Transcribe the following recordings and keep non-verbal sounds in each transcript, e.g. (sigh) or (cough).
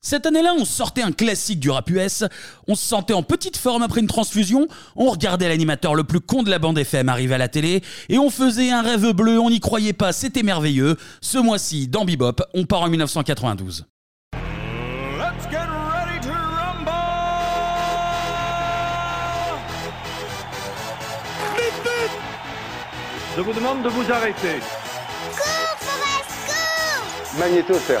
Cette année-là, on sortait un classique du rap US, on se sentait en petite forme après une transfusion, on regardait l'animateur le plus con de la bande FM arriver à la télé, et on faisait un rêve bleu, on n'y croyait pas, c'était merveilleux. Ce mois-ci, dans Bebop, on part en 1992. Let's get ready to rumble! Vite, vite! Je vous demande de vous arrêter. Magnéto, Serge.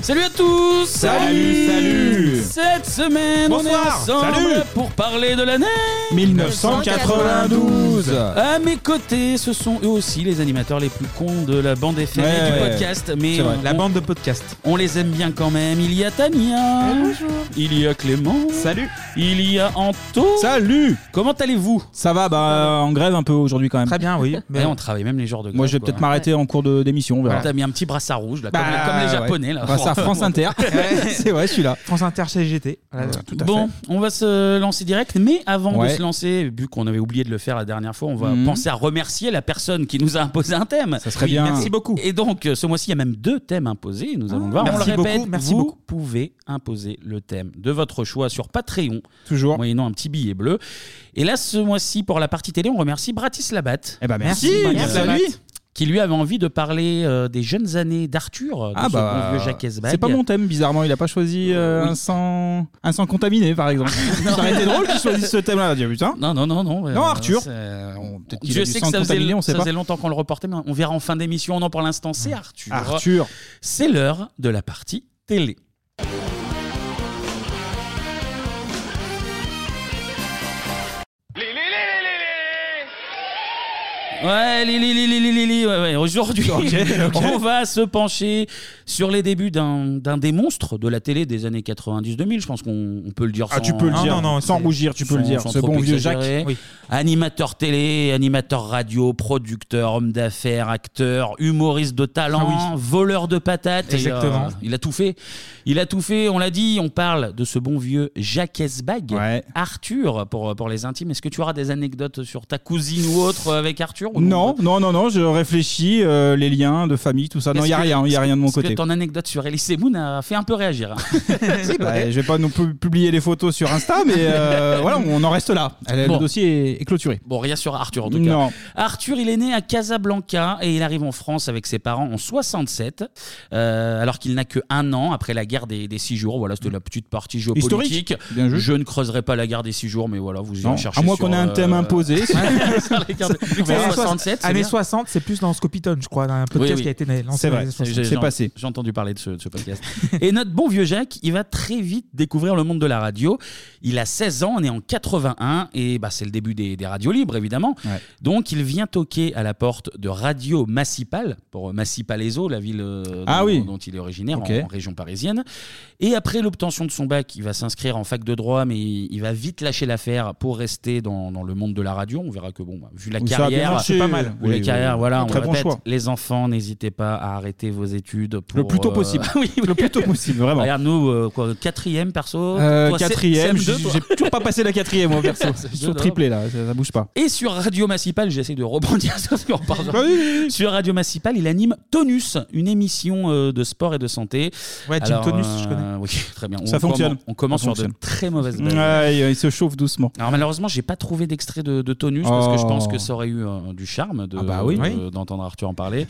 Salut à tous Salut, salut. Cette semaine, Bonsoir. on est ensemble Salut. pour parler de l'année 1992 À mes côtés, ce sont eux aussi les animateurs les plus cons de la bande FM et Ouais, du ouais. podcast, mais C'est vrai, on, la bande de podcast. on les aime bien quand même. Il y a Tania, il y a Clément, Salut il y a Anto. Salut Comment allez-vous Ça va, bah, en grève un peu aujourd'hui quand même. Très (laughs) bien, oui. Eh, On travaille même les genres de Moi, je vais grève, peut-être quoi. Ah, m'arrêter en cours de d'émission, on verra. T'as mis un petit brassard rouge, là, Bah, comme, les- comme les ouais. japonais. Là. On verra ça à France Inter. (laughs) C'est vrai, je suis là. France Inter CGT. Voilà, tout à Bon, on va se lancer direct, mais avant de Ouais. (laughs) se lancer, vu qu'on avait oublié de le faire la dernière fois, on va Mhm. penser à remercier la personne qui nous a imposé un thème. Ça serait fait. Oui, bien. Merci beaucoup. Et donc, euh, ce mois-ci, il y a même deux thèmes imposés. Nous allons le Ah, voir. merci on le répète, beaucoup, merci vous beaucoup. pouvez imposer le thème de votre choix sur Patreon, Toujours. moyennant un petit billet bleu. Et là, ce mois-ci, pour la partie télé, on remercie Bratislabat, Eh ben, merci. Merci, Magnéto. merci à Salut. lui. qui lui avait envie de parler euh, des jeunes années d'Arthur, de Ah ce bon bah, vieux Jacques Esbag. c'est pas mon thème bizarrement, il a pas choisi euh, Oui. un sang un sang contaminé par (laughs) exemple. ça aurait été drôle qu'il choisisse ce thème là, dire putain. Non, non, non, non. euh, Non, Arthur. c'est- on- Peut-être qu'il Dieu a du sait que sang ça faisait, contaminé, on sait ça pas. faisait longtemps qu'on le reportait, mais on verra en fin d'émission. Non, pour l'instant, c'est Arthur. Arthur. C'est l'heure de la partie télé. Ouais, Lili, Lili, Lili, Lili, ouais, ouais. (laughs) Aujourd'hui, (laughs) on va se pencher sur les débuts d'un d'un des monstres de la télé des années 90-2000. Je pense qu'on on peut le dire Ah, sans- tu peux le Non, dire. non, non, sans c'est- rougir, tu peux sans- le dire. sans Ce trop bon vieux Jacques. exagérer. Oui. Animateur télé, animateur radio, producteur, homme d'affaires, acteur, humoriste de talent, Ah voleur de patates. Et, Exactement. euh, il a tout fait. Il a tout fait, on l'a dit, on parle de ce bon vieux Jacques Esbag. Ouais. Arthur, pour, pour les intimes, est-ce que tu auras des anecdotes sur ta cousine ou autre avec Arthur ou Non, non, non, non, je réfléchis euh, les liens de famille, tout ça. Non, Est-ce il y a que- rien, il y a rien de mon Parce que côté. ton anecdote sur Elise Moon a fait un peu réagir. hein. (laughs) Ouais, bah, je vais pas non plus publier les photos sur Insta, mais euh, voilà, on en reste là. Euh, Bon. Le dossier est, est clôturé. Bon, rien sur Arthur en tout cas. Non. Arthur, il est né à Casablanca et il arrive en France avec ses parents en 67, euh, alors qu'il n'a que un an après la guerre des, des six jours. Voilà, c'était la petite partie géopolitique. Historique. Bien joué. Je ne creuserai pas la guerre des six jours, mais voilà, vous Non. irez chercher. À moins sur, qu'on ait un euh, thème (laughs) imposé. c'est- sur la guerre des- Années 67, 60, c'est années bien. 60, c'est plus dans Scopitone, je crois, un Oui, podcast oui. qui a été lancé C'est dans les vrai. années 60. J'ai- C'est j'ai- passé. J'ai entendu parler de ce, de ce podcast. (laughs) Et notre bon vieux Jacques, il va très vite découvrir le monde de la radio. Il a 16 ans, on est en 81, et bah, c'est le début des, des radios libres, évidemment. Ouais. Donc, il vient toquer à la porte de Radio Massipal, pour Massipalaiso, la ville euh, dont, Ah oui. dont il est originaire, Ok. en, en région parisienne. Et après l'obtention de son bac, il va s'inscrire en fac de droit, mais il, il va vite lâcher l'affaire pour rester dans, dans le monde de la radio. On verra que, bon, bah, vu la Ou ça a bien carrière, marché. c'est pas mal. ou les carrières, voilà, on Très le bon répète, choix. les enfants, n'hésitez pas à arrêter vos études pour, Le plus tôt euh, (laughs) possible. oui, oui. Le plus tôt possible, vraiment. Regarde, nous, euh, quoi, quatrième perso Euh, Toi, c'est- quatrième, CM2, j'ai toi j'ai toujours pas passé Ah, la quatrième, moi, (laughs) perso. Je suis deux, sur triplé, là, ça, ça bouge pas. Et sur Radio Massipal, j'essaie de rebondir sur ce qu'on parle. Ah Sur Radio Massipal, il anime Tonus, une émission euh, de sport et de santé. Ouais, Jim Alors, Tonus, je euh, connais. oui, (laughs) très bien. On Ça fonctionne. commence- on commence Ça sur de fonctionne. très mauvaises bases. Ouais, il- il se chauffe doucement. Alors malheureusement, j'ai pas trouvé d'extrait de, de Tonus parce que je Oh. pense que ça aurait eu euh, du charme de- Ah bah oui. de- Oui. d'entendre Arthur en parler.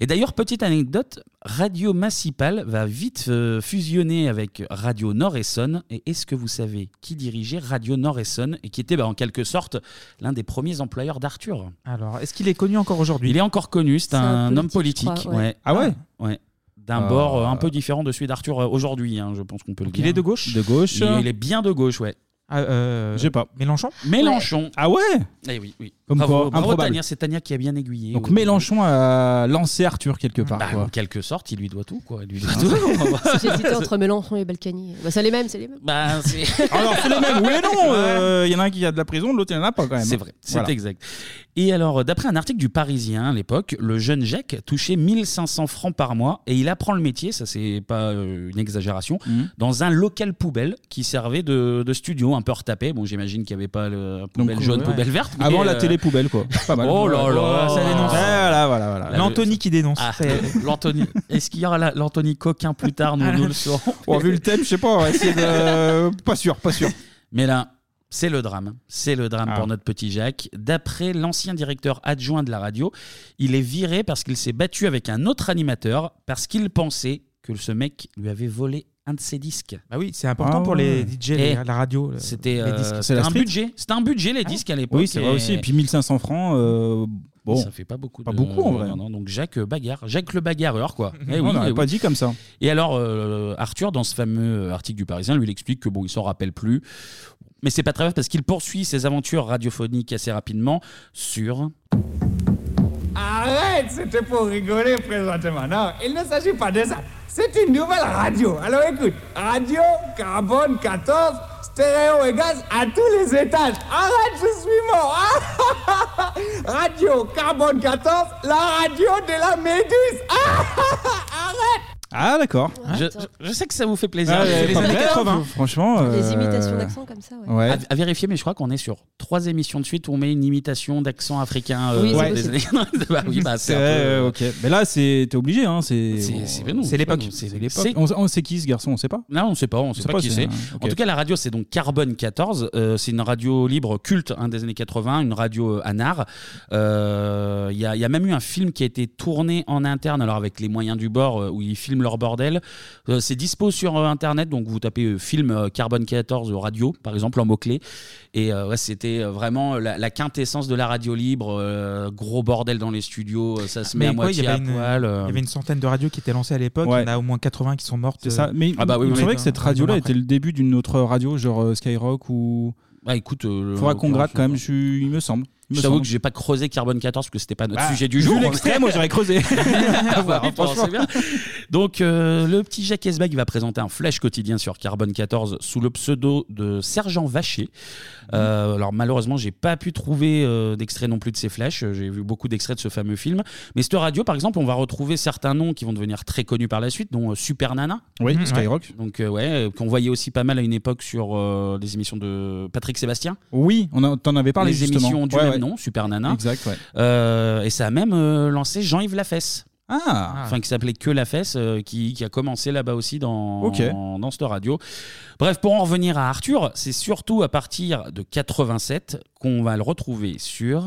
Et d'ailleurs, petite anecdote, Radio Massipal va vite euh, fusionner avec Radio Nord Essonne. Et est-ce que vous savez qui dirigeait Radio Nord Essonne et qui était bah, en quelque sorte l'un des premiers employeurs d'Arthur Alors, est-ce qu'il est connu encore aujourd'hui Il est encore connu, c'est C'est un un, homme politique, politique. je crois, ouais. Ah ouais Ouais. D'un Ah. bord euh, un peu différent de celui d'Arthur euh, aujourd'hui, hein, je pense qu'on peut le Donc, dire. il est de gauche De gauche. Il- il est bien de gauche, ouais. Ah, euh, J'ai pas. Mélenchon Mélenchon. Ah ouais Eh oui, oui. Comme Bravo, quoi, bravo, improbable. Tania, c'est Tania qui a bien aiguillé. Donc Oui. Mélenchon a lancé Arthur quelque part. Bah, quoi. en quelque sorte, il lui doit tout, quoi. Il (laughs) lui doit tout. (laughs) J'hésitais entre Mélenchon et Balkany. Bah, c'est les mêmes, c'est les mêmes. Bah, c'est Alors c'est les mêmes, oui et non. euh, Il y en a un qui a de la prison, l'autre il n'y en a pas quand même. C'est vrai, c'est Voilà. exact. Et alors, d'après un article du Parisien à l'époque, le jeune Jacques touchait 1500 francs par mois et il apprend le métier, ça c'est pas euh, une exagération, Mhm. dans un local poubelle qui servait de, de studio un peu retapé. Bon, j'imagine qu'il n'y avait pas le poubelle Donc, jaune, ouais. poubelle verte. mais, Avant la euh, télé poubelle quoi. Pas mal. Oh là là, ça dénonce. Voilà, voilà, voilà. Là, L'Anthony qui dénonce. Ah, Ça y (laughs) est. l'Anthony. Est-ce qu'il y aura la- l'Anthony Coquin plus tard Nous, nous (laughs) le saurons. Bon, Oh, vu le thème, je sais pas, on va essayer (laughs) de. pas sûr, pas sûr. Ah. Mais là, c'est le drame. C'est le drame pour notre petit Jacques. D'après l'ancien directeur adjoint de la radio, il est viré parce qu'il s'est battu avec un autre animateur parce qu'il pensait que ce mec lui avait volé un de ses disques. Bah oui, c'est important Ah pour les ouais. DJ, Et les- la radio. le- C'était les euh, disques. Ah. c'était C'est la un street. budget. C'était un budget les disques à l'époque. Oui, c'est vrai aussi. Et puis 1500 francs, euh, bon. Ça fait pas beaucoup. Pas de- beaucoup, en vrai. Non, non, Donc Jacques euh, Bagarre, Jacques le (laughs) bagarreur quoi. Eh oui, on n'aurait eh pas oui. dit comme ça. Et alors euh, Arthur dans ce fameux euh, article du Parisien lui il explique que bon il s'en rappelle plus, mais c'est pas très grave parce qu'il poursuit ses aventures radiophoniques assez rapidement sur hein, Arrête, c'était pour rigoler présentement. Non, il ne s'agit pas de ça. C'est une nouvelle radio. Alors écoute, radio carbone 14, stéréo et gaz à tous les étages. Arrête, je suis mort. (laughs) Ah, radio carbone 14, la radio de la Méduse. (laughs) Ah, arrête. Ah, d'accord. Je, je- je sais que ça vous fait plaisir. Ah, Je- ouais, les pas années mal. 80. Franchement. Les euh, imitations d'accent comme ça, ouais. Ouais. À, à vérifier, mais je crois qu'on est sur trois émissions de suite où on met une imitation d'accent africain. euh, Oui, c'est ouais. possible. des années- (laughs) bah oui, bah, C'est un peu- vrai, euh, ok. Mais là, c'est t'es obligé, hein. C'est C'est- c'est- mais non, c'est l'époque. pas nous, C'est C'est l'époque. l'époque. On, on sait qui ce garçon, on sait pas. Non, on ne sait pas, on sait sait pas, pas, qui c'est. c'est- Ah, ok. En tout cas, la radio, c'est donc Carbone 14. euh, c'est une radio libre culte hein, des années 80, une radio euh, anard. Euh, Il y, a- il y a même eu un film qui a été tourné en interne, alors avec les moyens du bord, euh, où ils filment leur bordel. Euh, c'est dispo sur euh, Internet, donc vous tapez euh, film euh, Carbone 14 radio, par exemple, en mots-clés. Et euh, ouais, c'était euh, vraiment la, la quintessence de la radio libre. euh, gros bordel dans les studios, euh, ça se met Mais à quoi, il moitié y, à avait une, poil. euh. il y avait une centaine de radios qui étaient lancées à l'époque. Ouais. Il y en a au moins 80 qui sont mortes. euh, C'est ça. Mais Ah bah oui, il me oui, semblait oui. que cette radio-là Après. était le début d'une autre radio, genre euh, Skyrock ou. Bah, écoute, euh, Faudra le- qu'on gratte quand même. je suis- Il me semble. Il me Je t'avoue semble. que j'ai pas creusé Carbone 14 parce que c'était pas notre Bah, sujet du jour. Vu l'extrait, moi j'aurais creusé. (laughs) Ah, voir, oui, hein, franchement. c'est bien. Donc euh, le petit Jacques Esbag il va présenter un flash quotidien sur Carbone 14 sous le pseudo de Sergent Vacher. Mmh. Euh, alors malheureusement j'ai pas pu trouver euh, d'extrait non plus de ces flashs. J'ai vu beaucoup d'extraits de ce fameux film. Mais cette radio par exemple on va retrouver certains noms qui vont devenir très connus par la suite, dont euh, Super Nana. Oui, Mhm, Skyrock. Donc euh, ouais euh, qu'on voyait aussi pas mal à une époque sur euh, les émissions de Patrick Sébastien. Oui, on a- t'en avais parlé les justement. émissions du Ouais, même ouais. nom, Super Nana. Exact, ouais. Euh, et ça a même euh, lancé Jean-Yves Lafesse. Ah, enfin qui s'appelait Que la Fesse, euh, qui, qui a commencé là-bas aussi dans, Ok. dans cette radio. Bref, pour en revenir à Arthur, c'est surtout à partir de 87 qu'on va le retrouver sur.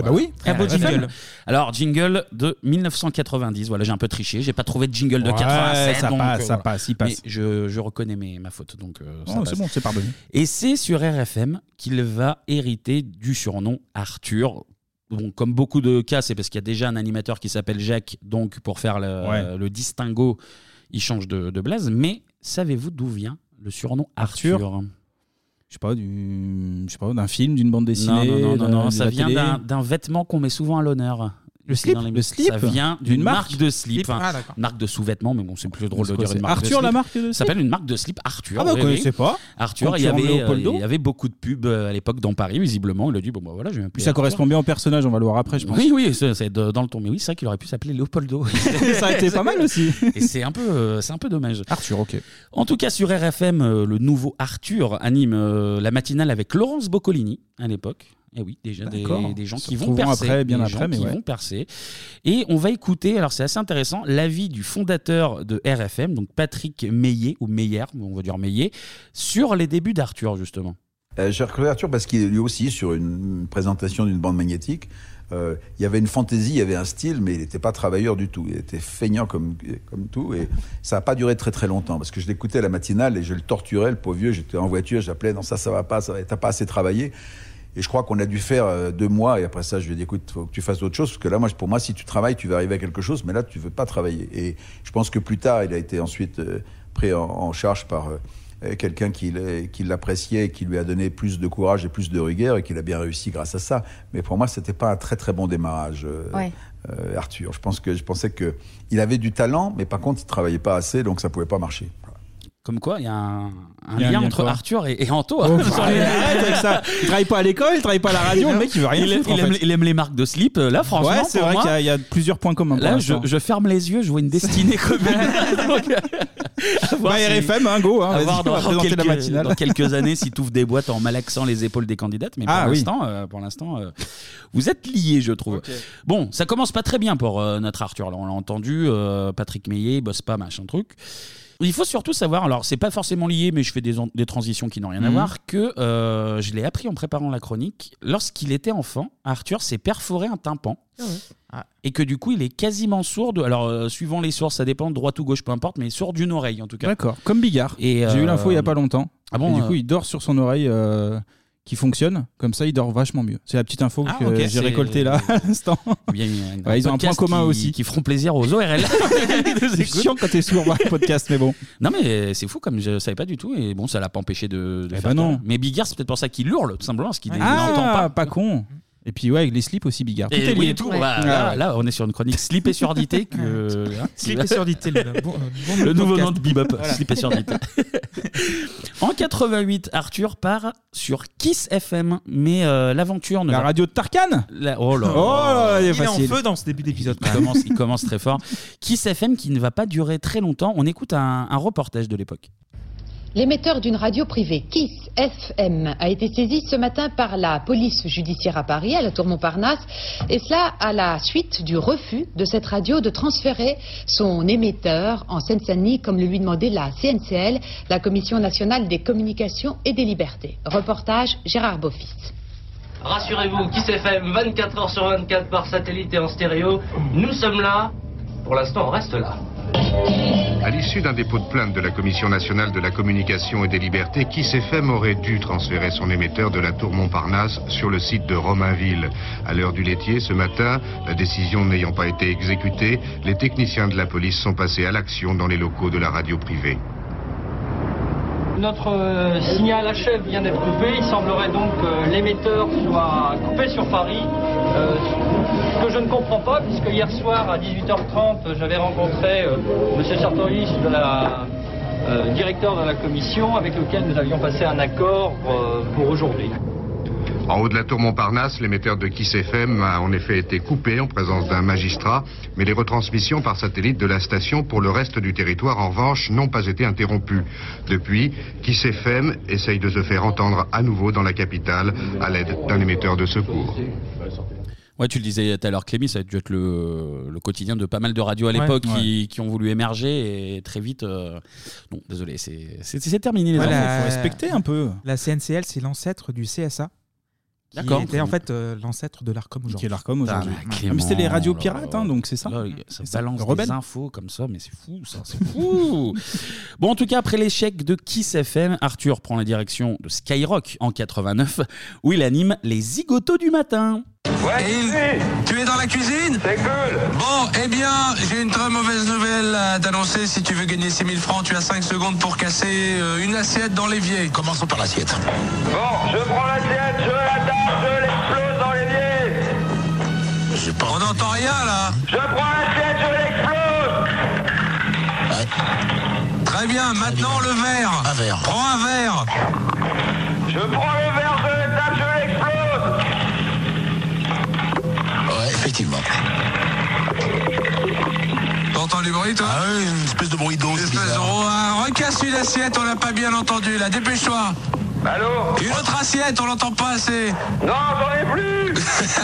Eh bah oui. Très beau jingle. Alors, jingle de 1990. Voilà, j'ai un peu triché, j'ai pas trouvé de jingle de Ouais, 87. ça donc, passe, euh, ça voilà. passe, il Mais passe. je, je reconnais mes- ma faute, donc euh, ça Oh, passe. c'est bon, c'est pardonné. Et c'est sur RFM qu'il va hériter du surnom Arthur. Bon, comme beaucoup de cas, c'est parce qu'il y a déjà un animateur qui s'appelle Jacques, donc pour faire le, Ouais. le distinguo, il change de, de blaze. Mais savez-vous d'où vient le surnom Arthur, Je sais pas, du, je sais pas, d'un film, d'une bande Non, dessinée. non, non, non, de- non, de ça la vient télé. d'un d'un vêtement qu'on met souvent à l'honneur. Le slip Dans les- Le slip Ça vient d'une D'une marque, marque de slip. hein. Enfin, Ah, d'accord. marque de sous-vêtements, mais bon, c'est plus drôle de C'est quoi, dire une c'est marque de Arthur, la slip. marque de Ça s'appelle une marque de slip Arthur. Ah bah, oui, on oui. connaissait pas. Arthur, il y, Concurrent avait, euh, Leopoldo. il y avait beaucoup de pubs euh, à l'époque dans Paris, visiblement. Il a dit, bon, bah voilà, je vais Puis m'appeler ça Arthur. correspond bien au personnage, on va le voir après, je pense. Oui, oui, ça, c'est de- dans le ton. Mais oui, c'est vrai qu'il aurait pu s'appeler (laughs) Leopoldo. ça a été pas mal aussi. Et c'est un, peu, euh, c'est un peu dommage. Arthur, ok. En tout cas, sur RFM, euh, le nouveau Arthur anime euh, la matinale avec Laurence Boccolini à l'époque. Et oui, déjà des, D'accord. des gens Se qui vont retrouveront percer. après, bien des après, gens mais qui ouais. vont percer. Et on va écouter, alors c'est assez intéressant, l'avis du fondateur de RFM, donc Patrick Meillet, ou Meyer, on va dire Meillet, sur les débuts d'Arthur, justement. Euh, J'ai reconnu Arthur parce qu'il est lui aussi sur une présentation d'une bande magnétique. euh, il y avait une fantaisie, il y avait un style, mais il n'était pas travailleur du tout. Il était feignant comme, comme tout. Et ça n'a pas duré très très longtemps parce que je l'écoutais à la matinale et je le torturais, le pauvre vieux. J'étais en voiture, j'appelais, non, ça, ça va pas, ça va, t'as pas assez travaillé. Et je crois qu'on a dû faire euh, deux mois. Et après ça, je lui ai dit, écoute, faut que tu fasses autre chose. Parce que là, moi, je- pour moi, si tu travailles, tu vas arriver à quelque chose. Mais là, tu veux pas travailler. Et je pense que plus tard, il a été ensuite euh, pris en, en charge par euh, euh, quelqu'un qui l'a- qui l'appréciait et qui lui a donné plus de courage et plus de rigueur et qu'il a bien réussi grâce à ça. Mais pour moi, c'était pas un très, très bon démarrage. euh, Ouais. euh, Arthur, je pense que je pensais que il avait du talent, mais par contre il travaillait pas assez, donc ça pouvait pas marcher. Comme quoi, il y a un, un Il y a un lien lien entre quoi Arthur et, et Anto. Oh, hein, sur les- arrête avec ça. Il travaille pas à l'école, il travaille pas à la radio, le mec il veut rien il, aime- foutre, en il aime, fait. il aime les marques de slip. euh, Là, franchement, Ouais, c'est pour vrai moi, qu'il y a- il y, a plusieurs points communs. pour là, je, l'instant. je ferme les yeux, je vois une destinée commune. Donc, à voir Bah, si- RFM, hein, go, hein, à vas-y, voir on dans, va dans présenter quelques, la matinale. dans quelques années si t'ouvres des boîtes en malaxant les épaules des candidates. Mais Ah, pour oui. l'instant, euh, pour l'instant, euh, vous êtes liés, je trouve. Bon, ça commence pas très bien pour euh, notre Arthur. Là, on l'a entendu. euh, Patrick Meillet il bosse pas, machin truc. Il faut surtout savoir, alors c'est pas forcément lié, mais je fais des, en- des transitions qui n'ont rien à Mhm. voir, que euh, je l'ai appris en préparant la chronique. Lorsqu'il était enfant, Arthur s'est perforé un tympan. Ah. Et que du coup, il est quasiment sourd. de- Alors, euh, suivant les sources, ça dépend, droite ou gauche, peu importe, mais sourd d'une oreille en tout cas. D'accord, comme Bigard. Et, J'ai euh, eu l'info il y a pas longtemps. Ah bon, Et du euh, coup, il dort sur son oreille euh, qui fonctionne. Comme ça, il dort vachement mieux. C'est la petite info Ah, que ok, c'est- j'ai récoltée là (laughs) à l'instant. Eh bien, il y a un Ouais, ils ont un podcast point commun qui- aussi. Qui feront plaisir aux ORL. Ils nous (laughs) C'est écoutent. chiant quand t'es sourd voir le podcast, mais bon. non, mais c'est fou, comme je savais pas du tout. Et bon, ça l'a pas empêché de, de Eh faire ben non. peur. Mais Bigard, c'est peut-être pour ça qu'il hurle, tout simplement, parce qu'il Ah, n'entend pas. pas. con. Et puis ouais, avec les slips aussi, Bigard. Tout Et est oui, lié. tout, Ouais. bah, Ouais, là, ouais. là, on est sur une chronique slip et surdité. que, hein, Slip et surdité, le, Le nouveau nom de Bebop, slip (laughs) et surdité. en 88, Arthur part sur Kiss FM, mais euh, l'aventure ne La va radio de Tarkan La- Oh là Oh là, il est Il est en facile. feu dans ce début d'épisode. Il commence, il commence très fort. Kiss FM qui ne va pas durer très longtemps. On écoute un, un reportage de l'époque. L'émetteur d'une radio privée, KISS FM, a été saisi ce matin par la police judiciaire à Paris, à la Tour Montparnasse, et cela à la suite du refus de cette radio de transférer son émetteur en Seine-Saint-Denis, comme le lui demandait la CNCL, la Commission nationale des communications et des libertés. Reportage Gérard Boffis. Rassurez-vous, Kiss FM 24 heures sur 24 par satellite et en stéréo, nous sommes là. Pour l'instant, on reste là. À l'issue d'un dépôt de plainte de la Commission nationale de la communication et des libertés, Kiss FM aurait dû transférer son émetteur de la tour Montparnasse sur le site de Romainville. À l'heure du laitier, ce matin, la décision n'ayant pas été exécutée, les techniciens de la police sont passés à l'action dans les locaux de la radio privée. Notre euh, signal HF vient d'être coupé. Il semblerait donc que l'émetteur soit coupé sur Paris. euh, ce que je ne comprends pas, puisque hier soir à 18h30, j'avais rencontré euh, Monsieur M. Sartorius, de la, euh, directeur de la commission, avec lequel nous avions passé un accord euh, pour aujourd'hui. En haut de la tour Montparnasse, l'émetteur de Kiss FM a en effet été coupé en présence d'un magistrat, mais les retransmissions par satellite de la station pour le reste du territoire, en revanche, n'ont pas été interrompues. Depuis, Kiss FM essaye de se faire entendre à nouveau dans la capitale à l'aide d'un émetteur de secours. Ouais, tu le disais tout à l'heure, Clémy, ça a dû être le, le quotidien de pas mal de radios à Ouais, l'époque qui, qui ont voulu émerger et très vite. euh, Non, désolé, c'est c'est- c'est terminé les Voilà. enfants. Euh, faut respecter un peu. La CNCL, c'est l'ancêtre du CSA. D'accord. Qui était en fait euh, l'ancêtre de l'ARCOM Qui est aujourd'hui. l'Arcom aujourd'hui. Ah, Ah, mais c'était les Clément, radios là, pirates, hein, donc c'est ça. Là, Oh, ça C'est ça, balance rebelle. des infos comme ça, mais c'est fou, ça, c'est (laughs) fou. bon, en tout cas, après l'échec de Kiss FM, Arthur prend la direction de Skyrock en 89, où il anime les zigotos du matin. Ouais, Eh, tu es dans la cuisine C'est cool Bon, eh bien, j'ai une très mauvaise nouvelle à t'annoncer. Si tu veux gagner 6000 francs, tu as 5 secondes pour casser euh, une assiette dans l'évier. Commençons par l'assiette. Bon, je prends l'assiette, je la tape, je l'explose dans l'évier On n'entend rien là Je prends l'assiette, je l'explose Très bien, maintenant le verre. Un verre. Prends un verre. Je prends le verre, je le tape, je l'explose. Ouais, effectivement. T'entends du bruit, toi Ah oui, une espèce de bruit d'eau. Espèce de rouah. Recasse une assiette, on l'a pas bien entendu, là. Dépêche-toi. Allô Une autre assiette, on l'entend pas assez. Non, j'en ai plus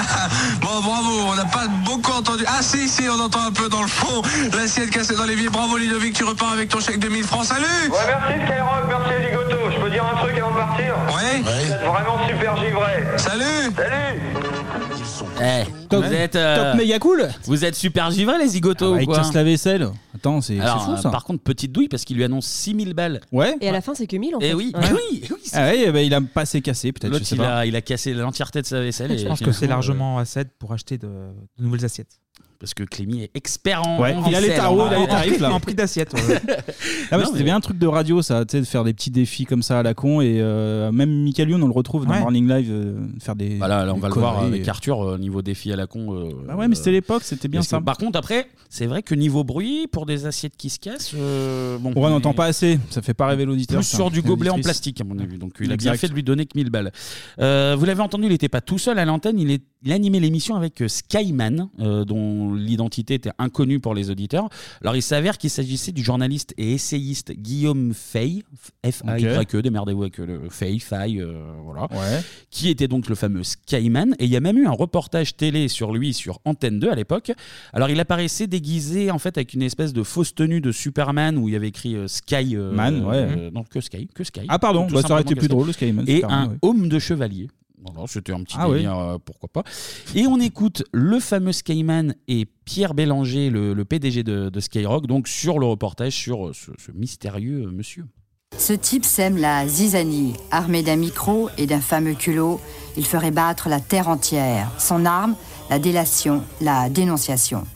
(laughs) Bon, bravo, on n'a pas beaucoup entendu. Ah si, si, on entend un peu dans le fond. L'assiette cassée dans l'évier. Bravo, Ludovic, tu repars avec ton chèque de 1000 francs. Salut Ouais, merci, Skyrock, merci, Ligoto. Je peux dire un truc avant de partir Ouais, Vous êtes vraiment super givré. Salut Salut Eh, vous êtes, euh, Top méga Ah cool vous êtes super givrés les zigotos ou Avec quoi casse la vaisselle. Attends, c'est c'est Alors, fou euh, ça. Par contre, petite douille parce qu'il lui annonce 6000 balles. Ouais. Et à la fin, c'est que 1000 en Eh fait. oui, Ouais. oui, Ah ouais, eh ben, il a pas assez cassé peut-être. L'autre, je sais il pas. a, il a cassé l'entièreté de sa vaisselle. Je et pense que finalement, c'est largement euh, Recette pour acheter de, de nouvelles assiettes. Parce que Clémy est expert en. Ouais, en il a les vaisselle, tarots, en- il a les en- tarifs là. en prix d'assiette, ouais. (laughs) Ah ouais, Non, c'était mais- bien un truc de radio ça, tu sais, de faire des petits défis comme ça à la con et euh, même Michael Youn on le retrouve dans Ouais. Morning Live euh, faire des. Voilà, bah là, on des va le voir conneries avec et- Arthur euh, niveau défi à la con. euh, Bah ouais, mais c'était euh, l'époque, c'était bien parce que, ça. Par contre, après, c'est vrai que niveau bruit, pour des assiettes qui se cassent, euh, bon. Ouais, on n'entend mais- pas assez, ça fait pas rêver l'auditeur. Plus ça, sur du gobelet en l'auditrice. plastique, (laughs) à mon avis. Donc, il a bien Exact. fait de lui donner que 1000 balles. Euh, vous l'avez entendu, il n'était pas tout seul à l'antenne. Il, est- il animait l'émission avec euh, Skyman, euh, dont l'identité était inconnue pour les auditeurs. Alors, il s'avère qu'il s'agissait du journaliste et essayiste Guillaume Fay, F-A-Y-E, E, démerdez-vous avec euh, le Fay, Fay, euh, voilà, qui était donc le fameux Skyman. Et il y a même eu un reportage télé sur lui sur Antenne 2 à l'époque. Alors, il apparaissait déguisé, en fait, avec une espèce de fausse tenue de Superman où il y avait écrit euh, Sky. euh, Man, ouais. euh, non, que Sky, que Sky. Ah, pardon, Tout bah, ça aurait simplement été plus que Sky. drôle, le Skyman, Et Superman, un ouais. homme de chevalier. Voilà, c'était un petit Ah oui. délire, euh, pourquoi pas. Et on écoute le fameux Skyman et Pierre Bélanger, le, le PDG de, de Skyrock, donc sur le reportage sur euh, ce, ce mystérieux euh, monsieur. Ce type sème la zizanie. Armé d'un micro et d'un fameux culot, il ferait battre la terre entière. Son arme, la délation, la dénonciation.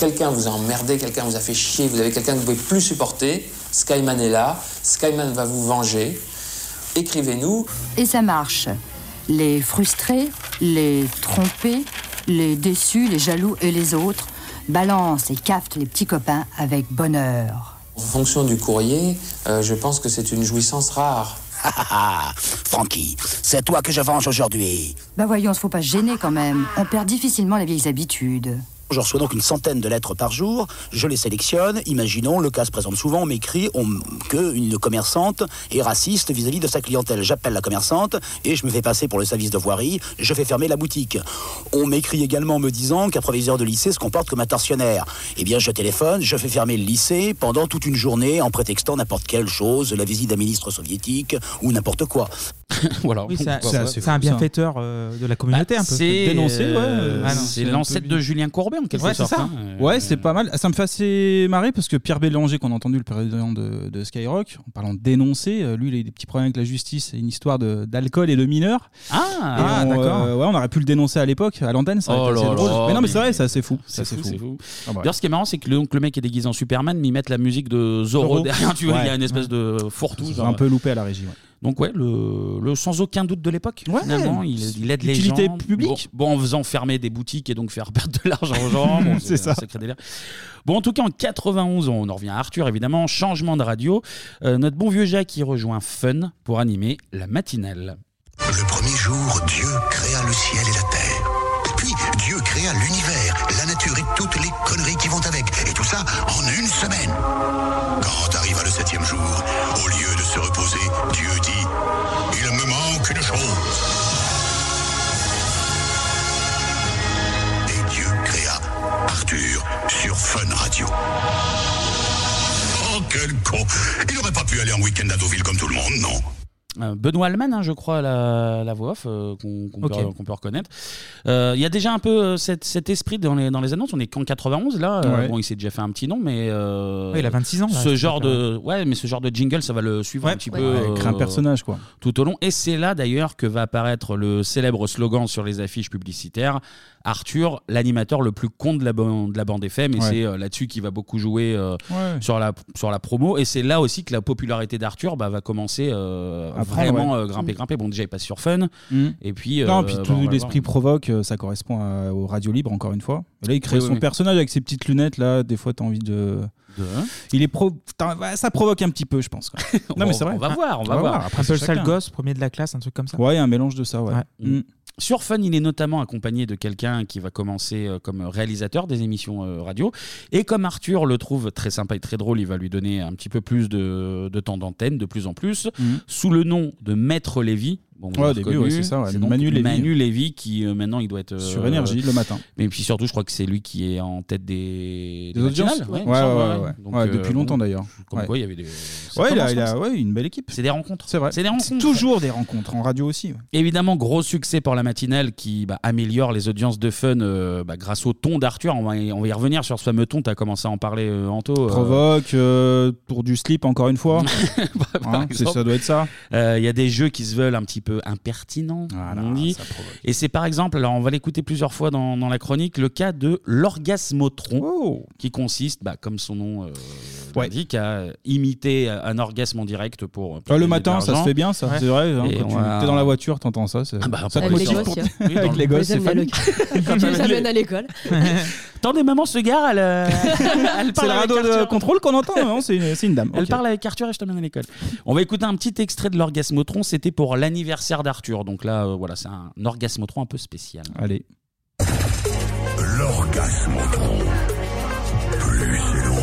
Quelqu'un vous a emmerdé, quelqu'un vous a fait chier, vous avez quelqu'un que vous pouvez plus supporter. Skyman est là, Skyman va vous venger. Écrivez-nous. Et ça marche. Les frustrés, les trompés, les déçus, les jaloux et les autres balancent et caftent les petits copains avec bonheur. En fonction du courrier, euh, je pense que c'est une (laughs) jouissance rare. Francky, c'est toi que je venge aujourd'hui. Bah voyons, faut pas se gêner quand même. On perd difficilement les vieilles habitudes. Je reçois donc une centaine de lettres par jour, je les sélectionne, imaginons, le cas se présente souvent, on m'écrit on, que une commerçante est raciste vis-à-vis de sa clientèle. J'appelle la commerçante et je me fais passer pour le service de voirie, je fais fermer la boutique. On m'écrit également en me disant qu'un proviseur de lycée se comporte comme un tortionnaire. Eh bien, je téléphone, je fais fermer le lycée pendant toute une journée en prétextant n'importe quelle chose, la visite d'un ministre soviétique ou n'importe (laughs) quoi. voilà. Oui, c'est un- c'est un- c'est un bienfaiteur euh, de la communauté Bah, un peu. c'est- Dénoncé, ouais. euh, Ah non, c'est un peu euh, l'ancêtre bizarre. de Julien Courbet, en quelque ouais, sorte, C'est ça. hein. Ouais, c'est pas mal. Ça me fait assez marrer parce que Pierre Bélanger, qu'on a entendu le président de, de Skyrock, en parlant de dénoncer, euh, lui, il a eu des petits problèmes avec la justice et une histoire de- d'alcool et de mineurs. Ah, Et Ah, on, d'accord. euh, ouais, on aurait pu le dénoncer à l'époque, à l'antenne, ça aurait Oh été assez là drôle. là, mais non, mais c'est mais- vrai, c'est assez fou. C'est fou, c'est fou. Ah, bah ouais. D'ailleurs, ce qui est marrant, c'est que le, donc, le mec est déguisé en Superman, mais ils mettent la musique de Zorro, (laughs) Zorro. derrière. Tu vois, il y a Ouais. une espèce de fourre-tout. Ils ont genre. un peu loupé à la régie. ouais. Donc ouais, le, le sans aucun doute de l'époque. finalement, il, il aide les gens. Utilité publique. Bon, bon, en faisant fermer des boutiques et donc faire perdre de l'argent (laughs) aux gens. Bon, C'est ça. un sacré délire. Bon, en tout cas, en 91, on en revient à Arthur, évidemment, changement de radio. Euh, notre bon vieux Jacques, il rejoint Fun pour animer la matinale. Le premier jour, Dieu créa le ciel et la terre. Puis Dieu créa l'univers, la nature et toutes les conneries qui vont avec. Et tout ça en une semaine. Quand arriva le septième jour, au lieu de se reposer, Dieu dit, il me manque une chose. Et Dieu créa Arthur sur Fun Radio. Oh quel con Il n'aurait pas pu aller en week-end à Deauville comme tout le monde, non Euh, Benoît Alman, hein, je crois, la, la voix off euh, qu'on qu'on peut, Ok. qu'on peut reconnaître. Euh, Il y a déjà un peu euh, cet, cet esprit dans les, dans les annonces. On est qu'en 91 là. Euh, Ouais. bon, il s'est déjà fait un petit nom, mais euh, Ouais, il a 26 ans, là, ce c'est genre ça, de ouais, mais ce genre de jingle, ça va le suivre un petit peu. euh, Ouais, créer un personnage, quoi. Tout au long. Et c'est là d'ailleurs que va apparaître le célèbre slogan sur les affiches publicitaires Arthur, l'animateur le plus con de la, ban- de la bande FM. Et Ouais. c'est euh, là-dessus qu'il va beaucoup jouer euh, Ouais. sur, la, sur la promo. Et c'est là aussi que la popularité d'Arthur bah, va commencer euh, À prendre, vraiment ouais. euh, grimper, grimper. Bon, déjà, il passe sur Fun. Mm. Et puis. euh, non, puis bah, tout on va l'esprit provoque, euh, ça correspond à- aux radios libres encore une fois. Et là, il crée Oui, son oui. personnage avec ses petites lunettes là. Des fois, t'as envie de. Il est pro... Putain, ouais, ça provoque un petit peu, je pense. quoi. non, mais c'est vrai. Après, un peu le sale chacun. gosse, premier de la classe, un truc comme ça. Ouais, un mélange de ça, ouais. Mm. Sur Fun, il est notamment accompagné de quelqu'un qui va commencer euh, comme réalisateur des émissions euh, radio. Et comme Arthur le trouve très sympa et très drôle, il va lui donner un petit peu plus de, de temps d'antenne, de plus en plus, sous le nom de Maître Lévy. Bon, Bon, Mm. Ouais, on l'a au début, reconnu. ouais, c'est ça, ouais. donc Manu Manu Lévy. Lévy. qui euh, maintenant il doit être. Sur Énergie, le matin. Mais puis surtout, je crois que c'est lui qui est en tête des. Des audiences matinales, Ouais, il me semble, ouais, ouais, ouais. (laughs) Donc, Ouais, euh, depuis bon, longtemps, d'ailleurs. Comme Ouais. quoi, il y avait des. ça Ouais, il a, commence hein. il a- comme ça. ouais, une belle équipe. C'est des rencontres. C'est vrai. C'est des rencontres. toujours des rencontres en radio aussi. ouais. Évidemment, gros succès pour la matinale qui bah, améliore les audiences de fun euh, bah, grâce au ton d'Arthur. On va, y- on va y revenir sur ce fameux ton, tu as commencé à en parler, euh, Anto. euh, Provoque, euh, pour du slip encore une fois. (laughs) par Hein, c'est- exemple. ça doit être ça. Euh, Il y a des jeux qui se veulent un petit peu impertinents, on dit. Et c'est par exemple, alors on va l'écouter plusieurs fois dans, dans la chronique, le cas de l'orgasmotron, Oh. qui consiste, bah, comme son nom euh, l'indique, à imiter un orgasme en direct Ah, pour. pour le gagner de matin, ça se l'argent. fait bien, ça. C'est vrai. hein, Et quand on tu va- es dans la voiture, t'entends ça. c'est- Ah bah, ça te avec les motive gosses, pour- oui. Oui, avec dans- les gosses, les c'est amis à fun. Quand tu les amènes (laughs) à l'école. Attendez, maman se gare, elle, euh, elle C'est parle le avec radeau de Arthur. contrôle qu'on entend, non c'est une, c'est une dame. Elle Ok. parle avec Arthur et je t'emmène à l'école. On va écouter un petit extrait de l'orgasmotron. C'était pour l'anniversaire d'Arthur. Donc là, euh, voilà, c'est un orgasmotron un peu spécial. Allez. L'orgasme au tronc. Plus c'est long,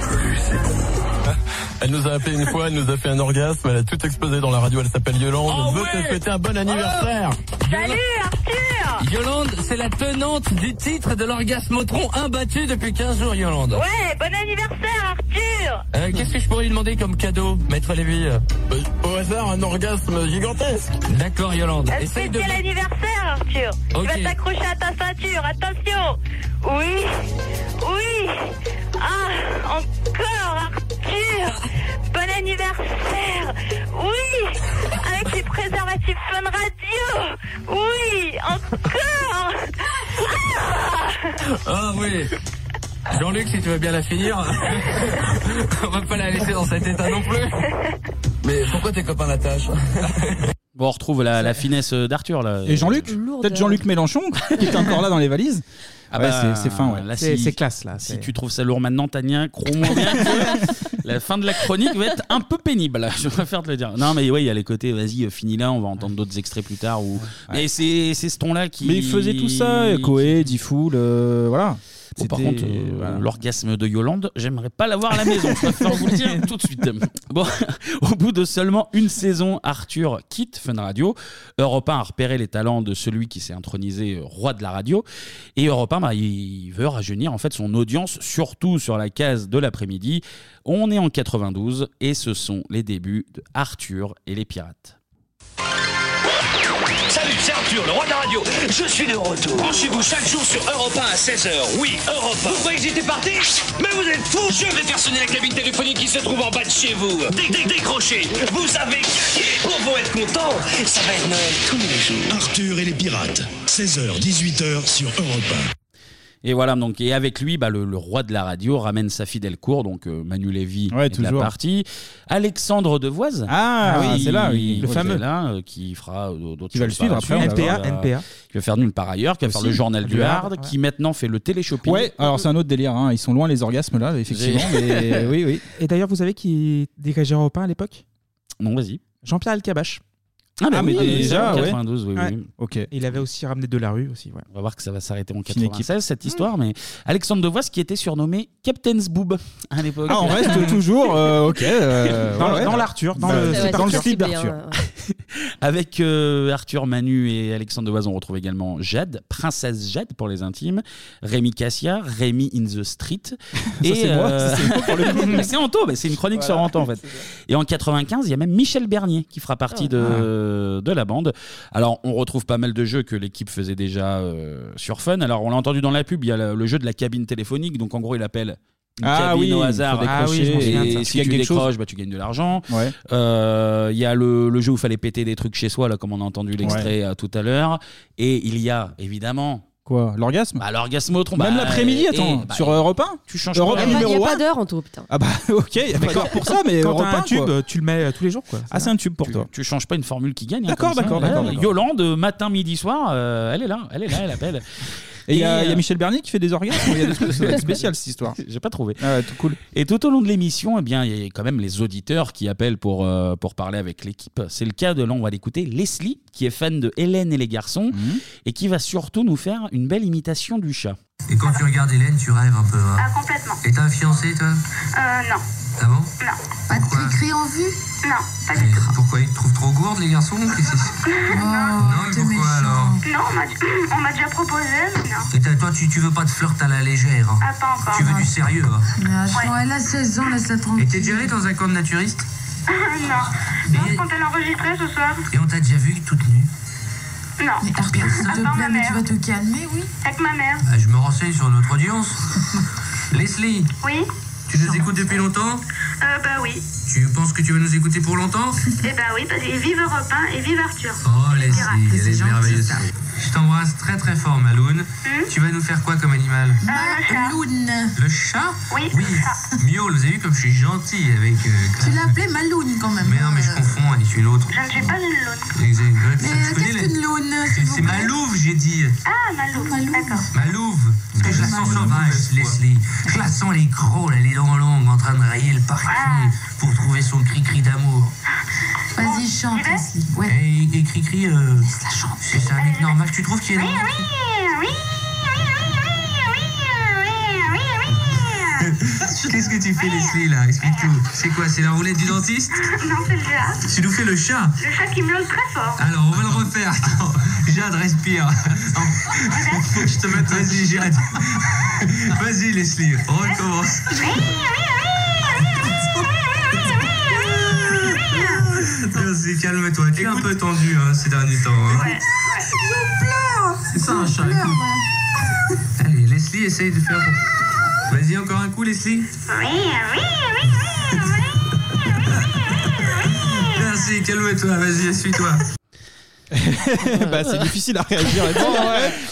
plus c'est bon. (laughs) Elle nous a appelé une fois, elle nous a fait un orgasme, elle a tout explosé dans la radio, elle s'appelle Yolande. Oh, je veux te souhaiter un Ah. bon anniversaire. Salut Arthur Yolande, c'est la tenante du titre de l'orgasmotron imbattu depuis 15 jours, Yolande. Ouais, bon anniversaire Arthur Euh, Qu'est-ce que je pourrais lui demander comme cadeau, Maître Lévy Euh, Au hasard, un orgasme gigantesque. D'accord, Yolande. Essaye de... Euh, anniversaire Arthur Ok. Tu vas t'accrocher à ta ceinture, attention Oui Oui Ah Encore Arthur Bon anniversaire Oui Avec les préservatifs Fun Radio Oui Encore Ah oui Jean-Luc, si tu veux bien la (laughs) finir, on va pas la laisser dans cet état non plus. Mais pourquoi tes copains l'attachent Bon, on retrouve la, la finesse euh, d'Arthur là. Et Jean-Luc Peut-être Jean-Luc Mélenchon, (laughs) qui est encore là dans les valises. Ah Ouais, bah, c'est- c'est fin, ouais. là, C'est- si- c'est classe, là, Si c'est- tu trouves ça lourd maintenant, Tania, crois-moi bien (laughs) que la fin de la chronique va être un peu pénible. Je préfère te le dire. Non, mais ouais, il y a les côtés, vas-y, euh, finis là, on va entendre d'autres extraits plus tard. Ou... Mais c'est c'est ce ton-là qui. Mais il faisait tout ça, euh, Koé, Difool, euh, voilà. Bon, par C'était- contre, euh, l'orgasme de Yolande, j'aimerais pas l'avoir à la maison. Je préfère vous le dire tout de suite. (laughs) Bon, au bout de seulement une saison, Arthur quitte Fun Radio. Europe 1 a repéré les talents de celui qui s'est intronisé euh, roi de la radio. Et Europe 1, bah, il veut rajeunir en fait son audience, surtout sur la case de l'après-midi. On est en 92 et ce sont les débuts de Arthur et les pirates. Salut, c'est Arthur, le roi de la radio. Je suis de retour. Branchez-vous chaque jour sur Europe 1 à 16h. Oui, Europe 1. Vous croyez que j'étais parti Mais vous êtes fous Je vais faire sonner la cabine téléphonique qui se trouve en bas de chez vous. Dé- dé- Décrochez Vous avez gagné Pour vous être content, ça va être Noël tous les jours. Arthur et les pirates, 16h, 18h sur Europe Et voilà, donc, et avec lui, bah, le, le roi de la radio ramène sa fidèle cour, donc euh, Manu Lévy est de la toujours. partie. Alexandre Devoise. Ah oui, c'est là, oui, le qui est fameux. là, euh, qui fera euh, d'autres Qui va le choses suivre par la après, suite. on va voir. Qui va- NPA. Qui va faire Nulle part ailleurs, qui va faire Aussi. le journal du Du Hard, Hard, ouais. qui maintenant fait le télé-shopping. Ouais, alors c'est un autre délire. hein. Ils sont loin les orgasmes là, (laughs) effectivement. euh, mais euh, oui, oui. Et d'ailleurs, vous savez qui dirigeait Europe 1 à l'époque (laughs) Non, vas-y. Jean-Pierre Alcabache. Ah, bah oui, déjà, ouais. 92, oui, oui. Ok. Il avait aussi ramené de la rue aussi. Ouais. On va voir que ça va s'arrêter en Fine équipe. 96, cette histoire, mais Alexandre Devoise qui était surnommé Captain's Boob à l'époque. Ah, on (laughs) reste toujours. euh, ok. (laughs) euh, Dans- ouais, ouais. dans l'Arthur, dans le- dans le slip bien, d'Arthur. (laughs) Avec euh, Arthur Manu et Alexandre Devoise, on retrouve également Jade, Princesse Jade pour les intimes, Rémi Cassia, Rémi in (laughs) the Street. c'est moi, ça, c'est moi pour le (laughs) coup. Mais c'est Anto, mais c'est une chronique sur Anto en fait. Et en 95, il y a même Michel Bernier qui fera partie Ah de, de la bande. Alors, on retrouve pas mal de jeux que l'équipe faisait déjà euh, sur Fun. Alors, on l'a entendu dans la pub, il y a le, le jeu de la cabine téléphonique, donc en gros, il appelle. Une Ah cabine oui, au faut hasard décrocher. Ah oui, je m'en souviens de et ça. si Tu tu, gagnes quelque chose. décroches bah, tu gagnes de l'argent Ouais. euh, Il y a le, le jeu où il fallait péter des trucs chez soi, là, comme on a entendu l'extrait Ouais. euh, tout à l'heure. Et il y a, évidemment. Quoi L'orgasme Bah, l'orgasme au tronc. Même bah, l'après-midi, et- attends. bah, sur Europe 1 Tu changes Europe pas. 1 Il y a pas- numéro il y a Pas 1. d'heure en tout, putain. Ah bah (laughs) ok, il y a pas d'heure pour ça, mais Quand Europe t'as 1, un tube, quoi. tu le euh, mets tous les jours. quoi. Ah, c'est un tube pour toi. Tu changes pas une formule qui gagne. hein, D'accord, comme ça. d'accord, d'accord, Ouais, d'accord. Yolande, euh, matin, midi, soir, euh, elle est là, elle est là, elle appelle. Et il y, a il y a euh, Michel Bernier qui fait des orgasmes. Il y a des trucs ça doit être spécial cette histoire. (laughs) Ah J'ai pas trouvé. tout cool. Et tout au long de l'émission, eh bien, il y a quand même les auditeurs qui appellent pour, euh, pour parler avec l'équipe. C'est le cas de là, on va l'écouter, Leslie, qui est fan de Hélène et les garçons, Mhm. et qui va surtout nous faire une belle imitation (laughs) du chat. Et quand tu regardes Hélène, tu rêves un peu. Hein. Ah, Complètement. Et t'as un fiancé, toi Euh, non. Ah bon Non. Pourquoi filles en vue Non, pas du tout. Pourquoi ils te trouvent trop gourde, les garçons Qu'est-ce que Oh, c'est non, mais pourquoi alors non, on m'a- on m'a déjà proposé, mais non. Et t'as- toi, tu, tu veux pas de flirt à la légère hein Ah, pas encore. Tu veux du sérieux hein Mais attends, elle a 16 ans, laisse-la Et tranquille. t'es déjà allé dans un camp de naturiste (laughs) non, non, quand elle enregistrait ce soir. Et on t'a déjà vu toute nue Non. Mais Arthur, s'il te plaît, mais tu vas te calmer, oui Avec ma mère. Ah, Je me renseigne sur notre audience. Leslie Oui Tu nous écoutes depuis longtemps Euh, bah oui. Tu penses que tu vas nous écouter pour longtemps Eh bah oui, parce que vive Europe 1 et vive Arthur. Oh, Leslie, Pirate. elle est merveilleuse. Je t'embrasse très très fort, Maloune. Hmm Tu vas nous faire quoi comme animal Euh, Maloune. Le Hein chat Bah, Oui. Mio, vous avez vu comme je suis gentil avec... euh, Tu euh, l'appelais Maloune quand même. Mais non, mais je confonds, elle est une autre. Je ne suis pas une lune. Exact. Tu connais qu'est-ce les- qu'une lune, s'il C'est- vous C'est plaît ma louve, j'ai dit. Ah, Maloune, d'accord. Ma louve. Parce que je la sens sauvage, Leslie. Je la sens les crocs, là, les dents longues, en train de rayer le parquet pour trouver son cri-cri d'amour. Vas-y, chante, Leslie. Ouais. Et, et cri-cri, euh, c'est un mec normal. Tu trouves qu'il est normal Qu'est-ce que tu fais, Leslie, là Explique-nous. C'est quoi C'est la roulette du dentiste Non, c'est le chat. Tu nous fais le chat Le chat qui miaule très fort. Alors, on va le refaire. Attends, Jade, respire. Attends, faut que (laughs) je te mette. Vas-y, Jade. (laughs) Vas-y, Leslie, on recommence. (laughs) Merci, calme-toi. Tu es un peu tendu hein, ces derniers temps. hein. Je pleure C'est ça, un chat, Je pleure, écoute. Allez, Leslie, essaye de faire. Vas-y, encore un coup, Leslie. Merci, calme-toi. Vas-y, suis-toi. bah, c'est difficile à réagir.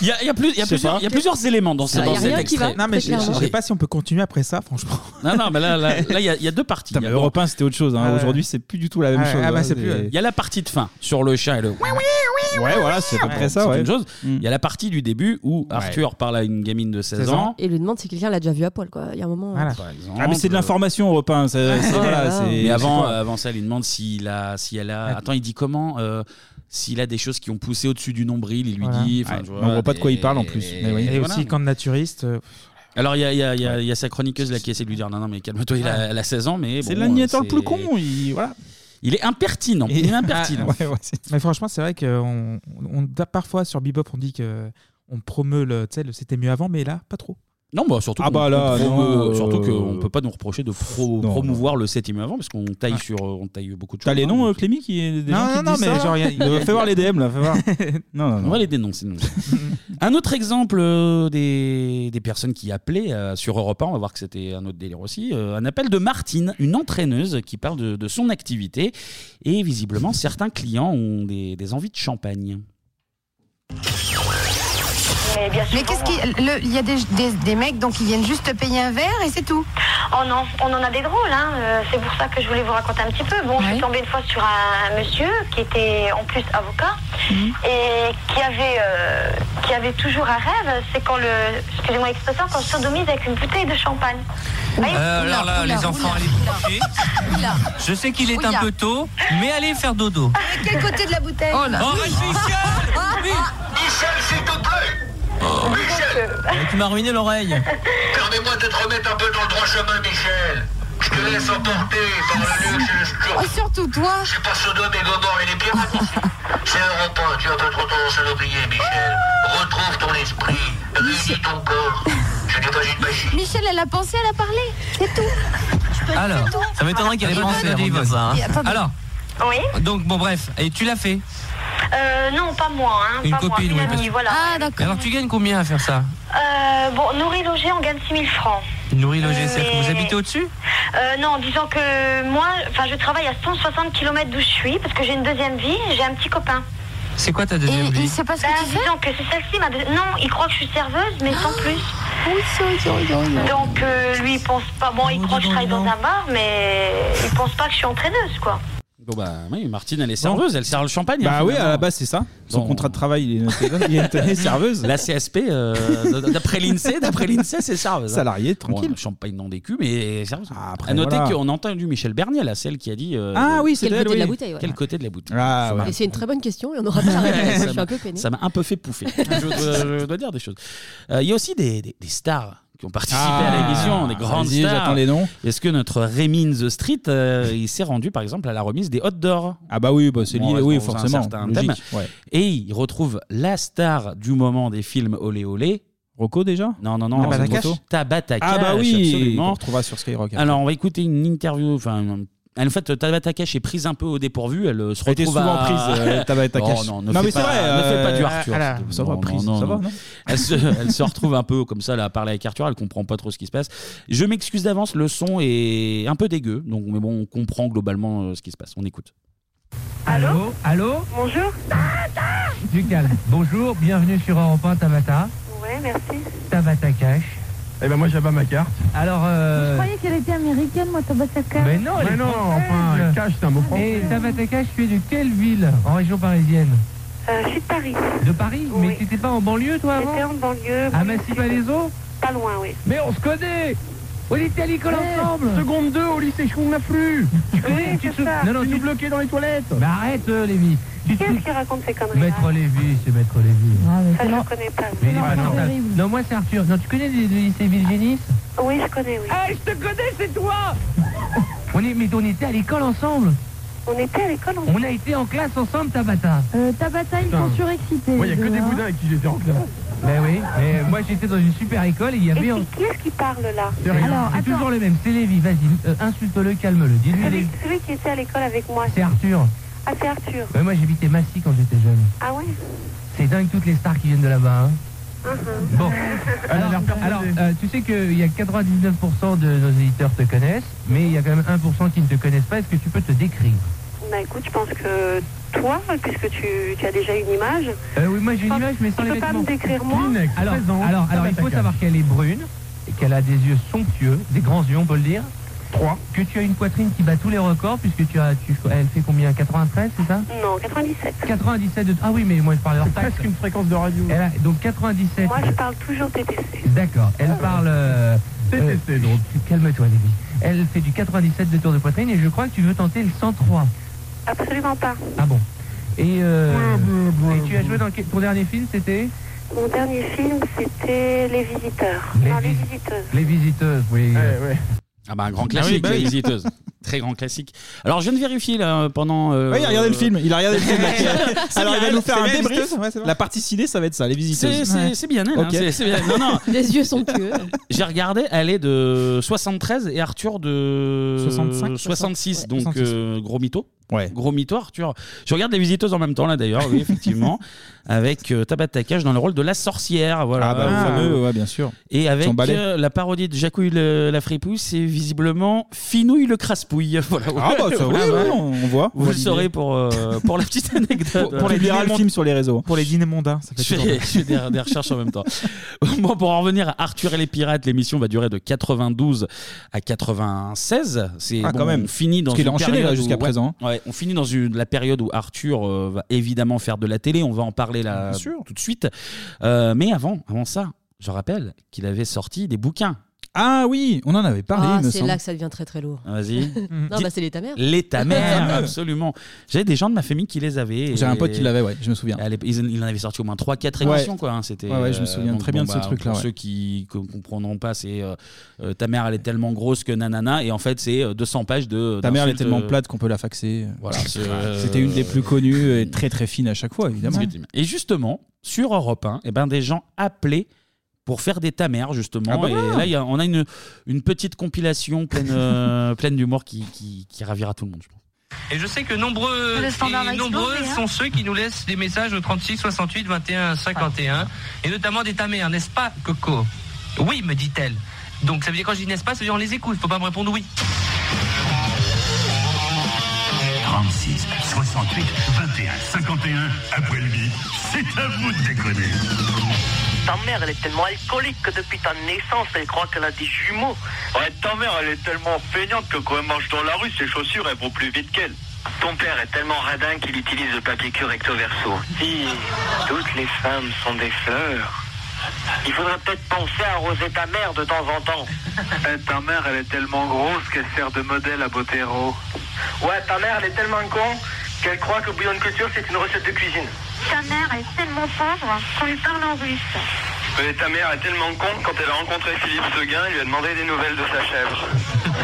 Il y a, il y a plus- il y a Je sais plusieurs, pas. il y a plusieurs éléments Ah, dans, ce- dans cet extrait. Non, mais je je sais pas si on peut continuer après ça, (laughs) franchement. Non, non, mais là, là, là, il y, a- il y a deux parties. Putain, mais Europe 1, c'était autre chose. hein. Ah ouais. ah, bah, Aujourd'hui, c'est plus du tout la même Ah, chose. bah, hein. Il y a la partie de fin sur le chat et le. Ouais, voilà, c'est à peu près ça, ouais. une chose. Mm. Il y a la partie du début où Arthur parle à une gamine de 16 ans. Et lui demande si quelqu'un l'a déjà vu à poil, quoi. Il y a un moment. euh, Voilà. Par exemple. Ah, mais c'est de l'information, Europe 1. Euh, c'est- c'est- voilà, c'est- Ah, Mais avant, c'est quoi. euh, avant ça, il lui demande s'il a, si elle Ah. a. Attends, il dit comment euh, S'il a des choses qui ont poussé au-dessus du nombril, il lui Voilà. dit. enfin, Ouais. tu Mais vois, on voit pas de quoi il parle en des- plus. des- Et voilà. aussi, quand de naturiste. euh, Alors, il y a, il y a- il y a- il y a sa chroniqueuse là qui essaie de lui dire Non, non, mais calme-toi, il a, elle a 16 ans, mais. C'est bon, l'animateur le c'est- plus con. Il, voilà. Il est impertinent. Il est impertinent. (laughs) Ah, ouais, ouais, c'est- mais franchement, c'est vrai qu'on on, on- parfois sur Bebop, on dit que on promeut le, tu sais, le c'était mieux avant, mais là, pas trop. Non, bah surtout Ah qu'on- bah là, qu'on promeut- non, euh, surtout qu'on peut pas nous reprocher de pro- non. promouvoir le septième avant parce qu'on taille sur on taille beaucoup de choses. Ah. hein. T'as les noms, euh, Clémy qui est des Non, gens qui non, te non, disent mais ça genre, il y a- il y (laughs) a- Fais voir les DM là, fais voir. non, non, On non. va les dénoncer. nous. (laughs) un autre exemple euh, des, des personnes qui appelaient euh, sur Europe 1, on va voir que c'était un autre délire aussi. euh, un appel de Martine, une entraîneuse qui parle de, de son activité. Et visiblement, certains clients ont des, des envies de champagne. Mais qu'est-ce qui. le- Il y a des, des- des mecs donc qui viennent juste te payer un verre et c'est tout. Oh non, on en a des drôles, hein. euh, c'est pour ça que je voulais vous raconter un petit peu. Bon, je suis tombée une fois sur un, un monsieur qui était en plus avocat Mhm. et qui avait, euh, qui avait toujours un rêve, c'est quand le, excusez-moi l'expression, quand on sodomise avec une bouteille de champagne. Voyez Euh, alors là, les enfants, allez vous coucher. (laughs) Je sais qu'il est un Oula. peu tôt, mais allez faire dodo. hein. Ah, Mais quel côté de la bouteille Oh là. Oh, mais Michel, s'il te plaît Oh, Michel Euh, Tu m'as ruiné l'oreille. Permets-moi de te remettre un peu dans le droit chemin, Michel. Je te laisse emporter par le lieu que je Oh, surtout toi C'est pas Sodome et Gomorre et les pirates ici. C'est Europe 1, tu as pas trop tendance à l'oublier, Michel. Retrouve ton esprit, réunis ton corps. Je n'ai pas une machine. Michel, elle a pensé, elle a parlé. C'est tout. Je peux Alors, c'est tout. Ah, ça m'étonnerait qu'elle ait Yvonne pensé avant de Yvonne. dire ça. hein. Et attendez. Alors, Oui donc bon, bref, et tu l'as fait. Euh, non, pas moi, hein. Une pas copine, moi, oui, une parce amie, que- voilà. Ah, Mais Alors, tu gagnes combien à faire ça Euh, bon, nourri, logé, on gagne 6 000 francs. Nourri, logé, Euh, Mais- c'est vous habitez au-dessus Euh, non, disons que moi, enfin, je travaille à 160 km d'où je suis parce que j'ai une deuxième vie, j'ai un petit copain. C'est quoi ta deuxième vie pas ce que Ben, Disons que c'est celle-ci, ma deuxi- Non, il croit que je suis serveuse, mais sans plus. Donc, euh, lui, il pense pas. Bon, il croit que je travaille dans un bar, mais il pense pas que je suis entraîneuse, quoi. Bon bah oui, Martine, elle est serveuse, elle sert le champagne. Bah hein, oui, à finalement. la base, c'est ça. Son Bon. contrat de travail, il est noté là. Il est (laughs) (laughs) noté serveuse. La CSP, euh, d- d'après l'INSEE, d'après l'INSEE, c'est serveuse. hein. Salarié, Bon, tranquille. champagne dans des culs, mais serveuse. à noter voilà. qu'on a entendu Michel Bernier, là, celle qui a dit. euh, Ah oui, c'était Quel côté elle, de oui. Ah, la bouteille, ouais. Quel côté de la bouteille. Ça m'a- Et c'est une très bonne question et on n'aura pas (laughs) la Ouais, réponse. ça Je suis m'a- un peu peiné. (laughs) Ça m'a un peu fait pouffer. je, dois, je dois dire des choses. Euh, Il y a aussi des, des- des stars qui ont participé Ah, à l'émission, des grandes vas-y, stars. j'attends les noms. Est-ce que notre Rémi in the Street, euh, il s'est rendu par exemple à la remise des Hot d'Or Ah bah oui, bah c'est lié, oui, forcément, Un certain logique, thème. ouais. Et il retrouve la star du moment des films Olé Olé. Rocco déjà Non, non, non. Tabata c'est Cash trop tôt. Tabata Ah bah Cash, oui, absolument. qu'on retrouvera sur Skyrock. Alors, on va écouter une interview. Enfin, une- en fait, Tabata Cash est prise un peu au dépourvu. Elle euh, se Elle était retrouve souvent à- prise, euh, Tabata Non, Cash. Non, ne Non, fais mais c'est pas- vrai, Ne fais pas euh, du Arthur. ah là, s'il te ça plaît. va, prise, ça va, non (laughs) elle, se, elle se retrouve un peu comme ça là, à parler avec Arthur. Elle comprend pas trop ce qui se passe. Je m'excuse d'avance. Le son est un peu dégueu. Donc, mais bon, on comprend globalement euh, ce qui se passe. On écoute. (laughs) Allô Allô Bonjour Du calme. Bonjour, bienvenue sur Europe 1 Tabata. Ouais, merci. Euh. Tabata Cash. Eh ben moi j'ai pas ma carte. Alors Je euh... croyais qu'elle était américaine, moi, Tabataka. Mais non, elle est française. Cash, c'est un mot Et Tabata Cash, tu es de quelle ville en région parisienne Euh, je suis de Paris. De Paris Mais t'étais pas en Ah, banlieue toi avant J'étais en banlieue. À Massy-Palaiseau Pas loin, oui. Mais on se connaît On était à l'école Ouais, ensemble Seconde 2 au lycée Chouinaflu (laughs) Tu connais Tu te... Non, non, tu nous bloquais dans les toilettes Mais arrête euh, Lévi Tu te- Qu'est-ce qu'il raconte ces Ah, conneries Maître Lévy, c'est Maître Lévy. Ça, je le connais pas. Mais il est pas sortable. Non, moi c'est Arthur. Non, tu connais le le lycée Vilgenis Oui, je connais, oui. Ah, je te connais, c'est toi on est, Mais on était à l'école ensemble. On était à l'école en On a été en classe ensemble, Tabata. Euh, Tabata, ils Putain. sont surexcités. Moi, y a les que deux, des hein. boudins avec qui j'étais en classe. Ben oui, mais moi j'étais dans une super école et il y Et avait... c'est qui est-ce qui parle là C'est rien. C'est toujours le même, c'est Lévi, vas-y, euh, insulte-le, calme-le, dis-lui. celui, Lévi. celui qui était à l'école avec moi. C'est Arthur. Ah, c'est Arthur. Ouais, moi j'habitais Massy quand j'étais jeune. Ah ouais C'est dingue toutes les stars qui viennent de là-bas. hein. Mhm. Bon, alors, alors, euh, tu sais qu'il y a 99% de nos éditeurs te connaissent, mais il y a quand même 1% qui ne te connaissent pas. Est-ce que tu peux te décrire Bah écoute, je pense que toi, puisque tu, tu as déjà une image. Euh, Oui, moi j'ai une image, mais sans tu les peux pas vêtements. me décrire moi alors, alors, alors, il faut savoir qu'elle est brune, et qu'elle a des yeux somptueux, des grands yeux, on peut le dire. 3. Que tu as une poitrine qui bat tous les records, puisque tu as, tu, elle fait combien 93, c'est ça Non, 97. 97 de... Ah oui, mais moi je parlais hors (laughs) taxe. presque une fréquence de radio. Elle a, donc 97... Moi, je parle toujours TTC. D'accord, elle parle... euh, euh, Calme-toi, Lévi. Elle fait du 97 de tour de poitrine et je crois que tu veux tenter le 103. Absolument pas. Ah bon Et, euh, et tu as joué dans quel- ton dernier film, c'était Mon dernier film, c'était Les Visiteurs. Les non, Les Vis- Visiteuses. Les visiteuses, oui. Ah bah un grand Ah classique, oui, bah la oui. visiteuse. Très grand classique. Alors je viens de vérifier là pendant. euh, Oui, il a regardé le film. Il a regardé le film. C'est Alors bien il va elle, nous faire c'est un bien elle. débrief. La partie ciné, ça va être ça, les C'est- visiteuses. C'est c'est bien elle. hein, Ok. c'est- c'est bien. Non, non, (laughs) Les yeux sont tueux. J'ai regardé, elle est de 73 et Arthur de 65, 66, ouais, donc 66. euh, gros mytho. Gros mytho, Arthur. Je regarde les visiteuses en même temps, là d'ailleurs, (laughs) oui, effectivement, avec euh, Tabata Cash dans le rôle de la sorcière. Voilà. Ah bah, Euh, le fameux, ouais, bien sûr. Et avec Son balai. euh, la parodie de Jacouille le- la fripouille, c'est visiblement Finouille le craspouille. (laughs) Voilà. Ah bah ça, oui, Voilà. oui, on on voit. Vous le saurez pour, euh, pour la petite anecdote. Pour les Voilà. le film sur les réseaux. Pour les dîners mondains, hein, ça Je (laughs) fais, je fais des, des recherches en même temps. (laughs) Bon, pour en revenir à Arthur et les pirates, l'émission va durer de 92 à 96. C'est Ah, bon, quand même. On finit dans Parce qu'il une a enchaîné, là, période où- jusqu'à ouais, présent. hein. ouais, on finit dans une, la période où Arthur euh, va évidemment faire de la télé. On va en parler là tout de suite. Euh, mais avant, avant ça, je rappelle qu'il avait sorti des bouquins. Ah oui, on en avait parlé, Ah, il me c'est là semble. que ça devient très très lourd. Vas-y. (laughs) non, Dis- bah c'est les ta mère. Les (laughs) ta mère, Fameux. absolument. J'avais des gens de ma famille qui les avaient. J'ai un pote qui l'avait, ouais, je me souviens. Il en avait sorti au moins 3-4 Ouais. émissions, quoi. hein, C'était, Ouais, ouais, je me euh, souviens donc, très bien de ce truc-là, Pour ouais. ceux qui ne comprendront pas, c'est euh, euh, ta mère, elle est tellement grosse que nanana, et en fait, c'est euh, 200 pages de. Ta mère, elle est d'insultes, tellement euh, plate qu'on peut la faxer. (laughs) Voilà, c'est, euh, C'était une des plus connues et très très fine à chaque fois, évidemment. Effectivement. Et justement, sur Europe 1, eh ben, des gens appelés pour faire des tamers, justement. Ah bah et voilà. là, il y a- on a une, une petite compilation pleine, euh, (laughs) pleine d'humour qui, qui, qui ravira tout le monde, je pense. Et je sais que nombreux, Le standard et va exploser, nombreux hein. sont ceux qui nous laissent des messages au 36 68 21 51 et notamment des ta mère, n'est-ce pas, Coco Oui, me dit-elle. Donc ça veut dire quand je dis n'est-ce pas, ça veut dire on les écoute. Faut pas me répondre oui. 36, 68, 21, 51, après le bip, c'est à vous de déconner. Ta mère, elle est tellement alcoolique que depuis ta naissance, elle croit qu'elle a des jumeaux. Ouais, ta mère, elle est tellement feignante que quand elle marche dans la rue, ses chaussures, elles vont plus vite qu'elle. Ton père est tellement radin qu'il utilise le papier cure recto verso. Si, toutes les femmes sont des fleurs. Il faudrait peut-être penser à arroser ta mère de temps en (laughs) temps. Eh, ta mère, elle est tellement grosse qu'elle sert de modèle à Botero. Ouais, ta mère, elle est tellement con qu'elle croit que bouillon de culture, c'est une recette de cuisine. Ta mère est tellement pauvre qu'on lui parle en russe. Mais ta mère est tellement con, quand elle a rencontré Philippe Seguin, elle lui a demandé des nouvelles de sa chèvre.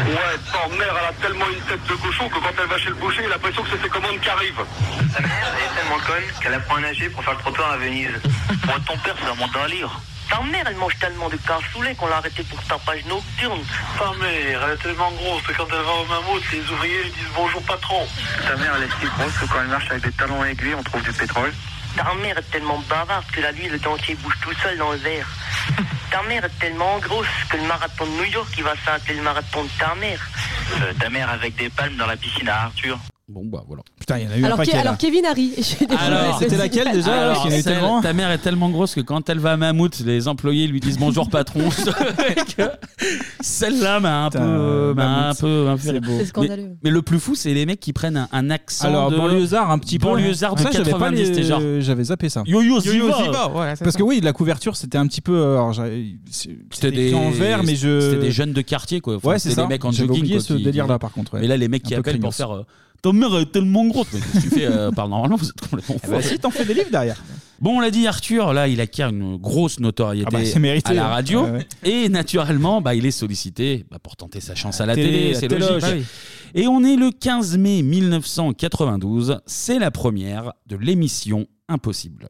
Ouais, ta mère, elle a tellement une tête de cochon que quand elle va chez le boucher, il a l'impression que c'est ses commandes qui arrivent. Ta mère, elle est tellement conne qu'elle apprend à nager pour faire le trottoir à Venise. Moi, ton père, c'est un monde à lire. Ta mère, elle mange tellement de cassoulet qu'on l'a arrêtée pour tapage nocturne. Ta mère, elle est tellement grosse que quand elle va au mammouth, les ouvriers lui disent bonjour patron. Ta mère, elle est si grosse que quand elle marche avec des talons aiguilles, on trouve du pétrole. Ta mère est tellement bavarde que la nuit, le dentier bouge tout seul dans le (laughs) verre. Ta mère est tellement grosse que le marathon de New York, il va s'appeler le marathon de ta mère. Euh, ta mère avec des palmes dans la piscine à Arthur. Bon, bah voilà. Putain, il y en a eu un Alors, paquet. Ke- là. alors Kevin Harry. Je suis désolée. alors, Alors, parce qu'il y en a eu celle- tellement. Ta mère est tellement grosse que quand elle va à Mammouth, les employés lui disent bonjour patron. (laughs) Celle-là m'a un peu, euh, m'a un Mammouth. peu, m'a fait C'est rire. beau. C'est Mais- scandaleux. Mais, le plus fou, c'est les mecs qui prennent un, un accent. Alors, de... banlieusard, un petit peu. banlieusard de Ça, j'avais pas 90, t'es les- genre. J'avais zappé ça. Yo-Yo euh. Ziva. Parce que oui, la couverture, c'était un petit peu. euh, alors, j'ai- C'était écrit en vert, mais je. C'était des jeunes de quartier, quoi. Enfin, Ouais, c'est c'était ça. des mecs en J'avais jogging. oublié quoi, ce qui- délire-là, par contre, ouais. Mais là, les mecs Un qui peu appellent pour craignos. faire. euh, Ta mère est tellement grosse. Mais qu'est-ce que tu fais euh, Parle normalement, vous êtes complètement fous. Bah, si, t'en fais des livres derrière. Bon, on l'a dit, Arthur, là, il acquiert une grosse notoriété Ah bah, c'est mérité, à la hein. radio. Ouais, ouais. Et naturellement, bah, il est sollicité bah, pour tenter sa chance à la télé, télé, la c'est télé, logique. bah oui. Et on est le 15 mai 1992. C'est la première de l'émission Impossible.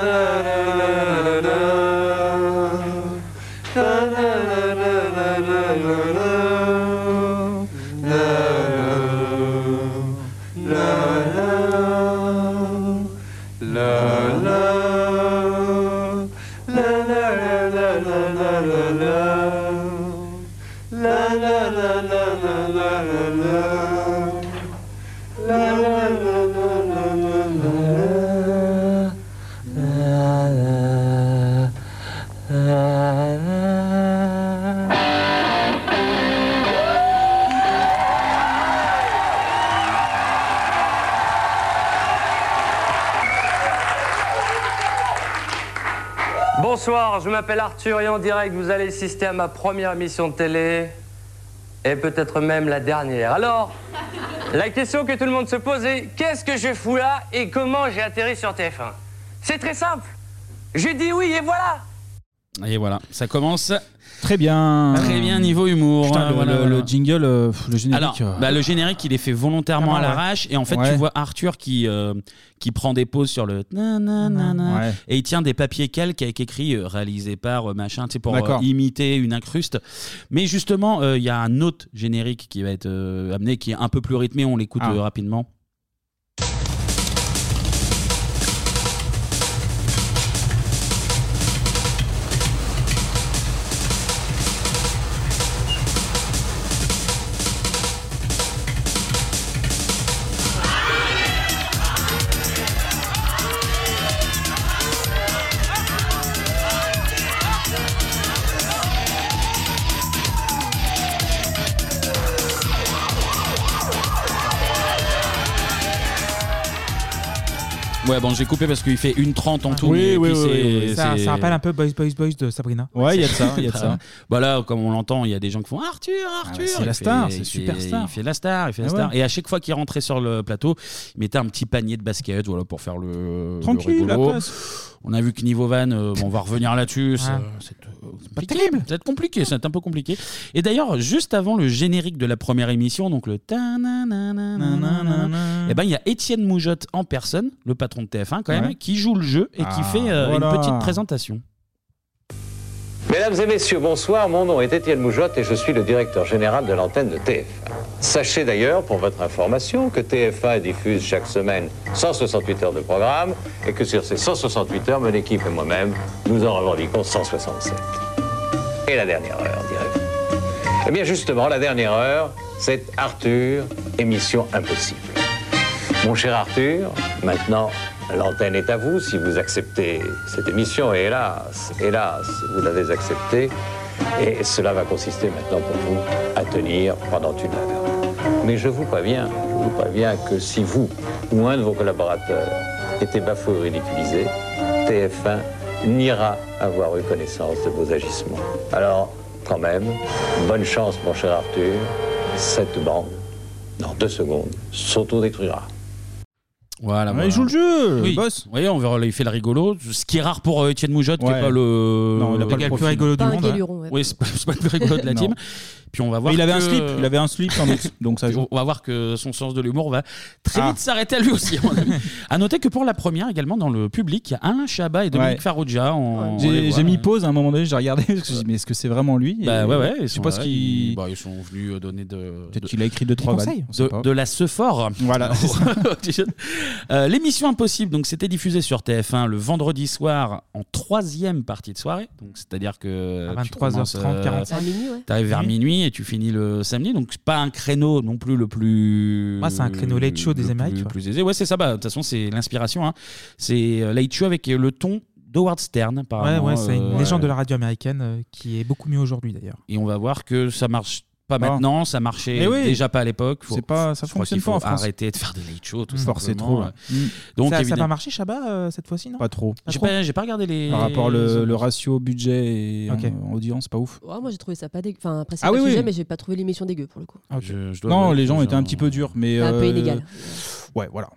Bonsoir, je m'appelle Arthur et en direct, vous allez assister à ma première émission de télé et peut-être même la dernière. Alors, la question que tout le monde se pose est qu'est-ce que je fous là et comment j'ai atterri sur TF1 C'est très simple. J'ai dit oui et voilà. Et voilà, ça commence. Très bien. Très bien niveau humour. hein, Putain, le, Voilà, le- voilà. le jingle, euh, pff, le générique. Alors, euh, bah, le générique, il est fait volontairement Clairement, Ah à ouais. l'arrache. Et en fait, Ouais. tu vois Arthur qui, euh, qui prend des pauses sur le. Ouais. Et il tient des papiers calques avec écrit euh, réalisé par euh, machin, tu sais, pour D'accord. euh, imiter une incruste. Mais justement, euh, il y a un autre générique qui va être euh, amené, qui est un peu plus rythmé. On l'écoute Ah. euh, rapidement. Ouais, bon, j'ai coupé parce qu'il fait une trente en tout. Oui, mais oui, puis oui, c'est- oui, oui. Ça, c'est- ça rappelle un peu Boys, Boys, Boys de Sabrina. (laughs) (laughs) Bah là, comme on l'entend, il y a des gens qui font Arthur, Arthur. Ah, c'est Il la fait- star, il c'est fait- super star. Il fait la star, il fait la Ah ouais. star. Et à chaque fois qu'il rentrait sur le plateau, il mettait un petit panier de basket, voilà, pour faire le. le Tranquille, la rigolo. classe. On a vu que niveau van, euh, bon, on va revenir là-dessus. ça- Ouais. C'est euh, c'est pas terrible. C'est compliqué, c'est un peu compliqué. Et d'ailleurs, juste avant le générique de la première émission, donc le et ben il y a Étienne Moujotte en personne, le patron de TF1 quand même, Ouais. qui joue le jeu et qui Ah, fait euh, voilà. une petite présentation. Mesdames et messieurs, bonsoir. Mon nom est Étienne Moujotte et je suis le directeur général de l'antenne de TF1. Sachez d'ailleurs, pour votre information, que TF1 diffuse chaque semaine 168 heures de programme et que sur ces 168 heures, mon équipe et moi-même, nous en revendiquons 167. Et la dernière heure, dirais-je. Eh bien, justement, la dernière heure, c'est Arthur, émission impossible. Mon cher Arthur, maintenant, l'antenne est à vous si vous acceptez cette émission. Et hélas, hélas, vous l'avez acceptée. Et cela va consister maintenant pour vous à tenir pendant une heure. Mais je vous préviens, je vous préviens que si vous ou un de vos collaborateurs était bafoué ou ridiculisé, TF1 n'ira avoir eu connaissance de vos agissements. Alors, quand même, bonne chance, mon cher Arthur. Cette bande, dans deux secondes, s'autodétruira. Voilà, voilà. il joue le jeu, oui. le boss. Oui, on verra, il fait le rigolo. Ce qui est rare pour euh, Étienne Moujotte, qui n'est Ouais. pas le. Non, il a pas le gars plus rigolo Pas du un monde, guéluron, hein. ouais. Oui, c'est pas, (laughs) c'est pas le plus rigolo de la Non. team. Puis on va voir. Mais il avait que- un slip, il avait un slip sans (laughs) doute, donc ça joue. Ah. On va voir que son sens de l'humour va très vite s'arrêter à lui aussi. à mon avis. À noter que pour la première, également dans le euh, public, il y a Alain Chabat et Dominique Ouais. Farrugia. Ah, on- on les J'ai voit. j'ai mis pause à un moment donné, j'ai regardé, (laughs) parce que je me suis dit, mais est-ce que c'est vraiment lui Et Bah ouais, ouais. ils Je sais sont pas là, ce Ils, qu'il. bah, ils sont venus euh, donner de. Peut-être de- qu'il a écrit deux, trois conseils, vannes, on sait De, pas. de la Sephore. (laughs) Voilà. L'émission Impossible, donc, c'était diffusé sur TF1 le vendredi soir en troisième partie de soirée. Donc, c'est-à-dire que. À tu 23h30, commences, euh, 45. À minuit, ouais. T'arrives vers Minuit. minuit et tu finis le samedi. Donc, c'est pas un créneau non plus le plus. Moi, c'est un créneau late show des le Amériques, plus- quoi. plus aisé. Ouais, c'est ça. Bah, De toute façon, c'est l'inspiration. hein. C'est euh, late show avec euh, le ton d'Howard Stern, Ouais, apparemment. ouais, c'est une euh, légende ouais. de la radio américaine euh, qui est beaucoup mieux aujourd'hui d'ailleurs. Et on va voir que ça marche pas Bon. maintenant, ça marchait Mais oui. déjà pas à l'époque. Faut- C'est pas- ça je crois fonctionne qu'il pas en faut France. Arrêter de faire des late shows, tout Mm. Forcer simplement. trop, ouais. Ouais. Mm. Donc ça, ça a évidemment- pas marché Chabat euh, cette fois-ci, non Pas trop. J'ai trop. pas, j'ai pas regardé les. Par rapport le, le ratio budget et Ok. en- audience, pas ouf. Ouais, moi j'ai trouvé ça pas dégueu. Enfin, après, c'est Ah pas oui, le sujet, oui. mais j'ai pas trouvé l'émission dégueu pour le coup. Je- je dois non, avouer les que gens j'ai étaient un petit peu durs, mais Un peu euh, inégal. Ouais, voilà.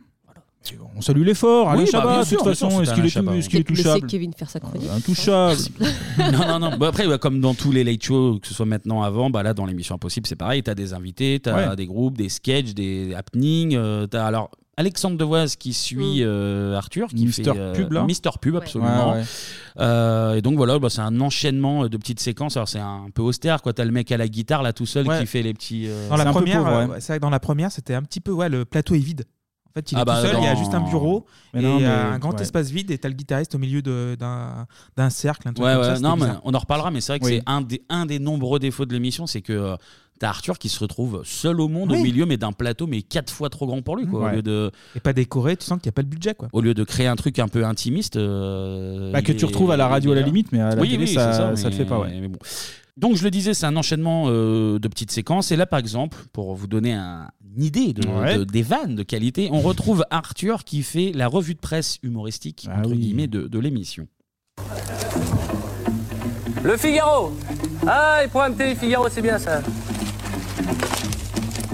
On salue l'effort, Alain Oui, bah, bien Chabat, de sûr, toute bien sûr, façon, c'est est-ce qu'il Alain est, tout- Chabat, est-ce qu'il est Peut-être laisser touchable Kevin faire sa chronique. Intouchable (laughs) non, non, non. Bah, après, bah, comme dans tous les late shows, que ce soit maintenant, avant, bah, là, dans l'émission Impossible, c'est pareil. T'as des invités, t'as Ouais. des groupes, des sketchs, des happenings. euh, t'as alors. Alexandre Devoise qui suit euh, Arthur, qui Mister fait euh, Pub, là. Mister Pub absolument. Ouais, ouais. Euh, et donc voilà, bah, c'est un enchaînement de petites séquences. Alors c'est un peu austère, quoi. T'as le mec à la guitare là tout seul Ouais. qui fait les petits. euh, Dans la première, euh, ouais, c'est vrai que dans la première, c'était un petit peu ouais, le plateau est vide. En fait, il est Ah bah, tout seul, il y a dans- juste un bureau Mais et non, mais- euh, un grand ouais. espace vide et t'as le guitariste au milieu de- d'un d'un cercle, un truc Ouais, comme ouais, ça, c'était non, mais bizarre. on en reparlera, mais c'est vrai que Oui. c'est un des, un des nombreux défauts de l'émission, c'est que euh, t'as Arthur qui se retrouve seul au monde, au Oui. milieu, mais d'un plateau, mais quatre fois trop grand pour lui, quoi. Au Ouais. lieu de, Et pas décoré, tu sens qu'il n'y a pas le budget quoi. au lieu de créer un truc un peu intimiste. euh, Bah, que il tu est- retrouves à la radio il est à la là. limite, mais à la Oui, télé, oui, ça- c'est ça te fait pas, ouais. mais bon. Donc, je le disais, c'est un enchaînement euh, de petites séquences. Et là, par exemple, pour vous donner un- une idée de- Ouais. de- des vannes de qualité, on retrouve Arthur qui fait la revue de presse humoristique, Ah entre guillemets, de, de l'émission. Le Figaro Ah, il prend un petit Figaro, c'est bien ça.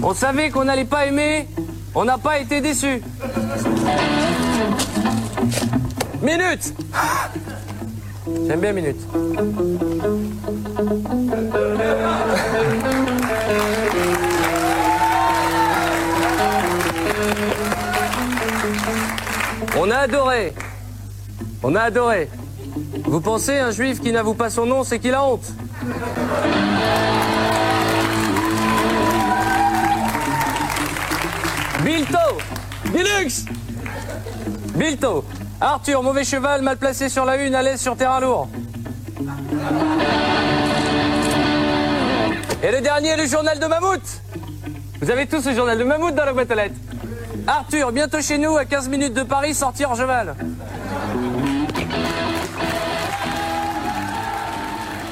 On savait qu'on n'allait pas aimer, on n'a pas été déçus. Minute J'aime bien Minute. On a adoré. On a adoré. Vous pensez un juif qui n'avoue pas son nom, c'est qu'il a honte Bilto Bilux Bilto Arthur, mauvais cheval, mal placé sur la une, à l'aise sur terrain lourd. Et le dernier, le journal de Mammouth Vous avez tous le journal de Mammouth dans la boîte à lettres. Arthur, bientôt chez nous, à 15 minutes de Paris, sortir en cheval.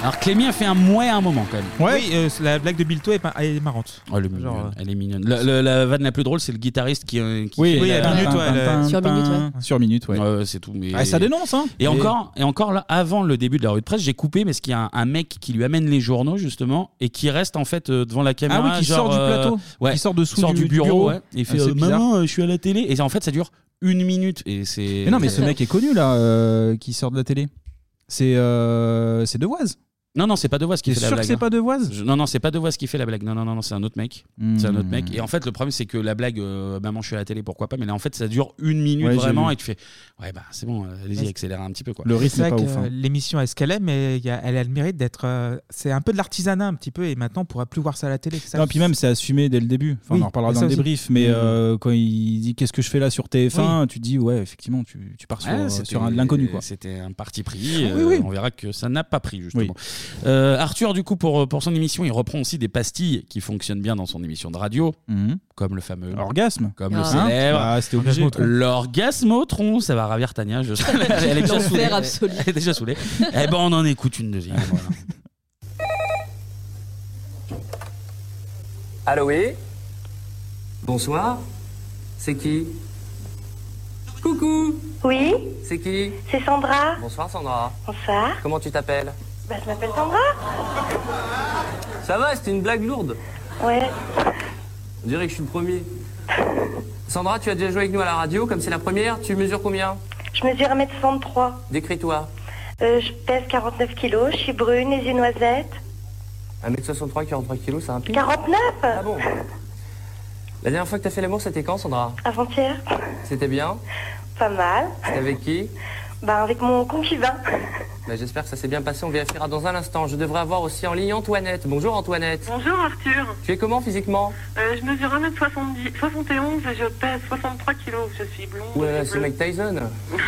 Alors, Clémy a fait un mouet à un moment, quand même. Ouais, euh, c'est- la blague de Bilto est, pas- elle est marrante. Oh, elle est mignonne, elle est mignonne. La, la- la vanne la plus drôle, c'est le guitariste qui. euh, qui Oui, fait oui, la- à minute, ouais, le- Sur minute, ouais. Sur minute, ouais. c'est tout. Mais... Ah, ça dénonce, hein. Et, Et- encore, et encore là, avant le début de la rue de presse, j'ai coupé, mais ce qu'il y a un, un mec qui lui amène les journaux justement et qui reste en fait euh, devant la caméra. Ah oui, qui genre, sort du euh, plateau. ouais, Qui sort dessous sort du- du, du bureau, bureau. ouais, et Ah, fait c'est euh, bizarre. maman, euh, je suis à la télé. Et en fait, ça dure une minute et c'est. Mais non, mais ce mec est connu là, euh, qui sort de la télé. C'est euh, c'est Devoise. Non, non, c'est pas Devoise qui T'es fait la sûr blague. hein. que c'est pas Devoise Je- Non, non, c'est pas Devoise qui fait la blague. Non, non, non, non, c'est un autre mec. C'est un autre Hmm. mec. Et en fait, le problème, c'est que la blague, euh, maman, je suis à la télé, pourquoi pas, mais là, en fait, ça dure une minute Ouais, j'ai vraiment vu. et tu fais, ouais, bah, c'est bon, euh, allez-y, accélère un petit peu, quoi. C'est vrai hein. que, euh, L'émission est ce qu'elle est, mais il y a- elle a le mérite d'être. euh, c'est un peu de l'artisanat un petit peu, et maintenant on pourra plus voir ça à la télé. c'est ça Non, puis même, c'est assumé dès le début. Enfin, Oui, on en reparlera mais dans ça le aussi. débrief, mais Mm. euh, quand il dit qu'est-ce que je fais là sur TF1, tu te dis, ouais, effectivement, tu, tu pars sur, euh, Ouais, c'était- sur un de l'inconnu. quoi. C'était un parti pris. Ah oui, euh, oui. On verra que ça n'a pas pris, justement. Euh, Arthur, du coup, pour, pour son émission, il reprend aussi des pastilles qui fonctionnent bien dans son émission de radio, comme le fameux orgasme, comme Mhm. Ah. le Hein célèbre Bah, c'était obligé. l'orgasmotron. Ça va ravir (laughs) Tania. Je... elle est déjà L'enfer saoulée. absolu. Elle est déjà saoulée. eh ben, on en écoute une deuxième. voilà. Allô, oui Bonsoir. C'est qui Coucou Oui, C'est qui c'est Sandra. Bonsoir Sandra. Bonsoir. Comment tu t'appelles Bah, je m'appelle Sandra. Ça va, c'était une blague lourde. Ouais. On dirait que je suis le (laughs) premier. Sandra, tu as déjà joué avec nous à la radio, comme c'est la première, tu mesures combien Je mesure 1m63. Décris-toi. Euh, je pèse 49 kilos. Je suis brune, les yeux noisettes. 1m63, 43 kg, c'est un pic. 49 La dernière fois que t'as fait l'amour, c'était quand Sandra Avant-hier. C'était bien Pas mal. C'était avec qui Bah, avec mon concubin. Bah, J'espère que ça s'est bien passé, on vérifiera dans un instant. Je devrais avoir aussi en ligne Antoinette. Bonjour Antoinette. Bonjour Arthur, Tu es comment physiquement Euh, je mesure 1m70, 71 et je pèse 63 kilos. Je suis blonde. Ouh là là, je suis c'est bleue. Mike Tyson. (laughs)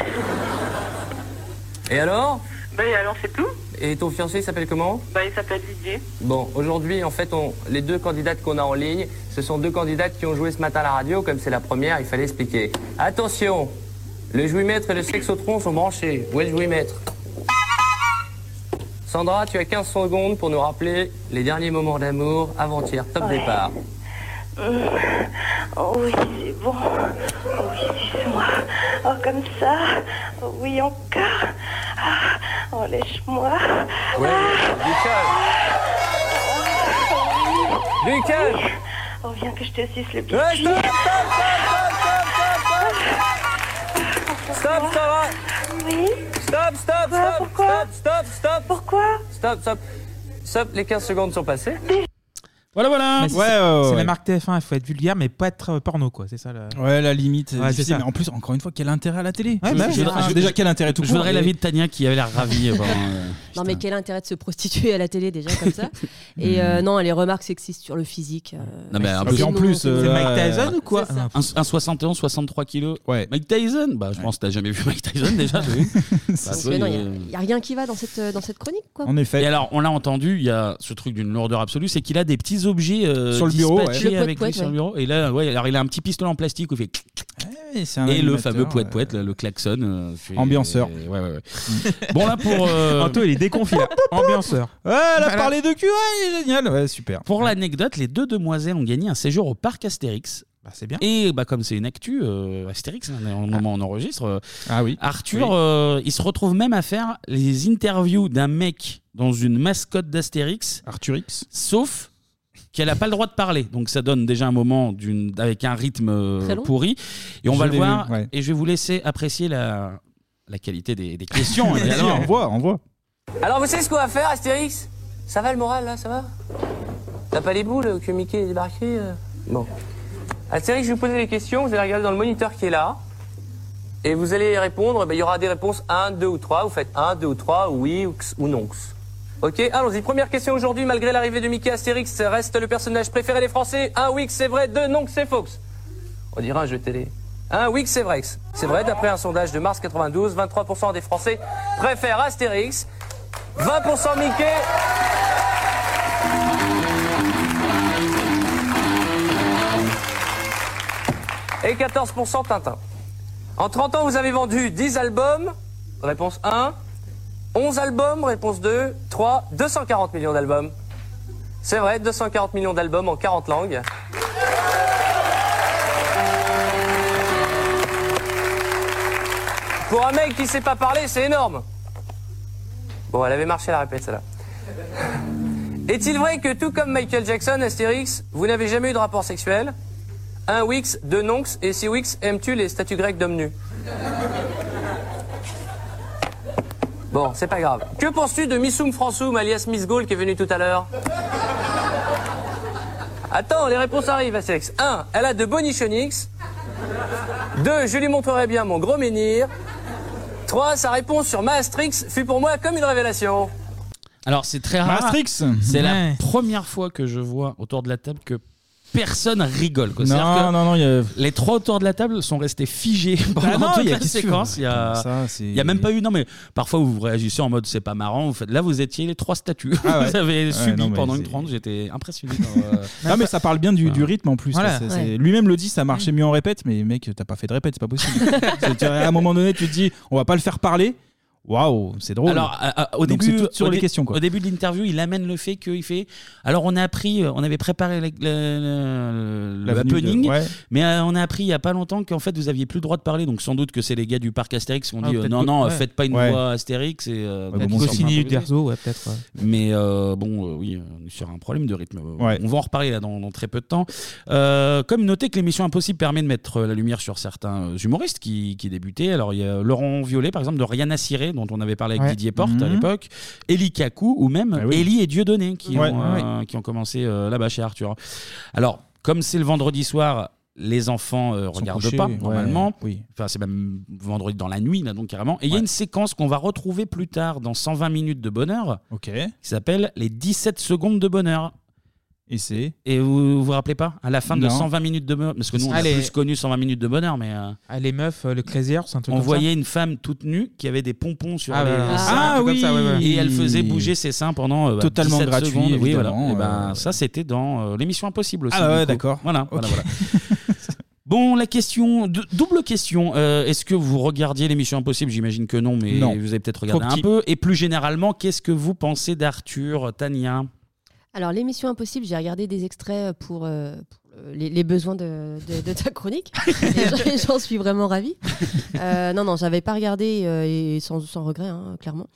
Et alors Bah et alors c'est tout Et ton fiancé il s'appelle comment Bah il s'appelle Didier. Bon, aujourd'hui, en fait, on, les deux candidates qu'on a en ligne, ce sont deux candidates qui ont joué ce matin à la radio. Comme c'est la première, il fallait expliquer. Attention Le jouimètre et le sexotron sont branchés. Où est le jouimètre Sandra, tu as 15 secondes pour nous rappeler les derniers moments d'amour avant-hier, top Ouais. départ. Hum. Oh, oui, c'est bon. Oh, oui, c'est moi. Oh, comme ça. Oh, oui, encore. Ah, Oh, lèche-moi. Ouais, Lucas Oh, viens que je te suce le pied. Ouais, stop, stop, Stop, Sarah Oui Stop, stop, stop Pourquoi Stop, stop, stop Pourquoi Stop, stop Stop, les 15 secondes sont passées. Voilà, voilà. Ouais, c'est ouais, ouais, c'est ouais. la marque TF1, il faut être vulgaire, mais pas être euh, porno, quoi. C'est ça. le- Ouais, la limite. Ouais, Ouais, c'est ça. Mais en plus, encore une fois, quel intérêt à la télé Ouais, bah, Ah, Je- c'est je- ça. Déjà, quel intérêt tout Je court voudrais l'avis de Tania qui avait l'air euh, ravie. Non, mais quel intérêt de se prostituer à la télé déjà (laughs) comme ça Et euh, non, les remarques sexistes sur le physique. euh, Hmm. Non, mais un c'est peu- non, c'est- C'est ça. un, un 71, 63 kilos. Ouais. Mike Tyson Bah, je pense que t'as jamais vu Bah, Mike Tyson déjà. Donc, mais non, euh. il n'y a, rien qui va dans cette, euh, dans cette chronique, quoi. effet. Et alors, on l'a entendu, il y a ce truc d'une lourdeur absolue, c'est qu'il a des petits objets euh, Sur le bureau, ouais. dispatchés Le avec lui couette-couette, sur le ouais. bureau. Et là, ouais, alors il a un petit pistolet en plastique où il fait. un et le animateur, fameux poète poète, le klaxon. euh, fait- Ambianceur. Ouais, ouais, ouais. bon là (laughs) pour. euh, Anto, il est déconfit (laughs) (laughs) là. Ambianceur. Ouais, elle a Voilà. parlé de cul, ouais, il est génial. Ouais, super. Pour l'anecdote, les deux demoiselles ont gagné un séjour au parc Astérix. c'est bien. Et bah, comme c'est une actu, euh, Astérix, hein, au moment où on enregistre, euh, Arthur, Ah Oui. euh, il se retrouve même à faire les interviews d'un mec dans une mascotte d'Astérix. Arthurix. Sauf qu'elle n'a pas le droit de parler. Donc ça donne déjà un moment d'une- avec un rythme euh, Très long. pourri. Et on Je va le l'ai voir. vu, ouais. Et je vais vous laisser apprécier la, la qualité des, des (laughs) questions. Vas-y, évidemment. on voit, on voit. Alors, vous savez ce qu'on va faire, Astérix Ça va le moral, là Ça va T'as pas les boules euh, que Mickey est débarqué euh Bon. Astérix, je vais vous poser des questions. Vous allez regarder dans le moniteur qui est là. Et vous allez répondre. Ben, Il y aura des réponses 1, 2 ou 3. Vous faites 1, 2 ou 3, oui ou, x- ou non. x. Ok, allons-y. Première question aujourd'hui. Malgré l'arrivée de Mickey, Astérix reste le personnage préféré des Français. 1, oui, c'est vrai. 2, non, c'est faux. On dirait un jeu télé. Un oui que c'est vrai. que C'est vrai, d'après un sondage de mars 92, 23% des Français préfèrent Astérix, 20% Mickey. Et 14% Tintin. En 30 ans, vous avez vendu 10 albums, réponse 1. 11 albums, réponse 2. 3, 240 millions d'albums. C'est vrai, 240 millions d'albums en 40 langues. Pour un mec qui sait pas parler, c'est énorme. Bon, elle avait marché la répète, celle-là. Est-il vrai que tout comme Michael Jackson, Astérix, vous n'avez jamais eu de rapport sexuel Un Wix, deux Nonx et six Wix aimes-tu les statues grecques d'hommes nus Bon, c'est pas grave. Que penses-tu de Missoum Françoum alias Miss Gaulle qui est venue tout à l'heure Attends, les réponses arrivent, Astérix. 1. Elle a de bonichonix. 2. Je lui montrerai bien mon gros menhir. 3. Sa réponse sur Maastrix fut pour moi comme une révélation. Alors c'est très rare. Maastricht. C'est la première fois que je vois autour de la table que personne rigole. quoi. C'est-à-dire que Non, non, non, il y a. Ah Les trois autour de la table sont restés figés pendant non, toute il y a- la qu'est-ce que- séquence. Il y a, Ça, c'est- il y a même pas eu. Non mais parfois vous réagissez en mode c'est pas marrant. Vous faites là vous étiez les trois statues. Ah ouais. (laughs) Vous avez Ouais, subi non, mais pendant une c'est- trente. J'étais (laughs) impressionné. par, euh, Non mais ça parle bien du, du rythme en plus. Voilà. là, c'est- c'est- Ouais. Lui-même le dit, ça marchait (laughs) mieux en répète, mais mec, t'as pas fait de répète, c'est pas possible. C'est-à-dire, à un moment donné, tu te dis, on va pas le faire parler, Waouh, c'est drôle. Alors, à- à- au Donc, début, c'est tout sur au les dé- questions, quoi. Au début de l'interview, il amène le fait qu'il fait. Alors, on a appris, euh, on avait préparé le- le- le- le L'avenue de- happening, ouais. mais euh, on a appris il y a pas longtemps qu'en fait, vous aviez plus le droit de parler. Donc, sans doute que c'est les gars du parc Astérix qui ont Ah, dit euh, peut-être non, que- non, euh, ouais. faites pas une Ouais. voix Astérix. Et euh, Ouais, donc, bon, ils Goscinny, sont improvisés. Uderzo, ouais, peut-être, ouais. Mais euh, bon, euh, oui, on est sur un problème de rythme. Euh, Ouais. On va en reparler là, dans, dans très peu de temps. Euh, comme noter que l'émission Impossible permet de mettre euh, la lumière sur certains euh, humoristes qui, qui débutaient. Alors, il y a Laurent Violet, par exemple, de Rihanna Ciré, dont on avait parlé avec Ouais. Didier Porte à Mhm. Ah l'époque, Eli Kaku ou même Eli et Dieudonné qui, Ouais, ont, euh, qui ont commencé euh, là-bas chez Arthur. Alors, comme c'est le vendredi soir. Les enfants euh, regardent couchés, pas ouais, normalement. Enfin, c'est même vendredi dans la nuit là, donc carrément. Et il y a une séquence qu'on va retrouver plus tard dans 120 minutes de bonheur qui s'appelle Les 17 secondes de bonheur. Et c'est Et vous vous rappelez pas À la fin de Non. Ah, 120 minutes de bonheur, parce que nous on Allez. a plus connu 120 minutes de bonheur, mais euh, Ah, les meufs, euh, le Crazy Horse, un truc on comme ça. voyait une femme toute nue qui avait des pompons sur Ah, les ouais, ouais. les seins. Ah, un truc comme ça, ouais, ouais. Et elle faisait bouger ses seins pendant euh, bah, Totalement 17 gratuit, secondes. Oui, voilà. évidemment, Et ben, euh. ça c'était dans euh, l'émission Impossible aussi. Ah du ouais, coup. d'accord. Voilà, Ok. voilà, voilà. (laughs) Bon, la question, dou- double question. Euh, Est-ce que vous regardiez l'émission Impossible J'imagine que non, mais Non. vous avez peut-être Trop regardé un petit. peu. Et plus généralement, qu'est-ce que vous pensez d'Arthur, Hein Tania Alors, l'émission Impossible, j'ai regardé des extraits pour, euh, pour, euh, les, les besoins de, de- de ta chronique. Et j'en- J'en suis vraiment ravie. Euh, non, non, j'avais pas regardé euh, et sans, sans regret, hein, clairement.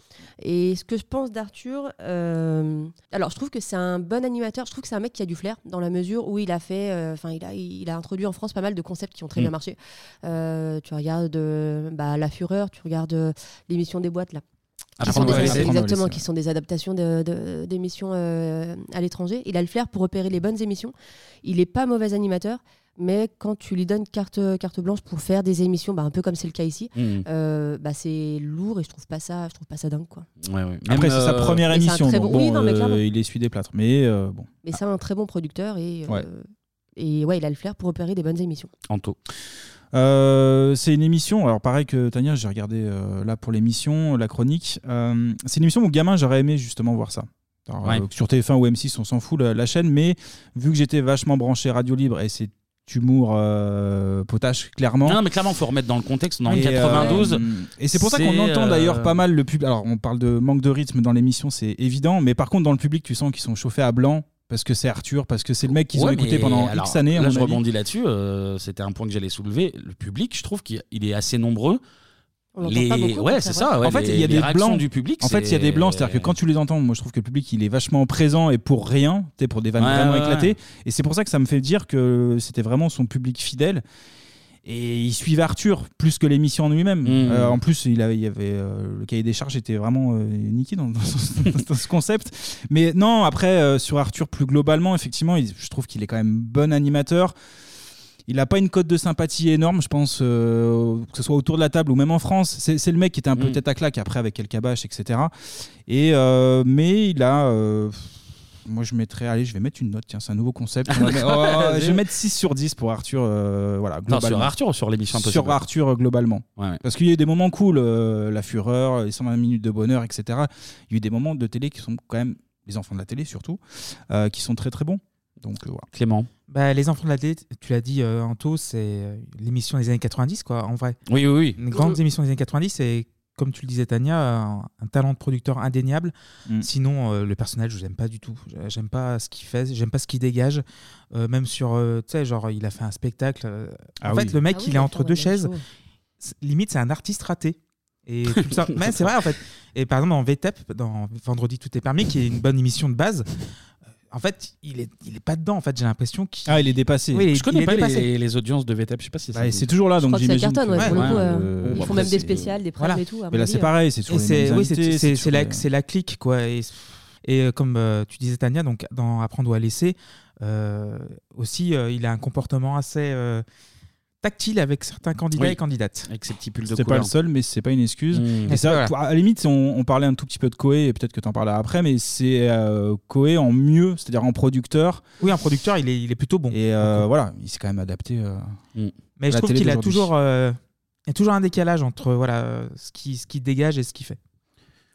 Et ce que je pense d'Arthur, euh, alors je trouve que c'est un bon animateur. Je trouve que c'est un mec qui a du flair dans la mesure où il a fait, euh, enfin, il, a, il a introduit en France pas mal de concepts qui ont très Mm. bien marché. Euh, tu regardes euh, bah, La Fureur, tu regardes euh, l'émission des boîtes là. Qui sont Apprendre des- à laisser. Apprendre à exactement, laisser, qui sont des adaptations de- de- d'émissions euh, à l'étranger. Il a le flair pour repérer les bonnes émissions. Il n'est pas mauvais animateur, mais quand tu lui donnes carte, carte blanche pour faire des émissions, bah, un peu comme c'est le cas ici, Mhm. euh, bah, c'est lourd et je trouve pas ça, je trouve pas ça dingue quoi. Ouais, ouais. Après, Même, c'est sa euh, première Mais c'est un émission. très donc bon- oui, bon, non, mais euh, clairement. il essuie des plâtres. Mais euh, bon. Mais c'est un très bon producteur et euh, Ouais. et ouais, il a le flair pour repérer des bonnes émissions. Anto. Euh, c'est une émission, alors pareil que Tania, j'ai regardé euh, là pour l'émission, la chronique. Euh, c'est une émission où gamin, j'aurais aimé justement voir ça. Alors, Ouais. euh, sur TF1 ou M6, on s'en fout la, la chaîne, mais vu que j'étais vachement branché Radio Libre et c'est humour euh, potache clairement. Non, mais clairement, faut remettre dans le contexte. On est en Et, euh, 92. et c'est pour ça qu'on entend euh, d'ailleurs pas mal le public. Alors, on parle de manque de rythme dans l'émission, c'est évident. Mais par contre, dans le public, tu sens qu'ils sont chauffés à blanc parce que c'est Arthur, parce que c'est le mec qu'ils ont Ouais, écouté mais pendant alors, X années. à Là, mon je avis. rebondis là-dessus. euh, C'était un point que j'allais soulever. Le public, je trouve qu'il il est assez nombreux. On l'entend Les... pas beaucoup, ouais, donc c'est c'est ça. vrai. ouais, en fait, les- il y a les des réactions blancs du public. En fait, il y a des blancs, c'est-à-dire que quand tu les entends, moi je trouve que le public il est vachement présent et pour rien, t'es pour des vannes Ouais, vraiment ouais, éclatées. ouais. Et c'est pour ça que ça me fait dire que c'était vraiment son public fidèle. Et il suivait Arthur plus que l'émission en lui-même. Mmh. Euh, en plus, il avait, il y avait euh, le cahier des charges était vraiment euh, niqué dans, (laughs) dans ce- dans ce concept. Mais non, après euh, sur Arthur plus globalement, effectivement, il- je trouve qu'il est quand même bon animateur. Il n'a pas une cote de sympathie énorme, je pense, euh, que ce soit autour de la table ou même en France. C'est c'est le mec qui était un peu Mm. tête à claque après avec El Kabash, etc. Et, euh, mais il a. euh, moi, je mettrais. Allez, je vais mettre une note. Tiens, c'est un nouveau (laughs) concept. On va mettre- oh, je vais mettre 6 sur 10 pour Arthur. euh, voilà, Non, globalement. sur Arthur ou sur l'émission Impossible Sur Arthur, euh, globalement. Parce qu'il y a eu des moments cool. euh, la fureur, les 120 minutes de bonheur, etc. Il y a eu des moments de télé qui sont quand même. Les enfants de la télé, surtout, euh, qui sont très très bons. Donc, euh, voilà. Clément. Bah, les enfants de la télé, tu l'as dit, euh, Anto, c'est euh, l'émission des années 90, quoi, en vrai. Oui, oui, oui. Une grande Mhm. émission des années 90, et comme tu le disais, Tania, un, un talent de producteur indéniable. Mm. Sinon, euh, le personnage, je l'aime pas du tout. J'aime pas ce qu'il fait, j'aime pas ce qu'il dégage. Euh, même sur, euh, tu sais, genre, il a fait un spectacle. euh, Ah en oui. fait, le mec, Ah oui, il il est a entre fait deux un chaises. show. C'est- Limite, c'est un artiste raté. Et tu le (laughs) sens. Mais c'est vrai, en fait. Et par exemple, dans VTEP, dans Vendredi Tout est permis, qui est une bonne émission de base, euh, en fait, il est, il est pas dedans. En fait, j'ai l'impression qu'il. Ah, il est dépassé. Oui, il- je connais il est pas dépassé. les, les audiences de VTEP. Je sais pas si Bah, ça- c'est toujours là, Je donc crois que ça j'imagine. cartonne, ouais, que- pour le coup, Ouais, euh, euh, ils font après, bah, même des c'est- spéciales, des primes Voilà. et tout. Mais à mon là, avis, c'est euh. pareil, c'est Et toujours les c'est- mêmes oui, c'est- euh, c'est- invités, c'est c'est toujours la, les- c'est la clique, quoi. Et, et, euh, comme euh, tu disais, Tania, donc dans Apprendre ou à laisser, euh, aussi, euh, il a un comportement assez euh, tactile avec certains candidats Oui. et candidates. Avec ses petits pulls C'est pas le seul, mais c'est pas une excuse. Et Mm. Et ça, voilà. pour- à la limite, on, on parlait un tout petit peu de Koé, et peut-être que t'en parleras après, mais c'est euh, Koé en mieux, c'est-à-dire en producteur. Oui, en producteur, il est, il est plutôt bon. Mm. Et euh, voilà, il s'est quand même adapté. euh, à Mais je la trouve télé qu'il a d'aujourd'hui. toujours, euh, il y a toujours un décalage entre voilà, ce qu'il ce qui dégage et ce qu'il fait.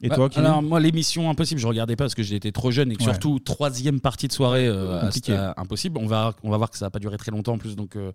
Et Bah, toi, Kevin Alors, moi, l'émission Impossible, je regardais pas parce que j'étais trop jeune et que Ouais. surtout, troisième partie de soirée euh, à- Compliqué. à Impossible. On va, on va voir que ça va pas durer très longtemps en plus. Donc euh,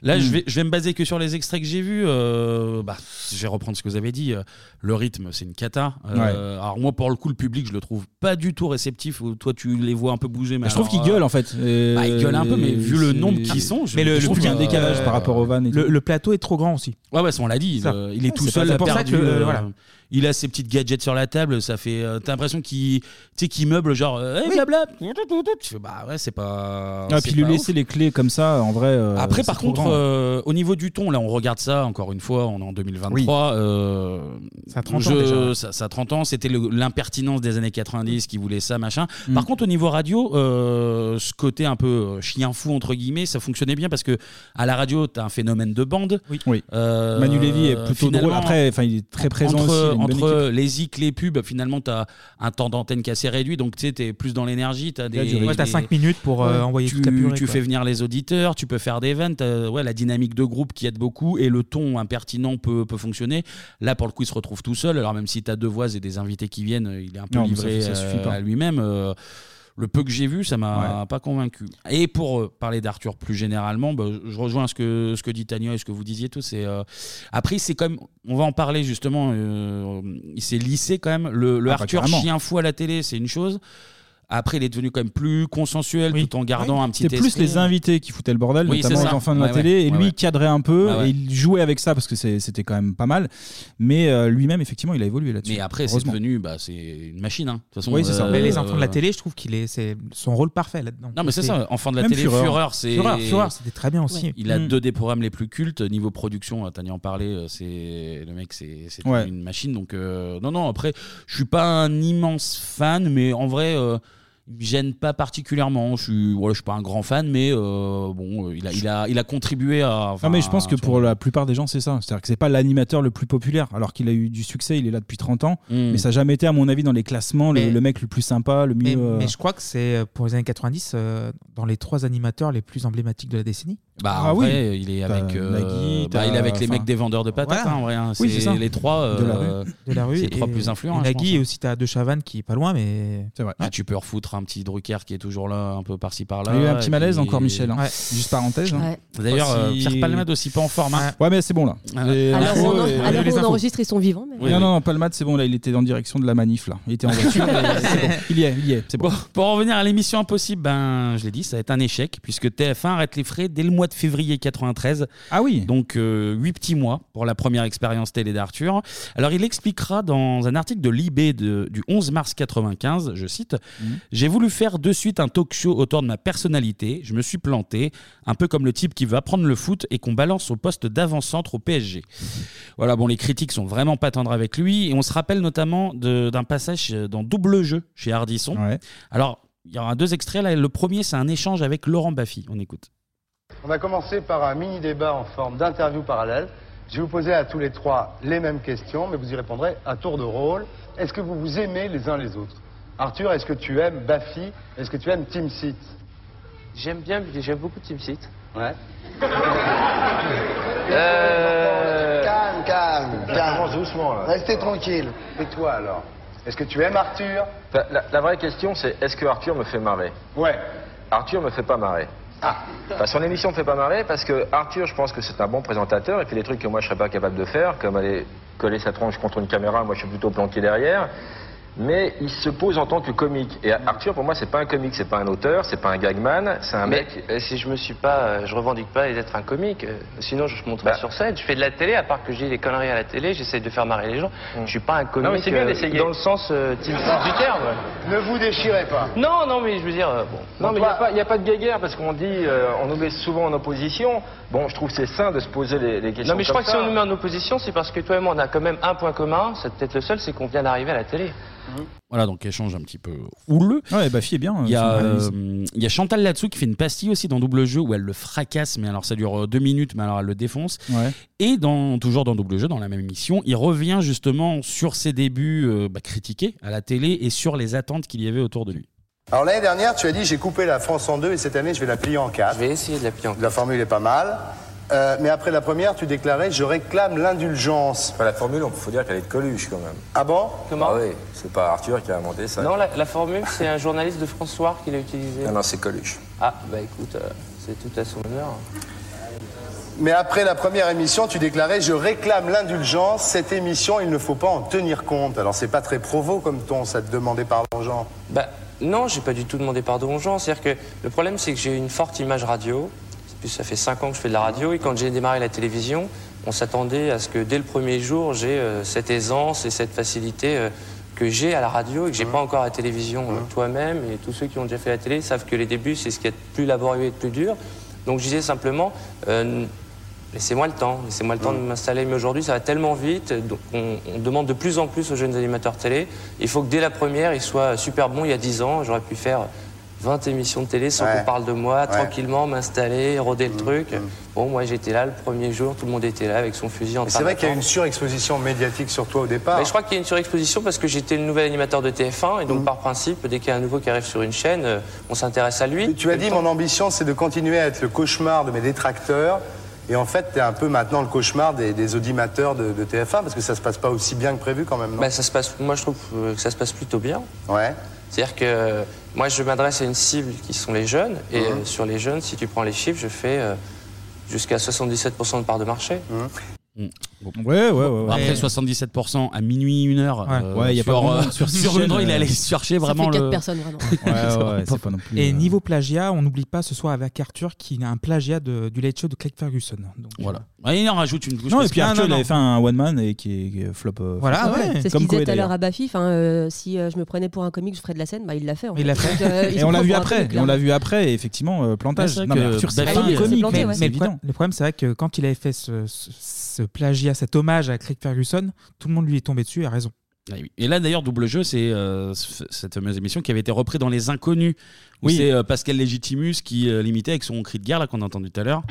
là, Mm. je, vais, je vais me baser que sur les extraits que j'ai vus. euh, bah, je vais reprendre ce que vous avez dit. euh, Le rythme, c'est une cata. Euh, Alors, moi, pour le coup, le public, je le trouve pas du tout réceptif. Ou Toi, tu les vois un peu bouger. Mais Bah, je trouve alors, qu'ils gueulent euh, en fait. Euh, bah, ils gueulent un peu, mais vu le c'est- nombre qu'ils sont, je, mais le, je je trouve trouve qu'il y a un que, décalage euh, par rapport aux vannes. et tout. Le, le plateau est trop grand aussi. Ouais, ouais, ça, on l'a dit. il, Ça. euh, il est Ouais, tout c'est seul, pas- a c'est pour ça perdu, que, euh, euh, voilà. Il a ses petites gadgets sur la table. Ça fait, euh, t'as l'impression qu'il, tu sais, qu'il meuble genre, euh, Eh, blabla. Tu fais, bah ouais, c'est pas. Ah, c'est puis lui pas ouf. laisser les clés comme ça, en vrai. euh, Après, c'est par trop contre, grand. euh, au niveau du ton, là, on regarde ça, encore une fois, on est en 2023. euh, Ça a 30 ans je- déjà. Ça, ça a 30 ans, c'était le- l'impertinence des années 90 qui voulait ça, machin. Mm. Par contre, au niveau radio, euh, ce côté un peu euh, chien fou, entre guillemets, ça fonctionnait bien parce que à la radio, t'as un phénomène de bande. Oui. Euh, Manu Lévy est plutôt finalement, drôle. Après, enfin, il est très présent entre, aussi, il a une bonne entre les zik, les pubs, finalement, t'as un temps d'antenne qui est assez réduit, donc tu sais, t'es plus dans l'énergie. T'as des. Ouais, t'as des- cinq minutes pour, euh, envoyer tu, toute la purée, Tu quoi. fais venir les auditeurs, tu peux faire des ventes, ouais, la dynamique de groupe qui aide beaucoup et le ton impertinent peut, peut fonctionner. Là, pour le coup, il se retrouve tout seul. Alors, même si t'as deux voix et des invités qui viennent, il est un peu Non, mais ça- livré ça suffit euh, pas. à lui-même. euh, le peu que j'ai vu, ça m'a pas convaincu. Et pour euh, parler d'Arthur plus généralement, bah, je rejoins ce que, ce que dit Tania et ce que vous disiez tous. C'est euh, Après, c'est quand même, on va en parler justement, euh, il s'est lissé quand même. Le, le Ah, bah, Arthur carrément. chien fou à la télé, c'est une chose. Après, il est devenu quand même plus consensuel tout en gardant un petit C'était plus esprit. hein. les invités qui foutaient le bordel, Oui, notamment c'est les ça. enfants de la Ouais, télé. ouais. et lui, Ouais, ouais. il cadrait un peu Ouais, ouais. et il jouait avec ça parce que c'est- c'était quand même pas mal. Mais euh, lui-même, effectivement, il a évolué là-dessus. Mais après, c'est heureusement. devenu, bah, c'est une machine. hein. De toute façon, Oui, c'est ça. euh, Mais les enfants de la euh, télé, je trouve qu'il est, c'est son rôle parfait là-dedans. Non, mais c'est ça, Enfants de la Même télé, Fureur, c'est. Fureur, Fureur, c'était très bien aussi. Il a Mm. deux des programmes les plus cultes. Niveau production, euh, Tania en parlait, euh, c'est... le mec, c'est, c'est Ouais. une machine. Donc, euh, non, non, après, je suis pas un immense fan, mais en vrai. euh, il me gêne pas particulièrement. Je suis, voilà, je suis pas un grand fan, mais euh, bon, euh, il a, il a, il a contribué à. enfin, Ah, mais je pense que tu pour la plupart des gens, c'est ça. C'est-à-dire que c'est pas l'animateur le plus populaire, alors qu'il a eu du succès, il est là depuis 30 ans. Mm. Mais ça n'a jamais été, à mon avis, dans les classements, le, le mec le plus sympa, le mieux. Mais, euh, mais je crois que c'est euh, pour les années 90, euh, dans les trois animateurs les plus emblématiques de la décennie. Bah, en vrai, il est avec, euh, bah, il est avec les mecs des vendeurs de patates, hein, en vrai, hein. C'est les trois, euh, de la rue, de la rue c'est les et- trois plus influents, Et hein, je Nagui, et aussi t'as De Chavannes qui est pas loin, mais c'est vrai. Ah, tu peux refoutre un petit Drucker qui est toujours là, un peu par-ci par-là. euh, Il y a eu un petit et malaise puis- encore, Michel. hein. Juste parenthèse. hein. Ouais. D'ailleurs, euh, Aussi- Pierre Palmade aussi pas en forme. hein. Ouais, mais c'est bon là. Les- Alors, les on infos en- et- alors, les on infos. enregistre, ils sont vivants, mais- Oui, non, oui. non, non, Palmade, c'est bon là, il était en direction de la manif là. Il était en voiture. et (laughs) (laughs) c'est bon. Il y est, il y est. C'est bon. Ah, Bon, pour en revenir à l'émission Impossible, ben, je l'ai dit, ça va être un échec puisque TF1 arrête les frais dès le mois de février 93. Ah oui. Donc euh, huit petits mois pour la première expérience télé d'Arthur. Alors il expliquera dans un article de l'IB de- du 11 mars 95, je cite, Mmh. j'ai voulu faire de suite un talk show autour de ma personnalité. Je me suis planté, un peu comme le type qui veut apprendre le foot et qu'on balance au poste d'avant-centre au PSG. Voilà, bon, les critiques sont vraiment pas tendres avec lui. Et on se rappelle notamment de- d'un passage dans Double Jeu chez Hardisson. Alors, il y aura deux extraits là. Le premier, c'est un échange avec Laurent Baffy. On écoute. On va commencer par un mini débat en forme d'interview parallèle. Je vais vous poser à tous les trois les mêmes questions, mais vous y répondrez à tour de rôle. Est-ce que vous vous aimez les uns les autres Arthur, est-ce que tu aimes Baffy Est-ce que tu aimes Team Seat J'aime bien, j'aime beaucoup Team Seat. Ouais. Euh, Calme, calme, calme. Avance doucement, là. Restez tranquille. Et toi alors Est-ce que tu aimes Arthur La, la vraie question, c'est est-ce que Arthur me fait marrer Ouais. Arthur me fait pas marrer. Ah. Enfin, son émission me fait pas marrer parce que Arthur, je pense que c'est un bon présentateur. Il fait des trucs que moi, je serais pas capable de faire, comme aller coller sa tronche contre une caméra. Moi, je suis plutôt planqué derrière. Mais il se pose en tant que comique. Et Arthur, pour moi, c'est pas un comique, c'est pas un auteur, c'est pas un gagman, c'est un Mais, mec. euh, si je me suis pas, euh, je revendique pas d'être un comique. euh, Sinon, je monterais sur scène. Je fais de la télé, à part que j'ai des conneries à la télé, j'essaie de faire marrer les gens. Je suis pas un Hmm. comique. Non, mais c'est bien euh, d'essayer. Dans le sens euh, Team Seat du terme. Ne vous déchirez pas. Non, non, mais je veux dire, euh, bon. Non, mais il n'y a, pas de guéguerre parce qu'on dit, euh, on nous met souvent en opposition. Bon, je trouve que c'est sain de se poser les, les questions. Non, mais je comme crois que si ça. on nous met en opposition, c'est parce que toi et moi, on a quand même un point commun. C'est peut-être le seul, c'est qu'on vient d'arriver à la télé. Voilà, donc échange un petit peu houleux. Ouais, Baffy est bien. euh, Il y, a, son analyse. euh, il y a Chantal là-dessous qui fait une pastille aussi dans Double Jeu où elle le fracasse, mais alors ça dure euh, deux minutes, mais alors elle le défonce. Ouais. Et dans, toujours dans Double Jeu, dans la même émission, il revient justement sur ses débuts euh, bah, critiqués à la télé et sur les attentes qu'il y avait autour de lui. Alors l'année dernière, tu as dit j'ai coupé la France en deux et cette année je vais la plier en quatre. Je vais essayer de la plier en quatre. La formule est pas mal. Euh, mais après la première, tu déclarais Je réclame l'indulgence. La formule, il faut dire qu'elle est de Coluche quand même. Ah bon Comment oui, c'est pas Arthur qui a inventé ça. Non, la, la formule, c'est un journaliste de François qui l'a utilisée. Non, non, c'est Coluche. Ah, bah écoute, euh, c'est tout à son honneur. Mais après la première émission, tu déclarais Je réclame l'indulgence, cette émission, il ne faut pas en tenir compte. Alors c'est pas très provo comme ton, ça te demandait pardon, Jean. Bah non, j'ai pas du tout demandé pardon aux gens. C'est-à-dire que le problème, c'est que j'ai une forte image radio. En Plus ça fait 5 ans que je fais de la radio et quand j'ai démarré la télévision, on s'attendait à ce que dès le premier jour, j'ai euh, cette aisance et cette facilité euh, que j'ai à la radio et que j'ai pas encore à la télévision. Euh, Toi-même et tous ceux qui ont déjà fait la télé savent que les débuts, c'est ce qui est de plus laborieux et de plus dur. Donc je disais simplement, euh, laissez-moi le temps, laissez-moi le temps Mm. de m'installer. Mais aujourd'hui, ça va tellement vite, donc on, on demande de plus en plus aux jeunes animateurs télé. Il faut que dès la première, ils soient super bons. Il y a 10 ans, j'aurais pu faire 20 émissions de télé sans Ouais. qu'on parle de moi, Ouais. Mm, tranquillement m'installer, roder le truc. Bon, moi j'étais là le premier jour, tout le monde était là avec son fusil en Mais train C'est vrai qu'il y a d'attendre. une surexposition médiatique sur toi au départ. Mais je crois qu'il y a une surexposition parce que j'étais le nouvel animateur de TF1 et Mm. donc par principe, dès qu'il y a un nouveau qui arrive sur une chaîne, euh, on s'intéresse à lui. Tu as dit Mon ambition, c'est de continuer à être le cauchemar de mes détracteurs. Et en fait, tu es un peu maintenant le cauchemar des, des audimateurs de, de TF1 parce que ça se passe pas aussi bien que prévu quand même, non Bah, ça se passe, moi, je trouve euh, que ça se passe plutôt bien. Ouais. C'est-à-dire que euh, moi, je m'adresse à une cible qui sont les jeunes. Et euh, sur les jeunes, si tu prends les chiffres, je fais euh, jusqu'à 77% de part de marché. Ouais, ouais, ouais. Après Ouais. 77% à minuit, 1 heure. Ouais. Ouais, y a pas sur, grand monde euh, sur six sur chaînes, une heure, il euh. allait chercher Ça vraiment fait quatre le. personnes, vraiment. (laughs) (laughs) Ouais, Ouais, ouais, ouais, c'est c'est pas non plus, Et euh, niveau plagiat, on n'oublie pas ce soir avec Arthur qu'il a un plagiat de- du late show de Craig Ferguson. Donc, euh, voilà. Ouais, Ah, il en rajoute une couche. Non, et parce puis que- Arthur, il non, avait non. fait un one man et qui, qui flop. euh, flop. C'est ce Comme qu'il Coé, disait tout à l'heure d'ailleurs. à Baffy. enfin, euh, si euh, je me prenais pour un comique, je ferais de la scène. Bah, il l'a fait. en Il l'a fait. fait. Donc, euh, (laughs) il et se on l'a prend vu pour un après. comique, Et on là. l'a vu après. Et effectivement, euh, plantage. Mais c'est vrai Non, mais que Arthur, c'est David pas un est comique. planté, mais- ouais. c'est Mais le évident. problème- Le problème, c'est vrai que quand il avait fait ce, ce- ce plagiat, cet hommage à Craig Ferguson, tout le monde lui est tombé dessus et a raison. Et là, d'ailleurs, double jeu, c'est euh, ce- cette fameuse émission qui avait été reprise dans Les Inconnus. Où Oui. C'est euh, Pascal Légitimus qui euh, l'imitait avec son cri de guerre là qu'on a entendu tout à l'heure.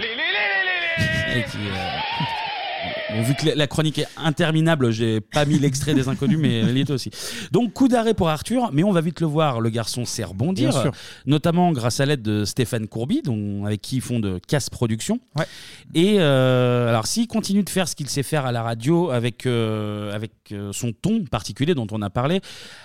Et qui, euh, bon, vu que la- la chronique est interminable, j'ai pas mis l'extrait des inconnus, mais il y était aussi. Donc coup d'arrêt pour Arthur, mais on va vite le voir. Le garçon sait rebondir, Bien sûr. notamment grâce à l'aide de Stéphane Courby, dont, avec qui ils font de Casse Productions. Et euh, alors s'il continue de faire ce qu'il sait faire à la radio avec euh, avec euh, son ton particulier dont on a parlé,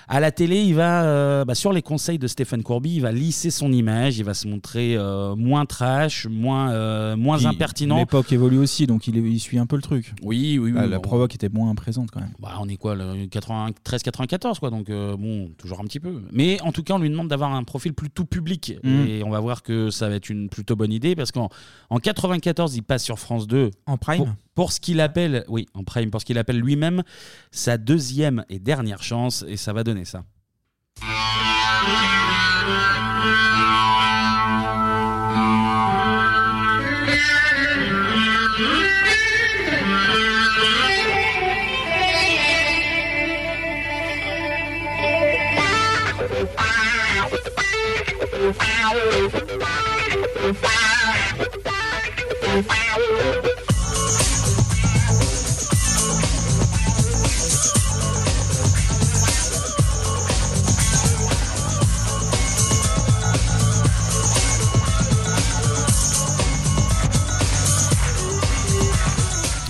à la télé, il va euh, bah, sur les conseils de Stéphane Courby, il va lisser son image, il va se montrer euh, moins trash, moins euh, moins Puis, impertinent. L'époque évolue aussi, donc il, est- il suit un peu le truc. Oui, oui, oui. Là, Ah, la bon. provoque était moins présente quand même. Bah, on est quoi, le 93-94, quoi. Donc, euh, bon, toujours un petit peu. Mais en tout cas, on lui demande d'avoir un profil plutôt public. Mmh. Mm. Et on va voir que ça va être une plutôt bonne idée parce qu'en en 94, il passe sur France 2. En prime Pour, pour ce qu'il appelle, oui, en prime, pour ce qu'il appelle lui-même sa deuxième et dernière chance. Et ça va donner ça.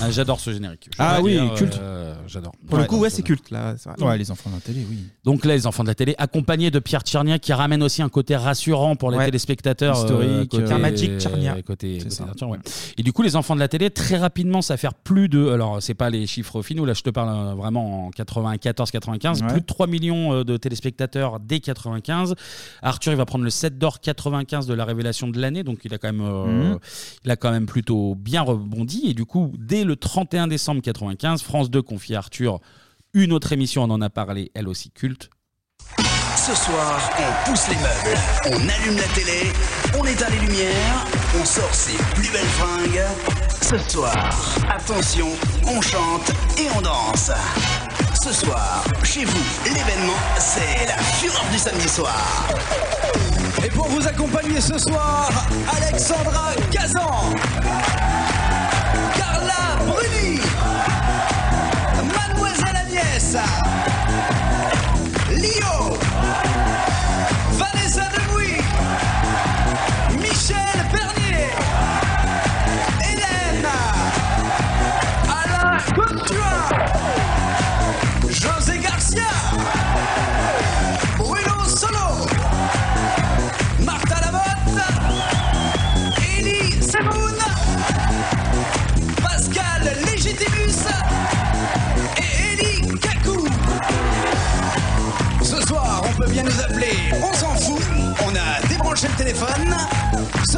Ah, J'adore ce générique. Je Ah dois oui, dire, culte. euh, J'adore. euh, Pour le coup, ouais, c'est culte là. c'est vrai. Ouais, les enfants de la télé, oui. Donc là, les enfants de la télé, accompagnés de Pierre Tchernia, qui ramène aussi un côté rassurant pour les Ouais. téléspectateurs. Historique, côté- euh, Magic Tchernia. Côté, C'est côté ça. Arthur, ouais. Et du coup, les enfants de la télé, très rapidement, ça va faire plus de. Alors, c'est pas les chiffres finaux, là, je te parle euh, vraiment en 94-95. Ouais. Plus de 3 millions euh, de téléspectateurs dès 95. Arthur, il va prendre le 7 d'or 95 de la révélation de l'année, donc il a quand même. euh, Mhm. il a quand même plutôt bien rebondi. Et du coup, dès le 31 décembre 95, France 2 confie à Arthur une autre émission, on en a parlé, elle aussi culte. Ce soir, on pousse les meubles, on allume la télé, on éteint les lumières, on sort ses plus belles fringues. Ce soir, attention, on chante et on danse. Ce soir, chez vous, l'événement, c'est la fureur du samedi soir. Et pour vous accompagner ce soir, Alexandra Kazan, Carla Bruni, Mademoiselle Agnès, Lio, Vanessa Demouy, Michel Bernier, Hélène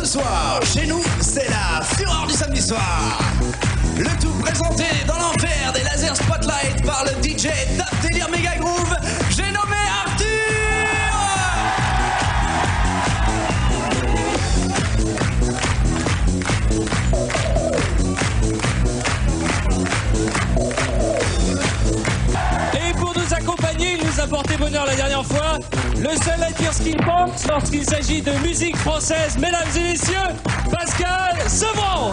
soir. Chez nous, c'est la fureur du samedi soir. Le tout présenté dans l'enfer des lasers spotlight par le DJ Top Délire Mega Groove. J'ai nommé Arthur. Et pour nous accompagner, il nous a porté bonheur la dernière fois. Le seul à dire ce qu'il pense lorsqu'il s'agit de musique française, mesdames et messieurs, Pascal Sevran.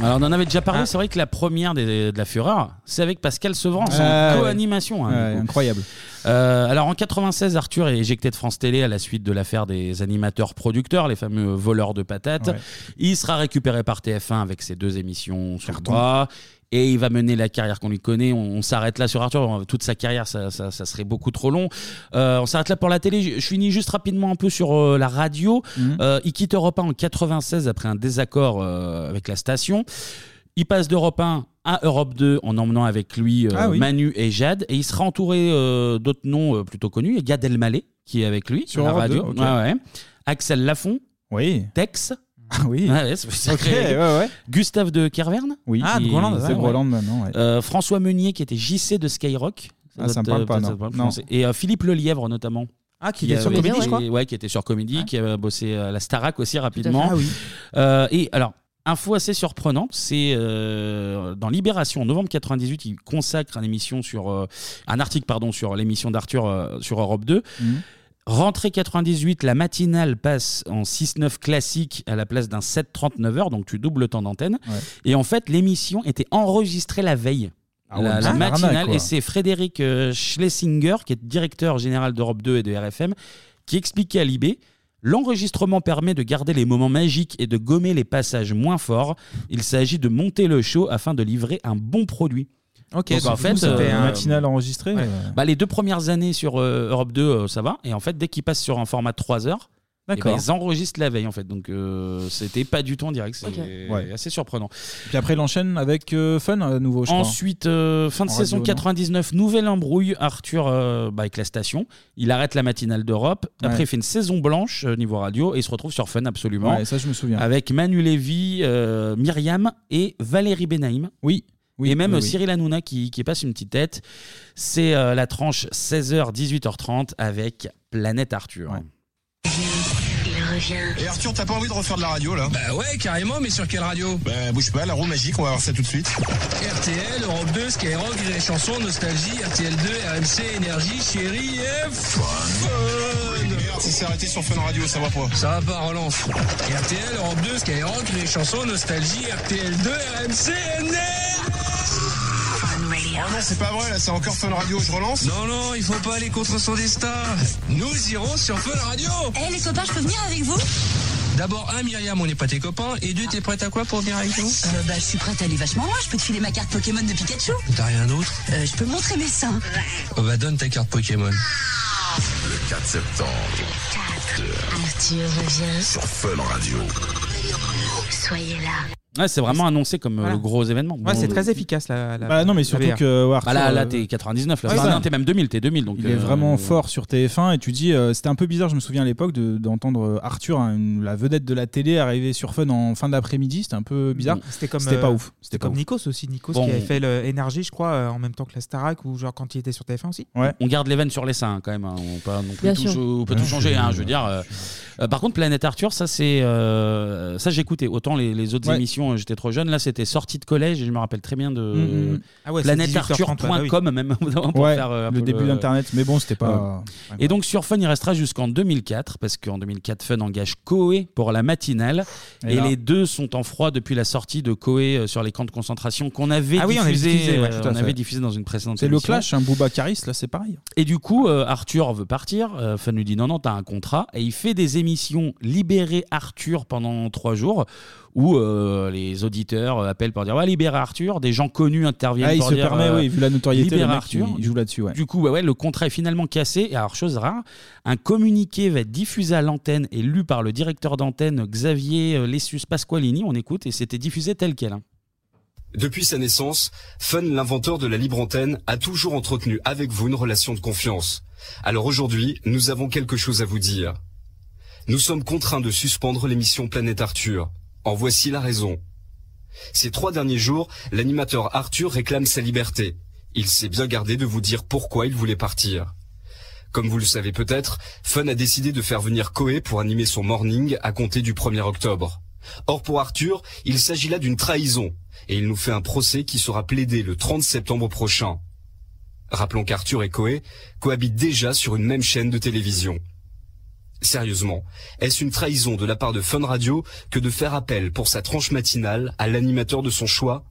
Alors, on en avait déjà Ah. parlé. C'est vrai que la première des- de la Fureur, c'est avec Pascal Sevran, c'est Ah, en ouais. co-animation. hein, Ouais, du coup. incroyable. Euh, alors, en 96, Arthur est éjecté de France Télé à la suite de l'affaire des animateurs-producteurs, les fameux voleurs de patates. Ouais. Il sera récupéré par TF1 avec ses deux émissions sur le bras. Et il va mener la carrière qu'on lui connaît. On, on s'arrête là sur Arthur. Toute sa carrière, ça, ça- ça serait beaucoup trop long. Euh, on s'arrête là pour la télé. Je, je finis juste rapidement un peu sur euh, la radio. Mhm. Euh, il quitte Europe 1 en 96 après un désaccord euh, avec la station. Il passe d'Europe 1 à Europe 2 en emmenant avec lui euh, Ah oui. Manu et Jade. Et il sera entouré euh, d'autres noms euh, plutôt connus. Il y a Gad Elmaleh qui est avec lui Sur à la Europe radio. 2, ok. Ouais, ouais. Axel Lafont. Oui. Tex. Ah oui. Ouais, ouais, c'est sacré. Ok, ouais, ouais. Gustave de Kerverne. Oui. Ah, de Qui- Groenland, c'est ouais. Groenland maintenant, ouais. Euh, François Meunier qui était JC de Skyrock. Ah, ça me doit parle être, euh, pas, peut-être non. ça parle Non. français. Et euh, Philippe Lelièvre notamment. Ah, qui était sur avait- Comédie, je crois. Ouais, qui était sur Comédie, qui avait bossé à la Starac aussi rapidement. Ah oui. Euh, et alors, info assez surprenante, c'est euh, dans Libération, en novembre 98, il consacre une émission sur, euh, un article pardon, sur l'émission d'Arthur euh, sur Europe 2. Rentrée 98, la matinale passe en 6-9 classique à la place d'un 7-39 heures, donc tu doubles le temps d'antenne. Et en fait, l'émission était enregistrée la veille. Ah ouais, mais la, la c'est une arnaque, matinale, quoi. et c'est Frédéric euh, Schlesinger, qui est directeur général d'Europe 2 et de RFM, qui expliquait à Libé L'enregistrement permet de garder les moments magiques et de gommer les passages moins forts. Il s'agit de monter le show afin de livrer un bon produit. Ok, Donc, en fait, c'était euh, un matinal enregistré. Ouais. euh, Bah, les deux premières années sur euh, Europe 2, euh, ça va. Et en fait, dès qu'ils passent sur un format de 3 heures, eh ben, D'accord. ils enregistrent la veille. En fait. Donc, euh, c'était pas du tout en direct. C'est Ouais. assez surprenant. Puis après, il enchaîne avec euh, Fun à nouveau, je crois. Ensuite, euh, fin de En saison radio, non 99, nouvelle embrouille. Arthur euh, bah, avec la station. Il arrête la matinale d'Europe. Après, Ouais. il fait une saison blanche euh, niveau radio et il se retrouve sur Fun absolument. Ouais, ça, je me souviens. Avec Manu Lévy, euh, Myriam et Valérie Benaïm. Oui. et même oui, euh, oui. Cyril Hanouna qui, qui passe une petite tête. C'est euh, la tranche 16h, 18h30 avec Planète Arthur. Il revient. Et Arthur, t'as pas envie de refaire de la radio là Bah ouais, carrément, mais sur quelle radio Bah bouge pas, la roue magique, on va voir ça tout de suite. RTL, Europe 2, Skyrock, les chansons, Nostalgie, RTL2, RMC, Énergie, Chérie et Fun. Merde, si c'est arrêté sur Fun Radio, ça va pas. Ça va pas, relance. RTL, Europe 2, Skyrock, les chansons, Nostalgie, RTL2, RMC, Oh non, c'est pas vrai, là, c'est encore Fun Radio, je relance Non, non, il faut pas aller contre son destin. Nous irons sur Fun Radio. Eh les copains, je peux venir avec vous D'abord, un, Myriam, on n'est pas tes copains, et deux, t'es prête à quoi pour venir avec nous Euh, Bah je suis prête à aller vachement loin, je peux te filer ma carte Pokémon de Pikachu. T'as rien d'autre Euh, je peux montrer mes seins. Oh bah donne ta carte Pokémon. Le 4 septembre. Arthur revient. Sur Fun Radio. Soyez là. Ouais, c'est vraiment annoncé comme euh, le gros événement. euh, Ouais, c'est très efficace la. la Bah non, mais la surtout VR. que. ouais, Arthur, Bah là, là, euh, t'es 99, là, Ouais, Enfin, ça. non, t'es même 2000, t'es 2000. Donc, Il est euh, vraiment fort sur TF1 et tu dis, euh, c'était un peu bizarre, je me souviens à l'époque de- d'entendre euh, Arthur, hein, une- la vedette de la télé, arriver sur Fun en fin d'après-midi, c'était un peu bizarre. C'était comme, C'était euh, pas ouf. C'était pas comme ouf. Nikos aussi. Nikos Bon. qui avait fait l'énergie, je crois, euh, en même temps que la Starac ou genre quand il était sur TF1 aussi. On garde les veines sur les seins hein, quand même. hein. On peut, on peut Bien tout, sûr. cha- on peut tout Ouais, changer. je- hein, je veux dire. euh, euh, par contre, Planète Arthur, ça c'est euh, ça j'écoutais autant les, les autres Ouais. émissions. euh, J'étais trop jeune. Là, c'était sortie de collège. et Je me rappelle très bien de Mm, mm. Ah ouais, c'est planetearthur.com 18h30, même (laughs) pour Ouais, faire, euh, un le peu début d'Internet, mais bon, c'était pas- Ouais. Et donc sur Fun, il restera jusqu'en 2004 parce qu'en 2004, Fun engage Koé pour la matinale et, Et là. les deux sont en froid depuis la sortie de Koé euh, sur les camps de concentration qu'on avait Ah oui, on avait diffusé, diffusé, ouais, euh, tout à on fait. avait diffusé dans une précédente C'est le émission. clash, un Booba Caris, là, c'est pareil. Et du coup, euh, Arthur veut partir. Euh, Fun lui dit non, non, t'as un contrat. Et il fait des émissions Libérer Arthur pendant trois jours où euh, les auditeurs euh, appellent pour dire ouais, libérez Arthur. Des gens connus interviennent Ah, il pour se dire, permet, euh, oui, vu la notoriété, le Libérez mec, Arthur. il joue là-dessus, ouais. Du coup, bah ouais, le contrat est finalement cassé. Et alors, chose rare, un communiqué va être diffusé à l'antenne et lu par le directeur d'antenne Xavier euh, Lessus Pasqualini. On écoute et c'était diffusé tel quel. hein. Depuis sa naissance, Fun, l'inventeur de la libre antenne, a toujours entretenu avec vous une relation de confiance. Alors aujourd'hui, nous avons quelque chose à vous dire. nous sommes contraints de suspendre l'émission Planète Arthur. En voici la raison. Ces trois derniers jours, l'animateur Arthur réclame sa liberté. Il s'est bien gardé de vous dire pourquoi il voulait partir. Comme vous le savez peut-être, Fun a décidé de faire venir Koé pour animer son morning à compter du 1er octobre. Or pour Arthur, il s'agit là d'une trahison, et il nous fait un procès qui sera plaidé le 30 septembre prochain. Rappelons qu'Arthur et Koé cohabitent déjà sur une même chaîne de télévision. Sérieusement, est-ce une trahison de la part de Fun Radio que de faire appel pour sa tranche matinale à l'animateur de son choix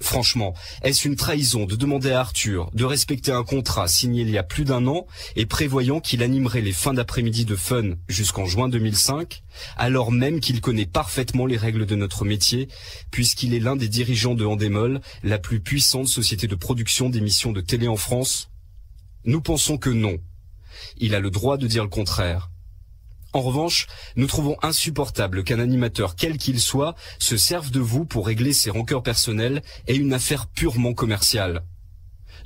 Franchement, est-ce une trahison de demander à Arthur de respecter un contrat signé il y a plus d'un an et prévoyant qu'il animerait les fins d'après-midi de Fun jusqu'en juin 2005, alors même qu'il connaît parfaitement les règles de notre métier, puisqu'il est l'un des dirigeants de Endemol, la plus puissante société de production d'émissions de télé en France Nous pensons que non. Il a le droit de dire le contraire. En revanche, nous trouvons insupportable qu'un animateur, quel qu'il soit, se serve de vous pour régler ses rancœurs personnelles et une affaire purement commerciale.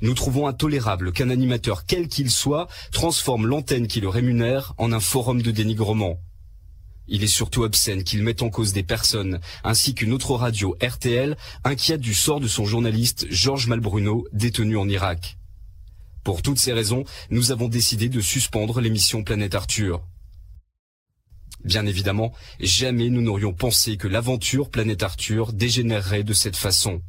Nous trouvons intolérable qu'un animateur, quel qu'il soit, transforme l'antenne qui le rémunère en un forum de dénigrement. Il est surtout obscène qu'il mette en cause des personnes, ainsi qu'une autre radio, RTL, inquiète du sort de son journaliste Georges Malbruno, détenu en Irak. Pour toutes ces raisons, nous avons décidé de suspendre l'émission Planète Arthur. Bien évidemment, jamais nous n'aurions pensé que l'aventure Planète Arthur dégénérerait de cette façon.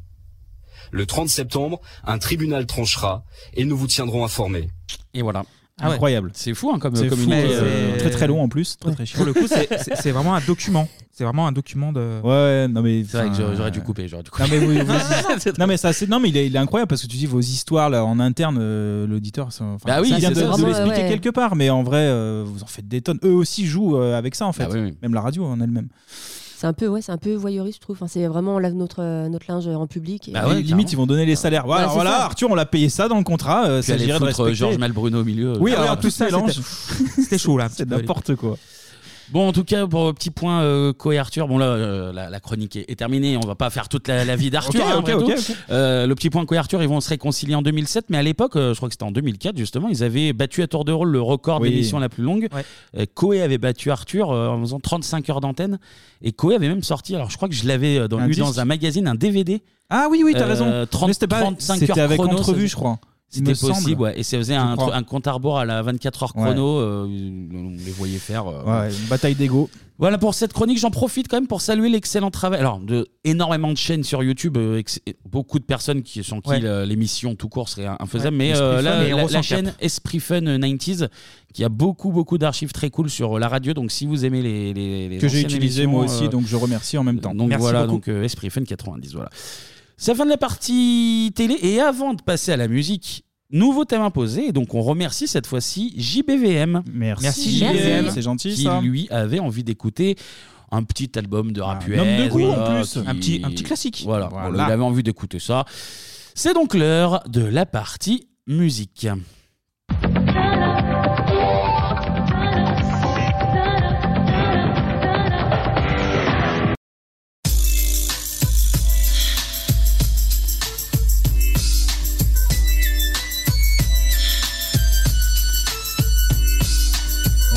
Le 30 septembre, un tribunal tranchera et nous vous tiendrons informés. Et voilà. Ah ouais. Incroyable. C'est fou hein, comme C'est comme fou, idée, mais euh, c'est très très long en plus. Très, très chiant. Pour le coup, c'est- c'est c'est vraiment un document. C'est vraiment un document de. Ouais, ouais, non mais C'est vrai enfin, euh, que j'aurais- j'aurais dû couper, j'aurais dû couper. Non mais, oui, (laughs) vous- non mais ça c'est non mais il est, il est incroyable parce que tu dis vos histoires là en interne euh, l'auditeur ça- enfin, Bah oui, il vient c'est de, ça. de Vraiment, l'expliquer ouais. quelque part mais en vrai euh, vous en faites des tonnes eux aussi jouent euh, avec ça en Bah fait même la radio en elle-même C'est un peu, ouais, c'est un peu voyeuriste, je trouve. Enfin, c'est vraiment on lave notre euh, notre linge en public. et- Bah oui, limite ils vont donner les salaires voilà, Ouais, c'est voilà ça. Arthur on l'a payé ça dans le contrat euh, Puis ça aller dirait de foutre, euh, respecter Georges Malbruno au milieu. oui Ah ouais, alors tout tout ça, ça mélange c'était chaud là c'est n'importe quoi Bon, en tout cas, pour le petit point euh, Co et Arthur, bon là, euh, la, la chronique est, est terminée, on va pas faire toute la, la vie d'Arthur. Ok, hein, ok, après ok, tout. ok. Euh, le petit point Co et Arthur, ils vont se réconcilier en 2007, mais à l'époque, euh, je crois que c'était en 2004 justement, ils avaient battu à tour de rôle le record Oui. d'émission la plus longue. Euh, Coé avait battu Arthur euh, en faisant 35 heures d'antenne, et Coé avait même sorti, alors je crois que je l'avais euh, dans, Un eu disque. dans un magazine, un DVD. ah oui oui t'as Euh, raison 30, Mais c'était pas- 35 heures c'était avec chrono, entrevue ça- je crois hein, Il C'était me semble. possible, ouais. Et ça faisait Je un, crois. un compte à rebours à la 24 heures chrono. euh, on les voyait faire. euh, Ouais, une bataille d'ego Voilà pour cette chronique. J'en profite quand même pour saluer l'excellent travail. Alors, de énormément de chaînes sur YouTube, euh, ex- beaucoup de personnes qui sont qui Ouais. le- l'émission tout court serait infaisable. Ouais. Mais Esprit euh, Fun là, et la, Héros la sans chaîne cap. Esprit Fun 90s qui a beaucoup beaucoup d'archives très cool sur euh, la radio. Donc, si vous aimez les, les, les que j'ai anciennes utilisé émissions, moi euh, aussi donc je remercie en même temps donc Merci voilà, beaucoup. donc euh, Esprit Fun 90, voilà. C'est la fin de la partie télé. Et avant de passer à la musique, nouveau thème imposé. Et donc on remercie cette fois-ci JBVM. Merci, Merci, JBVM, c'est gentil, Qui ça. lui avait envie d'écouter un petit album de rap homme de US, goût, en voilà, plus. Un petit- un petit classique. Voilà, Voilà. voilà, il avait envie d'écouter ça. C'est donc l'heure de la partie musique.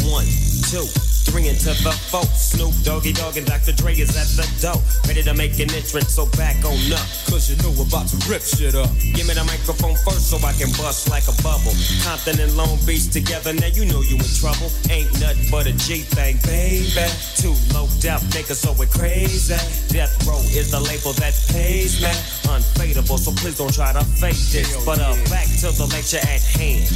One, two, three into the four. Snoop Doggy Dogg and Dr. Dre is at the door. Ready to make an entrance, so back on up. Cause you know we're about to rip shit up. Give me the microphone first so I can bust like a bubble. Compton and Long Beach together, now you know you in trouble. Ain't nothing but a G thing, baby. Too low death, niggas so we crazy. Death Row is the label that pays me. Unfadable, so please don't try to fake this. But uh, back to the lecture at hand.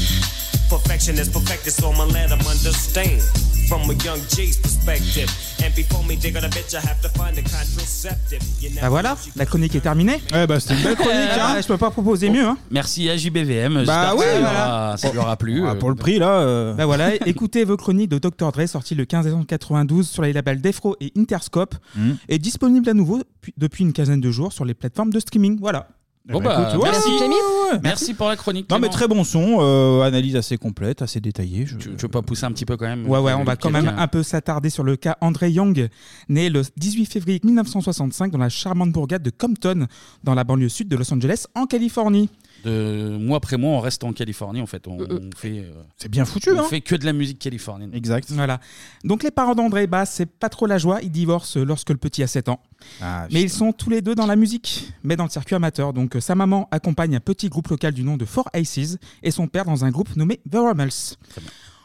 Perfection is perfected, so I'ma let 'em understand from a young G's perspective. And before me digging a bitch, I have to find a contraceptive. You (laughs) Bah voilà, la chronique est terminée. Euh, Ouais, bah c'était une belle chronique, hein. Je peux pas proposer mieux. Hein. Merci à JBVM. Bah J'espère que oui, ça, leur voilà. a- ça leur a plu. Oh, ah, euh. pour le prix là euh. Bah (laughs) voilà, écoutez The Chronique de Dr. Dre, sorti le 15 décembre 92 sur les labels Defro et Interscope, Mm. et disponible à nouveau pu- depuis une quinzaine de jours sur les plateformes de streaming. Voilà. Bon bah, Eh ben, écoute, ouais. merci. Merci, Clémy. Merci pour la chronique. non mais Clément. très bon son euh, analyse assez complète assez détaillée je... Tu, tu veux pas pousser un petit peu quand même Ouais, ouais, on va quand même Quelqu'un. un peu s'attarder sur le cas André Young, né le 18 février 1965 dans la charmante bourgade de Compton, dans la banlieue sud de Los Angeles, en Californie. De mois après mois, on reste en Californie en fait. On, on fait. euh, C'est bien foutu, On hein. fait que de la musique californienne. Exact. Voilà. Donc les parents d'André Bass, c'est pas trop la joie, ils divorcent euh, lorsque le petit a 7 ans. Ah, mais ils sont tous les deux dans la musique, mais dans le circuit amateur. Donc euh, sa maman accompagne un petit groupe local du nom de Four Aces et son père dans un groupe nommé The Rummels.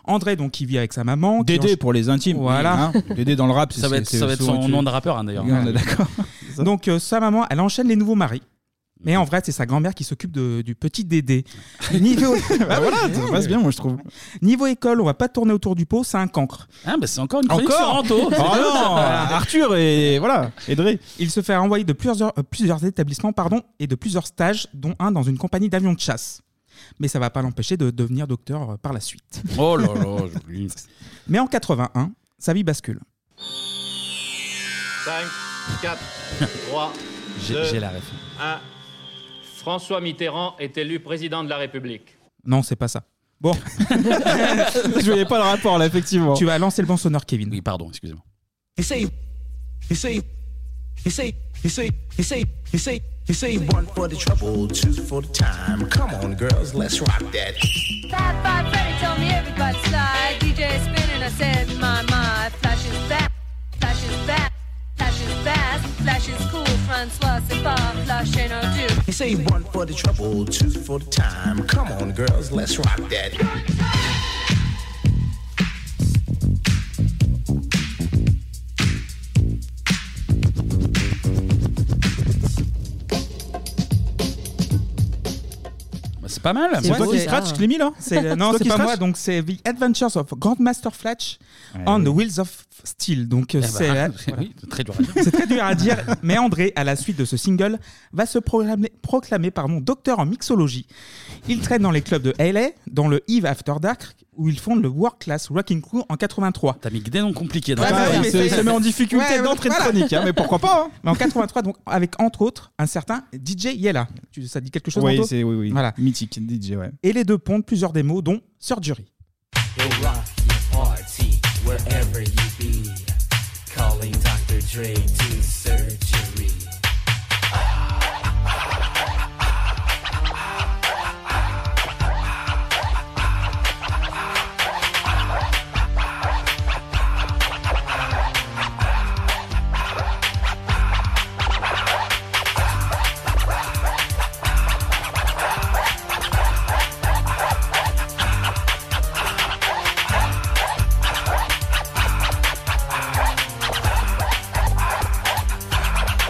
André donc qui vit avec sa maman. qui Dédé encha- pour les intimes. Voilà. Hein, Dédé dans le rap, c'est- (laughs) Ça va être, c'est- ça va être souvent son tu- nom de rappeur hein, d'ailleurs. Oui, on est (laughs) d'accord. Donc euh, sa maman, elle enchaîne les nouveaux maris. Mais Mhm. en vrai, c'est sa grand-mère qui s'occupe de- du petit Dédé. (laughs) Ah (laughs) Niveau... Bah voilà, ça passe bien, moi, je trouve. Niveau école, on va pas tourner autour du pot, c'est un cancre. Ah, bah c'est encore une chronique sur Anto. C'est bien, ça. Arthur et voilà, Edré. Il se fait renvoyer de plusieurs, euh, plusieurs établissements pardon, et de plusieurs stages, dont un dans une compagnie d'avions de chasse. Mais ça va pas l'empêcher de devenir docteur euh, par la suite. Oh là là, joli. (laughs) Mais en 81, sa vie bascule. 5, 4, (laughs) 3, J'ai- 2, j'ai la ref. 1. François Mitterrand est élu président de (laughs) la République. Non, c'est pas ça. Bon. Je voyais pas le rapport là, effectivement. Tu vas lancer le vent sonore, Kevin. Oui, pardon, excusez-moi. Essaye, essaye, essaye, essaye, essaye, essaye, essaye. One for the trouble, two for the time. Come on, girls, let's rock that. Fat Five Freddy told me everybody's side. DJ spinning, I said, my, my. Flash is fast, flash is fast, flash is fast, flash is cool. Francois, c'est pas flash, ain't no two. Essaye, one for the trouble, two for the time. Come on, girls, let's rock that. Bah, c'est Ah, pas mal. C'est Ouais, toi qui scratch, je l'ai mis (laughs) là (laughs) C'est- Non, toi c'est qui pas scratch moi, donc c'est The Adventures of Grandmaster Flash Ouais. on the Wheels of Steel. Donc ben, Eh euh, (laughs) c'est hein, bah, voilà. oui, c'est très dur à dire. C'est très dur à dire, mais André, à la suite de ce single, va se proclamer, proclamer, pardon, docteur en mixologie. Il traîne dans les clubs de LA, dans le Eve After Dark, où il fonde le World Class Rocking Crew en 83. T'as mis que des noms compliqués dans Ouais, la bah oui, phrase. mais Ah, Il se- c'est- se met en difficulté d'entrée de chronique, hein, mais pourquoi pas, hein. Mais en 83, donc, avec entre autres un certain DJ Yella. Tu- Ça dit quelque chose Oui, Anto c'est oui, oui. Voilà. Mythique DJ, ouais. Et les deux pondent plusieurs démos, dont Surgery. We'll rock your party wherever you be. Calling Dr. Dre to surgery.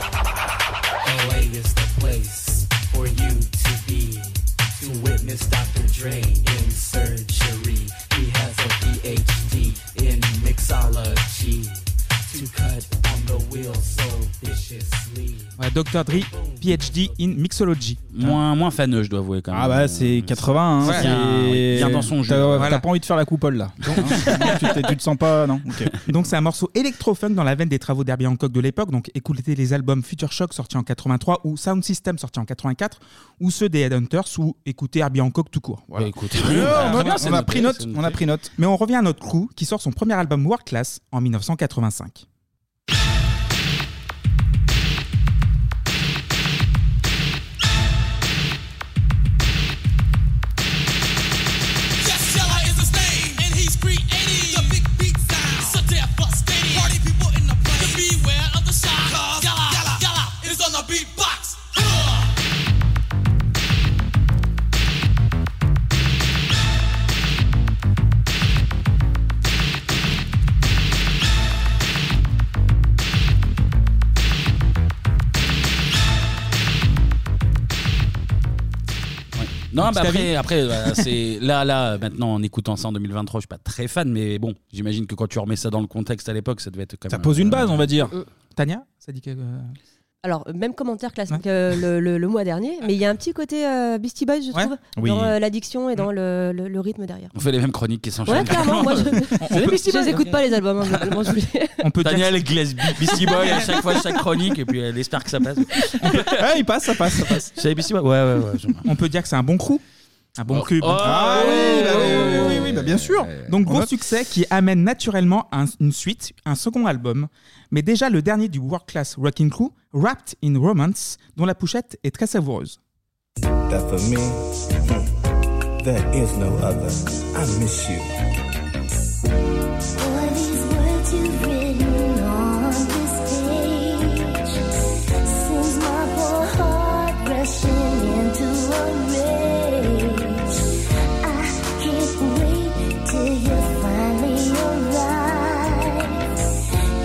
LA is the place for you to be. To witness Dr. Dre in surgery. He has a PhD in mixology. To cut on the wheel so viciously. Ouais, Dr. Dre, PhD in Mixology. Moins, moins faneux, je dois avouer quand même. Ah bah Euh, c'est 80, hein, Ouais. Bien- c'est- ouais, bien dans son jeu. T'as Voilà. t'as pas envie de faire la coupole là. (laughs) Hein, tu, te- tu te sens pas, non Ok. Donc c'est un morceau électro-funk dans la veine des travaux d'Herbie Hancock de l'époque. Donc écoutez les albums Future Shock sortis en 83 ou Sound System sortis en 84 ou ceux des Headhunters ou écoutez Herbie Hancock tout court. Voilà. Bah, Oui, on a- on a c'est pris note, c'est on a noté. pris note. Mais on revient à notre crew qui sort son premier album World Class en 1985. Yes, Yella is his name, and he's creating the big beat sound. So therefore, stating party people in the place. So beware of the shot, 'cause Yella, Yella, Yella is on the beatbox. Uh. Non, Donc, mais c'est ta après, vie. (laughs) après euh, c'est là, là, maintenant, en écoutant ça en 2023, je suis pas très fan, mais bon, j'imagine que quand tu remets ça dans le contexte à l'époque, ça devait être quand même. Ça Euh, pose une base, on va dire. Euh, Tania, ça dit que. euh, Alors, même commentaire classe que le, le- le mois dernier, mais il y a un petit côté euh, Beastie Boys, je Ouais. trouve, Oui. dans euh, l'addiction et dans le, le- le rythme derrière. On fait les mêmes chroniques qui s'enchaînent. Ouais, clairement, moi je, C'est les Beastie je Boys. les écoute pas les albums. hein, globalement, je vous les- On peut Daniel Gillespie, Beastie Boy à chaque fois chaque chronique et puis elle espère que ça passe. Ah, il passe, ça passe, ça passe. C'est Beastie Boys. Ouais, ouais, ouais. On peut dire que c'est un bon crew. Un bon Oh. crew. Oh. ah oui, bah oui, oui, oui, oui, oui, bah bien sûr. Donc On gros note. succès qui amène naturellement un- une suite, un second album. Mais déjà le dernier du World Class Rocking Crew, Wrapped in Romance, dont la pochette est très savoureuse. Wrapped that for me, mm, there is no other. I miss you. For these words you've written on this page, sends my poor heart rushing into a rage. I can't wait till you finally arrive.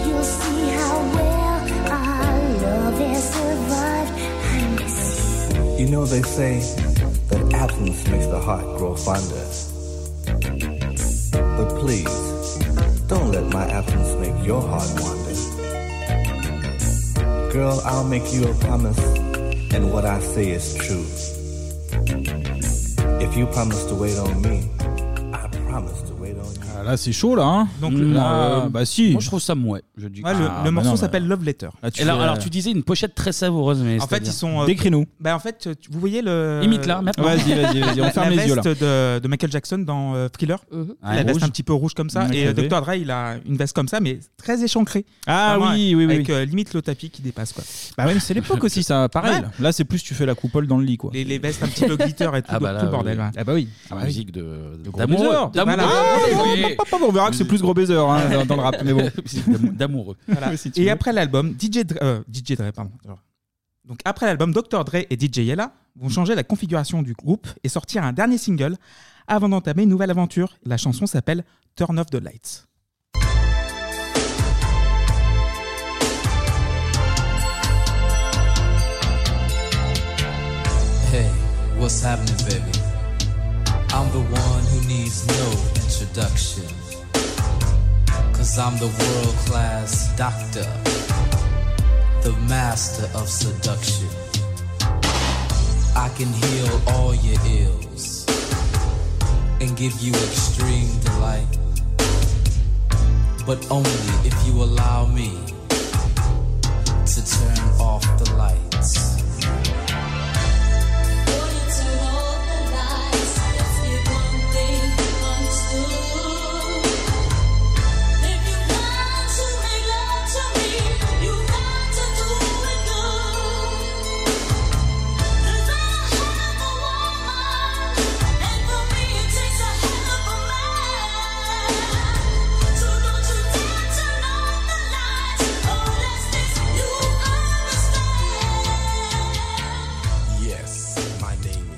You'll see how well our love has survived. I miss you. You know, they say that absence makes the heart grow fonder. But please, don't let my absence make your heart wander. Girl, I'll make you a promise, and what I say is true. If you promise to wait on me, I promise to wait on you. Ah, Là, c'est chaud, là. Hein Donc, là, euh, bah si. moi, je trouve ça mouais. Je dis. Ah, bah Ouais, le- le morceau s'appelle Love Letter. Et alors, euh, alors, tu disais une pochette très savoureuse, mais En fait, c'est-à-dire- ils sont. euh, Bah, en fait, tu- vous voyez le. Imite-la, maintenant. Vas-y, vas-y, vas-y, (laughs) on (laughs) La- ferme la les yeux, là. veste de, de Michael Jackson dans euh, Thriller. la Ah, elle est veste rouge. un petit peu rouge comme ça. Mmh, et euh, crevé. Dr. Dre, il a une veste comme ça, mais très échancrée. Ah Vraiment, oui, oui, oui. Avec euh, limite le tapis qui dépasse, quoi. Bah ouais, mais c'est l'époque aussi, ça. Pareil. Ouais. là. Là, c'est plus tu fais la coupole dans le lit, quoi. Les, les vestes un petit peu glitter et tout, Ah bah le- là, tout le bordel. oui. ouais. Ah bah oui. Ah Ah bah bah oui. Musique de gros d'amoureux. baiser. D'amoureux. Voilà. Oui. Pop, pop, pop, on verra que c'est plus gros baiser hein, dans, dans le rap, mais bon. D'amoureux. (laughs) Voilà. et après l'album, DJ Dre, euh, DJ Dre, pardon. Alors, Donc après l'album, Dr Dre et DJ Yella vont changer la configuration du groupe et sortir un dernier single avant d'entamer une nouvelle aventure. La chanson s'appelle Turn Off the Lights. Hey, what's happening, baby? I'm the one who needs no introduction. Cause I'm the world class doctor, the master of seduction. I can heal all your ills and give you extreme delight. But only if you allow me to turn off the lights.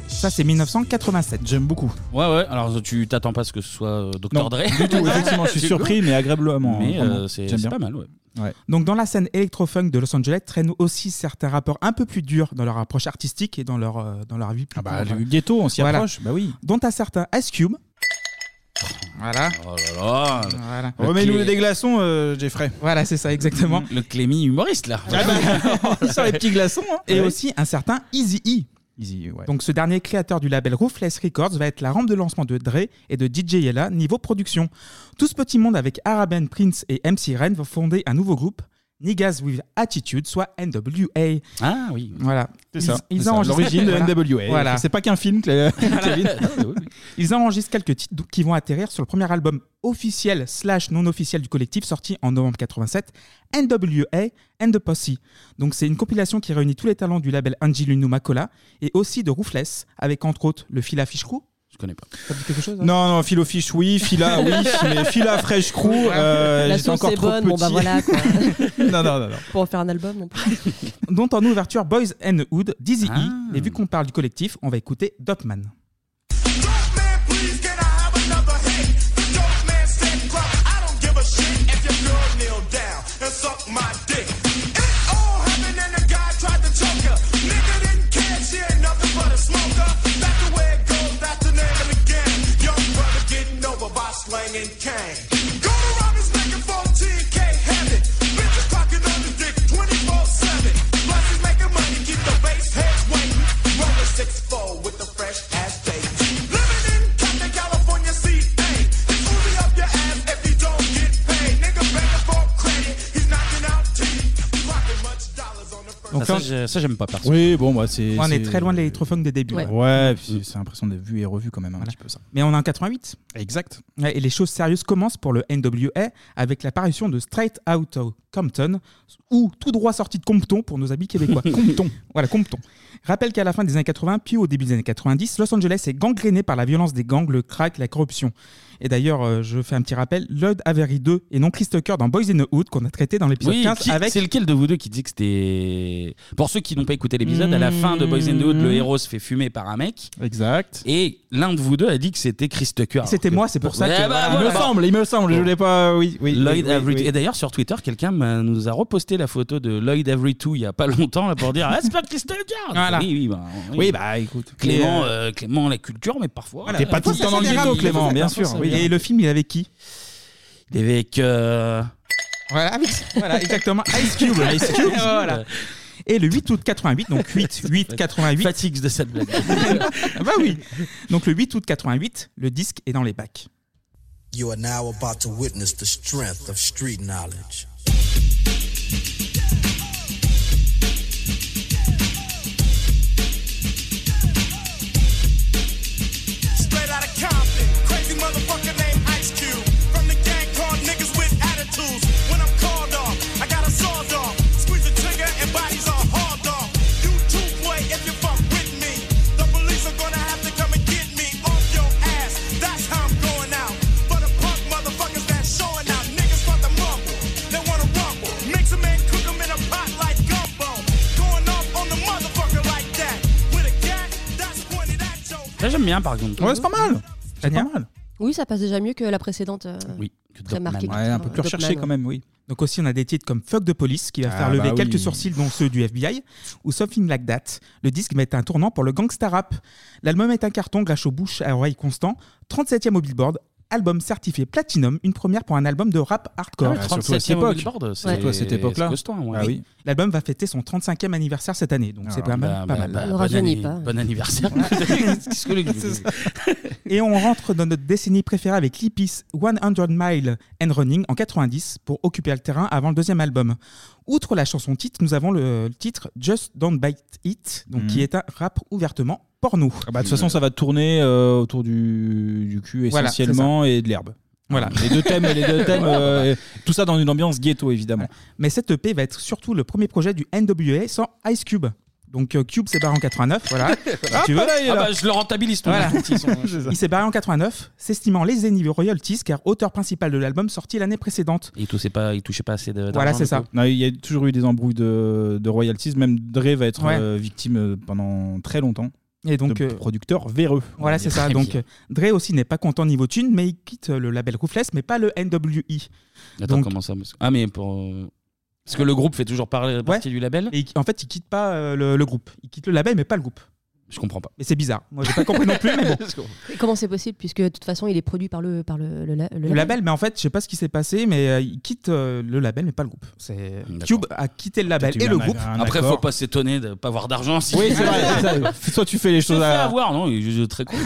Ça, c'est 1987. J'aime beaucoup. Ouais, ouais. Alors, tu t'attends pas à ce que ce soit euh, Dr. Non, Dre. du tout, effectivement, je suis (laughs) C'est surpris, cool. mais agréablement, Mais vraiment. euh, c'est J'aime c'est bien. pas mal, ouais. Donc dans la scène électro-funk de Los Angeles traînent aussi certains rappeurs un peu plus durs dans leur approche artistique et dans leur, euh, dans leur vie plus bah, pure. le ghetto, on s'y approche, bah oui. Dont un certain Ice Cube. (laughs) Voilà. Oh là là. Voilà. Le Remets-nous clé- des glaçons, euh, Jeffrey. Voilà, c'est ça, (laughs) exactement. Le Clémy humoriste, là. Ah, bah, Ah bah, Il sort les petits glaçons. hein. Et Ouais. aussi un certain Easy E. Donc ce dernier créateur du label Ruthless Records va être la rampe de lancement de Dre et de DJ Yella niveau production. Tout ce petit monde avec Araben, Prince et MC Ren vont fonder un nouveau groupe, Niggas with Attitude, soit NWA. Ah oui. Voilà. C'est ça. Ils, C'est ça, enregistrent- l'origine de voilà. NWA. Voilà. C'est pas qu'un film, (laughs) Clé- Ah, Kevin. Ils enregistrent quelques titres donc, qui vont atterrir sur le premier album officiel slash non officiel du collectif sorti en novembre 87, NWA and the Posse. Donc c'est une compilation qui réunit tous les talents du label Angelino Macola et aussi de Roofless avec entre autres le Fila Fish Crew. Je connais pas. Ça te dit quelque chose hein Non, non, Philo Fish, oui, Phila, (laughs) oui, mais Phila Fresh Crew, euh, La j'étais sauce encore est trop bonne, bon bah petit. (laughs) voilà quoi. non, non, non, non. Pour en faire un album non plus. Dont en ouverture Boys and Hood, Dizzy Ah. E. Et vu qu'on parle du collectif, on va écouter Dopman. Slanging cane. Go to Robbins making 14K heavy. Bitches clocking on the dick 24 7. Plus he's making money, keep the base heads waiting. Roller 6 4 with the fresh ass baby. Living Donc là, ça, j'ai- ça, j'aime pas, perso. Oui, bon, bah, c'est. On est c'est- très loin de l'électrophone des débuts. Ouais, là. puis c'est l'impression d'être vu et revu quand même un Voilà. petit peu ça. Mais on est en 88. Exact. et les choses sérieuses commencent pour le NWA avec l'apparition de Straight Outta Compton, ou tout droit sorti de Compton pour nos amis (laughs) québécois. Compton. Voilà, Compton. Rappelle qu'à la fin des années 80, puis au début des années 90, Los Angeles est gangréné par la violence des gangs, le crack, la corruption. Et d'ailleurs, euh, je fais un petit rappel, Lloyd Avery 2 et non Chris Tucker dans Boys in the Hood qu'on a traité dans l'épisode Oui, 15 qui- avec... c'est lequel de vous deux qui dit que c'était. Pour ceux qui n'ont pas écouté l'épisode, à la fin de Boys in the Hood, le héros se fait fumer par un mec. Exact. Et l'un de vous deux a dit que c'était Chris Tucker. C'était Alors que- moi, c'est pour ça Eh que- bah, voilà. voilà. Il me semble, il me semble, je l'ai pas. Oui, oui. oui, Lloyd oui, Avery- oui. Et d'ailleurs, sur Twitter, quelqu'un m'a- nous a reposté la photo de Lloyd Avery 2 il y a pas (laughs) longtemps là, pour dire Ah, c'est pas Chris Tucker Voilà. oui, oui, bah, Oui, bah, écoute. Clément, Et, euh, euh, Clément, la culture, mais parfois. T'es pas tout le temps dans le ghetto, Clément, bien sûr. oui. Et le film, il est avec qui Il est avec. euh, Voilà, avec- voilà, exactement. Ice Cube. (laughs) Ice Cube. Voilà. Et le 8 août 88, (laughs) donc 8, 8, 88. Fatigue de cette blague. (laughs) bah oui. Donc le 8 août 88, le disque est dans les bacs. You are now about to witness the strength of street knowledge. Straight out of Compton, crazy motherfucker named Ice Cube. From the gang called niggas with attitudes. When I'm called off, I got a sawed off. Squeeze the trigger and bodies are hauled off. You two boy if you fuck with me. The police are gonna have to come and get me off your ass. That's how I'm going out. For the punk motherfuckers that's showing out. Niggas want the mumble, they wanna rumble. Mix 'em and cook 'em in a pot like gumbo. Going off on the motherfucker like that. With a gat that's pointed at your Ça, j'aime bien, par contre. Ouais, c'est pas mal. C'est pas mal. Oui, ça passe déjà mieux que la précédente. euh, Très euh, marquée. même, oui. Donc aussi, on a des titres comme Fuck de Police qui va Ah, faire lever bah quelques oui. sourcils, dont ceux du FBI, ou Something Like That. Le disque va être un tournant pour le gangsta rap. L'album est un carton grâce aux bouches à oreille constant, 37e au Billboard. Album certifié platinum, une première pour un album de rap hardcore. Ah ouais, 37e au Billboard, c'est- Surtout à cette époque-là. c'est costaud, ouais. Ah oui. L'album va fêter son 35e anniversaire cette année, donc c'est Alors, pas mal. pas bah, bah, mal. bah, On bon rajeunit anni- pas. (laughs) bon anniversaire. Qu'est-ce que je vous dis Et on rentre dans notre décennie préférée avec Lipis 100 Mile and Running en 90 pour occuper le terrain avant le deuxième album. Outre la chanson titre, nous avons le titre Just Don't Bite It, donc Mhm. qui est un rap ouvertement porno. Bah, de toute façon, ça va tourner euh, autour du, du cul Voilà, essentiellement c'est ça. et de l'herbe. Voilà. Les deux thèmes, les (laughs) deux thèmes. euh, tout ça dans une ambiance ghetto, évidemment. Mais cette EP va être surtout le premier projet du NWA sans Ice Cube. Donc euh, Cube s'est barré en 89, (laughs) voilà. Ah, Tu veux voilà, il est là. Ah bah, je le rentabilise, ton Voilà. (laughs) petit son. C'est ça. Il s'est barré en 89, s'estimant les ennemis royalties car auteur principal de l'album sorti l'année précédente. Il touchait pas, il touchait pas assez de. Voilà, d'argent, c'est du ça. coup. Non, il y a toujours eu des embrouilles de, de royalties. Même Dre va être Ouais. euh, victime euh, pendant très longtemps. Et donc, de euh, producteur véreux. Voilà, c'est ça. Donc, euh, Dre aussi n'est pas content niveau thune, mais il quitte euh, le label Roofless, mais pas le NWI. Attends, Donc- comment ça monsieur Ah, mais pour. Parce que le groupe fait toujours parler, partie du label. Et en fait, il quitte pas euh, le, le groupe. Il quitte le label, mais pas le groupe. Je comprends pas. Mais c'est bizarre. Moi, j'ai pas compris non plus, mais (laughs) bon. (laughs) Et Comment c'est possible Puisque de toute façon, il est produit par le, par le, le la- le Le label, mais en fait, je sais pas ce qui s'est passé, mais euh, il quitte euh, le label, mais pas le groupe. C'est Cube a quitté le label Ah, bah, et Peut-être eu le un- groupe. un Après, faut pas s'étonner de pas avoir d'argent. Si Oui, c'est vrai, c'est ça. Soit tu fais les Je te choses fais à- avoir, non Il est juste très cool.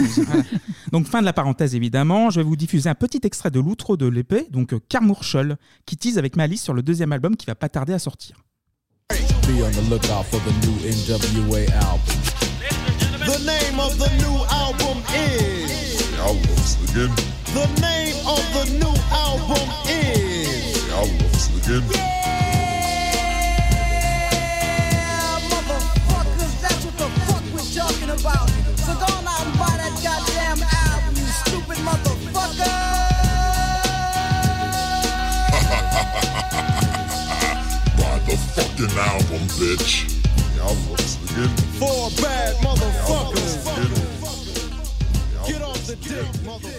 Donc fin de la parenthèse évidemment, je vais vous diffuser un petit extrait de l'outro de l'épée, donc euh, Carmour Scholl, qui tease avec Malice sur le deuxième album qui va pas tarder à sortir. Be on the lookout for the new NWA album. The name of the new album is. The name of the new album is. motherfuckers, that's what the fuck we're talking about. So go on out and buy that goddamn album, you stupid motherfucker. (laughs) Buy the fucking album, bitch. Y'all looks good. Four bad motherfuckers. Get off the dick,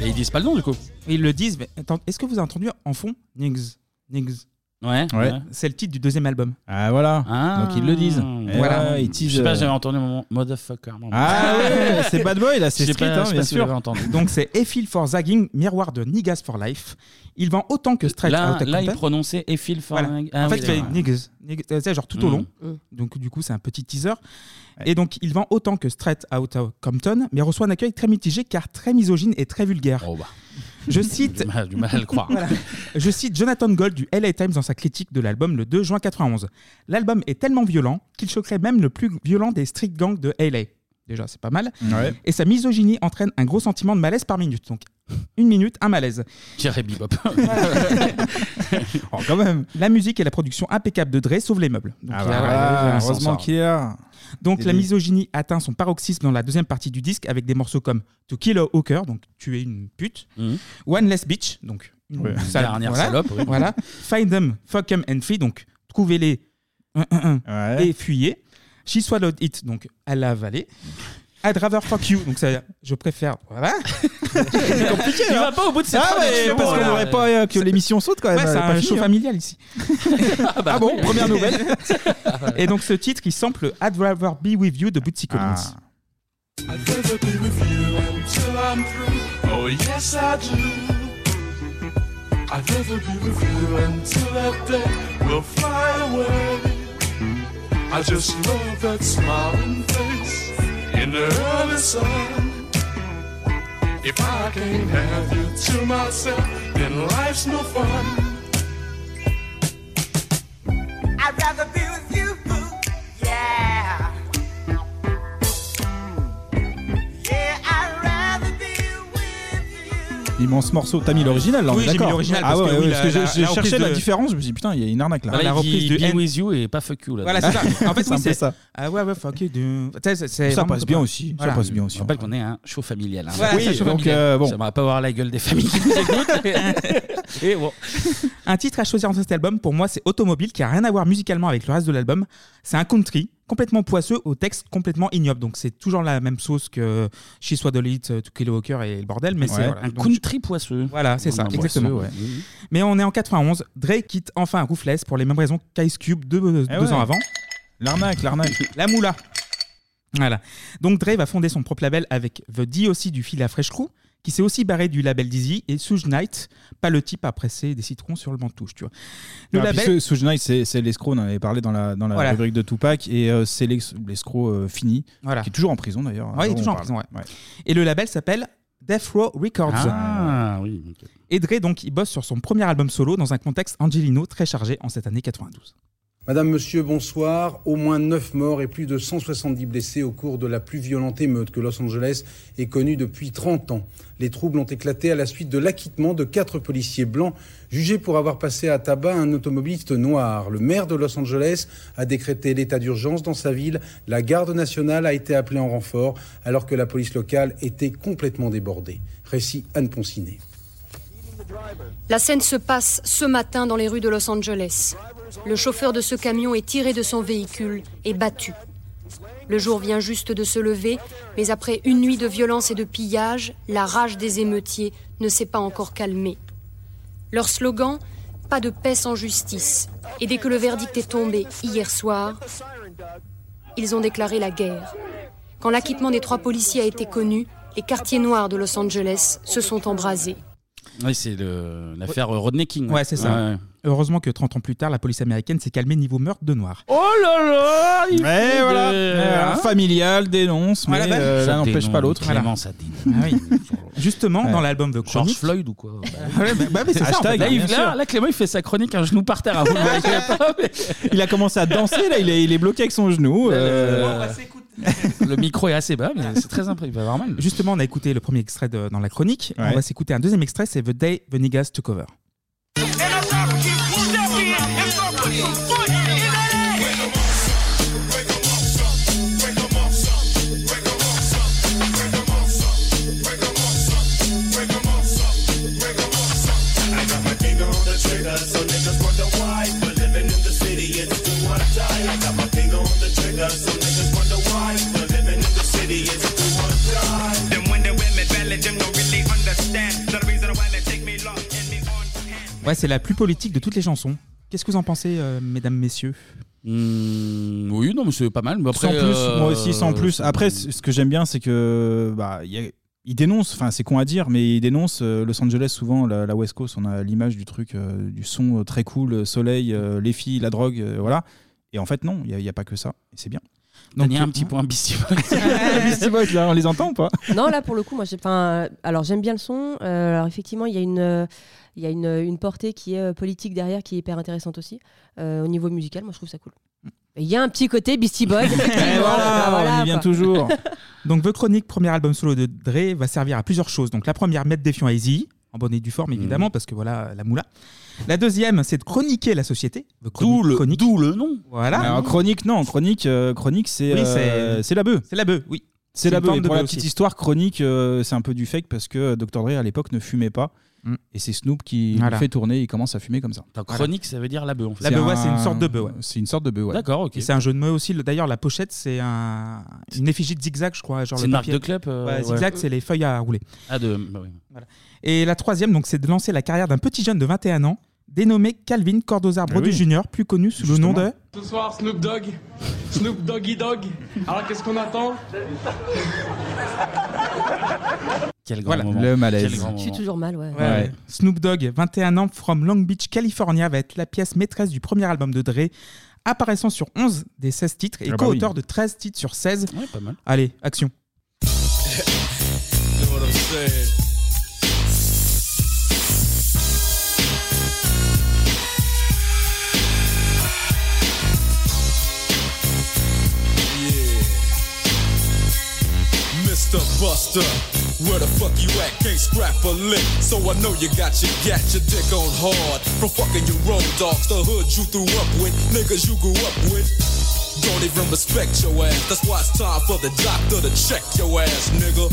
Et ils disent pas le nom du coup. Ils le disent, mais attends, est-ce que vous avez entendu en fond Niggs Niggs Ouais, Ouais. ouais. C'est le titre du deuxième album. Ah voilà. Ah. Donc ils le disent. Et Voilà. ouais, ils teasent, Je sais pas, euh, j'avais entendu mon motherfucker. mon- Ah ouais, c'est Bad Boy là, c'est Je sais Street, hein, pas- je sais bien pas si vous sûr. (laughs) l'avez entendu. Donc c'est Effil for Zagging, miroir de Niggas for Life. Il vend autant que Straight Là- Outta là, il Compton. prononçait Effil for- Voilà. Ah en oui, fait, il fait d'accord. Niggas, Niggas, euh, c'est genre tout au Mm. long. Donc du coup, c'est un petit teaser. Et donc, il vend autant que Straight Outta Compton, mais reçoit un accueil très mitigé car très misogyne et très vulgaire. Je cite. mal- Oh, bah. (laughs) du mal à le croire. Voilà. Je cite Jonathan Gold du LA Times dans sa critique de l'album le 2 juin 91. L'album est tellement violent qu'il choquerait même le plus violent des street gangs de LA. Déjà, c'est pas mal. Ouais. Et sa misogynie entraîne un gros sentiment de malaise par minute. Donc, une minute, un malaise. Jerry Bebop. (laughs) Oh, quand même. La musique et la production impeccable de Dre sauvent les meubles. Donc, Ah il y a- bah, il y a un sens, heureusement hein. qu'il est là. Donc Et la des- misogynie atteint son paroxysme dans la deuxième partie du disque avec des morceaux comme To Kill a Hawker, donc tu es une pute, One Less Bitch, donc une Mhm. Ouais. sale- Dernière voilà. salope, oui. voilà. Find them, fuck them and flee, donc trouvez-les un, un, un, et fuyez. She swallowed it, donc elle l'a avalé. I'd rather fuck you, donc ça veut dire, je préfère. Voilà. C'est compliqué. Tu hein. vas pas au bout de cette Ah ouais, traduction, parce qu'on là. voudrait pas euh, que l'émission saute quand même. Ouais, elle c'est est un pas finie, show hein. familial (laughs) ici. ah, bon, première nouvelle. (laughs) Et donc ce titre, il sample I'd rather be with you de Bootsy Ah, Collins. I'd rather be with you until I'm through. Oh yes I do. I'd rather be with you until that day will fly away. I just love that smiling face in the early sun. If I can't have you to myself, then life's no fun. I'd rather be with you, boo. Yeah. Yeah, I'd rather be Immense morceau. T'as mis l'original là, on Oui, est j'ai mis d'accord. l'original Ah parce ouais, que oui, ouais, parce la- que la- j'ai- j'ai la reprise cherché la de- différence. Je me suis dit, putain, il y a une arnaque là. Voilà, la il dit reprise de Be N- With You et pas Fuck You. Voilà, c'est ça. En fait, C'est oui, un peu c'est ça. Ah ouais, ouais, fuck you. dude. Tu sais, c'est- c'est Ça vraiment- passe bien aussi, ça Voilà. passe bien aussi. Je rappelle qu'on est un show familial. hein. Voilà, Oui, c'est un show donc, familial. euh, bon. J'aimerais pas voir la gueule (laughs) des familles qui nous écoutent. Et Eh, bon. (laughs) Un titre à choisir dans cet album, pour moi, c'est Automobile, qui a rien à voir musicalement avec le reste de l'album. C'est un country complètement poisseux, au texte complètement ignoble. Donc c'est toujours la même sauce que She Swaddled It, To Kill a Walker et le bordel. Mais Ouais. c'est voilà. Un Donc, country poisseux. Voilà, c'est ça, Poisseux, exactement. ouais. Mais on est en 91. Dre quitte enfin Roofless pour les mêmes raisons qu'Ice Cube deux, euh, Eh deux ouais. ans avant. L'arnaque, l'arnaque. La moula. Voilà. Donc Dre va fonder son propre label avec The D.O.C. du fil à Fresh Crew, qui s'est aussi barré du label Dizzy et Suge Knight, pas le type à presser des citrons sur le banc de touche, tu vois. Le Ah, label. puis ce- Suge Knight, c'est c'est l'escroc, on en avait parlé dans la, dans la Voilà. rubrique de Tupac, et euh, c'est l'ex- l'escroc euh, fini, Voilà. qui est toujours en prison hein, d'ailleurs. Ouais, il est On toujours en parle. prison, ouais. Et le label s'appelle Death Row Records. Ah, oui. Et Dre, donc, il bosse sur son premier album solo dans un contexte Angelino très chargé en cette année 92. Madame, Monsieur, bonsoir. Au moins 9 morts et plus de 170 blessés au cours de la plus violente émeute que Los Angeles ait connue depuis 30 ans. Les troubles ont éclaté à la suite de l'acquittement de quatre policiers blancs jugés pour avoir passé à tabac un automobiliste noir. Le maire de Los Angeles a décrété l'état d'urgence dans sa ville. La garde nationale a été appelée en renfort alors que la police locale était complètement débordée. Récit Anne Poncinet. La scène se passe ce matin dans les rues de Los Angeles. Le chauffeur de ce camion est tiré de son véhicule et battu. Le jour vient juste de se lever, mais après une nuit de violence et de pillage, la rage des émeutiers ne s'est pas encore calmée. Leur slogan Pas de paix sans justice. Et dès que le verdict est tombé hier soir, ils ont déclaré la guerre. Quand l'acquittement des trois policiers a été connu, les quartiers noirs de Los Angeles se sont embrasés. Oui, c'est le- l'affaire euh, Rodney King. Ouais, c'est ça. Ah, Ouais. Heureusement que 30 ans plus tard, la police américaine s'est calmée niveau meurtre de noir. Oh là là il fait Et voilà, de- Et voilà, Hein familial dénonce, mais Voilà, bah, euh, ça l'un n'empêche dénonce, pas l'autre. Clément, ça Bah, Ah dénonce. (laughs) Justement, Ouais. dans l'album The George Chronic, Floyd ou quoi (laughs) Ouais, bah, bah oui, c'est ça, en fait, bien là, il- là, sûr. là, Clément, il fait sa chronique un genou par (laughs) terre. hein, vous le voyez pas, mais- Il a commencé à danser, là, il est, il est bloqué avec son genou. euh, Euh, le micro est assez bas, mais c'est très imprévu. Justement, on a écouté le premier extrait de- dans la chronique. On va s'écouter un deuxième extrait, c'est The Day the Niggas Took Over. Ouais, c'est la plus politique de toutes les chansons. Qu'est-ce que vous en pensez, euh, mesdames, messieurs Hmm, Oui, non, mais c'est pas mal. Mais après, sans plus, euh, moi aussi, sans plus. c'est- Après, c- ce que j'aime bien, c'est que bah, il y a- il dénonce, enfin c'est con à dire, mais il dénonce euh, Los Angeles souvent, la, la West Coast, on a l'image du truc, euh, du son euh, très cool, euh, soleil, euh, les filles, la drogue, euh, voilà. Et en fait non, il n'y a, il y a pas que ça, et c'est bien. Donc, un petit point (laughs) Beastie Boys. Ah, Beastie Boys, là, on les entend ou pas (laughs) non, là pour le coup, moi, j'ai- 'fin, euh, alors j'aime bien le son. Euh, alors effectivement, il y a une, euh, il y a une, une portée qui est euh, politique derrière, qui est hyper intéressante aussi. Euh, au niveau musical, moi, je trouve ça cool. Mm. Et Il y a un petit côté Beastie (laughs) Boys. Eh effectivement. Bah, voilà, on y vient quoi. toujours. (laughs) Donc, The Chronic, premier album solo de Dre, va servir à plusieurs choses. Donc, la première, mettre défiant à Easy, en bonne et due forme, évidemment, parce que voilà, la moula. La deuxième, c'est de chroniquer la société. D'où le, nom. Voilà. Alors, chronique, non, chronique, euh, chronique c'est Oui, euh, c'est- c'est la bœuf. C'est la bœuf, oui. C'est la une beuh. forme Et de pour la bœuf petite aussi. histoire, chronique, euh, c'est un peu du fake parce que Dr. Dre à l'époque ne fumait pas. Mm. Et c'est Snoop qui le Voilà. fait tourner, il commence à fumer comme ça. Chronique, ça veut dire la bœuf. en fait. La bœuf, ouais, c'est une Une sorte de bœuf, ouais. C'est une sorte de bœuf, ouais. D'accord, ok. Et c'est un jeu de mots aussi. Le- D'ailleurs, la pochette, c'est un... une effigie de zigzag, je crois. genre C'est le une marque papier. de club, euh, Ouais, ouais. Zigzag, c'est les feuilles à rouler. Ah, de. bah oui. Et la troisième, donc, c'est de lancer la carrière d'un petit jeune de 21 ans, dénommé Calvin Cordozar Ah Brodus oui. Jr., plus connu sous le nom de. Ce soir, Ah, Snoop Dogg, Snoop Doggy Dogg. Alors qu'est-ce qu'on attend Quel Voilà. Le malaise. Je suis toujours mal, ouais. Ouais, ouais. Snoop Dogg, 21 ans, from Long Beach, California, va être la pièce maîtresse du premier album de Dre, apparaissant sur 11 des 16 titres et Ah bah co-auteur oui. de 13 titres sur 16. pas mal. Allez, action. You know what I'm saying? Mr. Buster, where the fuck you at? Can't scrap a lick. So I know you got your gat, your dick on hard. From fucking your road dogs, the hood you threw up with, niggas you grew up with. Don't even respect your ass. That's why it's time for the doctor to check your ass, nigga.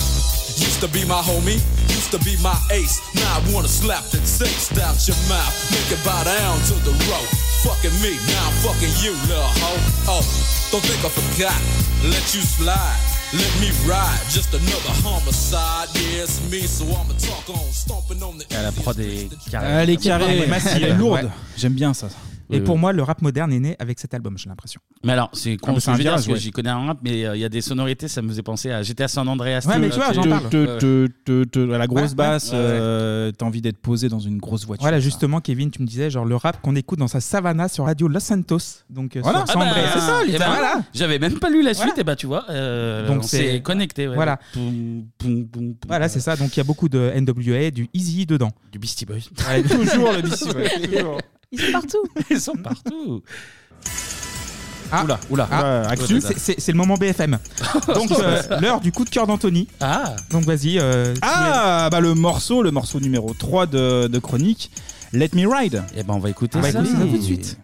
Used to be my homie, used to be my ace. Now I wanna slap the taste out your mouth. Make it bow down to the road. Fucking me, now I'm fucking you, little hoe. Oh, don't think I forgot. Let you slide. Let me ride, just another homicide. Yeah, it's me, so I'ma talk on stomping on the Ah, la prod est carrée. Elle est carrée, massive. Ah, elle est lourde. Ouais. J'aime bien ça. Et pour moi, le rap moderne est né avec cet album, j'ai l'impression. Mais alors, c'est con, Ah bah, ce c'est que un je veux dire, virage, parce que ouais. j'y connais un rap, mais euh, il y a des sonorités, ça me faisait penser à GTA San Andreas. Ouais, mais tu vois, j'en parle. Ouais. à la grosse Ouais, basse, ouais. euh, t'as envie d'être posé dans une grosse voiture. Voilà, justement, Kevin, tu me disais, genre le rap qu'on écoute dans sa savana sur Radio Los Santos. Donc, euh, Voilà. sur San Ah bah, Andreas. c'est ça, Eh ben, littéralement. voilà. J'avais même pas lu la suite, et bah tu vois, euh, Donc on c'est- s'est connecté. ouais. Voilà. Poum, poum, poum, poum. Voilà, c'est ça. Donc, il y a beaucoup de NWA, du Easy dedans. Du (laughs) Beastie Boys. toujours le Beastie Boys. (laughs) toujours. Ils sont partout. Ils sont partout. Ah, oula, oula. Ah, Ouais, actu, ouais, ouais. c'est- c'est c'est le moment BFM. (laughs) Donc, euh, l'heure du coup de cœur d'Anthony. Ah Donc, vas-y. euh, Ah, bah le morceau, le morceau numéro 3 de, de Chronique, Let Me Ride. Eh Et ben on va écouter on va ça. écouter ça tout de suite.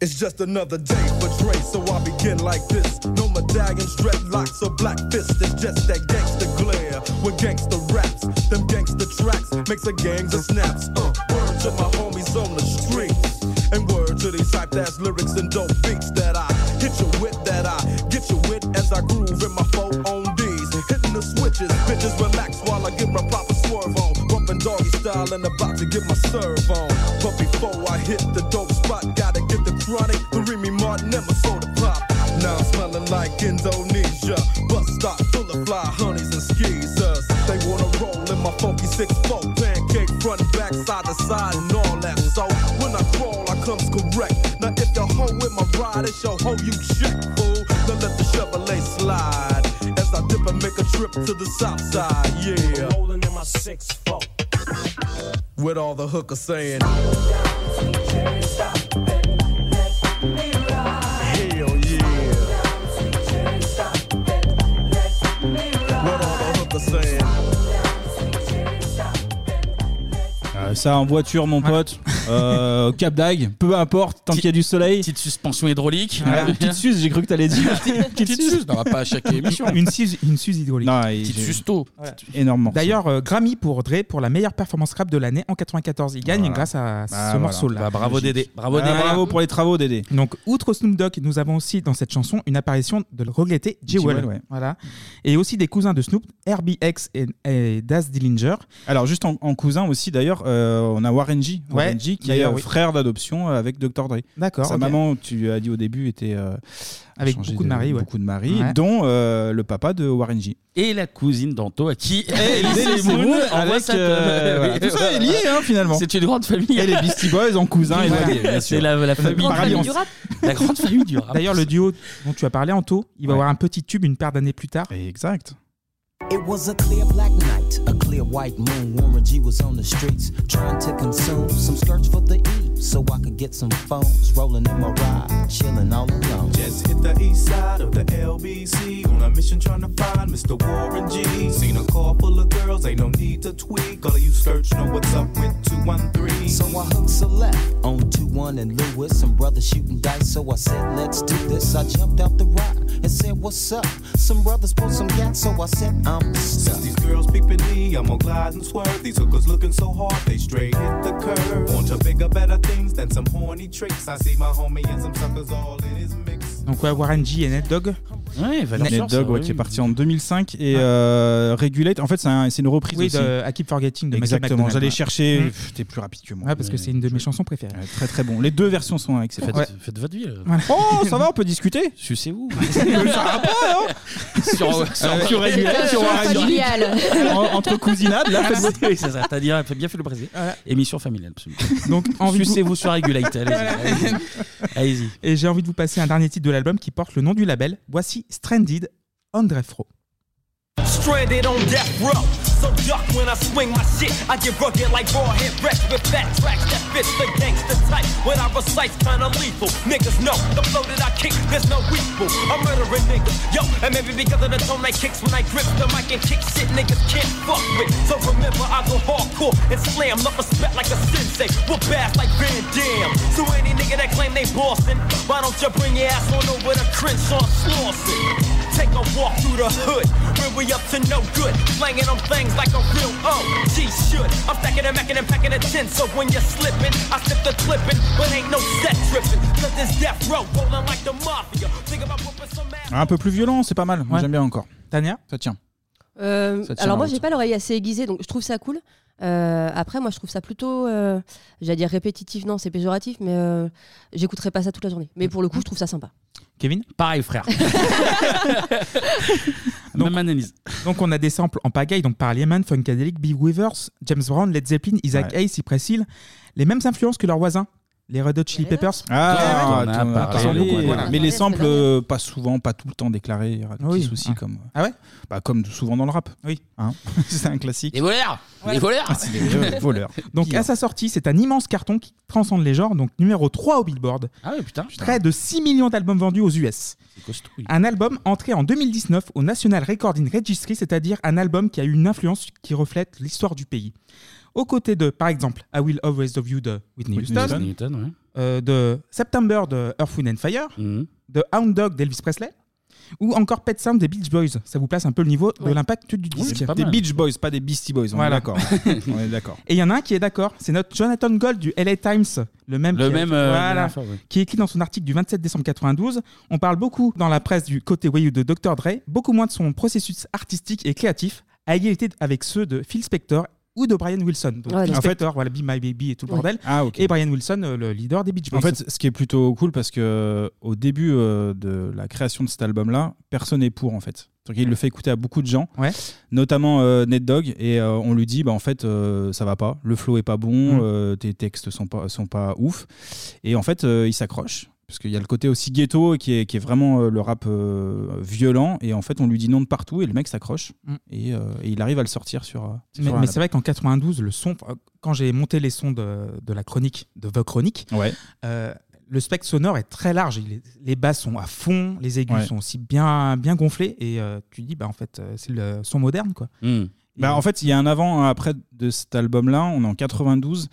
It's just another day for Dre, so I begin like this. No medallions, dreadlocks, or black fists. It's just that gangster glare with gangster raps. Them gangster tracks makes a gangs of snaps. Uh, word to my homies on the streets. And word to these hyped ass lyrics and dope beats that I hit you with, that I get you with as I groove in my four on D's. Hitting the switches, bitches relax while I get my proper swerve on. Bumping doggy style and about to get my serve on. But before I hit the dope spot, gotta get the chronic, the Remy Martin and my soda pop. Now I'm smelling like Indonesia. Bus stop full of fly honeys and skeezers. They wanna roll in my funky six folk pancake front, back, side to side, and all that. So when I crawl, I comes correct. Now if your hoe with my ride, it's your hoe you check, fool. Then let the Chevrolet slide as I dip and make a trip to the south side. Yeah, Rolling in my six foot. with all the hookers saying. Hell yeah. What all the hookers saying? Euh, ça en voiture, mon pote. Euh, Cap d'Agde, peu importe, tant qu'il y a du soleil. Petite suspension hydraulique. Voilà, une (laughs) petite suze, j'ai cru que t'allais (laughs) dire. Petite suze, non, pas à chaque émission. Une suze, une suze hydraulique. Petite susto. Énormément. D'ailleurs, euh, Grammy pour Dre pour la meilleure performance rap de l'année en 94. Il gagne Voilà. grâce à ce Bah, voilà. morceau-là. Bah, bravo, Dédé. Bravo, Dédé. Bravo pour les travaux, Dédé. Donc, outre Snoop Dogg, nous avons aussi dans cette chanson une apparition de le regretté Jewel. Jewel, ouais. Voilà. Et aussi des cousins de Snoop, RBX et, et Daz Dillinger. Alors, juste en, en cousin aussi, d'ailleurs, euh, on a Warren G, Warren Ouais, G qui est d'ailleurs, euh, oui. frère d'adoption euh, avec Dr. Dre. D'accord, Sa ok. maman, tu as dit au début, était euh, Avec changée beaucoup de mari, ouais. beaucoup de mari, Ouais. dont euh, le papa de Warren G. Et la cousine d'Anto à qui est Elie Elie Semoun, Semoun envoie avec, sa teub. euh, voilà. Tout ça est lié, hein, finalement. C'est une grande famille. Et les Beastie Boys en cousins et Voilà. drogués, bien C'est sûr. la, la La famille grande famille du rap. La grande famille du rap. D'ailleurs, le duo dont tu as parlé, Anto, il va avoir un petit tube une paire d'années plus tard. Exact. It was a clear black night, a clear white moon. Warren G was on the streets trying to consume some skirts for the E so I could get some phones rolling in my ride, chilling all alone. Just hit the east side of the LBC on a mission trying to find Mr. Warren G. Seen a car full of girls, ain't no need to tweak. All of you search know what's up with 213. So I hooks a left on 2 1 and Lewis, some brothers shooting dice. So I said, let's do this. I jumped out the ride and said, What's up? Some brothers pulled some gas, so I said, I'm stuck. These girls peeping me, I'm gonna glide and swerve. These hookers looking so hard, they straight hit the curve. Want to bigger, better things than some horny tricks. I see my homie and some suckers all in his mix. Donc, ouais, Warren G et Ned Dog. Ouais, Ned Dog, ouais, qui est parti en 2005 et euh, Regulate. En fait, c'est un- c'est une reprise Oui, aussi. de I Keep Forgetting de Michael Exactement. McDonald, J'allais ouais. chercher. Mm. pff, T'es plus rapide que moi. Ouais, parce que c'est une de mes chansons préférées. Ouais, Très très bon. Les deux versions sont excellentes. Faites- Ouais. faites votre vie, là. Voilà. Oh, ça va, on peut discuter. Sucez-vous. ça va pas, hein (laughs) Sur- sur- Ah, Euh, (laughs) sur Regulate, sur Warren G. (laughs) En- Entre cousinades, là, faites votre- Oui, c'est ça. T'as dit, t'as bien fait le préciser. Émission familiale, absolument. (laughs) Donc, envie de vous- Sucez-vous sur Regulate. Allez-y. allez-y. Allez-y. Et j'ai envie de vous passer un dernier titre de l'album qui porte le nom du label. Voici Stranded André Fro. Stranded on death row. So dark when I swing my shit. I get rugged like raw hit wreck with fat tracks that fits the gangster type. When I recite, kinda lethal. Niggas know the flow that I kick, there's no equal. I'm murdering niggas, yo, and maybe because of the tone I kicks when I grip the mic and kick shit niggas can't fuck with. So remember, I go hardcore and slam, love respect like a sensei. We'll bath like Van Damme. So any nigga that claim they Boston, why don't you bring your ass on over to Crenshaw Slauson? Take a walk through the hood, where we up to no good. Slanging on things like a real OG should. I'm stacking and macking and packing a tin, so when you're slipping, I slip the clipping, but ain't no set tripping. Cause this death row rolling like the mafia. Think about whooping some ass. Un peu plus violent, c'est pas mal. Moi, J'aime bien encore. Tania Ça tient. (laughs) Euh, Ça tient la alors moi route. j'ai pas l'oreille assez aiguisée donc je trouve ça cool. Euh, après moi je trouve ça plutôt, euh, j'allais dire répétitif, non c'est péjoratif mais euh, j'écouterai pas ça toute la journée. Mais pour le coup je trouve ça sympa. Kevin (laughs) Pareil, frère. donc, Même analyse. Donc, on a des samples en pagaille, donc par Lehman, Funkadelic, Big Weavers, James Brown, Led Zeppelin, Isaac Hayes, Cypress Hill. Les mêmes influences que leurs voisins, les Red Hot Chili Peppers. Ouais, Ah, on ouais. en a Ouais, parlé. ouais. Mais- Voilà. Mais les samples, euh, pas souvent, pas tout le temps déclarés. Il y aura des Oui. petits soucis Ah. comme. Ah ouais bah, Comme souvent dans le rap. Hein. Oui. (laughs) c'est un classique. Les voleurs Ouais. Les voleurs Ah, c'est des (laughs) euh, voleurs. Donc à sa sortie, c'est un immense carton qui transcende les genres, donc numéro 3 au Billboard. Ah ouais, putain. Près de 6 millions d'albums vendus aux US. Un album entré en 2019 au National Recording Registry, c'est-à-dire un album qui a eu une influence qui reflète l'histoire du pays. Aux côtés de, par exemple, I Will Always Love You de Whitney, Whitney Houston, Houston, ouais. Mhm. euh, de September de Earth, Wind and Fire, de Hound Dog d'Elvis Presley, ou encore Pet Sound des Beach Boys. Ça vous place un peu le niveau de l'impact du disque. Des Beach Boys, pas des Beastie Boys. On Voilà. est d'accord. on est d'accord. Et il y en a un qui est d'accord, c'est notre Jonathan Gold du LA Times, le même, Le qui, a- même, euh, voilà, la dernière fois, ouais. qui écrit dans son article du 27 décembre 92. On parle beaucoup dans la presse du côté Wayu de Dr. Dre, beaucoup moins de son processus artistique et créatif, à égalité avec ceux de Phil Spector ou de Brian Wilson. Donc, Ouais, Phil d'accord. Spector, voilà, Be My Baby et tout le Ouais. bordel. Ah, ok. Et Brian Wilson, euh, le leader des Beach Boys. En fait, ce qui est plutôt cool parce que euh, au début euh, de la création de cet album-là, personne n'est pour en fait. Donc il le fait écouter à beaucoup de gens, notamment euh, Ned Dog, et euh, on lui dit bah en fait euh, ça va pas, le flow est pas bon, Mm. euh, tes textes sont pas sont pas ouf, et en fait euh, il s'accroche. Parce qu'il y a le côté aussi ghetto qui est, qui est vraiment euh, le rap euh, violent. Et en fait, on lui dit non de partout et le mec s'accroche. Mm. Et, euh, et il arrive à le sortir sur. euh, sur Mais, un mais album. c'est vrai qu'en 92, le son, euh, quand j'ai monté les sons de, de la chronique, de vos chroniques, euh, le spectre sonore est très large. Il est- les basses sont à fond, les aigus Ouais. sont aussi bien, bien gonflés, et euh, tu dis, bah en fait, euh, c'est le son moderne, quoi. Hmm. Bah, en fait, il y a un avant, un après de cet album-là. On est en 92.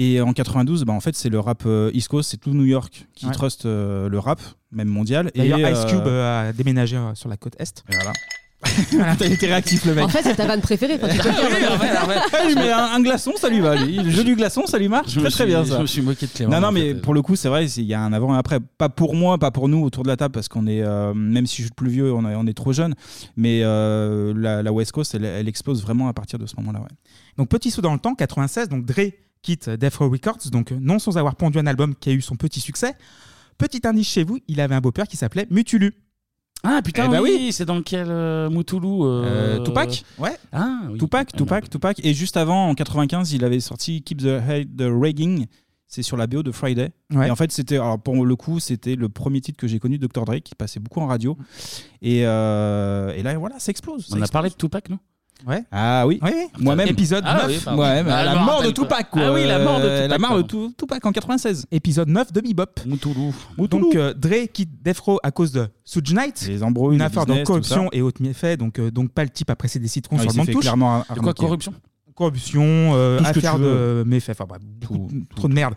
Et en 92, bah, en fait, c'est le rap euh, East Coast, c'est tout New York qui Ouais. trust euh, le rap, même mondial. Et D'ailleurs, Ice euh, (laughs) Cube euh, a déménagé euh, sur la côte Est. Voilà. T'as été réactif le mec. En fait, c'est ta vanne préférée. (laughs) Enfin, tu peux le dire, Oui, en fait, en fait. (laughs) Ah, je mets un, un glaçon, ça lui va. lui. Le jeu du glaçon, ça lui marche. Je me Très, suis- très bien ça. je me suis moqué de Clément, Non, en non, mais fait. pour le coup, c'est vrai, c'est- il y a un avant et après. Pas pour moi, pas pour nous autour de la table, parce qu'on est, euh, même si je suis le plus vieux, on, est- on est trop jeune. Mais euh, la, la West Coast, elle, elle explose vraiment à partir de ce moment-là. Ouais. Donc petit saut dans le temps, 96, donc Dre quitte Death Row Records, donc euh, non sans avoir pondu un album qui a eu son petit succès. Petit indice chez vous, il avait un beau-père qui s'appelait Mutulu. Ah putain, Eh ben oui, c'est dans lequel euh, Moutoulou Euh, euh, Tupac Ouais. Ah, oui. Tupac, Tupac, Tupac. Et juste avant, en 95, il avait sorti Keep the Head the Ragging. C'est sur la BO de Friday. Ouais. Et en fait, c'était, alors pour le coup, c'était le premier titre que j'ai connu de Dr. Dre qui passait beaucoup en radio. Et, euh, et là, voilà, ça explose. On a parlé de Tupac, non Ouais. Ah oui. Moi-même. Épisode Ah 9. oui, pardon. Ouais, mais Ah, la je me mort de rappelle, Tupac, quoi. quoi. Ah oui, la mort de Euh, Tupac. la mort de pardon. Tupac en 96. Épisode 9 de Bebop. Moutoulou. Donc euh, Dre quitte Death Row à cause de Suge Knight. Les embrouilles, Une les affaire de business, tout corruption ça. et haute méfaits. Donc, euh, donc pas le type à presser des citrons Ah, il sur le s'est banc de fait touche. clairement ar- De quoi, arnaquer. corruption Corruption, euh, Tout ce que tu affaire de veux. méfaits. Enfin bref, beaucoup- trop de merde.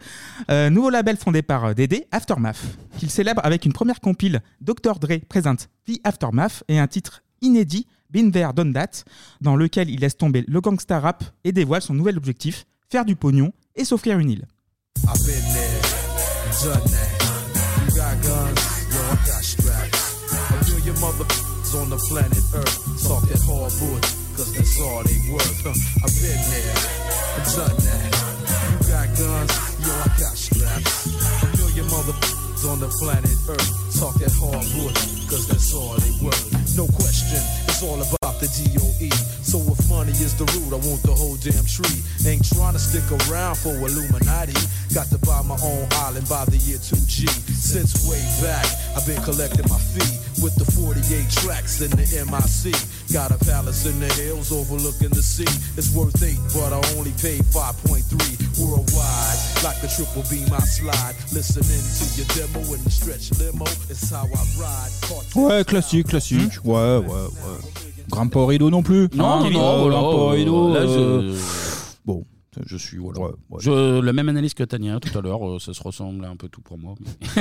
Euh, nouveau label fondé par euh, Dédé, Aftermath, qu'il célèbre avec une première compile. Dr. Dre présente The Aftermath et un titre inédit, Been There, Done That, dans lequel il laisse tomber le gangsta rap et dévoile son nouvel objectif, faire du pognon et s'offrir une île. I've been there, done that. You got guns, yo, I got straps. A million motherfuckers on the planet Earth talk that hard bullshit, cause that's all they worth. Huh. I've been there, done that. You got guns, yo, I got straps. A million motherfuckers on the planet Earth talk that hard bullshit, cause that's all they worth. No question, it's all about the DOE. So if money is the root, I want the whole damn tree. Ain't tryna stick around for Illuminati. Got to buy my own island by the year 2G. Since way back, I've been collecting my fee with the 48 tracks in the MIC. Got a palace in the hills overlooking the sea. It's worth eight, but I only paid 5.3 worldwide. Like the triple B, my slide. Listening to your demo in the stretch limo. It's how I ride. Ouais, classique, classique. Ouais, ouais, ouais. Grimpe au rideau non plus. Non, non, Hein, non, euh, voilà, oh, grimpe au euh, rideau, là, euh, je- Bon. Je suis voilà. Je, la même analyse que Tania tout à l'heure, euh, ça se ressemble à un peu tout pour moi. (laughs)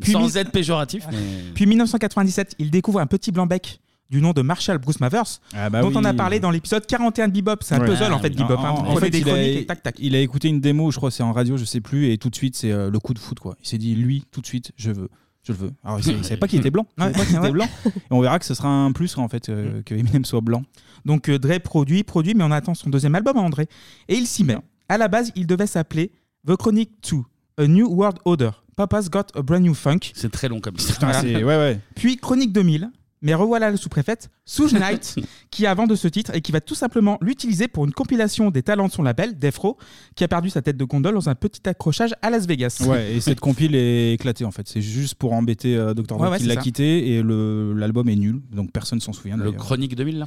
Puis Sans mis- être péjoratif, mais. Puis 1997, il découvre un petit blanc-bec du nom de Marshall Bruce Mathers, bah dont oui. on a parlé dans l'épisode 41 de Bebop. C'est un Ouais. puzzle Ah, en fait, oui. Bebop. hein. Prenez des il, a, chroniques et tac, tac. il a écouté une démo, je crois, c'est en radio, je sais plus, et tout de suite, c'est euh, le coup de foot, quoi. Il s'est dit, lui, tout de suite, je veux. Je le veux. Ah Alors, il sa- il savait pas qu'il était blanc. Il savait Ouais, pas qu'il ouais. (laughs) était blanc. Et on verra que ce sera un plus, en fait, Mm. euh, que Eminem soit blanc. Donc euh, Dre produit, produit, mais on attend son deuxième album, André. Et il s'y met. À la base, il devait s'appeler The Chronic 2, A New World Order. Papa's Got a Brand New Funk. C'est très long comme Putain, (laughs) c'est- ouais, ouais. Puis Chronique 2000, mais revoilà le sous-préfète, Suge (laughs) Knight, qui a avant de ce titre et qui va tout simplement l'utiliser pour une compilation des talents de son label, Defro, qui a perdu sa tête de gondole dans un petit accrochage à Las Vegas. Ouais, et cette compile est éclatée en fait. C'est juste pour embêter euh, Dr. Dre Ouais, ouais, qui c'est l'a ça. quitté et le- l'album est nul, donc personne s'en souvient. Le d'ailleurs. Chronique 2000, là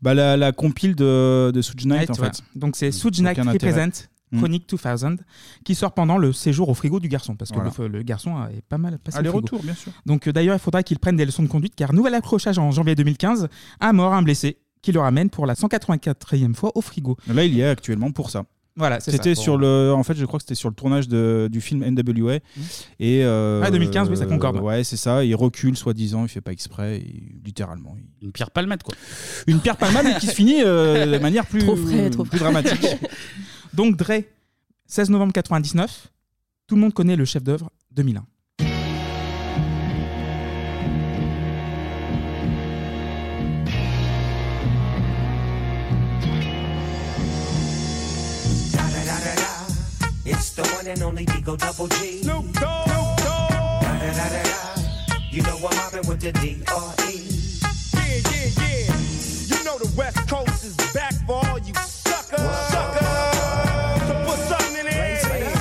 bah, la, la compile de, de Suge Knight en Ouais. fait. Mm. Donc c'est Suge Knight Aucun intérêt. Represent. Mm. Chronique 2000, qui sort pendant le séjour au frigo du garçon, parce que Voilà. le, le garçon a- est pas mal passé au frigo. Aller-retour, bien sûr. Donc euh, d'ailleurs, il faudra qu'il prenne des leçons de conduite, car nouvel accrochage en janvier 2015, un mort, un blessé, qui le ramène pour la 184e fois au frigo. Là, il y est actuellement pour ça. Voilà, c'est ça. C'était Bon. sur le, en fait, je crois que c'était sur le tournage de- du film NWA et euh, Mmh. Ah, 2015, oui, ça concorde. Ouais, c'est ça. Il recule, soi-disant, il fait pas exprès, et littéralement. il- Une pierre palmette, quoi. Une pierre palmade mais qui se finit euh, de (laughs) manière plus, Trop frais, trop plus frais. dramatique. (laughs) Donc Dre, 16 novembre 99, tout le monde connaît le chef d'œuvre 2001. It's the one and only Digo Double G. Snoop Dogg. Da-da-da-da-da. You know I'm mobbing with the E. D.R.E. Yeah, yeah, yeah. You know the West Coast is back for all you suckers. Suckers. So put something in there.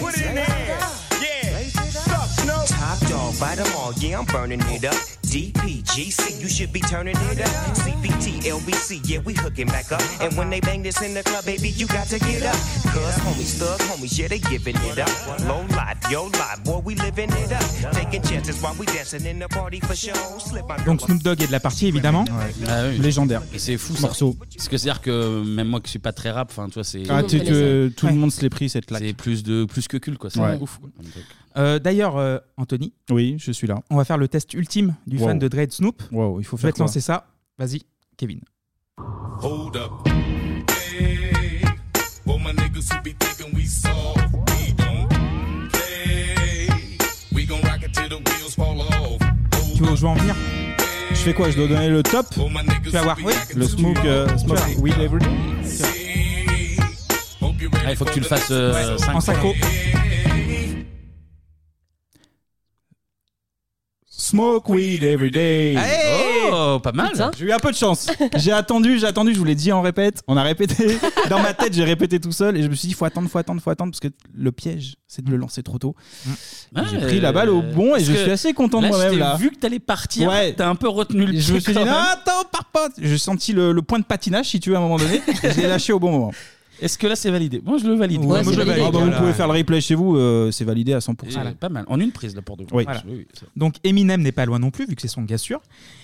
Put it in there. Yeah. Suck, no. Top dog, bite 'em all, yeah, I'm burning it up. DPGC, you should be turning it up. CPT, LBC, yeah, we hooking back up. And when they bang this in the club, baby, you got to get up. Cuz homies, thug homies, yeah, they giving it up. Low life, yo life, boy, we living it up. Taking chances while we dancing in the party for show. Slip my Donc Snoop Dogg est de la partie, évidemment. Ah oui. Légendaire. Et c'est fou, ça. Morceau. Parce que c'est-à-dire que même moi qui suis pas très rap, enfin, tu vois, c'est. Ah, tu- tu- tout le monde se l'est pris cette claque. C'est plus, de, plus que cul, quoi. C'est Ouais. ouf. quoi. Euh, D'ailleurs, euh, Anthony. Oui, je suis là. On va faire le test ultime du Wow. fan de Dread Snoop. Wow, il faut Je faire vais te lancer quoi ça. Vas-y, Kevin. Hold up. Hey, well, my niggas who be thinking we soft, we don't play. We gon' rock it till the wheels fall off. Tu veux où je veux en venir Je fais quoi Je dois donner le top Tu vas voir, oui. Le smoke, euh, smoke weed every day Ah, il faut que tu le fasses euh, cinq En fois. synchro. Smoke weed every day. Hey Oh, pas mal. Putain. J'ai eu un peu de chance. J'ai attendu, j'ai attendu, je vous l'ai dit en répète. On a répété. Dans ma tête, j'ai répété tout seul et je me suis dit, faut attendre, faut attendre, faut attendre parce que le piège, c'est de le lancer trop tôt. Et J'ai Mm. Ouais, pris la balle au bon et parce je que suis assez content de là, je moi-même t'ai là. Vu que t'allais partir, Ouais. t'as un peu retenu le Et je pied me suis dit, ah, quand même. non, attends, pars pas. J'ai senti le, le point de patinage, si tu veux, à un moment donné. je l'ai lâché au bon moment. Est-ce que là, c'est validé Moi, je le valide. Ouais, moi, je le valide. Ah bah, vous pouvez faire le replay chez vous, euh, c'est validé à 100%. Voilà. Pas mal. En une prise, là, pour de Oui. Voilà. Oui, Donc Eminem n'est pas loin non plus, vu que c'est son gars sûr.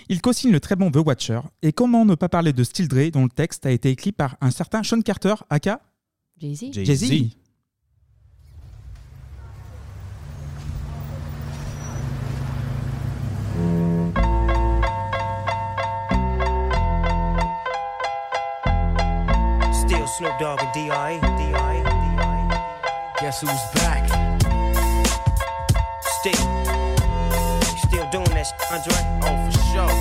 Il co-signe le très bon The Watcher. Et comment ne pas parler de Steel Dre, dont le texte a été écrit par un certain Sean Carter, aka Jay-Z. Jay-Z. Still Snoop Dogg and D.I. Guess who's back? Still. Still doing that shit, Andre? Oh, for sure.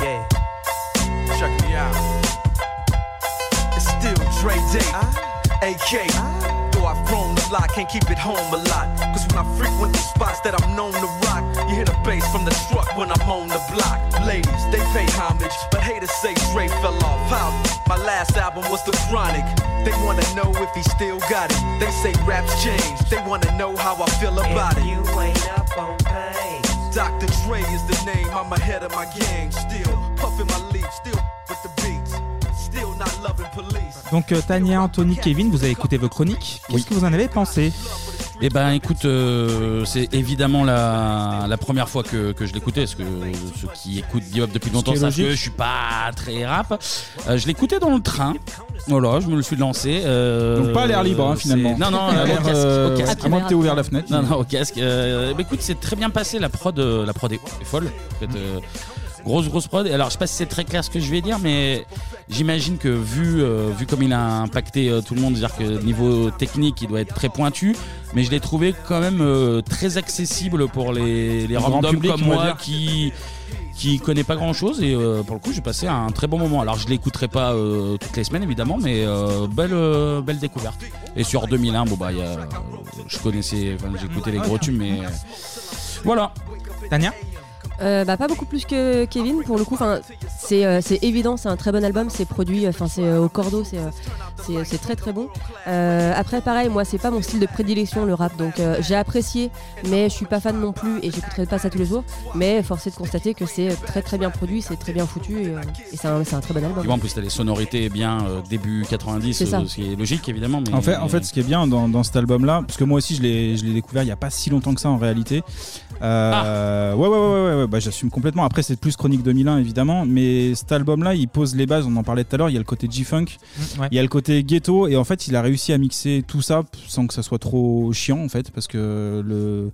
Yeah. Check me out. It's still Dre Day, Uh-huh. AK. Though I've grown a lot, can't keep it home a lot. Cause when I frequent the spots that I'm known to rock, you hear the bass from the truck when I'm on the block. Ladies, they pay homage, but haters say Dre fell off. How? My last album was The Chronic. They wanna know if he still got it. They say raps changed, they wanna know how I feel about it. You ain't up on pain. Dr. Dre is the name, I'm ahead of my gang. Still puffing my leaf, still with the beats, still not loving police. Donc euh, Tania, Anthony, Kevin, vous avez écouté vos chroniques. Qu'est-ce que vous en avez pensé Eh ben écoute, euh, c'est évidemment la, la première fois que, que je l'écoutais, parce que ceux qui écoutent Diop depuis longtemps qui est savent que logique. je suis pas très rap. Euh, je l'écoutais dans le train. Voilà, je me le suis lancé. euh, Donc pas à l'air libre, hein, c'est- finalement. Non, non, (laughs) À euh, au l'air, casque, euh, au casque. à moins que t'aies ouvert la fenêtre. Non, non, au casque. Euh, bah, écoute, c'est très bien passé. La prod, euh, la prod est est folle. En fait, euh, grosse, grosse prod. Et Alors, je sais pas si c'est très clair ce que je vais dire, mais j'imagine que vu, euh, vu comme il a impacté euh, tout le monde, c'est-à-dire que niveau technique, il doit être très pointu. Mais je l'ai trouvé quand même euh, très accessible pour les, les Le grand randoms public, comme on va moi dire. qui qui connaît pas grand chose et euh, pour le coup j'ai passé un très bon moment alors je l'écouterai pas euh, toutes les semaines évidemment mais euh, belle euh, belle découverte et sur 2001 bon bah il y a, euh, je connaissais enfin j'écoutais les gros tubes mais euh, voilà Tania Euh, bah, pas beaucoup plus que Kevin pour le coup. Enfin, c'est euh, c'est évident, c'est un très bon album, c'est produit, euh, enfin c'est euh, au cordeau, c'est euh, c'est- c'est très très bon. Euh, après, pareil, moi c'est pas mon style de prédilection le rap, donc euh, j'ai apprécié, mais je suis pas fan non plus et j'écouterai pas ça tous les jours. Mais force est de constater que c'est très très bien produit, c'est très bien foutu et, euh, et c'est un, c'est un très bon tu album. vois Euh, en plus t'as les sonorités bien euh, début 90 C'est ça. euh, ce qui est logique évidemment mais En fait, en fait, ce qui est bien dans, dans cet album-là, parce que moi aussi je l'ai je l'ai découvert il n'y a pas si longtemps que ça en réalité. Euh, Ouais, ouais, ouais, ouais, ouais, bah, j'assume complètement. Après, c'est plus Chronique 2001 évidemment, mais cet album-là, il pose les bases. On en parlait tout à l'heure. Il y a le côté G-Funk, ouais. il y a le côté ghetto, et en fait, il a réussi à mixer tout ça sans que ça soit trop chiant en fait, parce que le.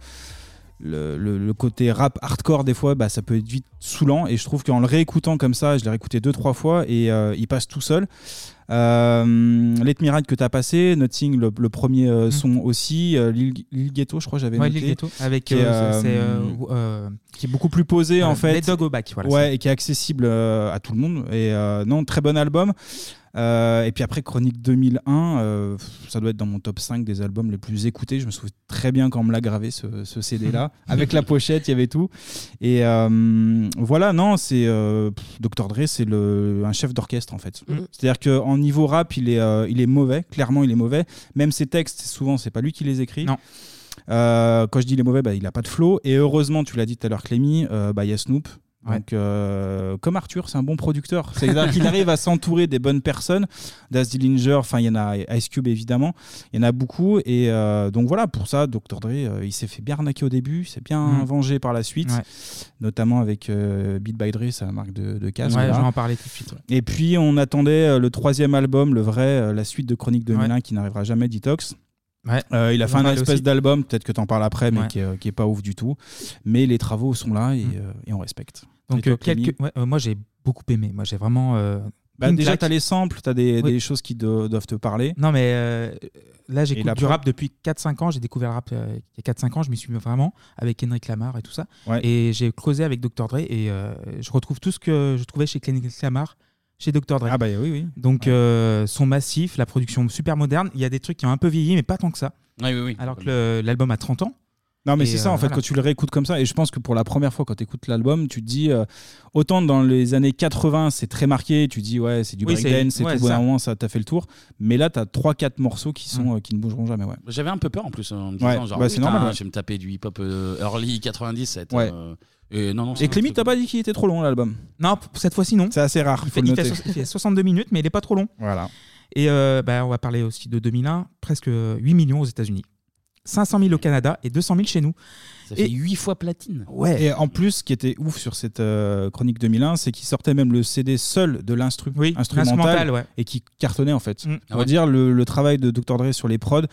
Le, le- le côté rap hardcore des fois bah, ça peut être vite saoulant et je trouve qu'en le réécoutant comme ça je l'ai réécouté deux trois fois et euh, il passe tout seul euh, Let Me Ride que t'as passé Nothing le, le premier euh, son aussi euh, Lil, Lil Ghetto je crois que j'avais Mm. Ouais, noté Lil Ghetto, avec, qui est, euh, c'est- c'est, euh, euh, euh, qui est beaucoup plus posé voilà, en fait Let Dog Go Back, voilà, ouais et qui est accessible euh, à tout le monde et euh, non très bon album Euh, et puis après Chronique 2001 euh, pff, ça doit être dans mon top 5 des albums les plus écoutés je me souviens très bien quand on me l'a gravé ce, ce CD (laughs) là avec la pochette il y avait tout et euh, voilà non c'est euh, pff, Dr Dre c'est le un chef d'orchestre en fait c'est à dire que en niveau rap il est euh, il est mauvais clairement il est mauvais même ses textes souvent c'est pas lui qui les écrit non quand je dis il est mauvais, bah, il a pas de flow. Et heureusement, tu l'as dit tout à l'heure, Clémy, euh, bah, il y a Snoop. Donc, euh, comme Arthur, c'est un bon producteur. C'est-à-dire qu'il arrive à s'entourer des bonnes personnes. Daz Dillinger, enfin, il y en a Ice Cube évidemment. Il y en a beaucoup. Et euh, donc voilà, pour ça, Dr. Dre, euh, il s'est fait bien arnaquer au début, il s'est bien Mhm. vengé par la suite, Ouais. notamment avec euh, Beat by Dre, sa marque de, de casque. Ouais, là. je vais en parler tout de suite, ouais. Et puis on attendait euh, le troisième album, le vrai, euh, la suite de Chronique 2001 qui n'arrivera jamais, Detox. Euh, il a Ils fait en un parlaient espèce aussi. d'album, peut-être que t'en parles après, mais Ouais. Mm. qui, est, euh, qui est pas ouf du tout. Mais les travaux sont là et, euh, et on respecte. Donc, Et toi, euh, quelques- Clémy ouais, euh, moi, j'ai beaucoup aimé. Moi, j'ai vraiment. euh, Bah, une déjà, claque. t'as les samples, t'as des, Oui. des choses qui de- doivent te parler. Non, mais euh, là, Et j'écoute la du rap depuis 4-5 ans. J'ai découvert le rap euh, il y a 4-5 ans. Je m'y suis mis vraiment avec Henrik Lamar et tout ça. Ouais. Mm. Et j'ai creusé avec Dr. Dre et euh, je retrouve tout ce que je trouvais chez Henrik Lamar. Chez Dr. Dre. Ah bah oui, oui. Donc, euh, son massif, la production super moderne. Il y a des trucs qui ont un peu vieilli, mais pas tant que ça. Oui, oui, oui. Alors que le- l'album a 30 ans. Non, mais Et, c'est ça, euh, en fait, voilà. quand tu le réécoutes comme ça, et je pense que pour la première fois, quand tu écoutes l'album, tu te dis, euh, autant dans les années 80, c'est très marqué, tu dis, ouais, c'est du Oui, breakdance, c'est- c'est ouais, tout, bon, ça. à un moment, ça t'a fait le tour. Mais là, t'as 3-4 morceaux qui, Mm. sont, euh, qui ne bougeront jamais, ouais. J'avais un peu peur en plus en me Ouais, disant genre bah, c'est putain, normal, ouais. je vais me taper du hip hop early 97. Ouais. euh, et non non. Et Clémy, t'as pas dit qu'il était trop long, l'album Non, p- cette fois-ci, non. C'est assez rare, Il faut fait, le il fait noter. so- il fait 62 minutes, mais il n'est pas trop long. Voilà. Et euh, bah, on va parler aussi de 2001, presque 8 millions aux États-Unis, 500 000 au Canada et 200 000 chez nous. Ça fait 8 fois platine. Ouais. Et en plus, ce qui était ouf sur cette euh, chronique 2001, c'est qu'il sortait même le CD seul de l'instru l'instrumental, ouais. et qui cartonnait en fait. Mm. On va Ouais. dire le, le travail de Dr Dre sur les prods.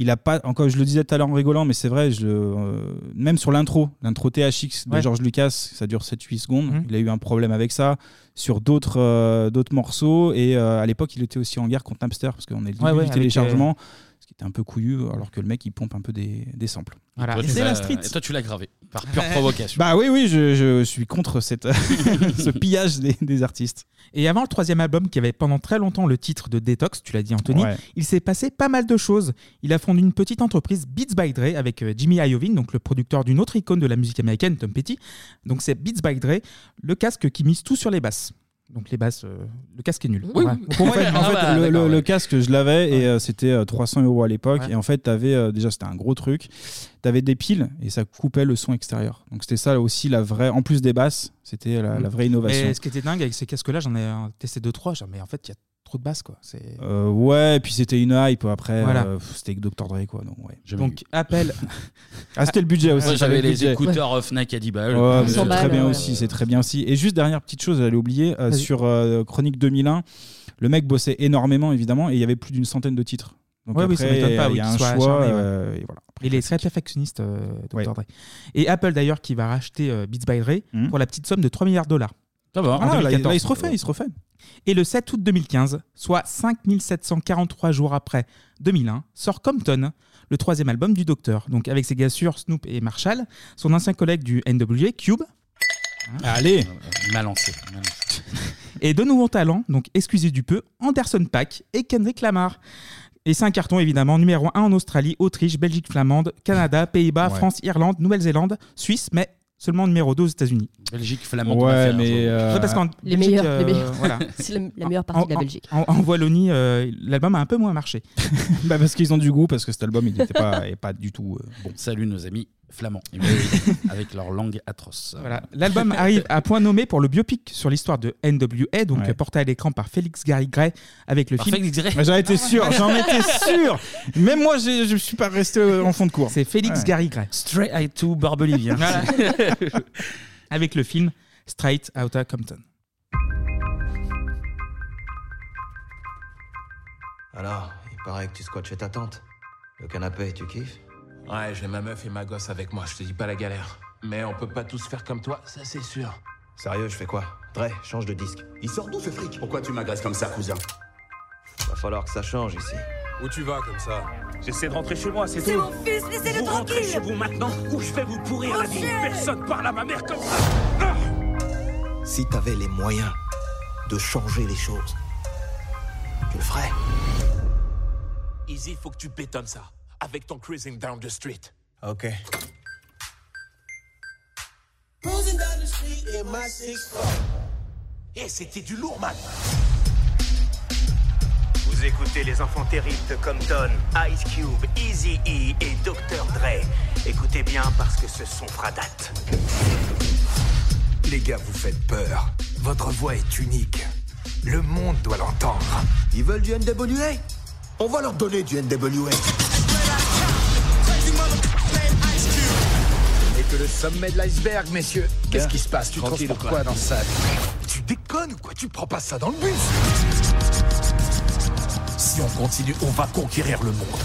Il a pas encore, je le disais tout à l'heure en rigolant, mais c'est vrai, je, le- euh, même sur l'intro, l'intro THX de Ouais. Mm. George Lucas, ça dure 7-8 secondes. Il a eu un problème avec ça sur d'autres euh, d'autres morceaux. Et euh, à l'époque, il était aussi en guerre contre Napster parce qu'on est le début Ouais, ouais, du avec, euh, téléchargement, ce qui était un peu couillu, alors que le mec il pompe un peu des, des samples. Voilà. Toi, Et tu c'est la l'as- street. et toi tu l'as gravé par (laughs) pure provocation. Bah oui, oui, je, je suis contre (laughs) cette, ce pillage des, des artistes. Et avant le troisième album, qui avait pendant très longtemps le titre de Detox, tu l'as dit Anthony, Ouais. il s'est passé pas mal de choses. Il a fondé une petite entreprise, Beats by Dre, avec euh, Jimmy Iovine, donc le producteur d'une autre icône de la musique américaine, Tom Petty. Donc c'est Beats by Dre, le casque qui mise tout sur les basses. Donc les basses, euh, le casque est nul. Oui, ah bah, Ouais. oui. Pour moi, ah en fait, bah, le- le, le casque, je l'avais et euh, c'était euh, 300 euros à l'époque. Ouais. Et en fait, t'avais euh, déjà, c'était un gros truc. T'avais des piles et ça coupait le son extérieur. Donc c'était ça aussi la vraie, en plus des basses, c'était la, Mm. la vraie innovation. Mais ce qui était dingue avec ces casques-là, j'en ai euh, testé deux trois. genre, Mais en fait, il y a trop de basses quoi. C'est Euh, ouais, et puis c'était une hype. Après, Voilà. euh, pff, c'était que Dr Dre quoi. Donc, ouais. donc (laughs) appel. Ah, c'était le budget aussi. Ouais, j'avais le les budget. écouteurs euh, Fnac à 10 balles. Ouais, Euh, mais c'est très bien aussi, c'est très bien aussi. Et juste dernière petite chose, j'allais oublier euh, Vas-y. sur euh, Chronique 2001, le mec bossait énormément évidemment et il y avait plus d'une centaine de titres. Donc Ouais, oui, ça après, m'étonne il y pas, a oui, un qu'il soit choix. acharné, ouais. euh, et voilà. Il est très perfectionniste, euh, Dr. Dre. Et Apple d'ailleurs qui va racheter euh, Beats by Dre Mmh. pour la petite somme de 3 milliards de dollars. Ça va, En Ah, là, 2014. là, il se refait, il se refait. Et le 7 août 2015, soit 5743 jours après 2001, sort Compton, le troisième album du Docteur. Donc avec ses gars sûrs Snoop et Marshall, son ancien collègue du NWA, Cube. Hein Allez Mal lancé. mal lancé. Et de nouveaux talents, donc excusez du peu, Anderson Pack et Kendrick Lamar. Et c'est un carton évidemment, numéro 1 en Australie, Autriche, Belgique flamande, Canada, Pays-Bas, Ouais. France, Irlande, Nouvelle-Zélande, Suisse, mais seulement numéro 2 aux États-Unis. Belgique flamande. Ouais, mais, hein, euh, Ouais, parce qu'en Les Belgique, meilleurs, les euh, meilleurs. voilà. (laughs) C'est la, la meilleure partie de la En- Belgique. En, en Wallonie, euh, l'album a un peu moins marché. (laughs) bah parce qu'ils ont du goût, parce que cet album, il n'était pas, (laughs) est pas du tout. euh, bon. Salut nos amis flamands (laughs) avec leur langue atroce. Voilà. (laughs) L'album euh, arrive à point nommé pour le biopic sur l'histoire de NWA, donc Ouais. euh, porté à l'écran par Félix Gary Gray avec le Par film. Félix Gray. J'en étais sûr, (laughs) j'en étais sûr. Même moi, j'ai- je ne suis pas resté euh, en fond de cours. C'est Félix Ouais. Gary Gray. Straight Eye to hein. Barbelivien. (laughs) Voilà. avec le film Straight Outta Compton. Alors, il paraît que tu squats chez ta tante. Le canapé, tu kiffes Ouais, j'ai ma meuf et ma gosse avec moi, je te dis pas la galère. Mais on peut pas tous faire comme toi, ça c'est sûr. Sérieux, je fais quoi Dre, change de disque. Il sort d'où ce fric Pourquoi tu m'agresses comme ça, cousin Va falloir que ça change ici. Où tu vas comme ça J'essaie de rentrer chez moi, c'est tout. C'est mon fils, laissez-le vous tranquille. rentrez chez vous maintenant ou je vais vous pourrir la vie. Rocher. Personne parle à ma mère comme ça. Si t'avais les moyens de changer les choses, tu le ferais. Easy, faut que tu bétonnes ça. Avec ton cruising down the street. Ok. Cruising down the street in my six Eh, c'était du lourd, man. Vous écoutez les enfants terribles de Compton, Ice Cube, Easy E et Dr. Dre. Écoutez bien parce que ce son fera date. Les gars, vous faites peur. Votre voix est unique. Le monde doit l'entendre. Ils veulent du NWA On va leur donner du NWA. On n'est que le sommet de l'iceberg, messieurs. Qu'est-ce qui se passe Tu Tranquille transportes ou quoi quoi dans ce sac Tu déconnes ou quoi Tu prends pas ça dans le bus Si on continue, on va conquérir le monde.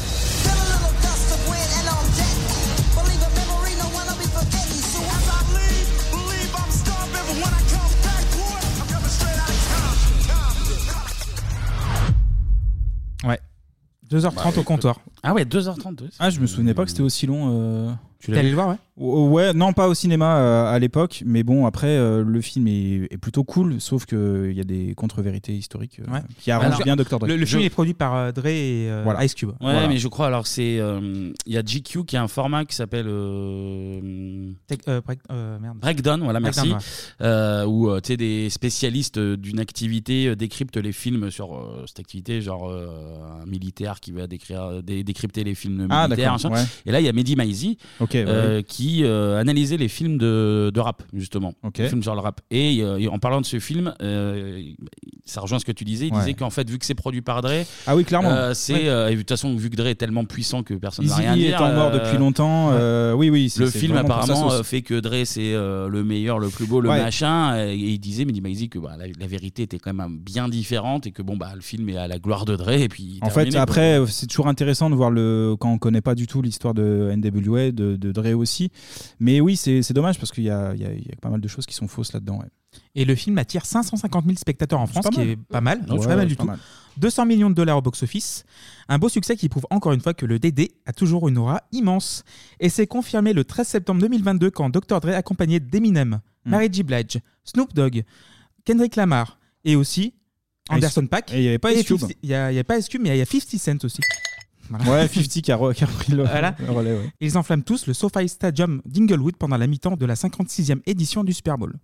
2h30 au comptoir. Ah ouais, 2h30. ouais. Ah, je me souvenais pas que c'était aussi long. euh. Tu l'as T'es allé vu le voir, ouais O- Ouais, non, pas au cinéma euh, à l'époque, mais bon, après, euh, le film est, est plutôt cool, sauf qu'il y a des contre-vérités historiques euh, Ouais. qui arrangent Alors, bien Dr. Dre. Le, le film Je- est produit par euh, Dre et euh, Voilà. Ice Cube. Ouais, Voilà. mais je crois, alors c'est. euh, Il y a GQ qui a un format qui s'appelle. euh, Tech- euh, break- euh, merde. Breakdown, voilà, merci. Breakdown, ouais. Euh, où euh, tu sais, des spécialistes euh, d'une activité euh, décryptent les films sur euh, cette activité, genre euh, un militaire qui va décrire, euh, dé- décrypter les films Ah, militaires. d'accord, machin. ouais. Et là, il y a Mehdi Maizi Ok, ouais, euh, oui. qui euh, analysait les films de, de rap, justement. Les films sur le rap. Et euh, et en parlant de ce film, euh, ça rejoint ce que tu disais. Il Ouais. disait qu'en fait, vu que c'est produit par Dre, Ah oui, clairement. euh, c'est, Ouais. euh, et de toute façon, vu que Dre est tellement puissant que personne ne va Easy rien Lee dire. étant mort euh, depuis longtemps, euh, oui, oui. c'est- le c'est film vraiment pour sa apparemment sauce. euh, fait que Dre c'est euh, le meilleur, le plus beau, le Ouais. machin. Et, et il disait, Mehdi Maizi, que bah, la, la vérité était quand même euh, bien différente et que bon bah le film est à la gloire de Dre et puis. En terminé, fait, quoi. après, euh, c'est toujours intéressant de voir le quand on connaît pas du tout l'histoire de NWA, de, de Dre aussi. Mais oui, c'est c'est dommage parce qu'il y, a- il y a il y a pas mal de choses qui sont fausses là-dedans. ouais. Et le film attire 550 000 spectateurs en France, pas qui mal. est pas mal, Non, c'est ouais, pas mal c'est du pas tout. mal. 200 millions de dollars au box-office, un beau succès qui prouve encore une fois que le DD a toujours une aura immense. Et c'est confirmé le 13 septembre 2022 quand Dr. Dre, accompagné d'Eminem, Hmm. Mary J. Blige, Snoop Dogg, Kendrick Lamar et aussi Anderson Ice- Pack. Et il y avait pas Ice Cube. 50 Il n'y a, il y a pas Ice Cube, mais il y a 50 Cent aussi. Ouais, 50 qui a, re- qui a repris le, Voilà. (laughs) le relais. ouais. Ils enflamment tous le SoFi Stadium d'Inglewood pendant la mi-temps de la 56e édition du Super Bowl.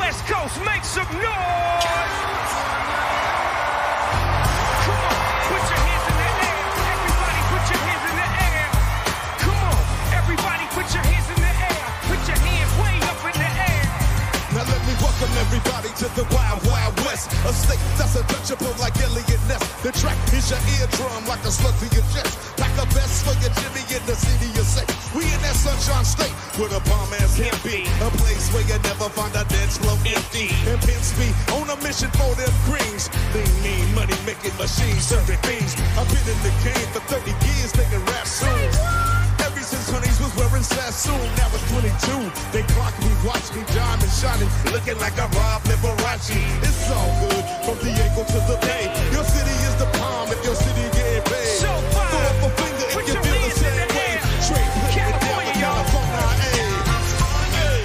West Coast, make some noise! Come on, put your hands in the air. Everybody, put your hands in the air. Come on, everybody, put your hands in the air. Put your hands way up in the air. Now let me welcome everybody to the Wild Wild West, a state that's untouchable like Elliot Ness. The track is your eardrum like a slug to your chest. Pack a vest for your Jimmy in the city you say. We in that sunshine state with a bomb ass can be. A place where you never find a dance floor empty. And pins be on a mission for them greens. Lean, mean, money making machines serving beans. I've been in the game for 30 years making rap songs. Ever since honeys was wearing Sassoon, that was 22. They clocked me, watched me, diamond shining, looking like I robbed Liberace. It's all good, from Diego to the Bay. Your city is the palm if your city get paid. So Throw up a finger if you feel the same way. Straight hit it down with California, ayy. Ayy.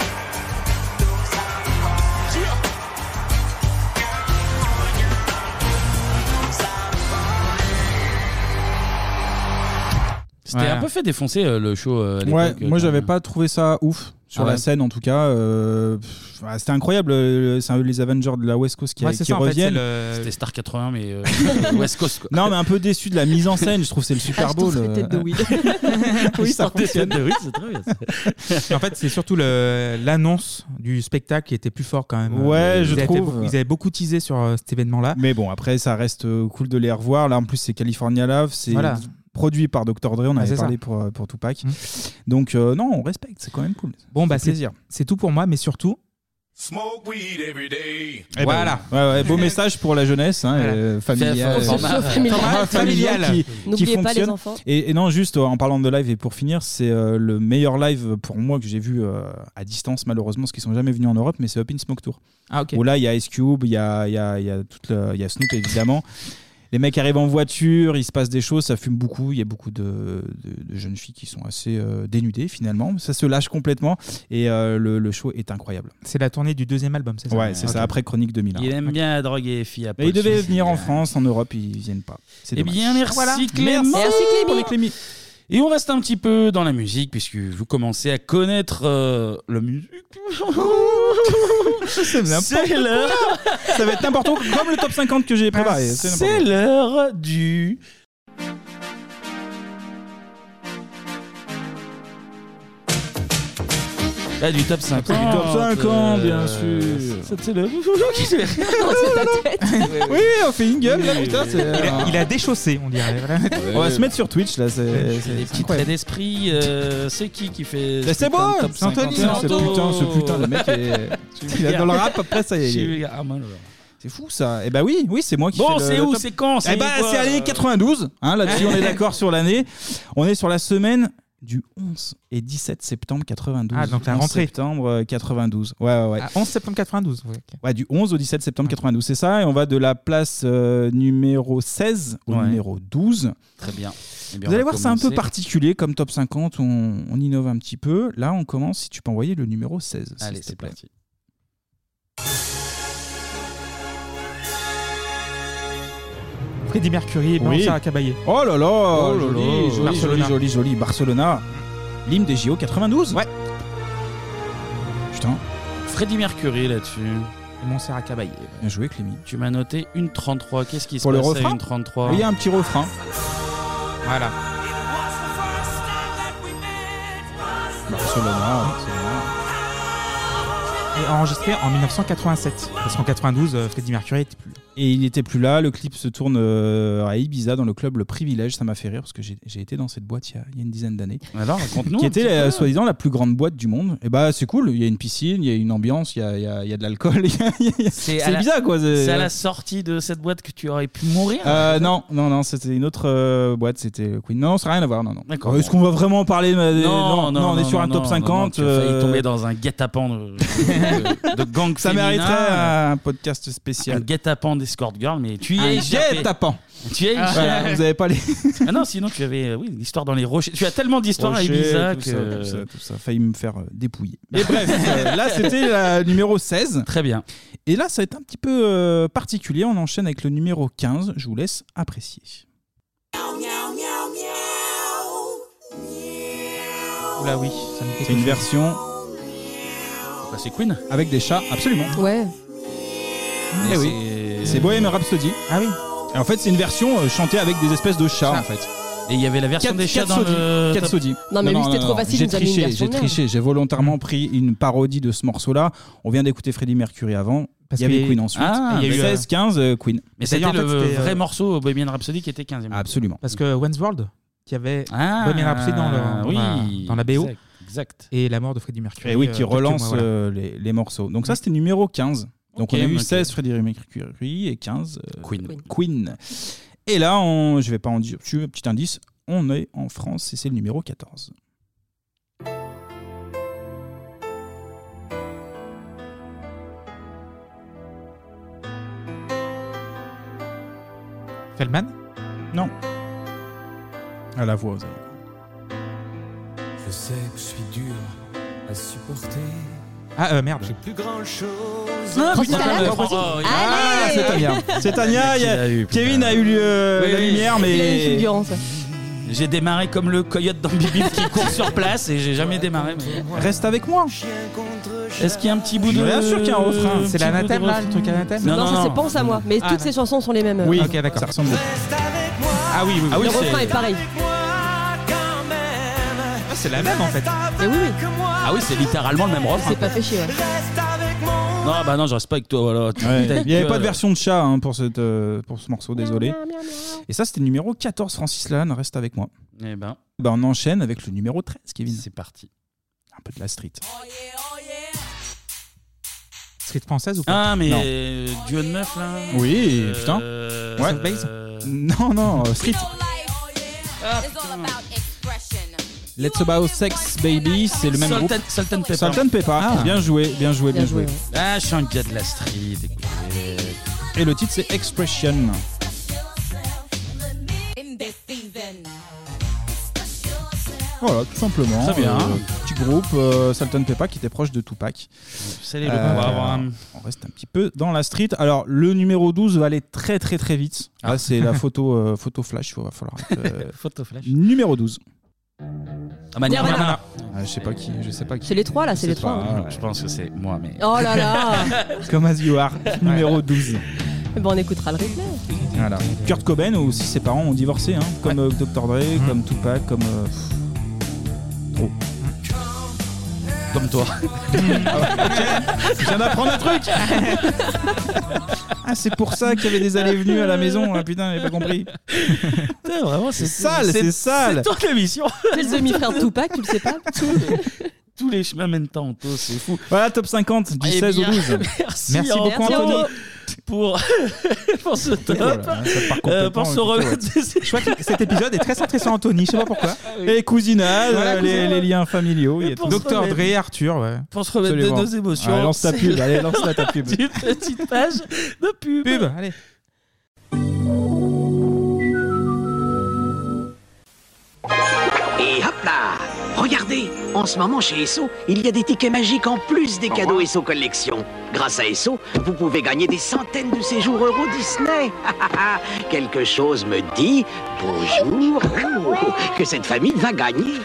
Yeah. C'était Ouais. un peu fait défoncer euh, le show. euh, à Ouais, l'époque, moi euh, j'avais pas trouvé ça ouf sur Ah la ouais. scène en tout cas. euh, pff, ah, c'était incroyable, euh, c'est un- les Avengers de la West Coast qui, Ouais, qui euh, c'est ça, en fait, reviennent. c'est le- C'était Star 80, (laughs) mais euh, West Coast. Quoi. Ah, Non, mais un peu déçu de la mise en scène, je trouve que c'est le Super Bowl. euh. (laughs) oui, (laughs) Oui, ça Star fonctionne. de oui, c'est très bien. (laughs) (laughs) en fait, c'est surtout le- l'annonce du spectacle qui était plus fort quand même. Euh, Ouais, Euh, Ils je avaient trouve. euh. été- ils avaient beaucoup teasé sur euh, cet événement-là. Mais bon, après, ça reste euh, cool de les revoir. Là, en plus, c'est California Love, c'est Voilà. produit par Dr. Dre, on Ah, avait c'est ça. Mmh. parlé pour, euh, pour Tupac. Donc, euh, non, on respecte, c'est quand même cool. Bon, bah, Ça fait c'est plaisir. c'est tout pour moi, mais surtout. Smoke weed every day. Eh ben, ouais, ouais, beau message pour la jeunesse, hein, euh, familiale. Fait- format- Format familial. Format familial qui- qui N'oubliez pas les fonctionne. enfants. Et, et non, juste euh, en parlant de live et pour finir, c'est euh, le meilleur live pour moi que j'ai vu euh, à distance, malheureusement, parce qu'ils sont jamais venus en Europe, mais c'est Up in Smoke Tour. Ah, ok. Où là, il y a Ice Cube, il y a, il y a- il y a toute la- il y a Snoop évidemment. Les mecs arrivent en voiture, il se passe des choses, ça fume beaucoup. Il y a beaucoup de, de- de jeunes filles qui sont assez euh, dénudées finalement. Ça se lâche complètement et euh, le, le show est incroyable. C'est la tournée du deuxième album, c'est ça Ah, Ouais, c'est Ok. (laughs) ça, après Chronique 2001. Il aime bien droguer les filles. Mais ils devaient venir en France, en Europe, ils viennent pas. C'est Eh dommage. bien, merci Voilà. Clément. Merci Clémy. Et on reste un petit peu dans la musique, puisque vous commencez à connaître euh, la musique. C'est n'importe quoi. l'heure. Ça va être n'importe quoi, comme le top 50 que j'ai préparé. C'est n'importe C'est l'heure du. Là, ah, du top Euh, 50. Du top 50, bien sûr. C'est (laughs) le. Oui, on fait une gueule, là, putain, c'est- Il a, il a déchaussé, on dirait. voilà. On va se mettre sur Twitch là, c'est Les c'est Euh, petits incroyable. traits d'esprit, euh, c'est qui qui fait. Mais ce c'est putain bon, de top c'est Anthony, 50? c'est putain, ce putain, le mec (laughs) est- Je vais il est dire- dans le rap, après, ça y est, Je il est- vais dire, ah, mal, alors. C'est fou ça. Eh bah oui, oui, c'est moi qui fais le- Bon, c'est le où, top. c'est quand, c'est Eh bah quoi, (laughs) c'est l'année 92. hein, Là-dessus, on est d'accord sur l'année. On est sur la semaine du 11 et 17 septembre 92. Ah, donc la 11 rentrée. septembre euh, 92. Ouais, ouais, ouais. Ah, 11 septembre 92. ouais, ok. Ouais, du 11 au 17 septembre 92, c'est ça. Et on va de la place euh, numéro 16 au Ouais. numéro 12. Très bien. Eh bien, Vous on allez va voir, c'est un peu commencer. particulier. Comme top 50, on, on innove un petit peu. Là, on commence. Si tu peux envoyer le numéro 16. s'il Allez, te c'est plaît. parti. Freddie Mercury et Oui. Blanchard à Caballé. Oh là là, Oh là joli, là, joli, joli, joli, Barcelona. joli, Barcelona, l'hymne des JO 92. Ouais. Putain. Freddie Mercury là-dessus. Montserrat Caballé. Bien joué, Clémy. Tu m'as noté une 33. Qu'est-ce qui se eh ben. Pour le passe à refrain une 33 Il y a un petit refrain. Voilà. Barcelona. Et enregistré en 1987. Parce qu'en 92, euh, Freddie Mercury était plus. Et il n'était plus là. Le clip se tourne euh, à Ibiza dans le club Le Privilège. Ça m'a fait rire parce que j'ai j'ai été dans cette boîte il y a, il y a une dizaine d'années. Alors, raconte-nous Qui un était petit la- peu. soi-disant la plus grande boîte du monde. Et bah c'est cool. Il y a une piscine, il y a une ambiance, il y a, il y a- il y a de l'alcool. (laughs) il y a- il y a- à C'est la- bizarre quoi. C'est à la sortie de cette boîte que tu aurais pu mourir. Euh, non, non, non, c'était une autre euh, boîte, c'était Queen. Non, ça n'a rien à voir, non, non. D'accord. Euh, Est-ce qu'on va vraiment parler euh, non, non, on est sur un non, top non, 50. Non, non, tu as failli euh, tomber dans un guet-apens de, de- de gang Ça féminin. mériterait un podcast Un spécial. guet-apens d'escort girl, mais tu y Un es échappé. guet-apens. Tu y es Ah, échappé. voilà, vous avez pas les. ah non, sinon tu avais euh, oui, l'histoire dans les rochers. Tu as tellement d'histoires à Rocher, Ibiza tout que. ça, tout ça, tout ça. Failli me faire euh, dépouiller. Et bref, euh, là c'était la numéro 16. Très bien. Et là ça va être un petit peu euh, particulier. On enchaîne avec le numéro 15. Je vous laisse apprécier. Oula, oui, ça me fait C'est une quelque chose. version. c'est Queen. Avec des chats, absolument. Ouais. Eh oui. C'est Bohemian Rhapsody. Ah oui. en fait, c'est une version euh, chantée avec des espèces de chats, en fait. Et il y avait la version Cat- des chats dans Cat Saudi. le. Cat Saudi. Non, mais lui, c'était trop facile, il J'ai nous a mis une triché, version j'ai de merde. triché, j'ai volontairement pris une parodie de ce morceau-là. On vient d'écouter Freddie Mercury avant. Parce il y avait qu'il y a eu- Queen ensuite. Ah, il y a eu, 16, 15, euh, Queen. Mais Et d'ailleurs, c'était le en fait, c'était, euh, vrai morceau Bohemian Rhapsody qui était 15e. Absolument. Parce que Wensworld, qui avait Ah, Bohemian Rhapsody dans, le, dans Ah, oui, la, dans la BO. exact, exact. Et la mort de Freddie Mercury. Et eh oui, qui euh, quelques relance mois, voilà. euh, les, les morceaux. Donc ça, c'était numéro 15. Donc Ok, on a eu ok. 16 Freddie Mercury et 15 euh, Queen. Queen. Et là, on, je vais pas en dire, tu veux, petit indice, on est en France et c'est le numéro 14. Feldman Non. À la voix, vous allez. Je sais que je suis dur à supporter. Ah, euh, merde. J'ai (laughs) plus grand chose. Ah, putain, Francis Lalanne, Francis. Oh, oh, Ah, c'est Tania. C'est Tania. il y a- Kevin a eu euh, Oui, la oui. lumière, mais. J'ai démarré comme le coyote dans Bibi qui court sur place et j'ai jamais démarré. mais- Reste avec moi. Est-ce qu'il y a un petit bout de. Bien sûr qu'il y a un refrain. petit C'est bout de l'anathème, là, refrain le truc anathème Non, ça c'est pense à moi. Mais toutes ces chansons sont les mêmes. Oui, euh, ok, d'accord. Ça ressemble Ah oui, oui, Le (laughs) refrain est pareil. c'est la même en fait. Et oui, oui. Ah oui, c'est littéralement le même refrain. C'est pas fait chier. ouais. Non, bah non, je reste pas avec toi. Voilà. Tu- Ouais, ta Il n'y avait gueule. pas de version de chat hein, pour, cette, euh, pour ce morceau, désolé. Et ça, c'était le numéro 14, Francis Lalanne, reste avec moi. Eh ben. Bah, on enchaîne avec le numéro 13, Kevin. C'est parti. Un peu de la street. Street française ou pas Ah, mais Non. euh, duo de meuf là Oui, putain. Euh, Ouais. euh, Non, non, euh, street. Eh Let's About Sex Baby, c'est le même Salt groupe. and- Salt and Pepper. Salt and Pepper. Ah. Bien joué, bien joué, bien, Bien joué. joué, Ah, je suis un gars de la street. écoutez. Et le titre, c'est Expression. Voilà, tout simplement. Très bien. petit groupe, euh, Salt and Pepper, qui était proche de Tupac. Euh, Salut, le programme. On reste un petit peu dans la street. Alors, le numéro 12 va aller très, très, très vite. Là, Ah. (laughs) c'est la photo, euh, photo flash. Il va falloir. euh, Photo flash. Numéro 12. Ah, bah, Nirvana. Nirvana. Ah, je sais pas qui. Je sais pas qui. C'est les trois là, c'est Je les sais pas, trois. hein. hein. Je pense que c'est moi, mais. Oh (laughs) là là Comme As You Are, numéro 12. Bon, Eh ben, on écoutera le replay. Voilà. Kurt Cobain ou si ses parents ont divorcé, hein, comme euh, Dr. Dre, Mm. comme Tupac, comme. euh, pff, trop. Comme toi. (laughs) Je viens d'apprendre un (laughs) truc Ah, c'est pour ça qu'il y avait des allées et venues à la maison, ah, putain, j'avais pas compris. vraiment, c'est sale, c'est sale C'est toi l'émission. C'est le demi-frère de Tupac, tu le sais pas Tous les chemins mènent à Anto, c'est fou. Voilà, top 50 du Eh 16 bien, au 12. (laughs) Merci, Euh, Merci beaucoup, Anto. Anthony. pour, (laughs) pour ce top, Voilà, ça part complètement, euh, pour ce euh, remède. plutôt, ouais. Je crois que cet épisode est très centré sur Anthony, je sais pas pourquoi. Et cousinage, Voilà, euh, les, cousinage. les liens familiaux. il y a tout. Docteur Dre, Arthur, ouais. Pour se remettre de Absolument. nos émotions. Allez, lance ta c'est pub, allez, lance-la, ta (laughs) pub. Une petite page de pub. Pub, allez. Et hop là Regardez, en ce moment chez Esso, il y a des tickets magiques en plus des cadeaux Esso Collection. Grâce à Esso, vous pouvez gagner des centaines de séjours euro Disney. (laughs) Quelque chose me dit, bonjour, oh, que cette famille va gagner.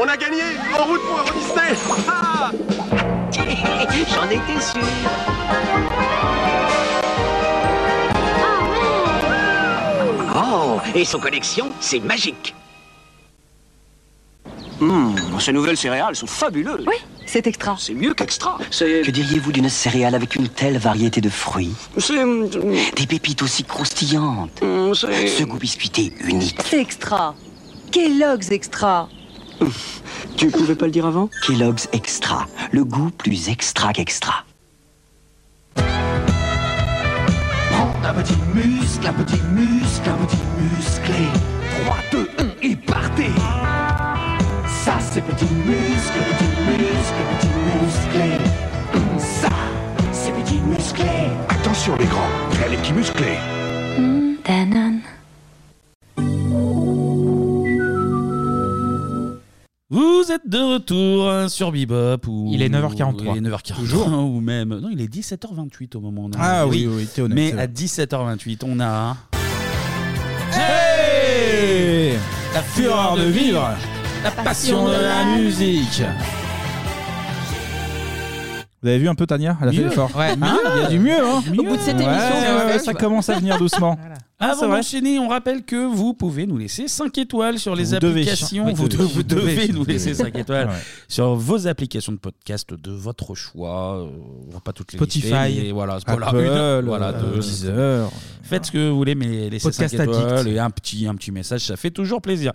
On a gagné En route pour Euro Disney Ah J'en étais sûr. Oh, Esso Collection, c'est magique. Oh, ces nouvelles céréales sont fabuleuses. Oui, c'est extra. Mmh, bah, C'est mieux qu'extra. C'est. Que diriez-vous d'une céréale avec une telle variété de fruits C'est. Hum, Des pépites aussi croustillantes. Ce goût biscuité unique. C'est extra. Kellogg's extra. Tu pouvais pas le dire avant Kellogg's Extra. Le goût plus extra qu'extra. Un petit muscle, un petit muscle, un petit musclé. 3, 2, 1 et partez. Ça c'est petit muscle, petit muscle, petit musclé. Hum, Ça c'est petit musclé. Attention les grands, il y a les petits musclés. Vous êtes de retour hein, sur Bebop. Ou... Il est 9h43. Il est 9h43. Toujours. Ou même. Non, il est 17h28 au moment où on a- Ah oui, oui, t'es honnête, c'est Mais vrai. à 17h28, on a. La fureur de vivre, la passion de la musique. Vous avez vu un peu Tania Elle a fait Mieux. l'effort. Ouais. Hein Mieux. Il y a du mieux. Hein Au bout de cette Ouais, émission, ouais, en ouais, fait, ça tu vois. commence à venir doucement. Ah, c'est Avant vrai. d'enchaîner, on rappelle que vous pouvez nous laisser 5 étoiles sur les Vous devez. applications. Oui, vous, devez. vous devez, Devez. nous laisser Devez. 5 étoiles Ouais. sur vos applications de podcast de votre choix. Euh, On va pas toutes les lister, Spotify, mais voilà, Apple, voilà, une, voilà, euh, deux. Deezer. Faites ce que vous voulez, mais laissez Podcast 5 étoiles addict. et un petit, un petit message, ça fait toujours plaisir.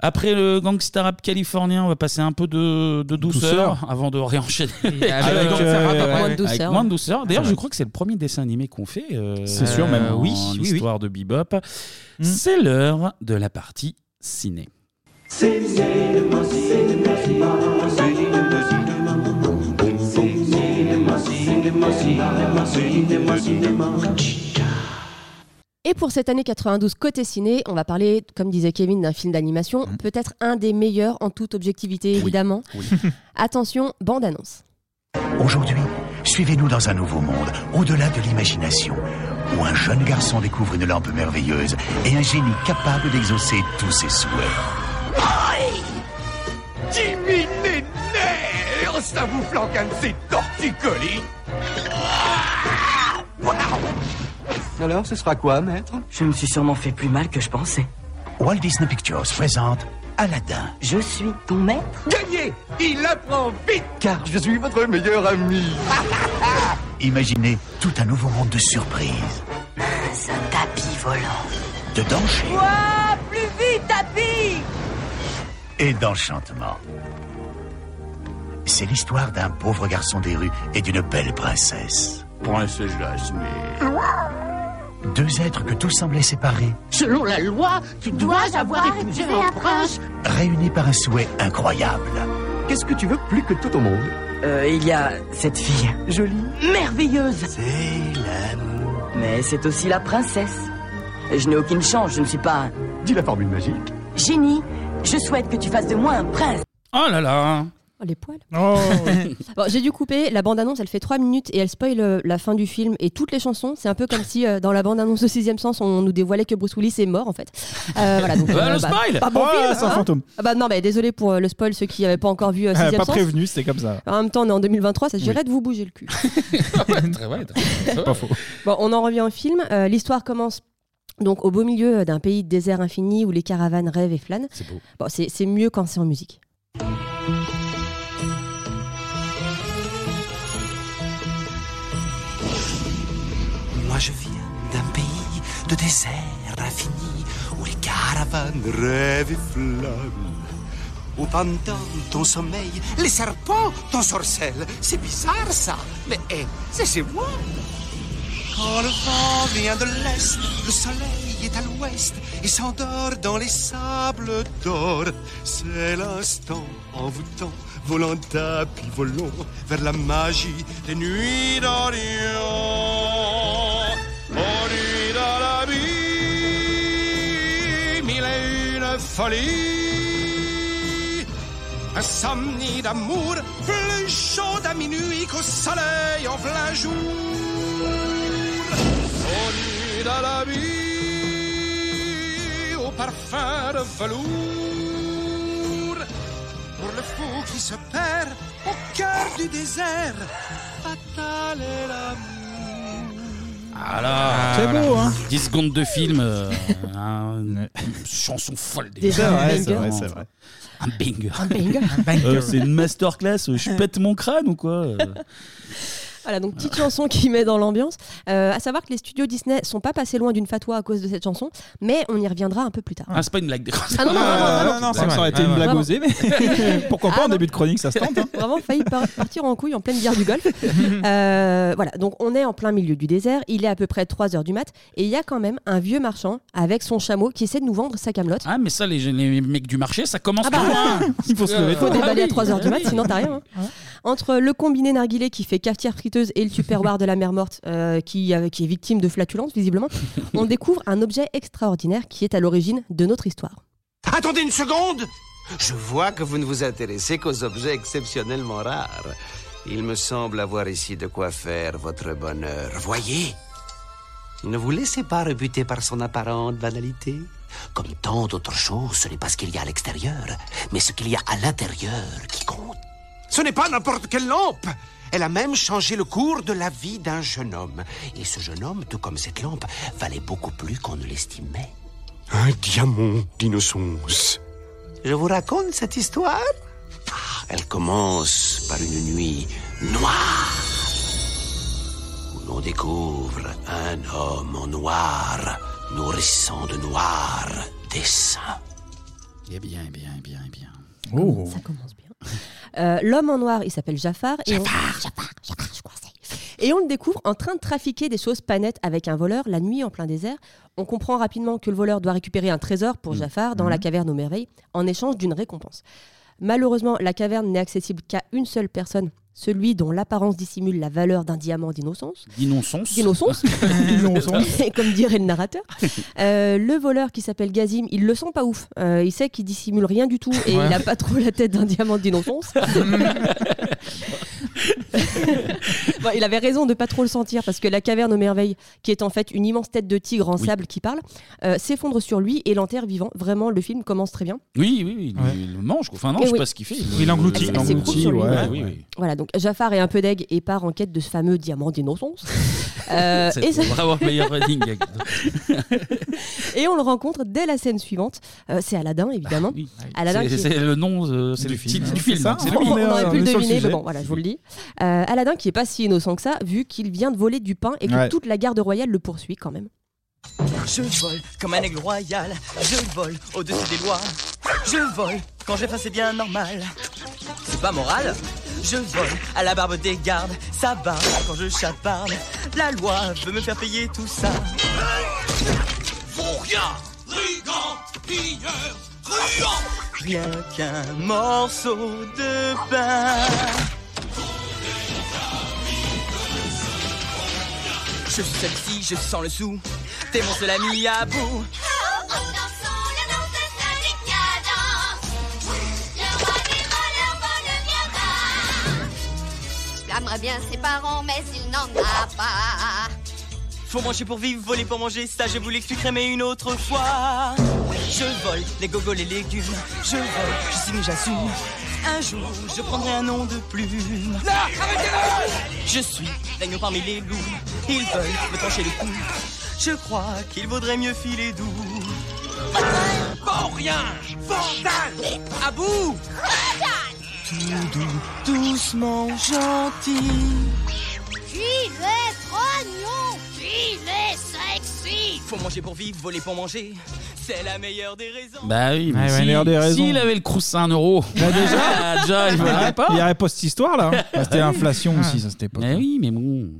Après le gangsta rap californien, on va passer un peu de, de douceur, Douceur. avant de réenchaîner Et avec, le gangsta euh, rap, ouais, après, ouais. avec douceur. moins de douceur. D'ailleurs, C'est je vrai. crois que c'est le premier dessin animé qu'on fait. euh, C'est sûr, même. en Oui, oui, Hmm. oui. l'histoire de Bebop. C'est l'heure de la partie ciné. Et pour cette année 92 côté ciné, on va parler, comme disait Kevin, d'un film d'animation, peut-être un des meilleurs en toute objectivité évidemment. (laughs) Hum. Attention, bande annonce. Aujourd'hui, suivez-nous dans un nouveau monde, au-delà de l'imagination, où un jeune garçon découvre une lampe merveilleuse et un génie capable d'exaucer tous ses souhaits. Jimmy les nerfs Ça vous flanque un de ces torticolis Ah Alors, ce sera quoi, maître Je me suis sûrement fait plus mal que je pensais. Walt Disney Pictures présente Aladdin. Je suis ton maître Gagné Il apprend vite Car je suis votre meilleur ami. (laughs) Imaginez tout un nouveau monde de surprises, Un tapis volant. de dangers Ouah Plus vite, tapis et d'enchantements. C'est l'histoire d'un pauvre garçon des rues et d'une belle princesse. Princesse Deux êtres que tout semblait séparer, Selon la loi, tu dois avoir épousé un prince. réunis par un souhait incroyable. Qu'est-ce que tu veux plus que tout au monde Euh, Il y a cette fille. Jolie. Merveilleuse. C'est l'amour. Mais c'est aussi la princesse. Je n'ai aucune chance, je ne suis pas... Dis la formule magique. Génie, je souhaite que tu fasses de moi un prince. Oh là là Oh, les poils. Oh. (laughs) Bon, J'ai dû couper, la bande-annonce elle fait 3 minutes et elle spoil euh, la fin du film et toutes les chansons. C'est un peu comme si euh, dans la bande-annonce de Sixième Sens on nous dévoilait que Bruce Willis est mort en fait. Euh, (laughs) voilà, donc, Bah, euh, le spoil pas bon Oh, film, c'est un hein. fantôme. Ah bah non, mais désolé pour euh, le spoil, ceux qui n'avaient pas encore vu euh, Ah, Sixième Pas Sens. prévenu, c'était comme ça. En même temps, on est en 2023, ça se Oui. dirait de vous bouger (laughs) le cul. très vrai. Pas faux. Bon, on en revient au film. Euh, L'histoire commence donc au beau milieu euh, d'un pays de désert infini où les caravanes rêvent et flânent. C'est beau. Bon, c'est c'est mieux quand c'est en musique. Moi je viens d'un pays de désert infini où les caravanes rêvent et flânent. Où pendant ton sommeil, les eh, serpents t'ensorcellent. C'est bizarre ça, mais hé, c'est chez moi. Quand Oh, le vent vient de l'est, le soleil est à l'ouest et s'endort dans les sables d'or. C'est l'instant envoûtant, volant tapis volant vers la magie des nuits d'Orient. Aux nuits dans l'abîme, il est une folie. Insomnie d'amour, plus chaud à minuit qu'au soleil en plein jour. Au nuit dans la vie, au parfum de velours. Pour le fou qui se perd au cœur du désert, fatal est l'amour. Ah là, C'est voilà. beau, hein. 10 secondes de film, euh, un- une chanson folle déjà. Déjà, C'est vrai, un banger. c'est vrai, c'est vrai. Un banger. Un banger. Un (laughs) banger. Euh, c'est une masterclass, euh, je pète mon crâne ou quoi euh. (laughs) Voilà, donc petite chanson qui met dans l'ambiance. Euh, à savoir que les studios Disney sont pas passés loin d'une fatwa à cause de cette chanson, mais on y reviendra un peu plus tard. Ah, c'est pas une blague. Ah non, non, vraiment, Ah, vraiment. non, non, ça ça aurait été une blague Vraiment. osée, mais pourquoi pas en début de chronique, ça se tente. hein. Vraiment failli par- partir en couille en pleine guerre du Golfe. Euh, voilà, donc on est en plein milieu du désert, il est à peu près 3h du mat, et il y a quand même un vieux marchand avec son chameau qui essaie de nous vendre sa camelote. (laughs) Ah, mais ça, les, les mecs du marché, ça commence Ah bah, plus loin. Euh, Il faut se lever tôt. Faut Ah déballer à 3 heures du mat, sinon t'as rien, hein. Entre le combiné narguilé qui fait cafetière friteuse et le tupperware de la mer morte euh, qui, euh, qui est victime de flatulences visiblement, on découvre un objet extraordinaire qui est à l'origine de notre histoire. Attendez une seconde Je vois que vous ne vous intéressez qu'aux objets exceptionnellement rares. Il me semble avoir ici de quoi faire votre bonheur. Voyez Ne vous laissez pas rebuter par son apparente banalité. Comme tant d'autres choses, ce n'est pas ce qu'il y a à l'extérieur, mais ce qu'il y a à l'intérieur qui compte. Ce n'est pas n'importe quelle lampe Elle a même changé le cours de la vie d'un jeune homme. Et ce jeune homme, tout comme cette lampe, valait beaucoup plus qu'on ne l'estimait. Un diamant d'innocence. Je vous raconte cette histoire Elle commence par une nuit noire où l'on découvre un homme en noir nourrissant de noir des seins. Eh bien, eh bien, eh bien, eh bien. Oh. Ça commence bien. Euh, L'homme en noir, il s'appelle Jafar. Et on... Jafar, Jafar, je crois que c'est. Et on le découvre en train de trafiquer des choses pas nettes avec un voleur la nuit en plein désert. On comprend rapidement que le voleur doit récupérer un trésor pour Jafar dans la caverne aux merveilles en échange d'une récompense. Malheureusement, la caverne n'est accessible qu'à une seule personne, celui dont l'apparence dissimule la valeur d'un diamant d'innocence. D'innocence. (laughs) D'innocence. D'innocence. Et (laughs) comme dirait le (laughs) narrateur. Euh, le voleur qui s'appelle Gazim, il le sent pas ouf. Euh, il sait qu'il dissimule rien du tout et Ouais. il a pas trop la tête d'un (laughs) diamant d'innocence. Bon, il avait raison de pas trop le sentir parce que la caverne aux merveilles, qui est en fait une immense tête de tigre en Oui. sable qui parle, euh, s'effondre sur lui et l'enterre vivant. Vraiment, le film commence très bien. Oui, oui, oui, il- il le mange. quoi. Enfin, non, Eh je sais oui. pas ce qu'il fait. Il engloutit. Il Elle s'écroule engloutit, sur lui. ouais. Ouais, oui, oui. Voilà, donc Jafar est un peu deg et part en quête de ce fameux (laughs) diamant d'innocence. Euh, C'est et ça- Bravo, meilleur running gag. (laughs) Et on le rencontre dès la scène suivante. Euh, c'est Aladdin, évidemment. Aladdin Ah C'est qui- c'est le nom, euh, c'est le hein. titre du film. ça, C'est hein. on, lui. on aurait pu le deviner, mais bon, voilà, je vous le dis. Euh, Aladdin qui est pas si innocent que ça, vu qu'il vient de voler du pain et que Ouais. toute la garde royale le poursuit quand même. Je vole comme un aigle royal, je vole au-dessus des lois. Je vole quand je fais c'est bien normal. C'est pas moral Je vole à la barbe des gardes, ça barbe quand je chaparde. La loi veut me faire payer tout ça. Vaurien, brigand, pilleur, truand. Rien qu'un morceau de pain. Je suis celle-ci, je sens le sou. T'es mon seul ami à bout. Je blâmerais bien ses parents, mais il n'en a pas. Faut manger pour vivre, voler pour manger, ça je vous l'expliquerai mais une autre fois. Je vole les gogoles et légumes, je vole, je signe, j'assume. Un jour, je prendrai un nom de plume. Là, Je suis l'agneau parmi les loups, ils veulent me trancher le cou. Je crois qu'il vaudrait mieux filer doux. Bon rien, vandale, à bout. Tout doux, doucement, gentil. Qu'il est mignon, qu'il est sexy. Faut manger pour vivre, voler pour manger. C'est la meilleure des raisons. Bah oui, mais Ouais, ouais, il si- a l'air des raisons. Bah, s'il avait le croussin un euro, (laughs) déjà, déjà il Il voudrait arrête- pas. Ah. il arrête pas cette histoire (laughs) là. hein. Bah, C'était l'inflation aussi, ça c'était pas. hein. oui, mais bon.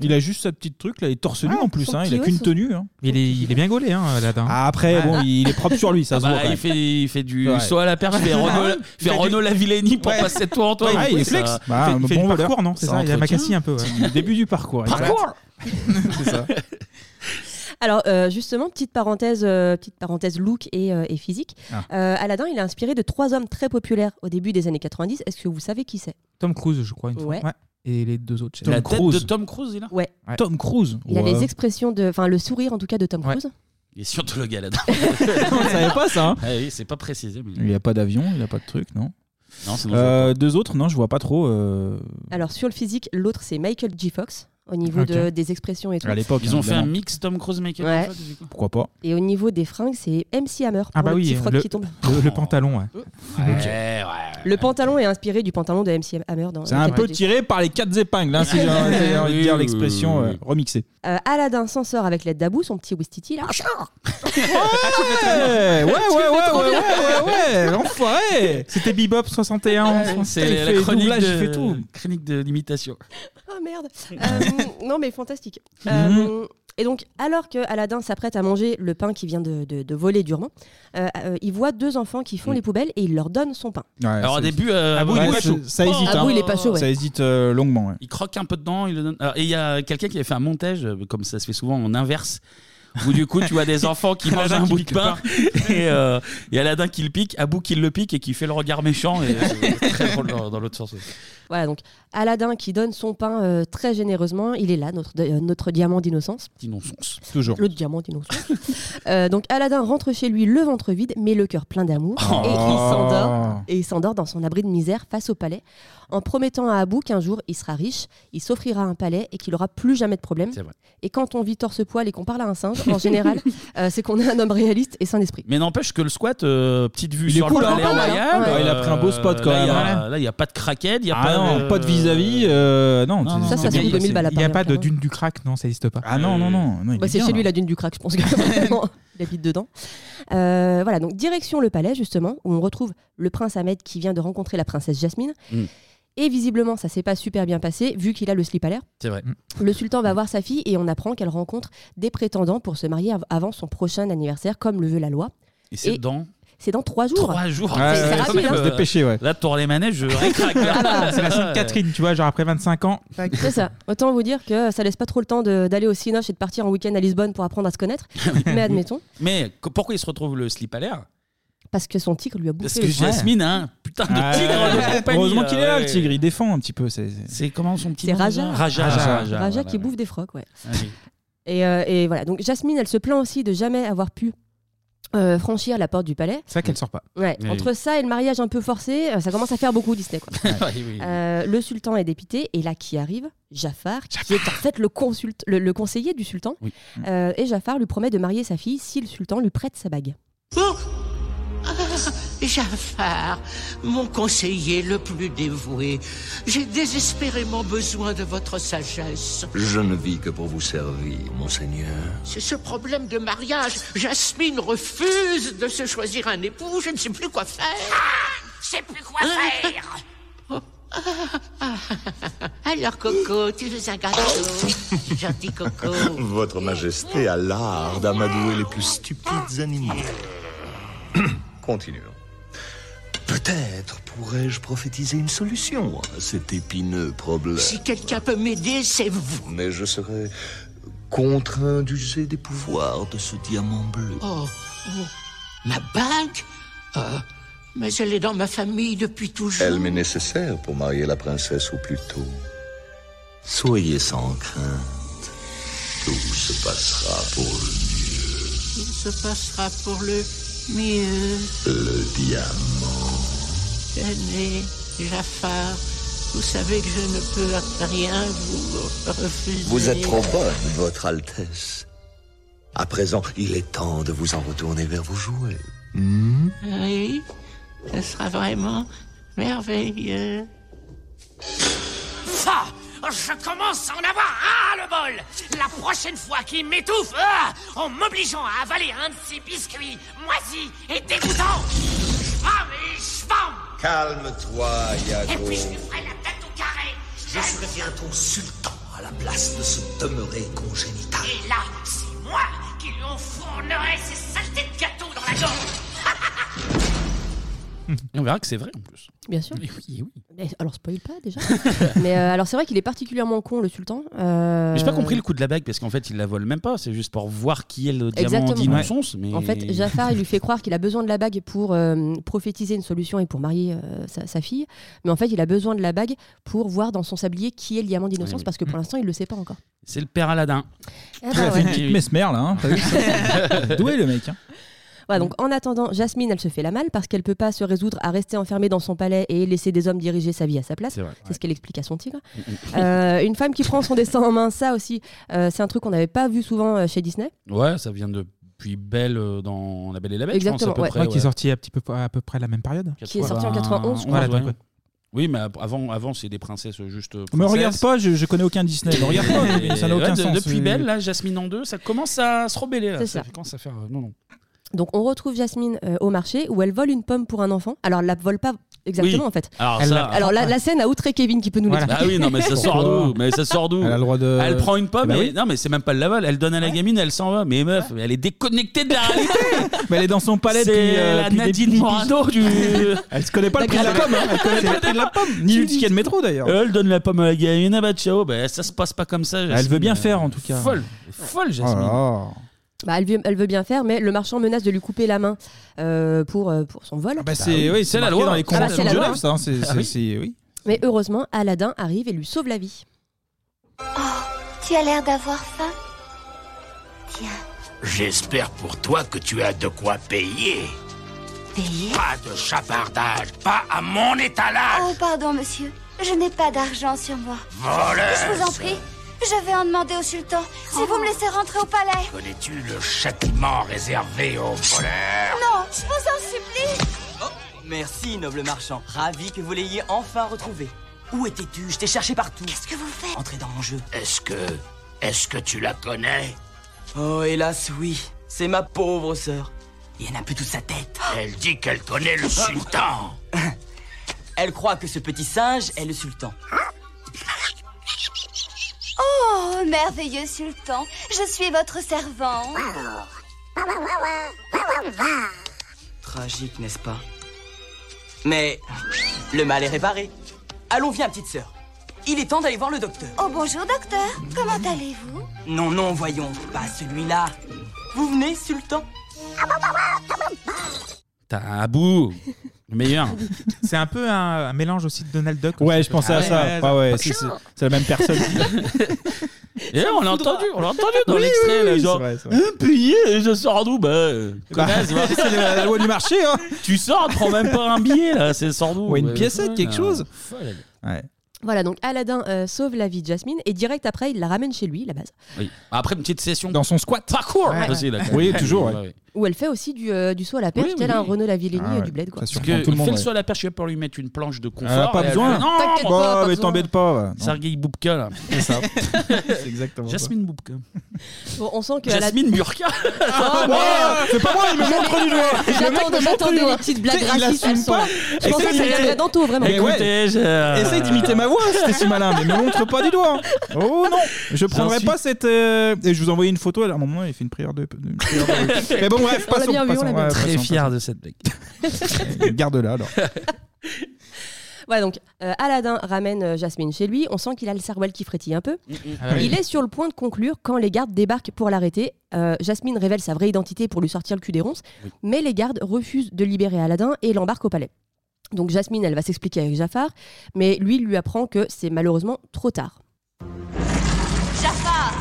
Il a juste sa petite truc là, il est torse nu en plus, son hein, il petit a qu'une os. tenue. Hein. Il, est, bien gaulé, hein, Après, bon, il est propre sur lui, ça Ah se voit. bah, quand il même. fait, il fait du Ouais. saut à la perche, il fait Ah Renaud, ouais. (laughs) fait Renaud Lavillenie pour Ouais. passer de toi en toi. Ouais, il est flex. Bah, un bon voleur. entretient. C'est le (laughs) début du parcours. Parcours C'est ça. (laughs) Alors euh, justement, petite parenthèse, euh, petite parenthèse look et, euh, et physique. Ah. Euh, Aladdin, il est inspiré de trois hommes très populaires au début des années 90. Est-ce que vous savez qui c'est Tom Cruise, je crois, une fois. Ouais. Et les deux autres. je sais La pas. tête de Tom Cruise, il a Ouais. Tom Cruise. Il a les expressions de, enfin le sourire en tout cas de Tom Cruise. Il est scientologue à la dame. (laughs) On savait pas ça, hein. Ah oui, c'est pas précisé. mais- Il n'y a pas d'avion, il n'y a pas de truc, non Non, sinon, je Euh, Deux autres, non, je vois pas trop. euh, Alors sur le physique, l'autre c'est Michael G. Fox au niveau Ok. de, des expressions et tout. À l'époque, Ils ont fait un évidemment. mix Tom Cruise Michael Ouais. Fox, du coup. Pourquoi pas Et au niveau des fringues, c'est MC Hammer. Pour Ah bah le petit oui, froc le, qui tombe. le- (laughs) Oh. le pantalon, ouais. Le pantalon est inspiré du pantalon de MC Hammer. dans- C'est dans un Captain peu Jack. tiré par les quatre épingles, hein, si (laughs) j'ai j'ai envie de dire Oui, l'expression oui, euh, oui. remixée. Euh, Aladdin s'en sort avec l'aide d'Abou, son petit Wistiti là. Ah, Ouais, ouais, ouais, ouais, trop ouais, bien. ouais, ouais, (laughs) enfoiré C'était Bebop 61. en France. C'est Il la, fait chronique, doublage, de... il fait tout. chronique de l'imitation. Oh merde Euh, Non mais fantastique. Mhm. Euh, et donc, alors que Aladdin s'apprête à manger le pain qui vient de, de- de voler durement, euh, euh, il voit deux enfants qui font les poubelles et il leur donne son pain. Alors au début, euh, Abou, Abou, il est ouais, pas chaud. c'est- Ça hésite. Abou, hein. il est pas chaud, ouais. Ça hésite euh, longuement. ouais. Il croque un peu dedans. Il le donne... Alors, et il y a quelqu'un qui avait fait un montage, euh, comme ça se fait souvent en inverse. Où du coup, tu vois (laughs) des enfants qui mangent Aladdin un qui bout de pique le pain et, euh, et Aladdin qui le pique, Abou qui le pique et qui fait le regard méchant. Et, euh, (laughs) très drôle dans, dans l'autre sens. aussi. Voilà, donc Aladdin qui donne son pain euh, très généreusement, il est là, notre, euh, notre diamant d'innocence. D'innocence. Toujours. Le diamant d'innocence. (laughs) Euh, donc Aladdin rentre chez lui le ventre vide, mais le cœur plein d'amour, et il s'endort. Et il s'endort dans son abri de misère face au palais, en promettant à Abou qu'un jour il sera riche, il s'offrira un palais et qu'il n'aura plus jamais de problème. Et quand on vit torse-poil et qu'on parle à un singe, en général, euh, c'est qu'on est un homme réaliste et sain d'esprit. Mais n'empêche que le squat, euh, petite vue Il est sur cool, le hein. palais Ah, royal. ouais. Il a pris un beau spot, quand là, il y a- même. hein. Là, il n'y a pas de craquette, il n'y a Ah pas, non, euh, pas de vis-à-vis. euh, non, non, ça, ça se trouve, 2000 balles à Il n'y a Paris, pas de apparemment. dune du crack, non, ça n'existe pas. Ah Euh, non, non, non. non, il Bah, est c'est bien, hein. chez lui là. la dune du crack, je pense que (laughs) vraiment, il habite dedans. Euh, voilà, donc direction le palais, justement, où on retrouve le prince Ahmed qui vient de rencontrer la princesse Jasmine. Mm. Et visiblement, ça s'est pas super bien passé, vu qu'il a le slip à l'air. C'est vrai. Le sultan va voir sa fille et on apprend qu'elle rencontre des prétendants pour se marier av- avant son prochain anniversaire, comme le veut la loi. Et c'est dans C'est dans trois jours. trois jours. C'est- c'est quand rapide, même, hein. euh, Là, tourner les manèges, je récraque. (laughs) Euh, C'est la Sainte Catherine, tu vois, genre après 25 ans. C'est ça. Autant vous dire que ça laisse pas trop le temps de- d'aller au Cinoche et de partir en week-end à Lisbonne pour apprendre à (laughs) se connaître. Mais admettons, Mais que- pourquoi il se retrouve le slip à l'air parce que son tigre lui a bouffé Parce le que bras. Jasmine a un putain de tigre Ah, de ouais. compagnie. Heureusement qu'il est là, euh, le ouais. tigre. Il défend un petit peu. C'est C'est comment son petit C'est nom Raja. déjà Raja. Raja, Raja voilà, qui ouais. bouffe des frocs, ouais. Allez. Et, euh, et voilà. Donc Jasmine, elle se plaint aussi de jamais avoir pu euh, franchir la porte du palais. C'est vrai qu'elle sort pas. Ouais. Entre ça et le mariage un peu forcé, euh, ça commence à faire beaucoup (laughs) Disney. Quoi. Euh, le sultan est dépité et là qui arrive Jafar, qui est en fait le, consulte, le, le conseiller du sultan. Euh, et Jafar lui promet de marier sa fille si le sultan lui prête sa bague. Ah, Jafar, mon conseiller le plus dévoué, j'ai désespérément besoin de votre sagesse. Je ne vis que pour vous servir, monseigneur. C'est ce problème de mariage. Jasmine refuse de se choisir un époux. Je ne sais plus quoi faire. Ah, Ah, Je sais plus quoi faire. Alors, Coco, tu veux un Oh, gâteau Gentil Coco. Votre Majesté a l'art d'amadouer les plus stupides animaux. (coughs) Continuons. Peut-être pourrais-je prophétiser une solution à cet épineux problème. (laughs) Si quelqu'un peut m'aider, c'est vous. Mais je serais contraint d'user des pouvoirs de ce diamant bleu. Oh, oh, ma bague Ah, Mais elle est dans ma famille depuis toujours. Elle m'est nécessaire pour marier la princesse au plus tôt. Soyez sans crainte. Tout se passera pour le, Il se passera pour le mieux. le diamant. Tenez, Jafar, vous savez que je ne peux rien vous refuser. Vous êtes trop bonne, votre Altesse. À présent, il est temps de vous en retourner vers vos jouets. Mmh. Oui, ce sera vraiment merveilleux. Ça Je commence à en avoir ras le bol La prochaine fois qu'il m'étouffe, ah, en m'obligeant à avaler un de ces biscuits moisis et dégoûtants, je vam et je vam Calme-toi, Et Yago. puis je lui ferai la tête au carré Je serais ton sultan à la place de ce demeuré congénital. Et là, c'est moi qui lui enfournerai ces saletés de gâteau dans la gorge Et on verra que c'est vrai en plus. Bien sûr. Mais Eh oui, oui. Mais alors, spoil pas déjà. (laughs) mais euh, alors, c'est vrai qu'il est particulièrement con, le sultan. Euh, Mais j'ai pas compris le coup de la bague parce qu'en fait, il la vole même pas. C'est juste pour voir qui est le diamant Exactement. d'innocence. Mais... En fait, Jafar, il lui fait croire qu'il a besoin de la bague pour euh, prophétiser une solution et pour marier euh, sa, sa fille. Mais en fait, il a besoin de la bague pour voir dans son sablier qui est le diamant d'innocence Ouais, hmm. oui. parce que pour l'instant, il le sait pas encore. C'est le père Aladdin. Ah bah Il (laughs) a fait ouais. une petite mesmer, là, hein, t'as vu (laughs) ça Doué, le mec, hein. Voilà, donc en attendant, Jasmine, elle se fait la malle parce qu'elle peut pas se résoudre à rester enfermée dans son palais et laisser des hommes diriger sa vie à sa place. C'est C'est vrai, ce qu'elle explique à son tigre. Hmm, Euh, une femme qui prend son destin en main, ça aussi, euh, c'est un truc qu'on n'avait pas vu souvent euh, chez Disney. Ouais, ça vient depuis Belle euh, dans La Belle et la Bête. je pense, à peu près, Ouais, qui est ouais. sorti à, petit peu, à peu près à la même période. Qui est sorti en 91, je Voilà, crois. donc, ouais. Oui, mais avant, avant c'est des princesses juste. euh, Me regarde princesses. pas, je, je connais aucun Disney. Me regarde pas, Et ça n'a ouais, aucun de- sens. Depuis Euh, Belle, là, Jasmine en deux, ça commence à se rebeller. Là. C'est Ça ça. commence à faire. euh, Non, non. Donc on retrouve Jasmine euh, au marché où elle vole une pomme pour un enfant. Alors elle la vole pas exactement Oui. en fait. Alors, Elle ça- la- Alors, la, la scène a outré Kevin qui peut nous Voilà. l'expliquer. Ah oui, non, mais ça sort (laughs) d'où Mais ça sort d'où Elle a le droit de- Elle prend une pomme, Bah et- oui. non, mais c'est même pas le laval. Elle donne à la gamine, elle s'en va. Mais meuf, elle est déconnectée de la réalité. (laughs) Mais elle est dans son palais C'est depuis. euh, la depuis des Nadine petits- (laughs) Morano du. Elle se connaît pas le prix de la pomme, hein. Elle connaît pas le prix de la pomme, ni le ticket de métro d'ailleurs. Elle donne la pomme à la gamine, ah bah ciao, bah, ça se passe pas comme ça. Elle veut bien euh, faire en tout cas. Folle, folle, Jasmine. Oh Bah, elle, veut, elle veut bien faire, mais le marchand menace de lui couper la main euh, pour, euh, pour son vol. Bah, c'est oui, c'est la loi dans les Ah bah, conventions c'est de la loi. Genève, ça. hein, c'est- Ah c'est- oui. c'est- oui. Mais heureusement, Aladdin arrive et lui sauve la vie. Oh, Tu as l'air d'avoir faim. J'espère pour toi que tu as de quoi payer. Payer Pas de chavardage, pas à mon étalage. Oh, pardon, monsieur. Je n'ai pas d'argent sur moi. Voleuse. Je vous en prie. Je vais en demander au sultan si vous me laissez rentrer au palais. Connais-tu le châtiment réservé aux voleurs Non, je vous en supplie. Merci, noble marchand. Ravi que vous l'ayez enfin retrouvé. Où étais-tu Je t'ai cherché partout. Qu'est-ce que vous faites Entrez dans mon jeu. Est-ce que. Est-ce que tu la connais Oh, hélas, oui. C'est ma pauvre sœur. Il n'y en a plus toute sa tête. Ah. Elle dit qu'elle connaît (laughs) le sultan. Elle croit que ce petit singe est le sultan. Oh, merveilleux sultan. Je suis votre servant. Tragique, n'est-ce pas Mais le mal est réparé. Allons, viens, petite sœur. Il est temps d'aller voir le docteur. Oh, bonjour, docteur. Comment allez-vous Non, non, voyons, pas celui-là. Vous venez, sultan Ah, T'as un bout, le meilleur. (laughs) C'est un peu un, un mélange aussi de Donald Duck. Ouais, je pensais à ça. Ah ouais, c'est- c'est- c'est la même personne. Et Eh, on l'a entendu, on l'a entendu dans Oui, l'extrait, oui, là, oui, genre. c'est vrai, c'est Un payé, et je sors d'où Bah. euh, Bah, connasse, (laughs) va. c'est la, la loi du marché, hein. Tu sors, prends même pas un billet, là, c'est sors d'où Ouais, une ouais. piécette, quelque Ouais, chose. folle. Ouais. Voilà, donc Aladdin euh, sauve la vie de Jasmine et direct après, il la ramène chez lui, la base. Oui. Après une petite session. Dans son squat. Parcours Ouais. aussi, là, quand même. Oui, toujours, ouais. Ouais, ouais. Où elle fait aussi du, euh, du saut à la perche, Oui, oui, tel un oui. Renaud Lavillenie Ah ouais, du bled. Quoi. ça surprend Que tout le fait monde. le ouais. saut à la perche, je vais pour lui mettre une planche de confort. Elle a pas et elle besoin. fait, Non, T'inquiète moi, pas, Bah, mais t'embête pas, ouais. Non. Sergei Boubka, là. C'est (laughs) ça. C'est exactement ça. Jasmine Boubka. Bon, on sent que Jasmine (laughs) Burka. Ah, merde. C'est pas moi, il me montre du doigt. Le mec me J'attendais- montre j'attendais du doigt. les petites blagues Tu sais, il racistes, assume elles sont pas. là. (laughs) Je pensais que ça viendrait d'Anto, vraiment. Mais Écoutez, je- Essaye d'imiter ma voix, c'était si malin, mais me montre pas du doigt. Oh non, je prendrai J'en pas cette. euh, Et je vous envoyais une photo. À un moment, il fait une prière de. une prière de- Mais bon, bref, On l'a passons. bien vu, on passons, l'a bien ouais, vu. Très passons, fier passons. de cette (laughs) blague. Garde-la alors. (laughs) Voilà, donc euh, Aladdin ramène euh, Jasmine chez lui. On sent qu'il a le cerveau qui frétille un peu. Ah bah oui. Il est sur le point de conclure quand les gardes débarquent pour l'arrêter. Euh, Jasmine révèle sa vraie identité pour lui sortir le cul des ronces, Oui. mais les gardes refusent de libérer Aladdin et l'embarquent au palais. Donc Jasmine, elle va s'expliquer avec Jafar, mais lui lui apprend que c'est malheureusement trop tard. Jafar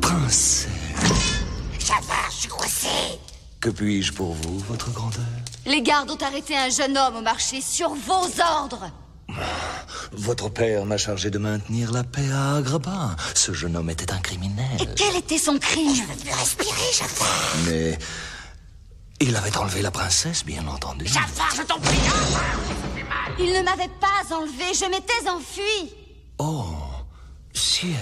Prince, Jafar, je suis coincé que puis-je pour vous, votre grandeur Les gardes ont arrêté un jeune homme au marché sur vos ordres. Votre père m'a chargé de maintenir la paix à Agrabah. Ce jeune homme était un criminel. Quel était son crime Je veux plus respirer, Jafar. Mais il avait enlevé la princesse, bien entendu. Jafar, je t'en prie, ah, ça fait mal. Il ne m'avait pas enlevé, je m'étais enfuie. Oh, ciel.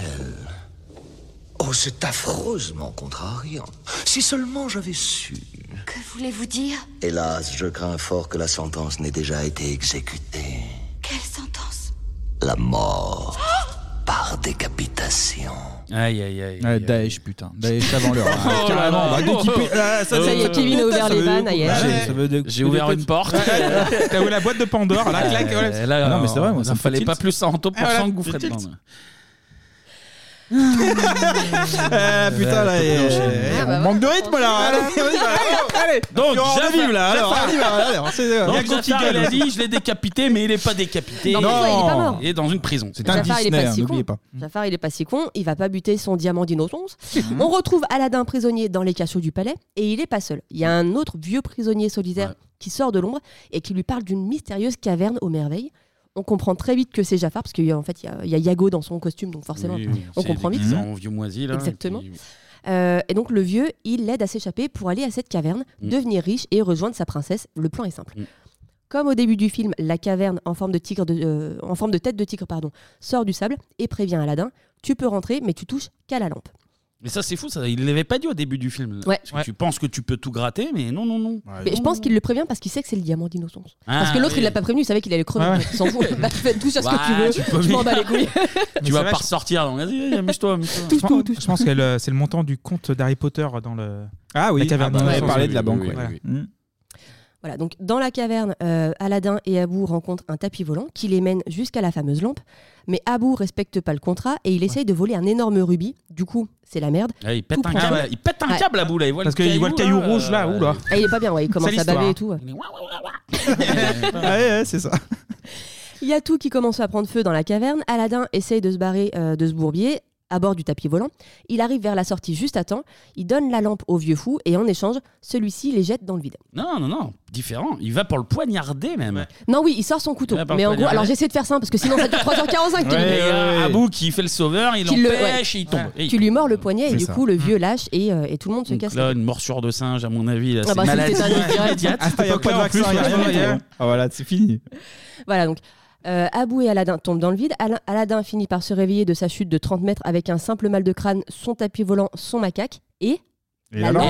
Oh, c'est affreusement contrariant. Si seulement j'avais su. Que voulez-vous dire Hélas, je crains fort que la sentence n'ait déjà été exécutée. Quelle sentence La mort par décapitation. Aïe, aïe, aïe. Ouais, Daesh, (laughs) putain. Daesh avant l'heure. hein. Oh là Carrément, là. bah, dès qu'il peut- Ah, Ça y est, Kevin a ouvert ça les veut- vannes, aïe, (laughs) aïe. J'ai- ça veut dire- J'ai ouvert une porte. T'as ouvert la boîte de Pandore, là, claque. voilà. Euh, là, non, mais c'est vrai, moi, il ça me fallait tilt. pas plus ça en taux pour Ah, voilà, cent que vous ferez tilt. dedans. Ah, Eh, putain, là, et- Ah, bah et- on manque de rythme, là. Allez, allez, allez. (laughs) Donc, Sur- j'avive là. Jafar, Alors, il va, hein, alors, c'est- euh, euh, il y a Donc, que Jafar, Jafar, il là. a dit je l'ai décapité, mais il est pas décapité. Non, mais toi, il est pas mort. Il est dans une prison. C'est hein, Jafar, il est hein, pas si con. Hmm. Jafar, il est pas si con. Il va pas buter son diamant d'innocence. On retrouve Aladdin prisonnier dans les cachots du palais et il est pas seul. Il y a un autre vieux prisonnier solitaire qui sort de l'ombre et qui lui parle d'une mystérieuse caverne aux merveilles. On comprend très vite que c'est Jafar parce qu'en fait, il y a- il y, a Yago dans son costume, donc forcément, Oui, oui, on c'est comprend vite. déguisé en vieux moisi, là, et Exactement. puis- Euh, et donc le vieux, il l'aide à s'échapper pour aller à cette caverne, Mm. devenir riche et rejoindre sa princesse. Le plan est simple. Mm. Comme au début du film, la caverne en forme de, tigre de- euh, en forme de tête de tigre pardon, sort du sable et prévient Aladdin Tu peux rentrer, mais tu touches qu'à la lampe. Mais ça, c'est fou, ça. Il l'avait pas dit au début du film. Ouais. Parce que Tu penses que tu peux tout gratter, mais non, non, non. mais je pense qu'il le prévient parce qu'il sait que c'est le diamant d'innocence. Ah, parce que l'autre, oui. il l'a pas prévenu, il savait qu'il allait crever. Ouais. Il (laughs) s'en fout. (laughs) Bah, fais tout sur ce Ouais, que tu veux. tu peux je m'en bien. bats les couilles. Mais (laughs) Tu c'est vas pas vrai, ressortir. Donc, vas-y, vas-y, amuse-toi, amuse-toi. Je pense, je pense que le- c'est le montant du compte d'Harry Potter dans le. Ah oui, la caverne ah bah, on d'innocence. avait parlé de la banque, ouais. Voilà. Mm. Oui, Voilà, donc dans la caverne, euh, Aladdin et Abu rencontrent un tapis volant qui les mène jusqu'à la fameuse lampe. Mais Abu respecte pas le contrat et il essaye de voler un énorme rubis. Du coup, c'est la merde. Ah, il Tout pète un prend- câble. Il pète un Ouais. câble à bout là. Il voit Parce le qu'il voit le caillou rouge là, euh, oula. Ah, il est pas bien, ouais, il commence C'est à baver l'histoire. et tout. ouais. (laughs) Ouais, ouais, c'est ça. Il y a tout qui commence à prendre feu dans la caverne. Aladdin essaye de se barrer euh, de ce bourbier à bord du tapis volant. Il arrive vers la sortie juste à temps. Il donne la lampe au vieux fou et en échange, celui-ci les jette dans le vide. Non, non, non. Différent. Il va pour le poignarder même. Non, oui, il sort son couteau. Ouais, par Mais en contre, gros, ouais. alors j'essaie de faire ça parce que sinon ça dure (laughs) 3h45. Kevin. Et, euh, Abou qui fait le sauveur, il Qui le- l'empêche ouais. et il tombe. Et il Tu lui mords le poignet et C'est du ça. coup, Mmh. le vieux lâche et, euh, et tout le monde se Donc casse. là, une morsure de singe, à mon avis, là, Ah c'est bah, une ça, maladie c'était (laughs) un virus. immédiate. À cette époque-là, Donc là, en plus, il y a rien rien du du tout. tout. Ah, voilà, c'est fini. Voilà donc. euh, Abou et Aladdin tombent dans le vide. Ala- Aladdin finit par se réveiller de sa chute de 30 mètres avec un simple mal de crâne, son tapis volant, son macaque et, Et la lampe.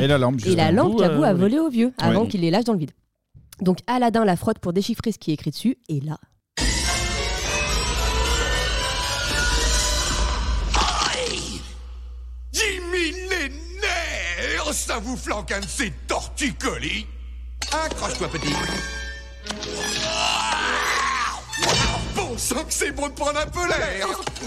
Et la lampe, Et la justement. lampe qu'Abou euh, a volée au vieux Ouais. avant qu'il les lâche dans le vide. Donc Aladdin la frotte pour déchiffrer ce qui est écrit dessus et là. Dix millénaires Ça vous flanque un de ces torticolis Accroche-toi, petit. Ah Bon sang que c'est bon de prendre un peu l'air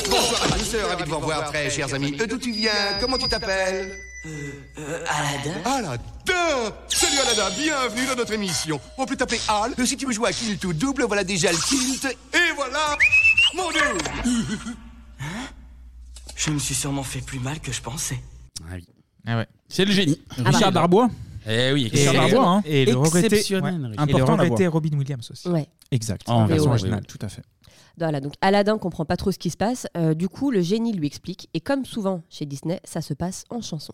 Bonsoir à tous, ravi de vous revoir, très chers amis. Euh, D'où tu viens Comment tu t'appelles Euh, Aladdin Aladdin Salut Aladdin, bienvenue dans notre émission. On peut t'appeler Al, mais si tu veux jouer à Kilt ou double, voilà déjà le Kilt, et voilà mon double Je me suis sûrement fait plus mal que je pensais. Ah oui. Ah ouais. C'est le génie. Richard Ah bah. Darbois. Eh oui, Et, Darbois, hein. et le regretté, ouais, Exceptionnel, Richard. et le Important la regretté voix. Robin Williams aussi. Ouais. Exact. Ah, En En version version originale, originale, tout à fait. Voilà, donc Aladdin comprend pas trop ce qui se passe. Euh, du coup, le génie lui explique et comme souvent chez Disney, ça se passe en chanson.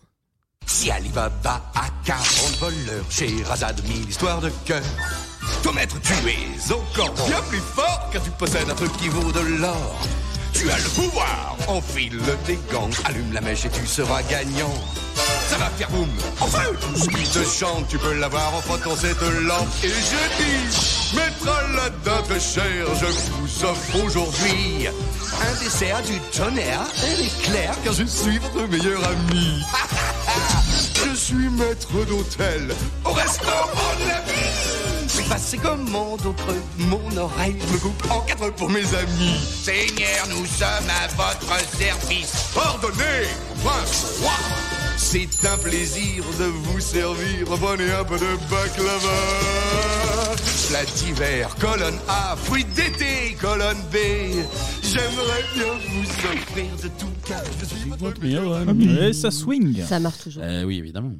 Si Alibaba a 40 voleurs, Sherazade mille histoires de cœur. Toi maître, tu es encore bien plus fort car tu possèdes un truc qui vaut de l'or. Tu as le pouvoir, enfile des gants, allume la mèche et tu seras gagnant. Ça va faire boum, en feu Celui te chante, tu peux l'avoir en frottant cette lampe. Et je dis, maître Aladdin très cher, je vous offre aujourd'hui un dessert du tonnerre et l'éclair car je suis votre meilleur ami. Je suis maître d'hôtel au restaurant de la ville. J'ai passé commande au creux de mon oreille. Je me coupe en quatre pour mes amis. Seigneur, nous sommes à votre service. Ordonnez, prince, roi. C'est un plaisir de vous servir. Prenez un peu de baklava. Plat d'hiver, colonne A, fruit d'été, colonne B. J'aimerais bien vous offrir de tout cœur. Je suis votre meilleur Et ça swing. Ça marche toujours. Euh, oui, évidemment.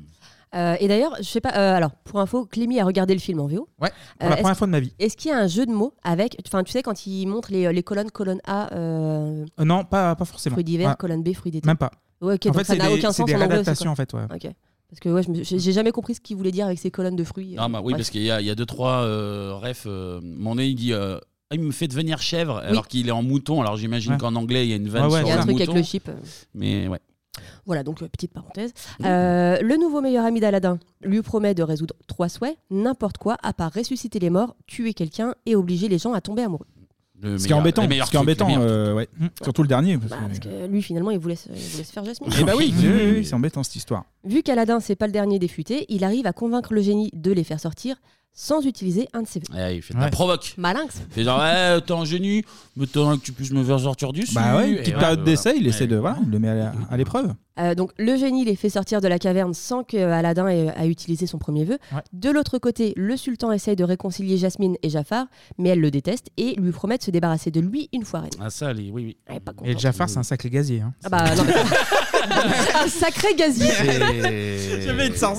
Euh, et d'ailleurs, je sais pas. euh, alors, pour info, Clémy a regardé le film en VO. Euh, Ouais. pour la est-ce- première fois de ma vie. Est-ce qu'il y a un jeu de mots avec Enfin, tu sais quand ils montrent les, les colonnes, colonne A, euh, Euh, non, pas, pas forcément. fruits d'hiver, Ouais. colonne B, fruits d'été. Même pas. Ouais, ok. En donc fait, ça c'est n'a des- aucun c'est sens des en anglais. réadaptations, quoi. en fait, ouais. Ok. Parce que ouais, je me- j'ai j'ai jamais compris ce qu'il voulait dire avec ces colonnes de fruits. euh, Ah bah oui, Bref. parce qu'il y, a- il y a deux, trois euh, refs. euh, mon nez, il dit euh, Ah, il me fait devenir chèvre alors qu'il est en mouton. Alors j'imagine Ouais. qu'en anglais, il y a une vanne Ouais, ouais, sur Il y a un le truc avec mouton. le chip. Mais ouais. Voilà, donc euh, petite parenthèse. Euh, le nouveau meilleur ami d'Aladin lui promet de résoudre trois souhaits, n'importe quoi, à part ressusciter les morts, tuer quelqu'un et obliger les gens à tomber amoureux. Le Ce qui est meilleur- embêtant, les meilleurs ce qui est trucs, les embêtant, meilleurs trucs. euh, ouais. surtout le dernier. Parce Bah, Parce que lui, finalement, il voulait se, il voulait se faire jasmine. Mmh. Eh bah (laughs) (laughs) oui, oui, oui, oui, c'est embêtant cette histoire. Vu qu'Aladin, c'est pas le dernier des futés, il arrive à convaincre le génie de les faire sortir sans utiliser un de ses vœux. Ouais, Ah, il fait de la provoque. Malinx. Il fait genre, (laughs) ouais, t'es un génie, mais t'as que tu puisses me faire sortir du Bah ouais, dessus. une Et petite ouais, période voilà. d'essai, il Ouais. essaie de. Voilà, il le met à la- à l'épreuve. Euh, donc le génie les fait sortir de la caverne sans que Aladdin ait à utilisé son premier vœu. De l'autre côté, le sultan essaye de réconcilier Jasmine et Jafar, mais elle le déteste et lui promet de se débarrasser de lui une fois reine. Ah, ça, allez, oui, oui. Et Jafar, c'est un sacré gazier. hein. Ah bah non, mais- un sacré gazier. (laughs) C'est- J'avais une sorte.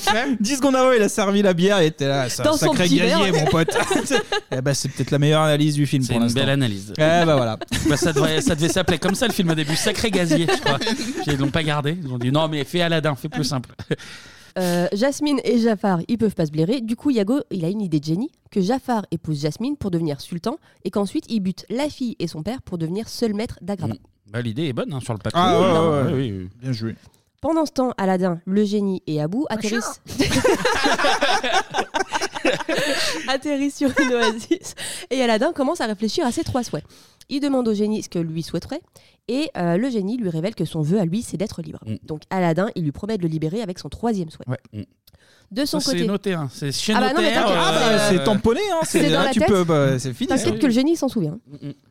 (laughs) 10 secondes avant, il a servi la bière et était là. C'est un Dans son sacré petit verre. gazier, mon pote. (laughs) eh bah, c'est peut-être la meilleure analyse du film C'est pour une l'instant. belle analyse. Eh bah voilà. (laughs) Bah, ça, devrait- ça devait s'appeler comme ça le film au début, Sacré Gazier, je (laughs) crois. Puis Ils l'ont pas gardé. Ils ont dit non, mais fais Aladdin, fais plus simple. Euh, Jasmine et Jafar, ils peuvent pas se blairer. Du coup, Yago, il a une idée de génie que Jafar épouse Jasmine pour devenir sultan et qu'ensuite il bute la fille et son père pour devenir seul maître d'Agraba. Bah, L'idée est bonne hein, sur le papier. Ah ouais, ouais, ouais. Oui, oui. Bien joué. Pendant ce temps, Aladdin, le génie et Abou atterrissent. (laughs) atterrissent sur une oasis et Aladdin commence à réfléchir à ses trois souhaits. Il demande au génie ce que lui souhaiterait et euh, le génie lui révèle que son vœu à lui c'est d'être libre. Donc Aladdin, il lui promet de le libérer avec son troisième souhait. De son Ça, côté, C'est noté, hein. c'est chez Ah bah non, mais notaire. t'inquiète. euh, Ah bah, c'est tamponné, hein, C'est dans la tu tête. peux, bah, c'est fini. Mm, T'inquiète que le génie s'en souvient.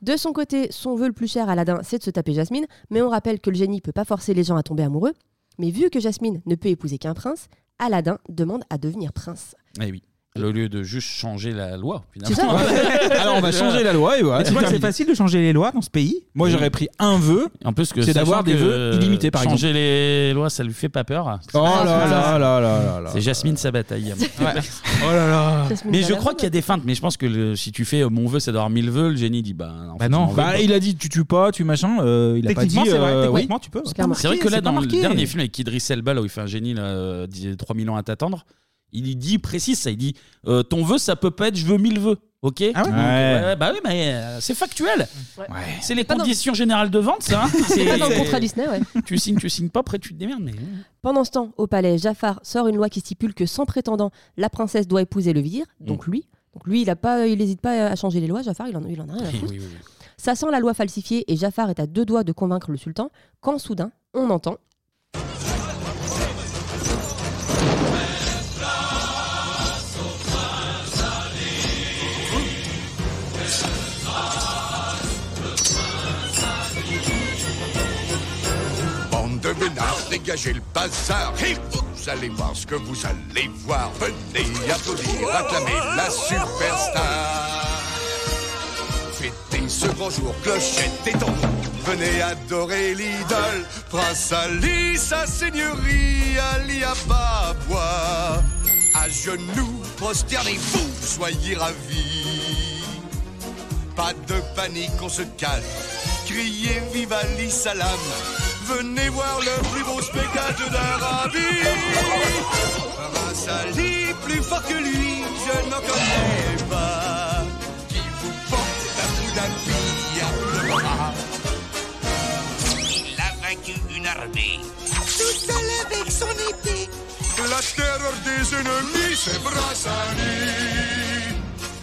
De son côté, son vœu le plus cher à Aladdin, c'est de se taper Jasmine, mais on rappelle que le génie peut pas forcer les gens à tomber amoureux. Mais vu que Jasmine ne peut épouser qu'un prince, Aladdin demande à (laughs) devenir prince. Eh oui. Au lieu de juste changer la loi, finalement. (laughs) Alors on va changer la loi et voilà. Mais tu vois que c'est facile de changer les lois dans ce pays. Moi j'aurais pris un vœu. En plus que c'est d'avoir sachant des que, vœux illimités par changer exemple. les lois, ça lui fait pas peur. Oh là là là là là. C'est Jasmine sa bataille. (laughs) Oh là là. Jasmine Mais je Sabat. crois qu'il y a des feintes. Mais je pense que le- si tu fais euh, mon vœu, c'est d'avoir 1000 vœux, le génie dit bah, en fait, je m'en veux pas. Bah, il a dit tu tues pas, tu machin. euh, il a pas dit. Techniquement, c'est vrai, euh, techniquement, oui. tu peux. C'est vrai que là, dans le dernier film avec Idris Elba, là où il fait un génie, là, euh, dit 3000 ans à t'attendre, il y dit précise ça. Il dit euh, Ton vœu, ça peut pas être je veux 1000 vœux. Ok Ah ouais Donc, Ouais. ouais, Bah oui, mais euh, c'est factuel. C'est les Pas dans- conditions générales de (laughs) vente, ça. hein. C'est pas dans le contrat Disney, ouais. Tu signes, tu signes pas, après tu te démerdes. Mais... hein. Pendant ce temps, au palais, Jafar sort une loi qui stipule que sans prétendant, la princesse doit épouser le vizir, Mm. donc lui. Donc lui, il a pas, il hésite pas à changer les lois. Jafar, il en, il en a rien à (laughs) foutre. Ça sent la loi falsifiée et Jafar est à deux doigts de convaincre le sultan quand soudain, on entend Bande de ménards, dégagez le bazar. Et vous allez voir ce que vous allez voir. Venez applaudir, acclamer la superstar. Fêtez ce grand jour, clochette et tambour. Venez adorer l'idole, Prince Ali, sa seigneurie, Ali Ababa. À genoux, prosternez-vous, soyez ravis. Pas de panique, on se calme. Criez vive Ali Salam. Venez voir le plus beau spectacle d'Arabie. Prince Ali, plus fort que lui, je n'en connais pas. Qui vous porte à bout d'un pied à le bras. Il a vaincu une armée. Tout seul avec son épée. La terreur des ennemis, c'est Prince Ali.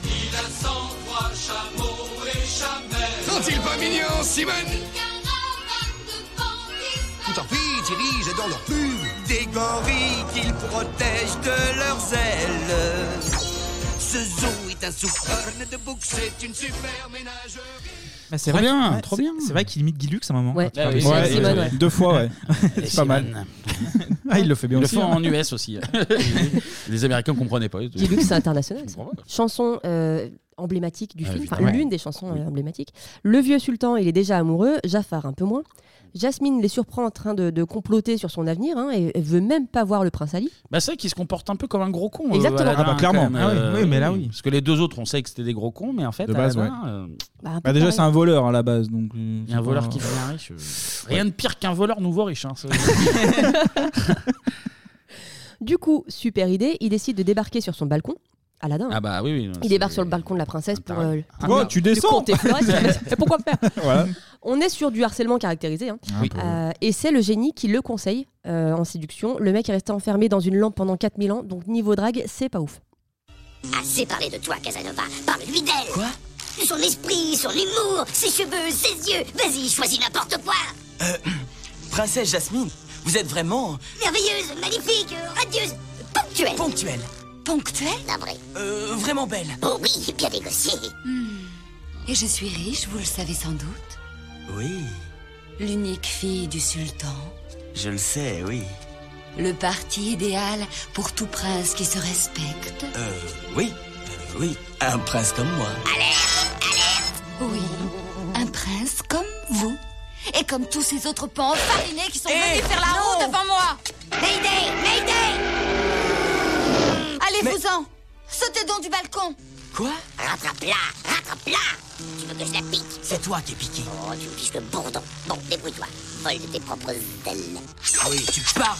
Il a 103 chameaux et chamelles. Sont-ils pas mignons, Simon Tout en pis, dirigent dans leur plume des gorilles qu'ils protègent de leurs ailes. Ce zoo est un souffle de bouc, c'est une super ménagerie. Bah, c'est Trop vrai bien, qu'il- trop c'est- bien. C'est vrai qu'il imite Guy Lux à un moment. Ouais. Quand Ah il oui, parle. c'est Simone, ouais. Euh, Deux fois, (laughs) ouais. Et C'est pas mal. (laughs) (laughs) Ah, il le fait bien Ils le aussi, font hein. en (laughs) US aussi. les Américains comprenaient pas. Guy Lux, c'est international. ça. Chanson euh, emblématique du Ah, film, putain, enfin, ouais. l'une des chansons euh, emblématiques. Le vieux sultan, il est déjà amoureux, Jafar un peu moins. Jasmine les surprend en train de, de comploter sur son avenir hein, et elle veut même pas voir le prince Ali. Bah c'est vrai qu'il se comporte un peu comme un gros con. euh, Exactement. Aladdin, Ah bah, quand clairement. même, Ah oui, euh, oui, mais là, oui. Parce que les deux autres, on sait que c'était des gros cons, mais en fait, De base, Aladdin, ouais. euh, Bah, déjà, c'est un voleur à la base. Donc, euh, il y a un c'est voleur Mmh. pas- (laughs) qui devient riche. euh, Rien de pire qu'un voleur nouveau riche. hein, ça. (laughs) Du coup, super idée, il décide de débarquer sur son balcon. Aladdin. hein. Ah bah oui, oui, non, il débarque sur le balcon de la princesse pour. euh, Ah, pour, oh, euh, tu lui descends conter (laughs) Florès. Mais Pourquoi faire Voilà. On est sur du harcèlement caractérisé. hein. Ah oui. Euh, et c'est le génie qui le conseille euh, en séduction. Le mec est resté enfermé dans une lampe pendant 4000 ans, donc niveau drague, c'est pas ouf. Assez parlé de toi, Casanova. Parle-lui d'elle. Quoi Son esprit, son humour, ses cheveux, ses yeux. Vas-y, choisis n'importe quoi. Euh, (clears throat) Princesse Jasmine, vous êtes vraiment Merveilleuse, magnifique, euh, radieuse, ponctuelle. Ponctuelle. Ponctuelle Navré. euh, vraiment belle. Oh oui, bien négocié. Hmm. Et je suis riche, vous le savez sans doute. Oui, L'unique fille du sultan. je le sais, oui. Le parti idéal pour tout prince qui se respecte. Euh, oui, euh, oui, un prince comme moi. Oui, un prince comme vous. Et comme tous ces autres pans farinés qui sont Eh, Eh, venus faire la roue devant moi. Mayday, Mayday Allez-vous-en Sautez donc du balcon Quoi Rattrape-la, rattrape-la. Tu veux que je la pique C'est toi qui es piqué. Oh, tu me fiches le bourdon. Bon, débrouille-toi. Vole de tes propres ailes. Oui, tu parles.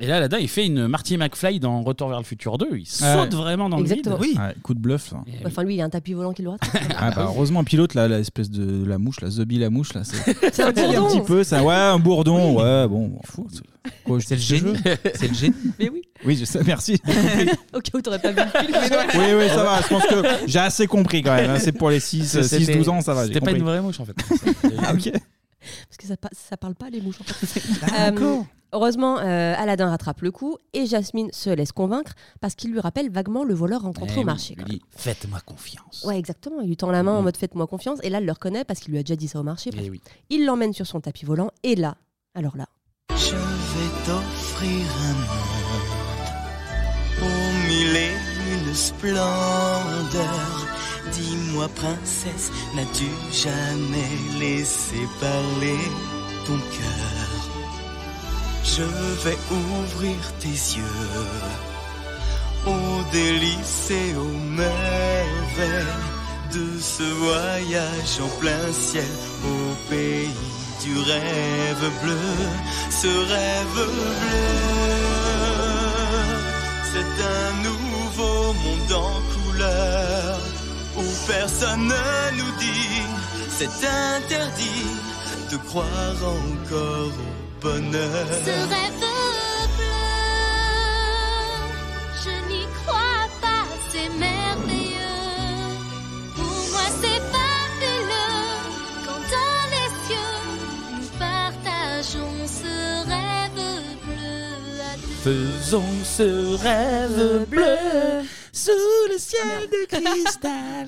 Et là, Aladdin, il fait une Marty McFly dans Retour vers le futur 2. Il saute Ah Ouais. vraiment dans Exactement. le vide. Ouais, coup de bluff. là. Enfin, lui, il a un tapis volant qui le rattrape. Ah, (laughs) (laughs) bah, heureusement, pilote, là, l'espèce de la mouche, la zombie la mouche, là, c'est C'est un un bourdon. petit peu ça. Ouais, un bourdon, ouais, bon. C'est le (laughs) génie. C'est le génie. Mais oui. Oui, je sais, merci. (laughs) Au cas où t'aurais pas vu le film. Oui, oui, ça va. Je pense que j'ai assez compris quand même. hein. C'est pour les 6, C'était- 6 12 ans, ça va. j'ai C'était pas compris. une vraie mouche en fait. (laughs) Ah, Euh, ok. Parce que ça, pa- ça parle pas les mouches en (laughs) fait. Bah, Ah, Euh, Heureusement, euh, Aladdin rattrape le coup et Jasmine se laisse convaincre parce qu'il lui rappelle vaguement le voleur rencontré Eh au marché. Il dit Faites-moi confiance. Ouais, exactement. Il lui tend la main en mode faites-moi confiance. Et là, elle le reconnaît parce qu'il lui a déjà dit ça au marché. Eh oui. Il l'emmène sur son tapis volant. Et là, alors là. Je vais t'offrir un monde aux mille et une splendeurs. Dis-moi, princesse, n'as-tu jamais laissé parler ton cœur Je vais ouvrir tes yeux aux délices et aux merveilles de ce voyage en plein ciel au pays du rêve bleu, ce rêve bleu. C'est un nouveau monde en couleur où personne ne nous dit, c'est interdit de croire encore au bonheur. Ce rêve bleu, je n'y crois pas, c'est merveilleux. Pour moi, c'est fabuleux. Quand dans les cieux, nous partageons ce rêve bleu à deux. Faisons ce rêve bleu sous le ciel de (laughs) cristal.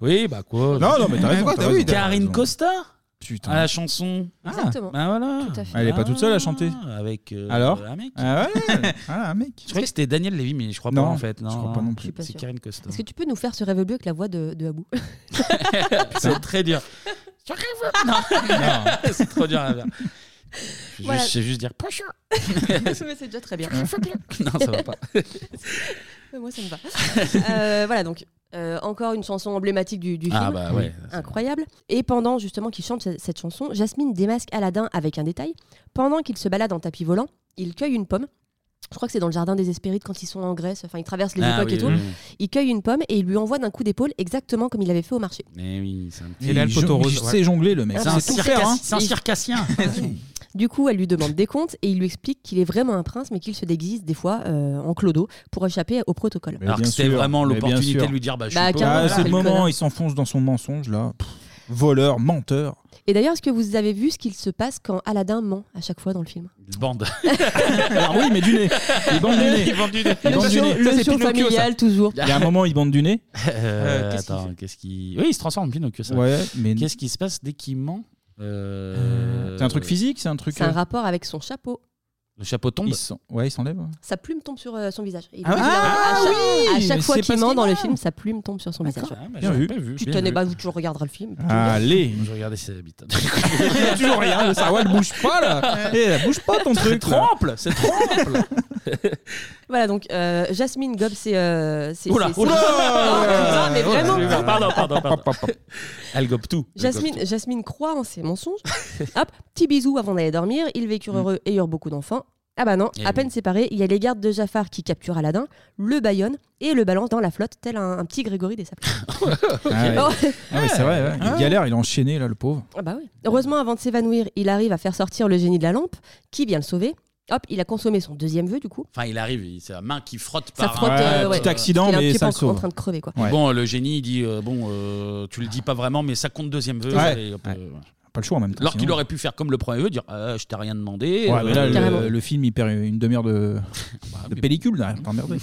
oui, bah quoi Ah Non, non, mais t'as raison, t'as raison, t'as Karine raison. Costa Putain. À la chanson. Exactement. Ah, voilà. Tout à fait. Ah. Elle est pas toute seule à chanter. Avec euh, Alors un mec. Ah ouais, (laughs) ah, un mec. Je croyais que c'était Daniel Lévy, mais je crois Non, pas en fait. Non, je crois pas non plus. Je suis pas C'est sûre. Karine Costa. Est-ce que tu peux nous faire ce rêve bleu avec la voix de, de Abou (laughs) C'est très dur. Ce rêve bleu. Non, (laughs) c'est trop dur à faire. Je Voilà. je sais juste dire pochon. (laughs) Mais c'est déjà très bien. (laughs) non, ça (laughs) va pas. Mais Moi, (laughs) ça me va. Euh, voilà, donc euh, encore une chanson emblématique du, du Ah, film. bah ouais, Incroyable. Et pendant justement qu'il chante cette, cette chanson, Jasmine démasque Aladdin avec un détail. Pendant qu'il se balade en tapis volant, il cueille une pomme. Je crois que c'est dans le jardin des Hespérides quand ils sont en Grèce, enfin ils traversent les Ah époques oui, et tout. oui, Il cueille une pomme et il lui envoie d'un coup d'épaule exactement comme il avait fait au marché. Mais oui, c'est un petit. Et là, le poteau rose, ouais. Ah, C'est un c'est tout faire, circassi- hein. c'est un (laughs) circassien. Du coup, elle lui demande des comptes et il lui explique qu'il est vraiment un prince mais qu'il se déguise des fois euh, en clodo pour échapper au protocole. Alors que c'était vraiment mais bien l'opportunité sûr. de lui dire bah, je Bah, suis carrément, pas. Ah, c'est le moment, connard. il s'enfonce dans son mensonge là. Pff, voleur, menteur. Et d'ailleurs, est-ce que vous avez vu ce qu'il se passe quand Aladdin ment à chaque fois dans le film Bande. (laughs) Alors oui, mais du nez. Il bande du nez. Il bande du nez. Il bande du Le nez. show- le Ça, c'est show Pinocchio, ça. familial, toujours. Il y a un moment, il bande du nez. Euh, qu'est-ce qu'il attends, fait qu'est-ce qui. Oui, il se transforme en Pinocchio, ça. Ouais, mais- Qu'est-ce qui se passe dès qu'il ment Euh, C'est un truc physique, c'est un truc. euh, C'est un rapport avec son chapeau. Le chapeau tombe. Il s'en- Ouais, il s'enlève. Sa plume tombe sur euh, son visage. Il- Ah il a- à ah chaque, oui, à mais chaque fois c'est qu'il parce ment qu'il Ah, dans le ment. film, sa plume tombe sur son visage. bah, Bien j'avais vu. pas vu, Tu bien tenais vu. pas, vous toujours regarderas le film. Ah. Allez Je regardais ses (laughs) habitants. Toujours rien, le sarouel bouge pas là. Eh, elle bouge pas ton truc. Tremple, c'est tremple. (laughs) Voilà, donc euh, Jasmine gobe c'est euh, ses- Oula, ses- (laughs) oula. ses- Non, mais Oula, vraiment. oula, Pardon, pardon, pardon. Elle gobe tout. Elle gobe Jasmine, Mm. Jasmine croit en ses mensonges. Hop, petit bisou avant d'aller dormir. Ils vécurent heureux et eurent beaucoup d'enfants. Ah bah non, Eh à peine oui. séparés, il y a les gardes de Jafar qui capturent Aladdin, le baillonnent et le balance dans la flotte tel un, un petit Grégory des Sables. Ah ouais. Oh. Ah ouais, c'est vrai, ouais. il galère, il est enchaîné là, le pauvre. Ah bah oui. Heureusement, avant de s'évanouir, il arrive à faire sortir le génie de la lampe, qui vient le sauver. Hop, il a consommé son deuxième vœu du coup. Enfin, il arrive, il- c'est la main qui frotte Ça par frotte, un euh, ouais. Petit accident, Parce qu'il a un mais petit ça le peu en- en sauve. train de crever, quoi. Ouais. Bon, le génie il dit euh, Bon, euh, tu le dis pas vraiment, mais ça compte deuxième vœu. Ouais. et hop, euh, ouais. Pas le choix en même temps. Alors qu'il sinon. aurait pu faire comme le premier vœu, dire Euh, Je t'ai rien demandé. Ouais, mais là, euh, Bah, le, le film, il perd une demi-heure de, de pellicule derrière. T'es (laughs) emmerdé.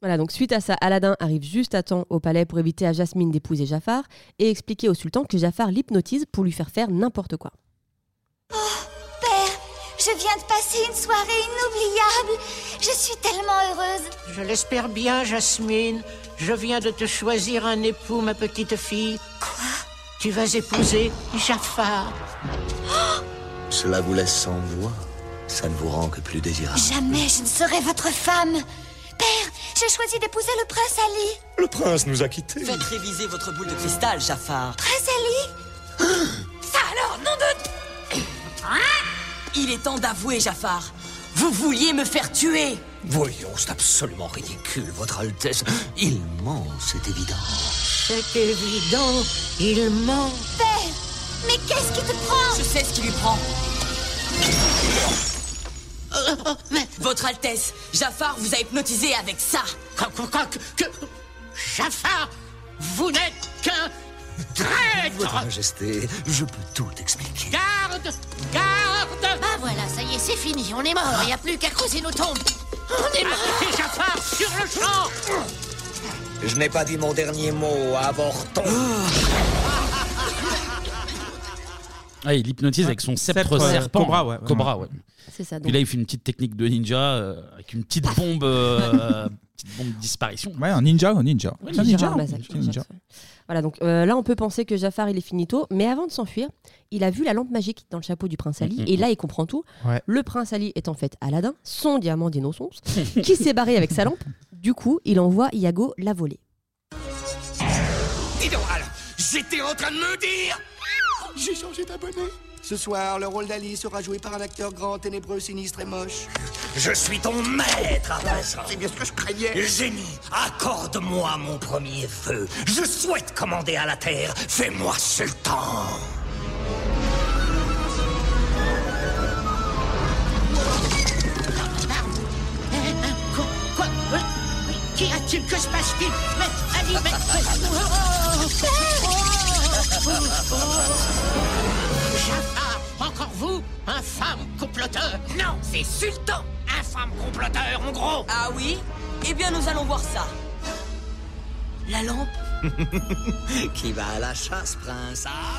Voilà, donc suite à ça, Aladdin arrive juste à temps au palais pour éviter à Jasmine d'épouser Jafar et expliquer au sultan que Jafar l'hypnotise pour lui faire faire n'importe quoi. Père, je viens de passer une soirée inoubliable. Je suis tellement heureuse. Je l'espère bien, Jasmine. Je viens de te choisir un époux, ma petite fille. Quoi Tu vas épouser Jafar. Cela vous laisse sans voix. Ça ne vous rend que plus désirable. Jamais je ne serai votre femme. Père, j'ai choisi d'épouser le prince Ali. Le prince nous a quittés. Faites réviser votre boule de cristal, Jafar. Prince Ali Ça alors, nom de... Hein Il est temps d'avouer, Jafar. Vous vouliez me faire tuer. Voyons, c'est absolument ridicule, Votre Altesse. Il ment, c'est évident. C'est évident, il ment. Père, mais qu'est-ce qui te prend Je sais ce qui lui prend. Votre Altesse, Jafar vous a hypnotisé avec ça. Jafar, vous n'êtes qu'un Votre traître Majesté, je peux tout expliquer. Garde Garde Bah voilà, ça y est, c'est fini, on est mort, il n'y a plus qu'à creuser nos tombes. On est mort Jafar, sur le champ Je n'ai pas dit mon dernier mot, avorton. Mm. Ah, il hypnotise avec son sceptre, Sceptre, euh, serpent. cobra, ouais. Cobra, ouais. C'est ça, donc. Puis là, il fait une petite technique de ninja euh, avec une petite bombe, (laughs) euh, petite bombe disparition. Ouais, un ninja, un ninja. Ouais, C'est un ninja, ninja. un un bazar, petit un ninja. Voilà, donc euh, là on peut penser que Jafar il est finito, mais avant de s'enfuir, il a vu la lampe magique dans le chapeau du prince Ali, Mhm. et là il comprend tout. Ouais. Le prince Ali est en fait Aladdin, son (laughs) diamant d'innocence, qui s'est barré avec sa lampe. Du coup, il envoie Iago la voler. Dis donc, Al, j'étais en train de me dire J'ai changé d'abonné. Ce soir, le rôle d'Ali sera joué par un acteur grand, ténébreux, sinistre et moche. Je suis ton maître, Abacha. C'est bien ce que je craignais. Génie, accorde-moi mon premier feu. Je souhaite commander à la terre. Fais-moi sultan. Eh, Quoi, quoi euh, Qu'y a-t-il que se passe-t-il Mais Ali, (laughs) mais... mais- oh, oh, oh, oh, oh. Jafar, encore vous Infâme comploteur Non, c'est Sultan Infâme comploteur, en gros Ah oui Eh bien, nous allons voir ça. La lampe (laughs) Qui va à la chasse, prince Ah,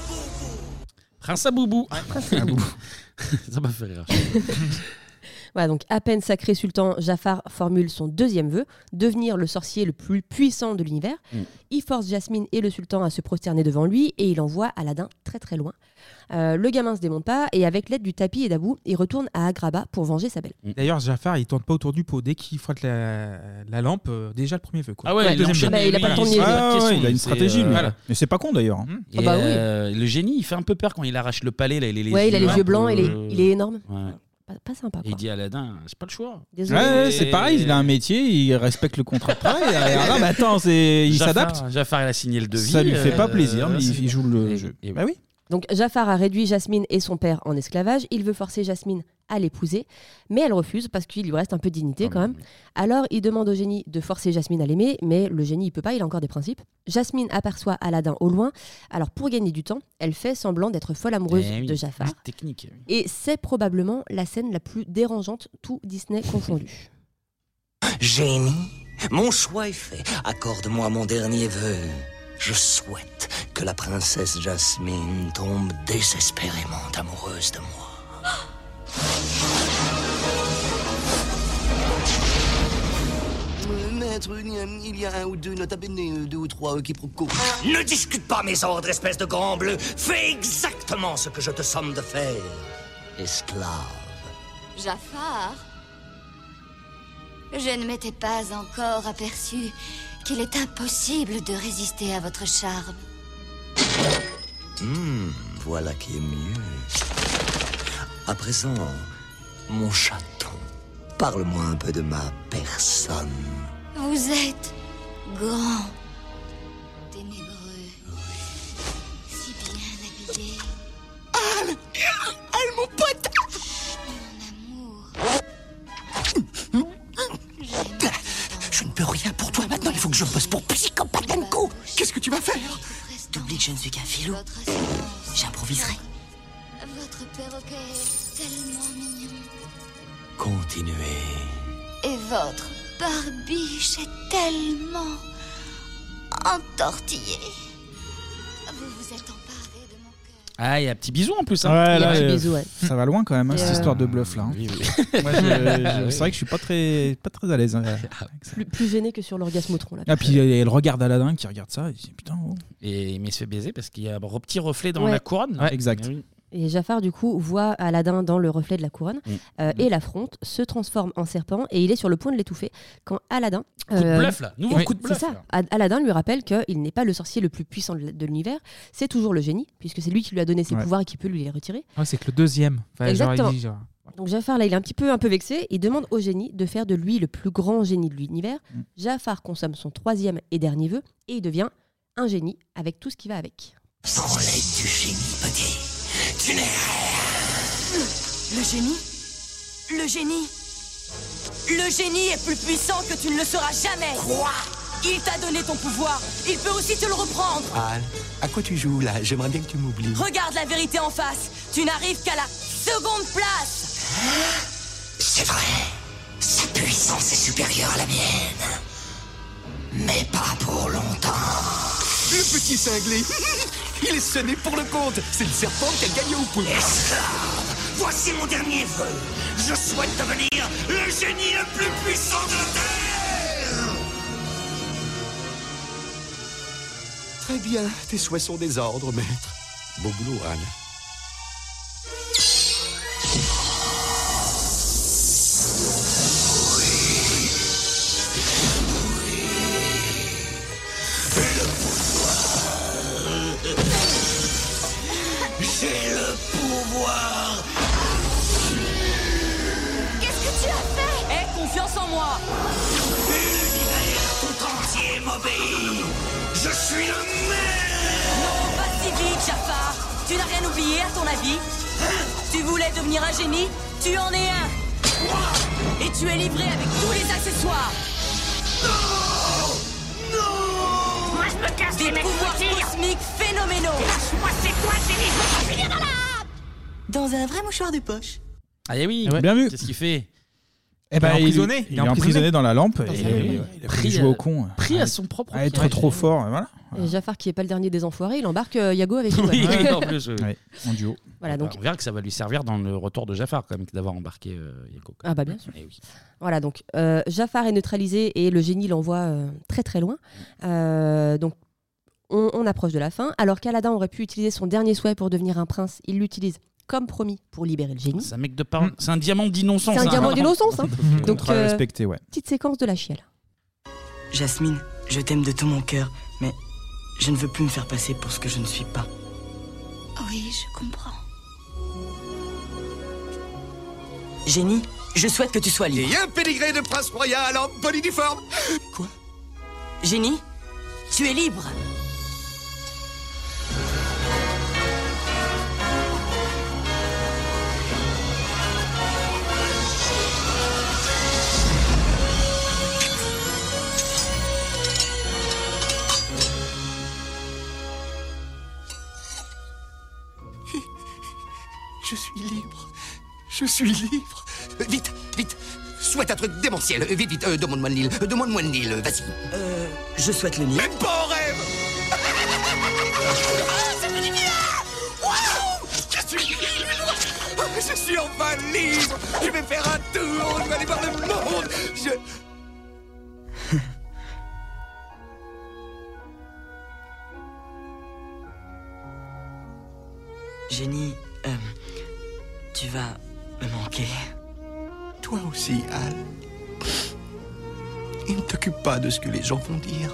Prince Aboubou. Prince Aboubou. (laughs) ça m'a fait rire. (laughs) Voilà, donc à peine sacré sultan, Jafar formule son deuxième vœu, devenir le sorcier le plus puissant de l'univers. Mm. Il force Jasmine et le sultan à se prosterner devant lui et il envoie Aladdin très très loin. Euh, le gamin se démonte pas et avec l'aide du tapis et d'Abou, il retourne à Agrabah pour venger sa belle. D'ailleurs, Jafar, il tourne pas autour du pot. Dès qu'il frotte la, la lampe, euh, déjà le premier vœu. Quoi. Ah ouais, il deuxième enchaîne vœu. les- Bah, il a pas tourné les- Ah la ouais, question, il a une c'est, stratégie, euh, Hmm. lui. voilà. Mais c'est pas con d'ailleurs. hein. Et, Ah bah oui. euh, le génie, il fait un peu peur quand il arrache le palais. Là, il a les Ouais, il a les un yeux blancs, peu- euh, il est- il est énorme. Ouais. Pas, pas sympa Et quoi. il dit à Aladdin, c'est pas le choix. Désolé. Ouais, ouais, c'est pareil, il a un métier, il respecte le contrat de (laughs) travail. Ah, mais attends, c'est- il Jafar- s'adapte. Jafar, il a signé le devis. Ça lui fait pas euh, plaisir, mais c'est- il, il joue le jeu. Et- Bah oui. Donc Jafar a réduit Jasmine et son père en esclavage. Il veut forcer Jasmine à l'épouser, mais elle refuse parce qu'il lui reste un peu de dignité Ah, quand même. Alors il demande au génie de forcer Jasmine à l'aimer, mais le génie il peut pas, il a encore des principes. Jasmine aperçoit Aladdin au loin. Alors pour gagner du temps, elle fait semblant d'être folle amoureuse Eh oui, de Jafar. petite Technique. eh Et c'est probablement la scène la plus dérangeante, tout Disney confondu. Génie, mon choix est fait. Accorde-moi mon dernier vœu. Je souhaite que la princesse Jasmine tombe désespérément amoureuse de moi. Euh, Maître, il y a- il y a un ou deux notes à béné, euh, deux ou trois euh, quiproquos. Ne discute pas mes ordres, espèce de grand bleu. Fais exactement ce que je te somme de faire. Esclave. Jafar Je ne m'étais pas encore aperçu qu'il est impossible de résister à votre charme. Hmm, voilà qui est mieux. À présent, mon chaton, Parle-moi un peu de ma personne. Vous êtes grand, ténébreux, si bien habillé. Anne Anne, mon pote (laughs) Hein? Je ne peux rien pour toi maintenant, il faut que je bosse pour Psychopatanko Qu'est-ce que tu vas faire T'oublies que je ne suis qu'un filou. J'improviserai. Votre perroquet est tellement mignon. Continuez. Et votre barbiche est tellement entortillée. Vous vous êtes emparé. Ah, il y a un petit bisou en plus. hein. Ouais, là, euh, (laughs) Ça va loin quand même, hein, Et cette euh, histoire de bluff là. hein. oui, oui. Moi, je- (laughs) je- c'est vrai que je suis pas très, pas très à l'aise. hein. Ah Plus, plus gêné que sur l'orgasmotron là. Ah, puis euh, elle regarde Aladdin qui regarde ça. Et il dit, Putain, oh. Et, mais il se fait baiser parce qu'il y a un petit reflet dans Ouais. la couronne. Ah, Eh exact. Et Jafar, du coup, voit Aladdin dans le reflet de la couronne Mm. euh, et l'affronte, se transforme en serpent et il est sur le point de l'étouffer quand Aladdin. euh, Coup de bluff, là. Nouveau Oui. coup de bluff, C'est ça. là. Ad- Aladdin lui rappelle qu'il n'est pas le sorcier le plus puissant de l- de l'univers, c'est toujours le génie, puisque c'est lui qui lui a donné ses Ouais. pouvoirs et qui peut lui les retirer. Ah, c'est que le deuxième. Enfin, genre, il Exactement. dit, genre, Donc Jafar, là, il est un petit peu, un peu vexé. Il demande au génie de faire de lui le plus grand génie de l'univers. Mm. Jafar consomme son troisième et dernier vœu et il devient un génie avec tout ce qui va avec. Sans l'aide du génie, petit, tu n'es Le génie Le génie Le génie est plus puissant que tu ne le seras jamais Quoi Il t'a donné ton pouvoir, il peut aussi te le reprendre Anne, à quoi tu joues là J'aimerais bien que tu m'oublies. Regarde la vérité en face, tu n'arrives qu'à la seconde place C'est vrai. Sa puissance est supérieure à la mienne. Mais pas pour longtemps. Le petit cinglé (laughs) Il est sonné pour le compte C'est le serpent qui a gagné au point Voici mon dernier vœu. Je souhaite devenir le génie le plus puissant de la Terre. Très bien, tes souhaits sont des ordres, maître. Beau boulot, Anne. J'ai le pouvoir. Qu'est-ce que tu as fait Aie confiance en moi L'univers tout entier m'obéit. Je suis le maire. Pas si vite, Jafar Tu n'as rien oublié à ton avis Tu voulais devenir un génie Tu en es un Et tu es livré avec tous les accessoires Non Moi, je me casse Des pouvoirs cosmiques phénoménaux Lâche-moi, c'est toi, génie Je Dans un vrai mouchoir de poche Ah eh oui, bien vu. Qu'est-ce qu'il fait Eh ben, il- Il, est emprisonné dans la lampe. Dans et, sa lampe. ouais, il a pris Pris, jouer au euh, con. pris à son propre À être piège. trop fort. Voilà. Et Jafar, qui n'est pas le dernier des enfoirés, il embarque euh, Yago (laughs) avec lui. Oui, Ouais. en plus. oui. en duo. Voilà, donc- on verra que ça va lui servir dans le retour de Jafar, quand même, d'avoir embarqué euh, Yoko. Ah bah bien sûr. Eh oui. Voilà, donc euh, Jafar est neutralisé et le génie l'envoie euh, très très loin. Euh, donc on, on approche de la fin. Alors qu'Aladin aurait pu utiliser son dernier souhait pour devenir un prince, il l'utilise comme promis pour libérer le génie. C'est un mec de par- C'est un diamant d'innocence. C'est un hein. diamant d'innocence. (laughs) hein. donc Contrat euh, respecté, ouais. petite séquence de la chielle. Jasmine, je t'aime de tout mon cœur, mais je ne veux plus me faire passer pour ce que je ne suis pas. Oui, je comprends. Génie, je souhaite que tu sois libre. Et un pédigré de prince royal en bon uniforme Génie, Tu es libre Je suis libre. Je suis libre. Euh, Vite, vite Souhaite un truc démentiel. Euh, Vite, vite, euh, demande-moi le Nil. Euh, Demande-moi le Nil, euh, vas-y. Euh, je souhaite le Nil. Même pas en rêve Ah, c'est venu bien Waouh Je suis libre Ah, Je suis enfin libre Je vais faire un tour, je vais aller voir le monde Je... Génie, euh, tu vas me manquer. Toi aussi, Al. Il ne t'occupe pas de ce que les gens vont dire.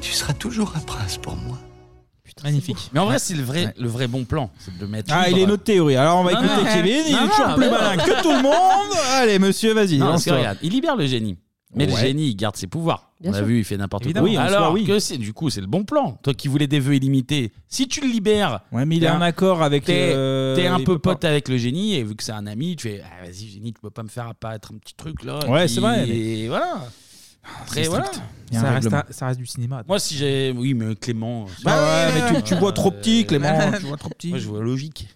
Tu seras toujours un prince pour moi. Magnifique. Mais en vrai, c'est le vrai, le vrai bon plan, c'est de le mettre. Ah, il est notre théorie. Alors on va écouter Kevin, il est toujours plus malin que tout le monde. (laughs) Allez, monsieur, vas-y. Non, parce que lance-toi. regarde, il libère le génie. Mais le Ouais. génie, il garde ses pouvoirs. Bien on a sûr. vu, il fait n'importe quoi. Évidemment. Oui, en Alors soi, oui. que c'est du coup, c'est le bon plan. Toi qui voulais des vœux illimités, si tu le libères. Ouais, mais il t'es est en accord avec T'es le- t'es un il peu peut pas. pote avec le génie, et vu que c'est un ami, tu fais Ah, vas-y, génie, tu peux pas me faire apparaître un petit truc là. et Ouais, puis- c'est vrai, Et mais- voilà. Après, c'est voilà. strict. Il y a un Ça reste règlement. un- ça reste du cinéma. Moi, si j'ai. Oui, mais Clément. euh, Bah ouais, mais tu- tu vois trop petit, Clément, tu vois trop petit. Euh, Moi, je (laughs) vois logique.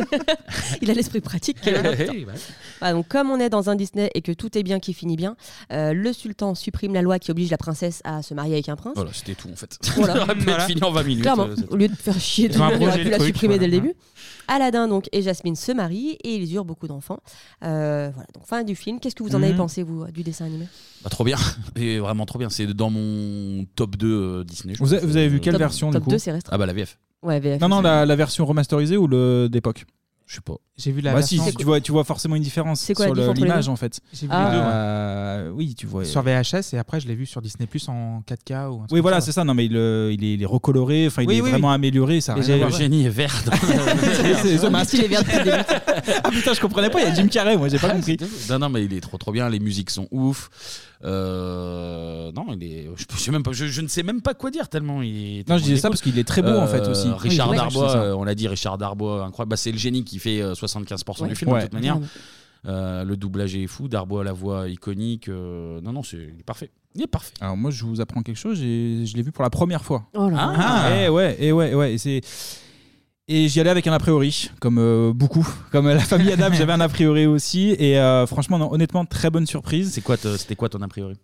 (laughs) Il a l'esprit pratique. quel homme. Oui, bah. Voilà, donc, comme on est dans un Disney et que tout est bien qui finit bien, euh, le sultan supprime la loi qui oblige la princesse à se marier avec un prince. Voilà, c'était tout en fait. (laughs) Voilà. Ça aurait pu être fini en 20 minutes. Clairement, euh, cette- au lieu de faire chier tout le monde, on aurait pu la Truc, supprimer dès le voilà. début. Aladdin donc et Jasmine se marient et ils eurent beaucoup d'enfants. Euh, voilà, donc fin du film. Qu'est-ce que vous en avez Mhm. pensé vous du dessin animé Bah, trop bien, (laughs) et vraiment trop bien. C'est dans mon top 2 euh, Disney. je Vous pense. avez- vous avez vu Euh, quelle Top- version, du top coup 2, c'est resté. Ah bah la VF. Ouais, VF. Non, bah, non, la, la version remasterisée ou le d'époque Je sais pas. J'ai vu la Bah version- si, C'est tu vois, tu vois forcément une différence C'est quoi la sur le- différence entre les l'image deux en fait. J'ai vu les Ah. deux, ouais. Euh, oui, tu vois. Sur VHS et après je l'ai vu sur Disney Plus en 4K ou un truc Oui, comme voilà, ça. c'est ça. Non, mais il, euh, il est, il est recoloré, enfin, il Oui, est oui, vraiment oui. amélioré. Ça a Mais rien à j'ai- voir. le génie est vert. (laughs) C'est- c'est The Mask. Il est vert depuis le début. Ah putain, je comprenais pas, il y a Jim Carrey, moi j'ai pas compris. Non, non, mais il est trop trop bien. Les musiques sont ouf. Euh, non, il est. Je, je sais même pas, je, je ne sais même pas quoi dire tellement il. est- Non, je disais ça écoute. parce qu'il est très beau, en fait, aussi. Richard Oui, je sais Darbois, ça. euh, on l'a dit, Richard Darbois, incroyable. Bah, c'est le génie qui fait euh, 75% Ouais. du film Ouais. de toute manière. Clairement. Euh, le doublage est fou. Darbois à la voix iconique. euh, non, non, c'est il est (laughs) parfait. Il est parfait. Alors moi, je vous apprends quelque chose. j'ai- Je l'ai vu pour la première fois. Oh là là. Ah. Eh ouais, et ouais, eh ouais. Et c'est et j'y allais avec un a priori, comme euh, beaucoup, comme euh, la famille Adam, j'avais un a priori aussi. Et euh, franchement, non, honnêtement, très bonne surprise. C'est quoi, te- c'était quoi ton a priori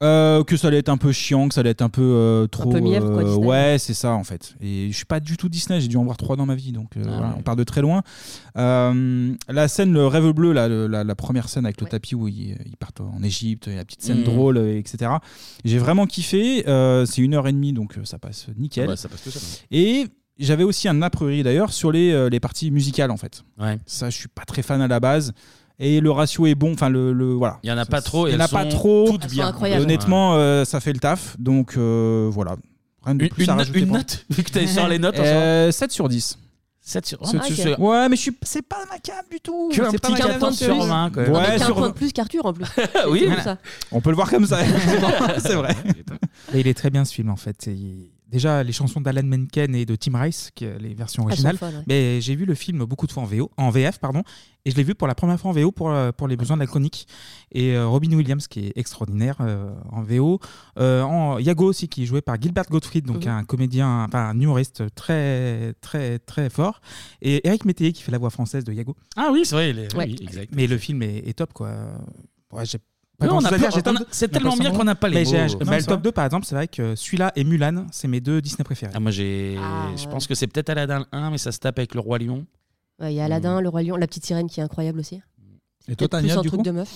Euh, que ça allait être un peu chiant, que ça allait être un peu euh, trop. peu mièvre, quoi, euh, Disney. ouais, c'est ça en fait. Et je suis pas du tout Disney, j'ai dû en voir trois dans ma vie, Ah donc euh, voilà, on part de très loin. Euh, la scène, le rêve bleu, là, le- la, la première scène avec le tapis où ils, ils partent en Égypte, et la petite scène Mhm. drôle, euh, etc. J'ai vraiment kiffé. euh, c'est une heure et demie, donc euh, ça passe nickel. Ah bah, ça passe tout seul. Et j'avais aussi un a priori d'ailleurs sur les, euh, les parties musicales en fait. Ça, je suis pas très fan à la base. Et le ratio est bon, enfin le, le- voilà. Il y en a pas trop. Il y et en elles a pas sont trop. Toutes bien. Et Honnêtement, euh, ça fait le taf. Donc euh, voilà. Rien de Une- plus une à no- rajouter. une pour- note Vu que t'es (laughs) sur les notes, en Euh, 7 sur 10. 7 sur Oh, Sept sur- ok. Ouais, mais je suis... c'est pas ma cam du tout. Que un C'est pas petit ma cam 14 sur 20, quand même. Ouais, T'as un sur- point de plus (laughs) qu'Arthur en plus. Oui. (laughs) C'est Voilà. comme ça. On peut le voir comme ça. (laughs) c'est vrai. Mais il est très bien ce film en fait. C'est- Déjà les chansons d'Alan Menken et de Tim Rice, qui, euh, les versions Elles sont originales. folles, ouais. Mais j'ai vu le film beaucoup de fois en VO, en VF pardon, et je l'ai vu pour la première fois en VO pour, euh, pour les besoins de la chronique. Et euh, Robin Williams qui est extraordinaire euh, en VO, Euh, en Yago aussi qui est joué par Gilbert Gottfried, donc Mhm. un comédien, enfin un humoriste très très très fort, et Eric Métayer qui fait la voix française de Yago. Ah oui, c'est vrai. il est- Ouais. oui, exact. Mais le film est, est top, quoi. Ouais, j'ai pas Non, on grand-chose a à pas- dire, j'ai on a- top deux. c'est On a tellement pas bien ça, qu'on n'a pas les mais j'ai- mots. mais Non, le ça top va. 2, par exemple, c'est vrai que celui-là et Mulan, c'est mes deux Disney préférés. Ah, moi, j'ai. Je pense que c'est peut-être Aladdin 1, Ah, mais ça se tape avec le Roi Lion. Ouais, Il Mm. y a Aladdin, le roi lion, la petite sirène qui est incroyable aussi. Et C'est toi, peut-être plus Tania, un du truc coup de meuf.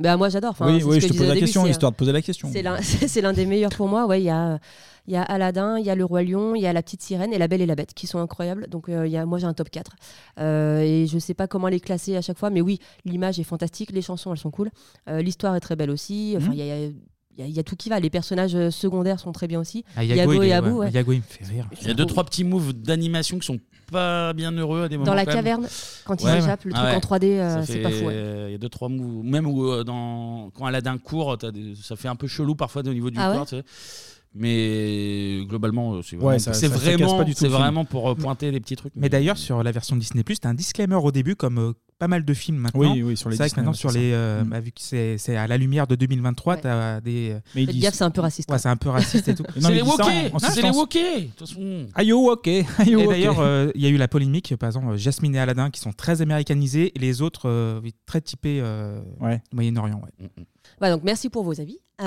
Bah moi j'adore. Enfin, Oui, c'est oui, ce je que te disais pose au la début, question, c'est, histoire euh, de poser la question. C'est l'un, (laughs) c'est l'un des meilleurs pour moi. Ouais, il y a, il y a Aladdin, il y a le roi lion, il y a la petite sirène et la belle et la bête qui sont incroyables. Donc euh, il y a, moi j'ai un top 4. Euh, et je sais pas comment les classer à chaque fois, mais oui, l'image est fantastique, les chansons elles sont cool, Euh, l'histoire est très belle aussi. Enfin Mm. Mhm. il y a- il y a- il y, a- il y a tout qui va. Les personnages euh, secondaires sont très bien aussi. Ah, Yago, Yago il est- et Abu. ouais. ouais. Yago, il me fait rire. Il y a deux, trois petits moves d'animation qui sont pas bien heureux à des Dans moments. la quand même. Ah caverne, quand il s'échappe, le truc en 3D, euh, Ça c'est fait- pas fou, ouais. euh, Il y a deux, trois moves. Même où, euh, dans... quand Aladdin court, t'as des- ça fait un peu chelou parfois au niveau du Ah ouais corps. tu sais. Mais globalement, euh, c'est Ouais, vraiment, ça- c'est ça- ça casse vraiment, pas du tout c'est le film. vraiment pour euh, pointer des petits trucs. Mais d'ailleurs, sur la version Disney, tu as un disclaimer au début, comme euh, pas mal de films maintenant. Oui, oui, sur les C'est vrai que Disney, maintenant, ouais, sur c'est les, ça. Mm. euh, bah, vu que c'est c'est à la lumière de 2023, tu as des. euh, Mais ils Faites disent- gaffe, c'est un peu raciste. Ouais, c'est un peu raciste et tout. (laughs) C'est les wokés hein, C'est les wokés De toute façon. Are you okay Are you Hmm. et okay d'ailleurs, euh, il y a eu la polémique, par exemple, Jasmine et Aladdin qui sont très américanisés et les autres euh, oui, très typés euh, Moyen-Orient. ouais. Hmm, Voilà, donc merci (laughs) pour vos avis. Euh, Ah,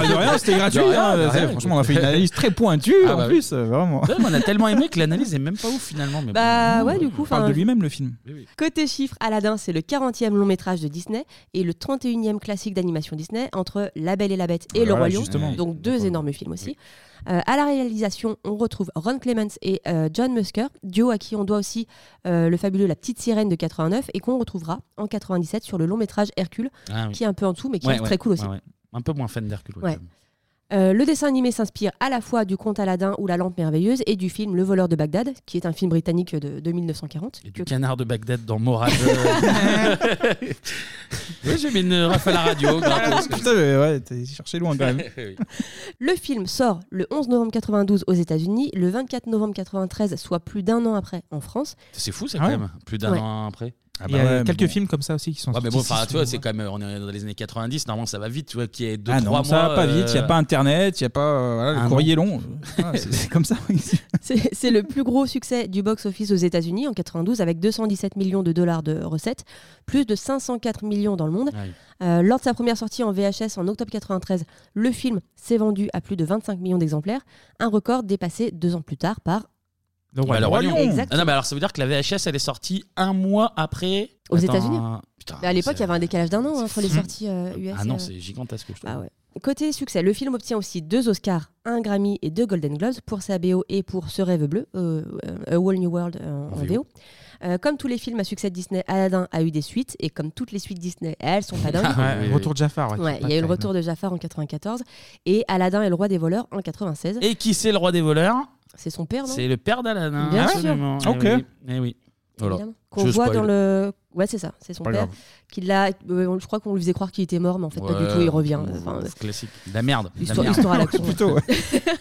Ah, de (laughs) rien, c'était gratuit. De rien, hein, de rien. Franchement, on a fait une analyse très pointue Ah, en bah oui. plus, euh, vraiment. Ouais, mais on a tellement aimé que l'analyse est même pas ouf finalement. mais Bah bon. ouais, du coup, On parle enfin, de lui-même le film. Côté chiffres, Aladdin, c'est le 40e long métrage de Disney et le 31e classique d'animation Disney entre La Belle et la Oh Bête et Voilà, Le Roi Lion. justement. Donc deux énormes films aussi. Euh, à la réalisation, on retrouve Ron Clements et euh, John Musker, duo à qui on doit aussi euh, le fabuleux La Petite Sirène de 89 et qu'on retrouvera en 97 sur le long métrage Hercule, Ah oui. qui est un peu en dessous mais qui Ouais, est ouais, très cool aussi. ouais, ouais. Un peu moins fan d'Hercule. ouais, Ouais. quand même. Euh, le dessin animé s'inspire à la fois du conte Aladdin ou la lampe merveilleuse et du film Le voleur de Bagdad, qui est un film britannique de, de 1940. Et du canard de Bagdad dans (laughs) Morale. oui, j'ai mis une rafale à la radio. gratos. Putain, mais ouais, t'es cherché loin (laughs) quand même. eh Oui. (laughs) Le film sort le 11 novembre 92 aux États-Unis, le 24 novembre 93, soit plus d'un an après en France. C'est fou, ça, Ah quand ouais. même. Plus d'un Ouais. Ah bah an après. Il y a quelques films comme ça aussi qui sont Ouais, mais sortis bon, enfin, six hein. tu semaines, vois, c'est quand même. On est dans les années 90, normalement, ça va vite, tu vois, qu'il y ait 2-3 ah mois. non, ça va pas vite, il n'y a euh, pas internet, il n'y a pas. euh, voilà, un le courrier est an. (laughs) long. Voilà, c'est- c'est comme ça. C'est c'est le plus gros succès du box-office aux États-Unis en 92 avec 217 millions de dollars de recettes, plus de 504 millions dans le monde. Ouais. Euh, lors de sa première sortie en VHS en octobre 93, le film s'est vendu à plus de 25 millions d'exemplaires, un record dépassé deux ans plus tard par Le Roi Bah, le Roi Lion. Lion. Exactement. Ah non, mais alors ça veut dire que la VHS, elle est sortie un mois après. aux Attends, États-Unis. Putain. Mais à l'époque, il y avait un décalage d'un an hein, entre les sorties euh, US. Ah non, euh, c'est gigantesque, je trouve. Ah ouais. Côté succès, le film obtient aussi deux Oscars, un Grammy et deux Golden Globes pour sa BO et pour Ce rêve bleu, euh, euh, A Whole New World euh, en, En VO. VO. Euh, comme tous les films à succès de Disney, Aladdin a eu des suites et comme toutes les suites Disney, elles (laughs) sont pas dingues. Ah ouais, oui, Retour oui. de Jafar, ouais, qui est il pas y a eu le terrible. retour de Jafar en 94 et Aladdin et le roi des voleurs en 96. Et qui c'est le roi des voleurs C'est son père, non C'est le père d'Aladin. Bien sûr. absolument. Eh Ok. oui, Eh oui. Voilà. Évidemment. Je Qu'on voit spoil. dans le. Ouais, c'est ça, c'est son Pas père. grave. Qui l'a... euh, on- je crois qu'on lui faisait croire qu'il était mort, mais en fait, pas du Ouais, tout, il revient. Enfin, c'est Classique. De La merde. de la Histoire, merde. histoire (laughs) à l'action.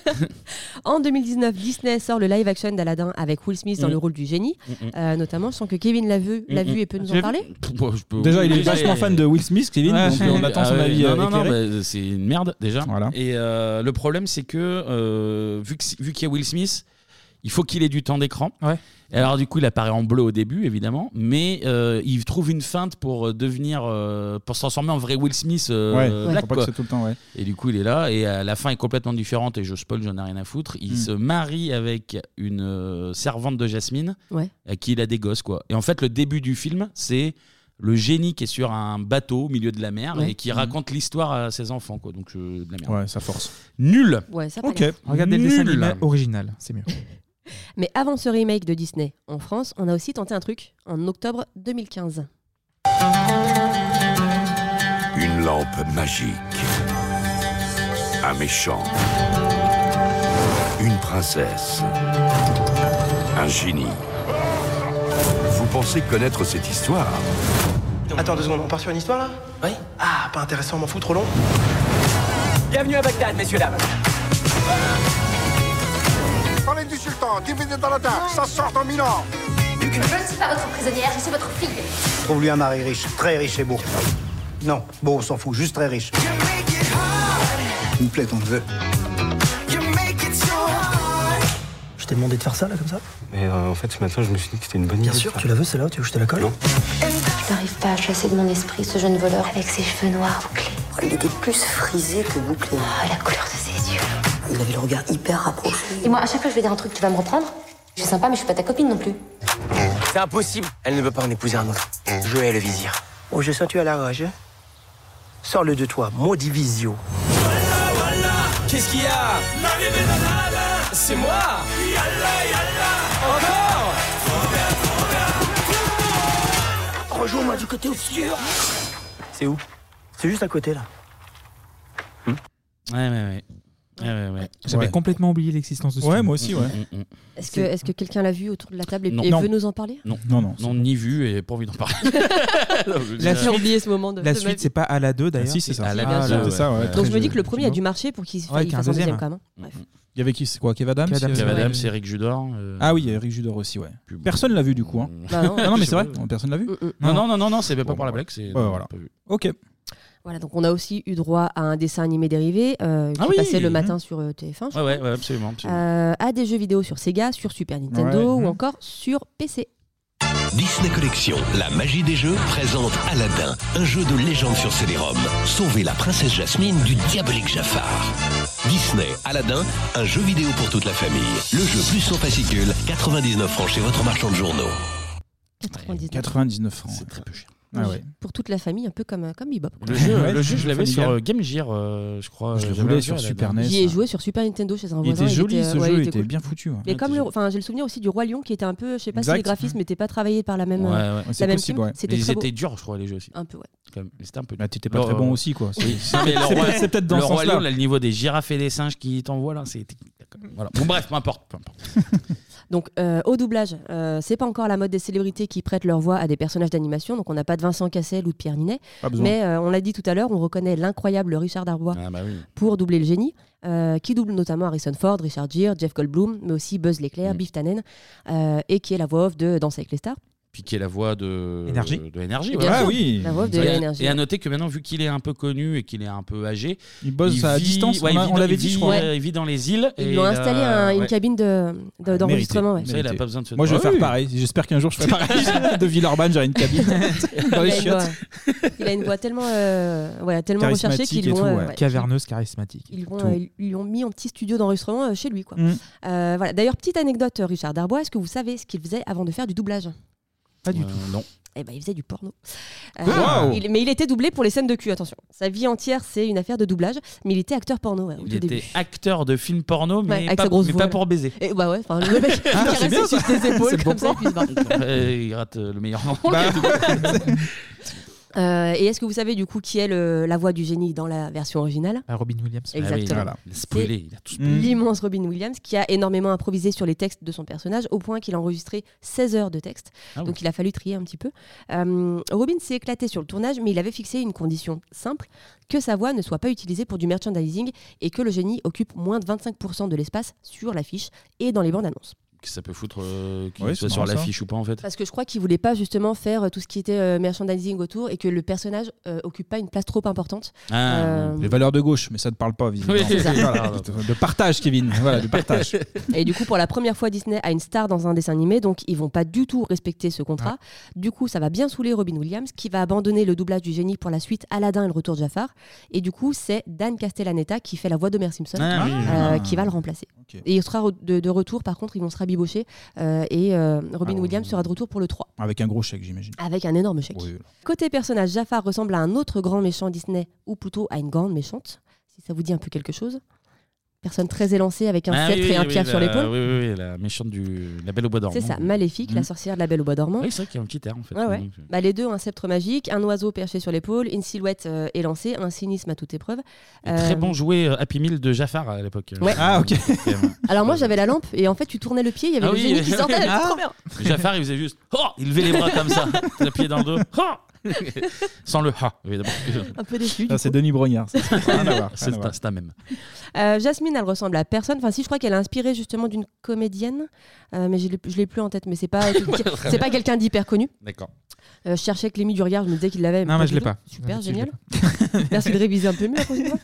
(laughs) en 2019, Disney sort le live action d'Aladdin avec Will Smith dans Mm. le rôle du génie, Mm, mm. euh, notamment. Je sens que Kevin l'a vu, l'a Mm, vu mm. et peut nous J'ai en vu. parler. Bon, je peux- Déjà, il est Déjà, vachement il- fan de Will Smith, Kevin, Ouais. donc on attend son Ah ouais, avis euh, Non, non, non, éclairé. bah, c'est une merde déjà. Et euh, le problème, c'est que euh, vu que- vu qu'il y a Will Smith, il faut qu'il ait du temps d'écran. Et Alors du coup, il apparaît en bleu au début, évidemment, mais euh, il trouve une feinte pour euh, devenir, euh, pour se transformer en vrai Will Smith. euh, Ouais, black, faut pas que quoi. c'est tout le temps, ouais. Et du coup, il est là, et à la fin est complètement différente, et je spoil, j'en ai rien à foutre. Il Mm. se marie avec une euh, servante de Jasmine, Ouais. à qui il a des gosses, quoi. Et en fait, le début du film, c'est le génie qui est sur un bateau au milieu de la mer Ouais. et qui raconte l'histoire à ses enfants, quoi. Donc, euh, de la merde. Ouais, ça force. Nul Ouais, ça, pas Ok, grave. (laughs) regardez le dessin Nul. animé original, c'est mieux. Mais avant ce remake de Disney en France, on a aussi tenté un truc en octobre 2015. Une lampe magique. Un méchant. Une princesse. Un génie. Vous pensez connaître cette histoire Attends deux secondes, on part sur une histoire là Oui. Ah, pas intéressant, on m'en fout, trop long. Bienvenue à Bagdad, messieurs dames. On est du sultan, 10 minutes dans la table, ça sort en Milan. Je ne suis pas votre prisonnière, je suis votre fille. Trouve-lui un mari riche, très riche et beau. Non, bon, on s'en fout, juste très riche. Une plaît, on veut. Je t'ai demandé de faire ça là comme ça Mais euh, en fait, ce matin, je me suis dit que c'était une bonne idée. Bien sûr, tu la veux celle-là, tu veux que je te la colle Je n'arrive pas à chasser de mon esprit ce jeune voleur avec ses cheveux noirs bouclés. Il était plus frisé que bouclé. Ah, la couleur de ses yeux. Il avait le regard hyper rapproché. Et moi, à chaque fois, je vais dire un truc, tu vas me reprendre Je suis sympa, mais je suis pas ta copine non plus. C'est impossible. Elle ne peut pas en épouser un autre. Je hais le vizir. Oh, je sens tu à la rage. hein Sors-le de toi, maudit visio. Qu'est-ce qu'il y a C'est moi Encore Rejoins-moi du côté obscur. C'est où C'est juste à côté là. Ouais, ouais, ouais. Ouais, ouais, ouais. J'avais Ouais. complètement oublié l'existence de ce Ouais, film. moi aussi, ouais. Mm, mm, mm. Est-ce que, est-ce que quelqu'un l'a vu autour de la table et, et veut nous en parler Non, non, non. Non, ni vu et pas envie d'en parler. La euh, J'ai oublié ce moment de- La de ma suite, vie. c'est pas à la 2 d'ailleurs. Ah, si, c'est ça. Ah, la Ah, deux, là, ouais. c'est ça, ouais. Donc je Très me dis joli. que le premier a dû marcher pour qu'il Ouais, fasse qu'il y a un un deuxième deuxième. quand même. Bref. Il y avait qui C'est quoi Kev Adams Kev Adams, Mm. Kev euh, Adams, c'est Eric Judor. euh, Mm. Ah oui, Eric Judor aussi, ouais. Personne l'a vu du coup. hein. Bah non. Mm, non, mais Je c'est sais vrai, pas. personne l'a vu. Non, non, non, non, non, c'est pas par la blague, c'est. bah, Ouais, non, voilà. pas vu. Ok. Voilà, donc on a aussi eu droit à un dessin animé dérivé euh, qui Ah oui passait le Mhm. matin sur euh, TF1. je Ouais, ouais, crois. ouais, absolument, absolument. Euh, à des jeux vidéo sur Sega, sur Super Nintendo Ouais. ou encore sur PC. Disney Collection, la magie des jeux, présente Aladdin, un jeu de légende sur CD-ROM. Sauvez la princesse Jasmine du diabolique Jafar. Disney Aladdin, un jeu vidéo pour toute la famille. Le jeu plus son fascicule, 99 francs chez votre marchand de journaux. 99. 99 francs. C'est très peu cher. mais Ah je- ouais. pour toute la famille, un peu comme, euh, comme Bebop. quoi. Le jeu, Ouais, le jeu, je l'avais sur familial. euh, Game Gear, euh, je crois. Je le euh, voulais l'avais sur à la Super E base. J'y ai joué sur Super Nintendo chez un E Il voisin. était joli, ce ouais, jeu, il était cool. bien foutu, ouais. Mais comme le, enfin, j'ai le souvenir aussi du Roi Lion qui était un peu, je sais pas si Exact. les graphismes n'étaient pas travaillés par la même, Ouais, ouais. euh, la C'est même possible, team. ouais. C'était Mais très ils beau. étaient durs, je crois, les jeux aussi. Un peu, ouais. Quand même, C'était un peu. Bah, t'étais pas très Le- bon aussi, quoi. (laughs) Oui. C'est- Non, mais le c'est- roi- c'est peut-être dans le ce roi sens-là. Lion, là, le niveau des girafes et des singes qui t'envoient, là, c'est. D'accord. Voilà. Bon, bref, peu importe. peu importe. Donc euh, au doublage, euh, c'est pas encore la mode des célébrités qui prêtent leur voix à des personnages d'animation, donc on n'a pas de Vincent Cassel ou de Pierre Ninet, Pas besoin. mais euh, on l'a dit tout à l'heure, on reconnaît l'incroyable Richard Darbois Ah, bah oui. pour doubler le génie, euh, qui double notamment Harrison Ford, Richard Gere, Jeff Goldblum, mais aussi Buzz Mm. l'éclair, Biff Tannen, euh, et qui est la voix off de Danser avec les stars. Puis qui est la voix de. Énergie. euh, De énergie, Bien voilà. sûr. Ah oui. La voix de Et à- Énergie. Et à noter que maintenant, vu qu'il est un peu connu et qu'il est un peu âgé. Il bosse à vit- distance, ouais, on il a- vit on dans- l'avait il dit, je vit- crois. ouais, Il vit dans les îles. Ils et lui ont il a- installé un- une ouais. cabine d'enregistrement. De, Ah, d'enregistrement, ouais. Ça, il a pas besoin de se Moi, je vais Ah faire oui. pareil. J'espère qu'un jour, je ferai Ah pareil. (laughs) De Villeurbanne, j'aurai une cabine dans les Bah, il, a une chiottes. voix, il a une voix tellement, euh, voilà, tellement recherchée qu'ils l'ont euh, ouais, Caverneuse, charismatique. ils l'ont Tout. euh, ils lui ont mis en petit studio d'enregistrement euh, chez lui. quoi. Mm. Euh, voilà. D'ailleurs, petite anecdote, euh, Richard Darbois, est-ce que vous savez ce qu'il faisait avant de faire du doublage Pas du tout. Euh, Non. eh ben, il faisait du porno. Euh, Wow. il- mais il était doublé pour les scènes de cul, attention. Sa vie entière, c'est une affaire de doublage, mais il était acteur porno ouais, au Il tout était début. acteur de films porno, Ouais, mais, avec pas, sa grosse mais voix, pas là. pour baiser. Et, bah ouais, enfin, le mec, Ah, il c'est bien, caressait juste ça. (laughs) les (laughs) épaules, C'est le comme bon ça, plan. il se barre. Euh, il rate euh, le meilleur moment. Bah, (laughs) (laughs) Euh, et est-ce que vous savez du coup qui est le- la voix du génie dans la version originale Ah, Robin Williams. Exactement. Ah oui, voilà. Spoilé, il a tout C'est L'immense Robin Williams qui a énormément improvisé sur les textes de son personnage au point qu'il a enregistré 16 heures de texte. Ah oui. Donc il a fallu trier un petit peu. Euh, Robin s'est éclaté sur le tournage, mais il avait fixé une condition simple que sa voix ne soit pas utilisée pour du merchandising et que le génie occupe moins de 25% de l'espace sur l'affiche et dans les bandes annonces. Que ça peut foutre euh, qu'il Ouais, soit c'est sur marrant, l'affiche ça. ou pas en fait. Parce que je crois qu'il voulait pas justement faire euh, tout ce qui était euh, merchandising autour et que le personnage euh, occupe pas une place trop importante. Ah, Euh, Les valeurs de gauche, mais ça te parle pas, visiblement. Oui, c'est ça. Voilà. Le partage, Kevin. Voilà, le (laughs) partage. (laughs) Et du coup, pour la première fois, Disney a une star dans un dessin animé, donc ils vont pas du tout respecter ce contrat. Ah. Du coup, ça va bien saouler Robin Williams, qui va abandonner le doublage du génie pour la suite Aladdin et le retour de Jafar. Et du coup, c'est Dan Castellaneta qui fait la voix d'Homer Simpson, Ah, oui. euh, Ah. qui va le remplacer. Et il sera re- de, de retour, par contre, ils vont se rabibocher, euh, et euh, Ah, Robin Williams sera de retour pour le 3. Avec un gros chèque, j'imagine. Avec un énorme chèque. Côté personnage, Jafar ressemble à un autre grand méchant Disney, ou plutôt à une grande méchante, si ça vous dit un peu quelque chose. Personne très élancée avec un Ah sceptre oui, oui, et un oui, piaf la- sur l'épaule. Oui, oui, oui, la méchante du La Belle au Bois dormant. C'est ça, Maléfique, la Mhm. sorcière de la Belle au Bois dormant. Oui, c'est vrai qu'il y a un petit air en fait. Mm. Ouais, ouais. Donc, Bah, les deux ont un sceptre magique, un oiseau perché sur l'épaule, une silhouette euh, élancée, un cynisme à toute épreuve. et Euh, Très bon jouet euh, Happy Meal de Jafar à l'époque. (laughs) Ouais. Ah, ok. Alors moi j'avais la lampe et en fait tu tournais le pied, (laughs) il y avait Ah le oui, (laughs) génie qui oui. sortait, Ah. c'était trop bien. Jafar, il faisait juste. Oh il levait les bras comme (laughs) ça, le pied dans le dos. Oh (laughs) Sans le ha, évidemment. Un peu déçu. Ah, C'est Denis Brognard. (laughs) ça. Rien à voir, C'est rien à un- voir. c'est un même. Euh, Jasmine, elle ressemble à personne. Enfin, si, je crois qu'elle est inspirée justement d'une comédienne, euh, mais je l'ai- je l'ai plus en tête. Mais c'est (laughs) pas, très c'est bien. pas quelqu'un d'hyper connu. D'accord. Euh, je cherchais Clémy du regard, je me disais qu'il l'avait. mais Non, mais je du l'ai tout. pas. Super, D'habitude, génial. je l'ai pas. (laughs) Merci de réviser un peu mieux la prochaine fois.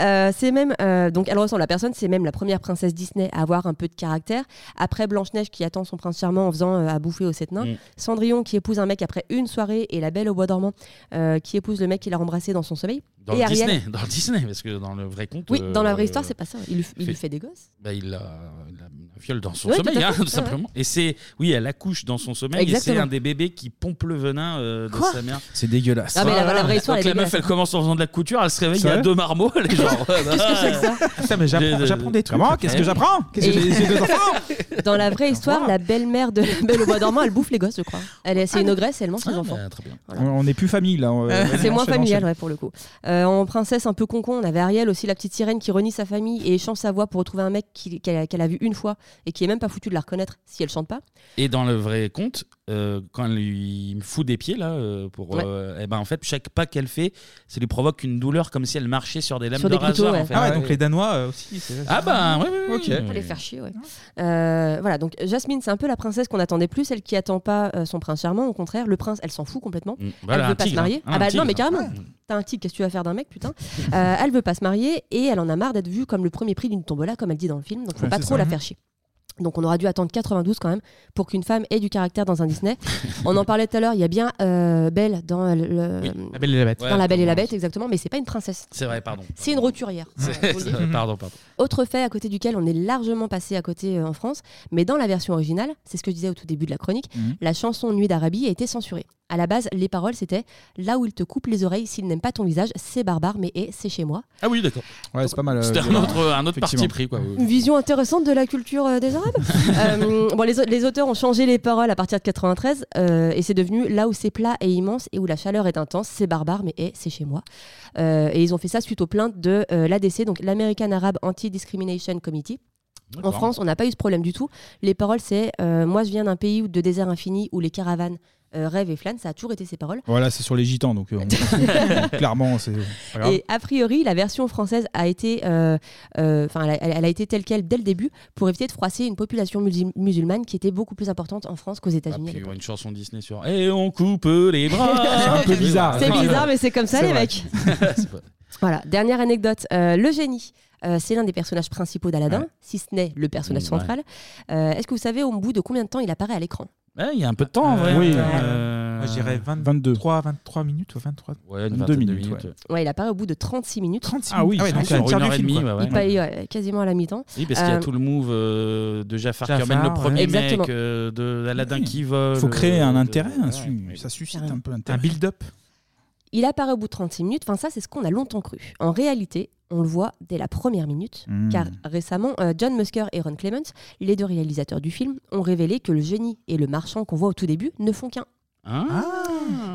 Euh, c'est même, euh, donc elle ressemble à personne, c'est même la première princesse Disney à avoir un peu de caractère. Après Blanche-Neige qui attend son prince charmant en faisant euh, à bouffer aux sept nains. Mm. Cendrillon qui épouse un mec après une soirée et la belle au bois dormant euh, qui épouse le mec qu'il a embrassé dans son sommeil. Dans et le Ariel. Disney, dans le Disney, parce que dans le vrai conte. Oui, dans la vraie euh, histoire, c'est pas ça. Il lui- il lui fait des gosses. Bah, il la, il la viole dans son Ouais, tout sommeil, à hein, fait. tout Ouais, simplement. Et c'est, oui, elle accouche dans son sommeil et c'est Exactement. un des bébés qui pompe le venin euh, de Quoi sa mère. C'est dégueulasse. Ah, mais la- la vraie histoire, Donc elle est la meuf, dégueulasse. elle commence en faisant de la couture, elle se réveille, il C'est y a vrai deux marmots, (laughs) elle est genre. Qu'est-ce que c'est que ça Putain, mais j'apprends- Ah, j'apprends des trucs. Comment Qu'est-ce que j'apprends Qu'est-ce (laughs) que j'ai- j'ai deux enfants Dans la vraie histoire, la belle-mère de la (laughs) belle au bois dormant, elle bouffe les gosses, je crois. Elle Ah, est, c'est une ogresse, elle mange les enfants. On on n'est plus famille, là. on- euh, C'est on moins enchaîne, familial, enchaîne. ouais, pour le coup. Euh, en princesse un peu concon, on avait Ariel aussi, la petite sirène qui renie sa famille et échange sa voix pour retrouver un mec qui- qu'elle a- qu'elle a vu une fois et qui est même pas foutu de la reconnaître si elle chante pas. Et dans le vrai conte, euh, quand elle lui- il me fout des pieds, là, euh, pour, Ouais. euh, eh ben, en fait, chaque pas qu'elle fait, ça lui provoque une douleur comme si elle marchait sur des lames Sur de des couteaux, rasoir. ouais. en fait. Ah ouais, donc les Danois euh, aussi. c'est- Ah bah, ouais, ouais, ouais. Ok. Faut les faire chier, ouais. Euh, voilà, donc Jasmine, c'est un peu la princesse qu'on attendait plus, celle qui attend pas euh, son prince charmant. Au contraire, le prince, elle s'en fout complètement. Mm, voilà, elle veut un pas se tigre, marier. hein, ah un bah non, tigre. mais carrément. Ah. T'as un tigre, qu'est-ce que tu vas faire d'un mec, putain Euh, Elle veut pas se marier et elle en a marre d'être vue comme le premier prix d'une tombola, comme elle dit dans le film. Donc faut Ouais, pas c'est trop ça. la faire chier. Donc on aura dû attendre 92 quand même pour qu'une femme ait du caractère dans (laughs) un Disney. on en parlait tout à l'heure, il y a bien euh, Belle dans euh, le- La Belle et la Bête. dans Ouais, La Belle et la comment- Bête exactement, mais c'est pas une princesse. (laughs) C'est vrai, (laughs) pardon. C'est une roturière. C'est- (laughs) Voilà, faut le dire. pardon, pardon. Autre fait à côté duquel on est largement passé à côté euh, en France, mais dans la version originale, c'est ce que je disais au tout début de la chronique, Mhm. la chanson Nuit d'Arabie a été censurée. À la base, les paroles c'était Là où il te coupe les oreilles s'il n'aime pas ton visage, c'est barbare, mais eh, c'est chez moi. Ah oui, d'accord. Ouais, c'est pas mal. euh, C'était un Gérard. autre, un autre parti Effectivement. pris, quoi. Une vision intéressante de la culture euh, des Arabes. Euh, bon, les, au- les auteurs ont changé les paroles à partir de 93 euh, et c'est devenu là où c'est plat et immense et où la chaleur est intense, c'est barbare, mais eh, c'est chez moi. Euh, et ils ont fait ça suite aux plaintes de euh, l'ADC, donc l'American Arab Anti-Discrimination Committee. En D'accord. France, on n'a pas eu ce problème du tout. Les paroles, c'est euh, Moi, je viens d'un pays où- de désert infini où les caravanes euh, rêvent et flânent. Ça a toujours été ces paroles. Voilà, c'est sur les gitans, donc euh, (laughs) (laughs) on- clairement, c'est pas grave. Et a priori, la version française a été, euh, euh, 'fin, elle, a, elle a été telle quelle dès le début pour éviter de froisser une population musil- musulmane qui était beaucoup plus importante en France qu'aux États-Unis. à Puis, l'époque. ouais, une chanson Disney sur Et on coupe les bras. C'est un peu bizarre. C'est bizarre, mais c'est comme ça, C'est les vrai. mecs. (laughs) C'est pas- Voilà, dernière anecdote. Euh, le génie, euh, c'est l'un des personnages principaux d'Aladin, si ce n'est le personnage Mm, ouais. central. Euh, Est-ce que vous savez au bout de combien de temps il apparaît à l'écran Ouais, il y a un peu de temps en vrai. oui, Euh, Moi, je dirais 22. 3, 23 minutes ou 23. Ouais, une 22 vingtaine de minutes, minutes. ouais. Ouais, il apparaît au bout de 36 minutes. 36 Ah oui, minutes. Ah ouais, donc il c'est un tiers du film, quoi. Il paye ouais, quasiment à la mi-temps. Oui, parce qu'il y a Euh, tout le move euh, de Jafar, qui Jafar, emmène le ouais. premier Exactement. mec, euh, de Aladdin qui vole. Il faut créer un euh, intérêt, de- un su- ça suscite un peu l'intérêt. Un build-up. Il apparaît au bout de 36 minutes. Enfin, ça, c'est ce qu'on a longtemps cru. En réalité, on le voit dès la première minute, Mm. car récemment, euh, John Musker et Ron Clements, les deux réalisateurs du film, ont révélé que le génie et le marchand qu'on voit au tout début ne font qu'un.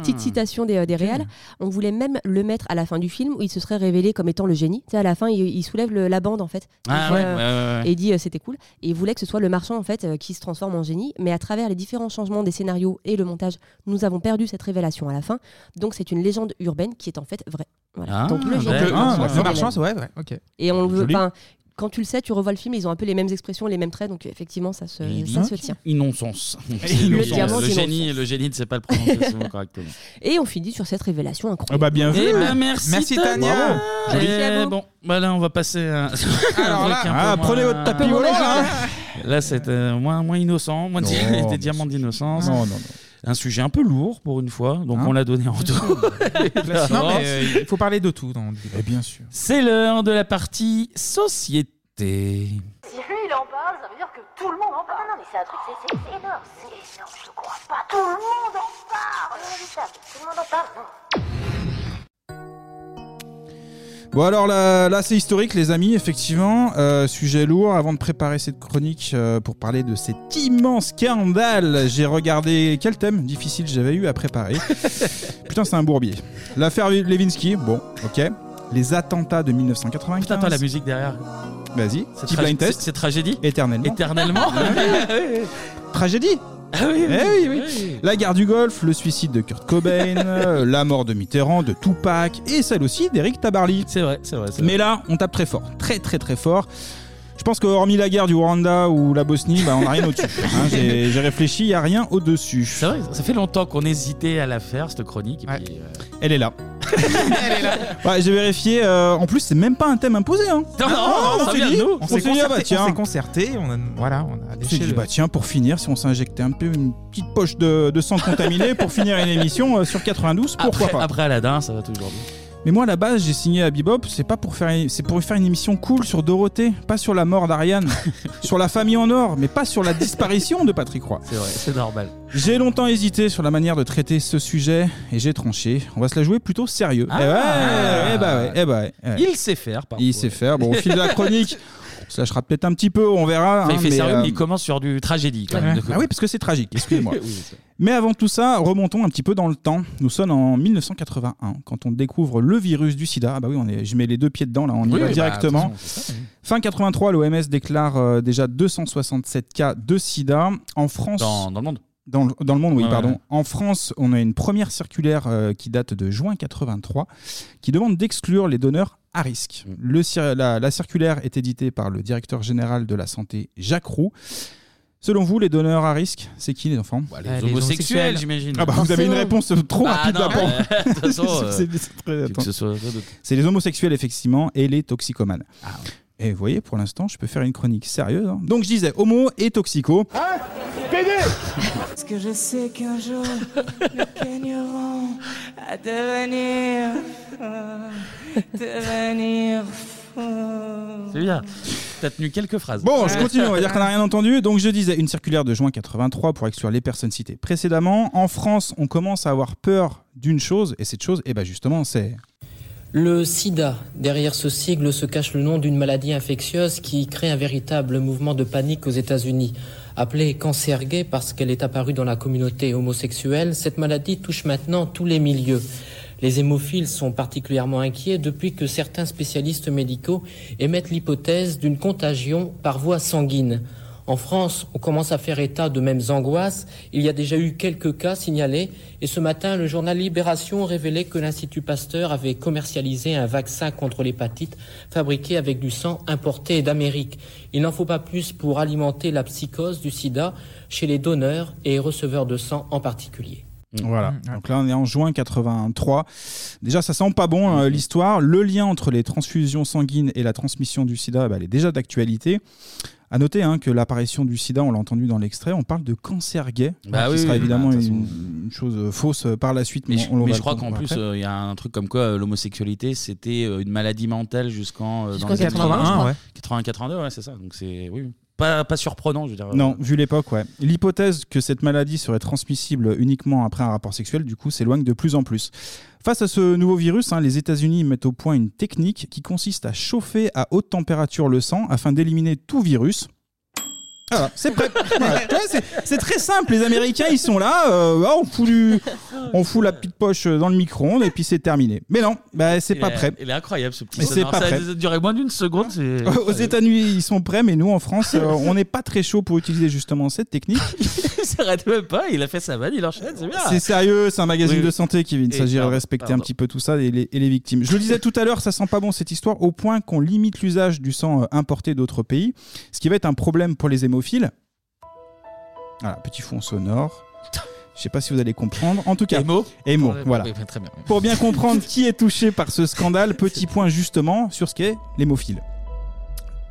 Petite citation des, euh, des réals. On voulait même le mettre à la fin du film où il se serait révélé comme étant le génie. Tu sais, à la fin, il, il soulève le- la bande en fait. Il Ah fait, ouais, ouais, ouais, ouais. Et il dit euh, c'était cool. Et il voulait que ce soit le marchand en fait euh, qui se transforme en génie. Mais à travers les différents changements des scénarios et le montage, nous avons perdu cette révélation à la fin. Donc c'est une légende urbaine qui est en fait vraie. Voilà. Ah, Donc le génie. d'accord. le marchand, Ah, ouais, c'est le réel. marchand, c'est- ouais, ouais, ok. Et on le veut. Joli. enfin, Quand tu le sais, tu revois le film, ils ont un peu les mêmes expressions, les mêmes traits, donc effectivement, ça se, Il- ça se tient. Innocence. Le Innocence. diamant, le innocence. génie, le génie ne sait pas le prononcer souvent (laughs) correctement. Et on finit sur cette révélation Ah incroyable. bah, bien Eh ben, merci, Tania. Joli. Et Bravo. bon, bah là on va passer à. (laughs) Alors là, ah, prenez votre tapis volant, là, hein. Là c'était moins, moins Non, innocent, moins (laughs) des mais diamants d'innocence. Non, non, Un sujet un peu lourd pour une fois, donc Hein on l'a donné en deux. (laughs) non, mais euh, il faut parler de tout. Dans le bien sûr. C'est l'heure de la partie société. Si lui il en parle, ça veut dire que tout le monde en parle. Ah Non, non, mais c'est un truc, c'est c'est énorme. C'est énorme, je crois pas. Tout le monde en parle. Tout le monde en parle. Non. Bon alors là, là, c'est historique les amis, effectivement. Euh, sujet lourd, avant de préparer cette chronique euh, pour parler de cet immense scandale, j'ai regardé quel thème difficile j'avais eu à (laughs) préparer. Putain c'est un bourbier. L'affaire Levinsky, bon ok. Les attentats de 1995. Putain, attends la musique derrière. Vas-y, C'est petit tragi- blind test. c'est- C'est tragédie Éternellement. Éternellement Tragédie Ah oui, oui. Eh oui, oui. Oui. La guerre du Golfe, le suicide de Kurt Cobain, (laughs) euh, la mort de Mitterrand, de Tupac et celle aussi d'Eric Tabarly. C'est vrai, c'est vrai. Mais là, on tape très fort, très très très fort. Je pense que hormis la guerre du Rwanda ou la Bosnie, bah, on n'a rien au-dessus. (laughs) hein. J'ai j'ai réfléchi, il n'y a rien au-dessus. C'est vrai, Ça fait longtemps qu'on hésitait à la faire, cette chronique. et puis, euh, Elle est là. Ouais, j'ai vérifié. euh, en plus, c'est même pas un thème imposé. Hein. Non, non, non, ça on s'est vient de dit, nous. On On s'est s'est dit, ah bah concerté, tiens. on s'est concerté, on a- voilà, on a On léché s'est dit, le- bah tiens, pour finir, si on s'injectait un peu une petite poche de, de sang contaminé pour finir une émission euh, sur 92, pourquoi après, pas après Aladdin, ça va toujours bien. Mais moi, à la base, j'ai signé à Bebop, c'est pas pour faire, c'est pour faire une émission cool sur Dorothée, pas sur la mort (laughs) d'Ariane, sur la famille en or, mais pas sur la disparition de Patrick Roy. C'est vrai, c'est normal. J'ai longtemps hésité sur la manière de traiter ce sujet et j'ai tranché. On va se la jouer plutôt sérieux. Eh ouais, eh bah ouais, eh bah ouais, eh ouais. Ah. Il sait faire, parfois. Il sait faire. Bon, au fil de la chronique, on se lâchera peut-être un petit peu, on verra. Enfin, il hein, fait mais, sérieux, euh, mais il commence sur du tragédie quand même. Ouais. Ah oui, parce que c'est tragique, excusez-moi. (laughs) Oui, c'est ça. Mais avant tout ça, remontons un petit peu dans le temps. Nous sommes en 1981, quand on découvre le virus du sida. Ah bah oui, on est, je mets les deux pieds dedans, là, on y Oui, va bah, directement. de toute façon, c'est ça, oui. fin 83, l'OMS déclare euh, déjà 267 cas de sida. En France. Dans- dans le monde. dans, le- dans le monde, oui, Ouais, pardon. ouais. En France, on a une première circulaire euh, qui date de juin 83 qui demande d'exclure les donneurs à risque. Mm. Le cir- la, la circulaire est éditée par le directeur général de la santé, Jacques Roux. Selon vous, les donneurs à risque, c'est qui les enfants les Ah, les homosexuels, homosexuels. j'imagine. Ah bah, vous avez une Forcément. réponse trop Bah, rapide non, là, pour- mais, de toute façon, (laughs) euh, C'est- c'est très- que ce soit- C'est les homosexuels, effectivement, et les toxicomanes. Ah, Et vous voyez, pour l'instant, je peux faire une chronique sérieuse. hein. Donc je disais homo et toxico. Hein PD Parce que je sais qu'un jour, nous gagnerons à devenir. fous, devenir. fous. C'est bien. T'as tenu quelques phrases. Bon, je continue, on va dire qu'on n'a rien entendu. Donc je disais, une circulaire de juin 83 pour exclure les personnes citées précédemment. En France, on commence à avoir peur d'une chose, et cette chose, eh ben justement, c'est... Le sida. Derrière ce sigle se cache le nom d'une maladie infectieuse qui crée un véritable mouvement de panique aux États-Unis. Appelée cancer gay parce qu'elle est apparue dans la communauté homosexuelle, cette maladie touche maintenant tous les milieux. Les hémophiles sont particulièrement inquiets depuis que certains spécialistes médicaux émettent l'hypothèse d'une contagion par voie sanguine. En France, on commence à faire état de mêmes angoisses. Il y a déjà eu quelques cas signalés et ce matin, le journal Libération révélait que l'Institut Pasteur avait commercialisé un vaccin contre l'hépatite fabriqué avec du sang importé d'Amérique. Il n'en faut pas plus pour alimenter la psychose du sida chez les donneurs et receveurs de sang en particulier. Mm. Voilà. Donc là, on est en juin 83. Déjà, ça sent pas bon Mm. euh, l'histoire. Le lien entre les transfusions sanguines et la transmission du sida, bah, elle est déjà d'actualité. À noter hein, que l'apparition du sida, on l'a entendu dans l'extrait, on parle de cancer gay, Bah qui oui, sera oui, évidemment bah, de toute une, une chose euh, fausse euh, par la suite. Mais, on- je, on mais va je le crois qu'en comprendre plus, après. euh, il y a un truc comme quoi euh, l'homosexualité, c'était euh, une maladie mentale jusqu'en euh, Jusqu'en dans les années 81, 80, ouais. 80, 82, ouais, c'est ça. Donc c'est oui, oui. pas, pas surprenant, je veux dire. Non, vu l'époque, ouais. L'hypothèse que cette maladie serait transmissible uniquement après un rapport sexuel, du coup, s'éloigne de plus en plus. Face à ce nouveau virus, hein, les États-Unis mettent au point une technique qui consiste à chauffer à haute température le sang afin d'éliminer tout virus. Ah, c'est prêt. Voilà. Tu vois, c'est- c'est très simple. Les Américains, ils sont là. euh, ah, on, fout du- on fout la petite poche dans le micro-ondes et puis c'est terminé. Mais non, bah, c'est Il pas est- prêt. Il est incroyable ce petit Mais c'est sonore. pas Ça prêt. a duré moins d'une seconde. (laughs) c'est- Aux États-Unis, ils sont prêts, mais nous, en France, euh, on n'est pas très chaud pour utiliser justement cette technique. (laughs) il s'arrête même pas, il a fait sa vanne, il enchaîne, c'est bien. C'est sérieux, c'est un magazine Ah. Oui, de oui. santé, Kevin. Et Il s'agirait de pardon, respecter un pardon. petit peu tout ça et les, et les victimes. Je le disais tout à l'heure, ça sent pas bon cette histoire au point qu'on limite l'usage du sang euh, importé d'autres pays, ce qui va être un problème pour les hémophiles. Voilà, petit fond sonore. Je sais pas si vous allez comprendre. En tout cas, Hémo. Hémo, Ouais, voilà. ouais, ouais, très bien. Pour bien comprendre qui est touché par ce (laughs) scandale, petit point justement sur ce qu'est l'hémophile.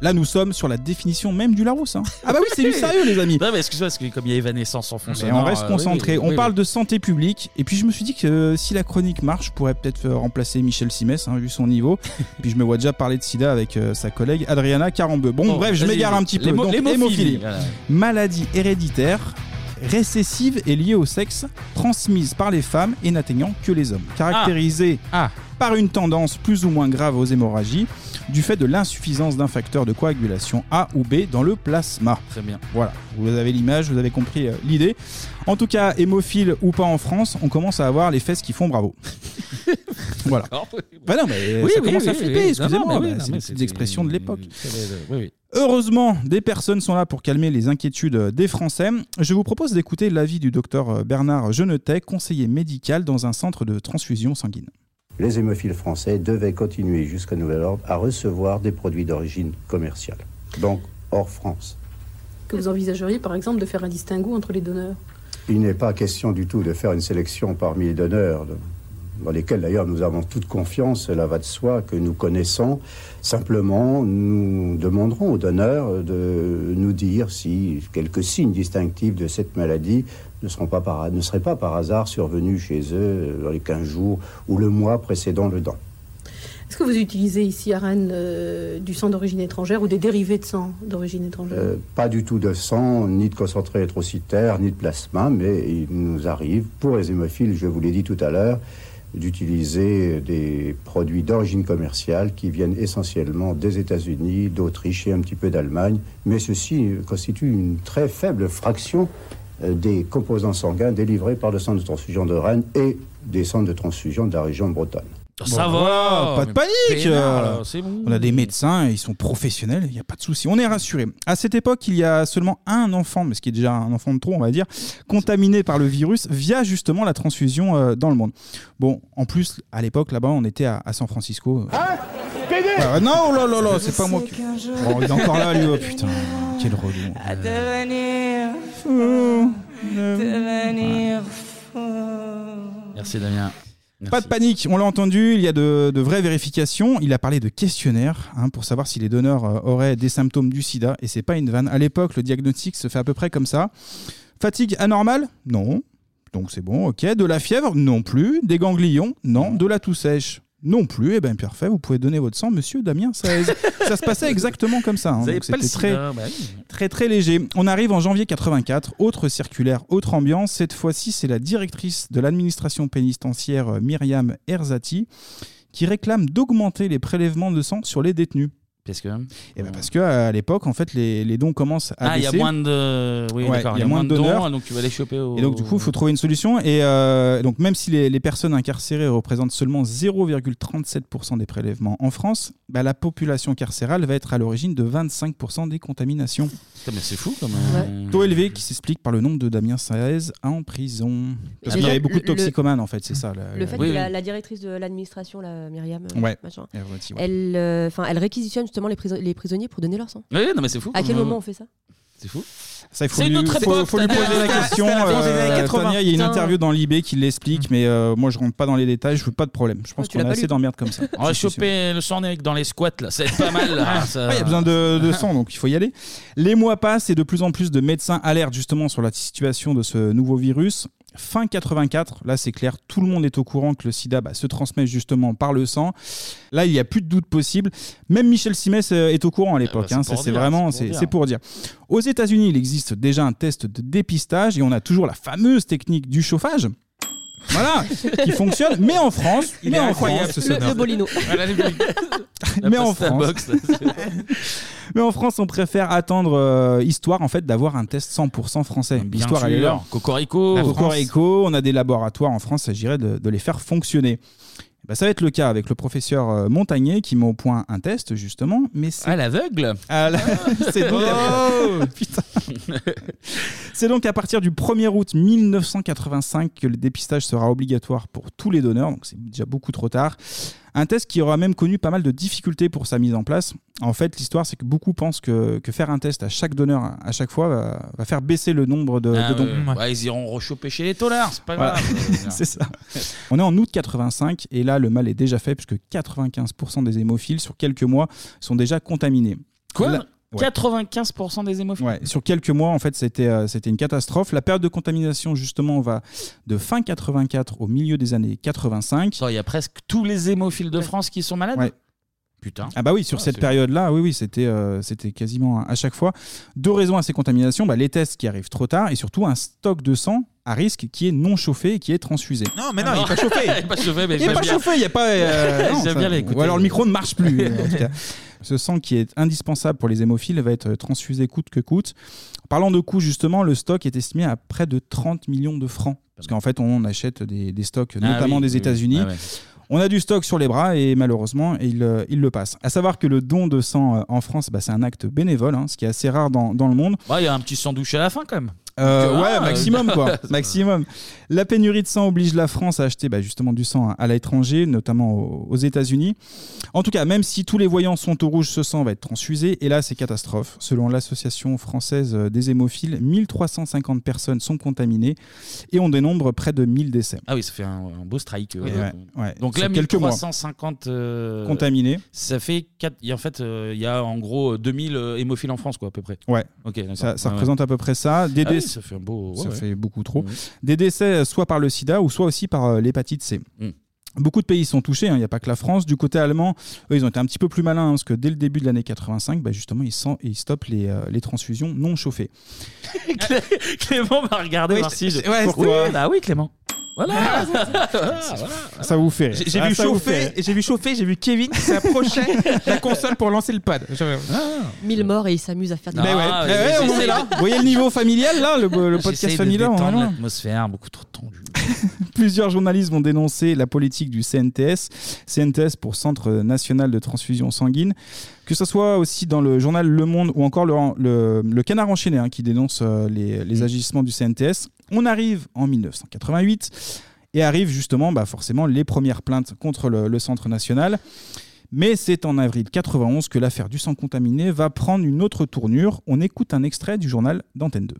Là, nous sommes sur la définition même du Larousse. hein. Ah bah oui, c'est du sérieux, les amis. Non, mais excuse-moi, parce que comme il y a Evanescence en fond euh, Mais on reste concentré. on (laughs) parle de santé publique. Et puis je me suis dit que euh, si la chronique marche, je pourrais peut-être euh, remplacer Michel Simès, hein, vu son (laughs) niveau. puis je me vois déjà parler de sida avec euh, sa collègue Adriana Carambeu. Bon, Bon, bref, je vas-y, m'égare vas-y. un petit peu. L'hémo- Donc, l'hémophilie, hémophilie. voilà. Maladie héréditaire, récessive et liée au sexe, transmise par les femmes et n'atteignant que les hommes. Caractérisée Ah. par une tendance plus ou moins grave aux hémorragies, du fait de l'insuffisance d'un facteur de coagulation A ou B dans le plasma. Très bien. Voilà, vous avez l'image, vous avez compris euh, l'idée. En tout cas, hémophile ou pas en France, on commence à avoir les fesses qui font (laughs) bravo. voilà. Bah non, mais euh, Oh, Oui, ça oui, commence à oui, flipper, oui. Non, excusez-moi. non, mais bah, oui, non, c'est mais des petites expressions de l'époque. Oui, oui. Heureusement, des personnes sont là pour calmer les inquiétudes euh, des Français. Je vous propose d'écouter l'avis du docteur euh, Bernard Genetet, conseiller médical dans un centre de transfusion sanguine. les hémophiles français devaient continuer jusqu'à nouvel ordre à recevoir des produits d'origine commerciale, donc hors France. que vous envisageriez par exemple de faire un distinguo entre les donneurs Il n'est pas question du tout de faire une sélection parmi les donneurs, de- dans lesquels d'ailleurs nous avons toute confiance, cela va de soi, que nous connaissons. Simplement, nous demanderons aux donneurs de nous dire si quelques signes distinctifs de cette maladie ne, seront pas par- ne seraient pas par hasard survenus chez eux dans les 15 jours ou le mois précédant le don. Est-ce que vous utilisez ici à Rennes euh, du sang d'origine étrangère ou des dérivés de sang d'origine étrangère Euh, pas du tout de sang, ni de concentré érythrocytaire, ni de plasma, mais il nous arrive, pour les hémophiles, je vous l'ai dit tout à l'heure, d'utiliser des produits d'origine commerciale qui viennent essentiellement des États-Unis, d'Autriche et un petit peu d'Allemagne, mais ceci euh, constitue une très faible fraction euh, des composants sanguins délivrés par le centre de transfusion de Rennes et des centres de transfusion de la région Bretonne. Ça va, Pas de mais panique peinard, euh, là, c'est bon. On a des médecins, ils sont professionnels, il n'y a pas de souci. On est rassuré. À cette époque, il y a seulement un enfant, mais ce qui est déjà un enfant de trop, on va dire, contaminé par le virus via justement la transfusion euh, dans le monde. Bon, en plus, à l'époque, là-bas, on était à, à San Francisco. Ah Hein Pédé Ouais, ouais, non, oh là là là, c'est pas moi qui. Bon, il est encore là, lui, oh putain, quel relou. Devenir fou, devenir Merci Damien. Pas de panique, on l'a entendu, il y a de, de vraies vérifications. Il a parlé de questionnaires hein, pour savoir si les donneurs euh, auraient des symptômes du sida, et c'est pas une vanne. À l'époque, le diagnostic se fait à peu près comme ça. Fatigue anormale Non. Donc c'est bon, ok. De la fièvre Non plus. Des ganglions Non. De la toux sèche non plus, Eh et bien parfait, vous pouvez donner votre sang, monsieur Damien 16. ça se passait exactement comme ça. hein. Vous avez Donc, pas le c'était très, sida, bah oui. très très léger. On arrive en janvier 84, autre circulaire, autre ambiance. Cette fois-ci, c'est la directrice de l'administration pénitentiaire euh, Myriam Erzati qui réclame d'augmenter les prélèvements de sang sur les détenus. Parce que. Eh Ah. ben parce que euh, à l'époque, en fait, les, les dons commencent à Ah, il y a baisser. moins de. Oui, Ouais, d'accord. Il y a moins de dons, donc tu vas les choper au. Et donc, du coup, il faut trouver une solution. Et euh, donc, même si les, les personnes incarcérées représentent seulement 0,37% des prélèvements en France, bah, la population carcérale va être à l'origine de 25% des contaminations. Putain, mais c'est fou quand Ouais. même. Taux élevé qui s'explique par le nombre de Damien Saez en prison. Parce Et qu'il y le- avait beaucoup de le- toxicomanes, en fait, c'est ça. la- Le la- fait que la, la directrice de l'administration, la Myriam, euh, Ouais, machin, elle redit, ouais. elle, euh, 'fin, elle réquisitionne justement les, priso- les prisonniers pour donner leur sang. Ouais, non, mais c'est fou. À quel Euh, moment on fait ça C'est fou. Ça, il faut, C'est lui, une autre faut- époque, faut lui Tania. Ah, poser la C'était question. la fin des années euh, 80. Tania, il y a une Putain. Mm. interview dans l'IB qui l'explique, mais euh, moi, je rentre pas dans les détails, je veux pas de problème. Je pense tu qu'on l'as a pas assez lu. (laughs) d'emmerdes comme ça. On va Si, si, si. choper le sang dans les squats là. C'est pas mal là. Ah, Ouais, Ça- Il y a besoin de, de sang, donc il faut y aller. Les mois passent et de plus en plus de médecins alertent justement sur la situation de ce nouveau virus. Fin 84, là c'est clair, tout le monde est au courant que le sida bah, se transmet justement par le sang. Là, il n'y a plus de doute possible. Même Michel Simès euh, est au courant à l'époque. Ah bah, c'est hein. pour Ça, c'est dire, vraiment, c'est pour c'est dire. c'est pour dire. Aux États-Unis, il existe déjà un test de dépistage et on a toujours la fameuse technique du chauffage. Voilà, qui fonctionne. Mais en France, Il mais est en incroyable, France- ce sonore. Le- le bolino. Voilà, les- mais en pasta France, (laughs) box, mais en France, on préfère attendre euh, histoire en fait d'avoir un test 100% français. Bien histoire elle est sûr. là. Cocorico. La France. Cocorico, on a des laboratoires en France, il s'agirait de, de les faire fonctionner. Eh ben, ça va être le cas avec le professeur euh, Montagnier qui met au point un test justement, mais c'est À l'aveugle. à la- Ah c'est donc, Oh (laughs) Putain. C'est donc à partir du 1er août 1985 que le dépistage sera obligatoire pour tous les donneurs, donc c'est déjà beaucoup trop tard. Un test qui aura même connu pas mal de difficultés pour sa mise en place. En fait, l'histoire, c'est que beaucoup pensent que, que faire un test à chaque donneur, à chaque fois, va, va faire baisser le nombre de, Ah, de dons. ouais. Ouais, ils iront rechoper chez les tollards. C'est pas Voilà. grave. (laughs) c'est ça. On est en août 85 et là, le mal est déjà fait puisque 95% des hémophiles sur quelques mois sont déjà contaminés. Quoi Là- Ouais. 95% des hémophiles. Ouais, sur quelques mois, en fait, c'était euh, c'était une catastrophe. La période de contamination, justement, va de fin 84 au milieu des années 85. Il y a presque tous les hémophiles de France qui sont malades. Ouais. Putain. Ah bah oui, sur Ah, cette c'est- période-là, oui, oui, c'était euh, c'était quasiment à chaque fois. Deux raisons à ces contaminations, bah, les tests qui arrivent trop tard et surtout un stock de sang à risque qui est non chauffé et qui est transfusé. Non, mais non, il est pas chauffé. Ah (laughs) Il est pas chauffé, mais Il n'est j'aime pas bien. chauffé, il n'y a pas. euh, non, (laughs) J'aime ça- bien l'écouter. Ou alors le micro ne marche plus. euh, en tout cas. Ce sang qui est indispensable pour les hémophiles va être transfusé coûte que coûte. En parlant de coût, justement, le stock est estimé à près de 30 millions de francs. Parce qu'en fait, on achète des, des stocks, Ah notamment oui, des oui, États-Unis. ah ouais. On a du stock sur les bras et malheureusement, il, euh, il le passe. À savoir que le don de sang euh, en France, bah, c'est un acte bénévole, hein, ce qui est assez rare dans- dans le monde. Bah, il y a un petit sandwich à la fin quand même. Euh, Tu vois, ouais, euh, maximum (laughs) quoi, maximum. La pénurie de sang oblige la France à acheter bah, justement du sang à l'étranger, notamment aux, aux États-Unis. En tout cas, même si tous les voyants sont au rouge, ce sang va être transfusé et là c'est catastrophe. Selon l'association française euh, des hémophiles, 1350 personnes sont contaminées et on dénombre près de 1000 décès. Ah oui, ça fait un, un beau strike. euh, Ouais, ouais, ouais. Donc Sur là, quelques mois. 1350 euh, Contaminés. Ça fait 4. En fait, euh, il y a en gros euh, 2000 euh, hémophiles en France, quoi, à peu près. Ouais. Ok, d'accord. ça, ça Ouais, représente ouais. à peu près ça. Des Ah oui, décès- ça fait un (laughs) beau. ouais, ça ouais. fait beaucoup trop. Des décès euh, soit par le sida ou soit aussi par euh, l'hépatite C. Mm. Beaucoup de pays sont touchés, hein, il n'y a pas que la France. Du côté allemand, eux, ils ont été un petit peu plus malins, hein, parce que dès le début de l'année 85, bah, justement, ils, sen- ils stoppent les, euh, les transfusions non chauffées. Clément m'a regardé Oui, voir si je. c'est- ouais, pourquoi oui, bah oui, Clément. Ah, Ah, Voilà. Ça vous fait rire. J'ai j'ai Ah, vu ça vous chauffer, fait rire. j'ai vu chauffer, j'ai vu Kevin qui s'approchait de la console pour lancer le pad. Je- 1000 morts et ils s'amusent à faire des Ah. Ah, Mais ouais, Eh, mais ouais, on est là. Vous voyez le niveau familial, là, le, le (laughs) J'essaye podcast de familial, on est détendre là. l'atmosphère, beaucoup trop tendue. (laughs) Plusieurs journalistes ont dénoncé la politique du CNTS, CNTS pour Centre National de Transfusion Sanguine, que ce soit aussi dans le journal Le Monde ou encore le, le- le Canard Enchaîné hein, qui dénonce euh, les, les agissements du CNTS. On arrive en 1988 et arrivent justement bah, forcément les premières plaintes contre le, le Centre National. Mais c'est en avril 91 que l'affaire du sang contaminé va prendre une autre tournure. On écoute un extrait du journal d'Antenne 2.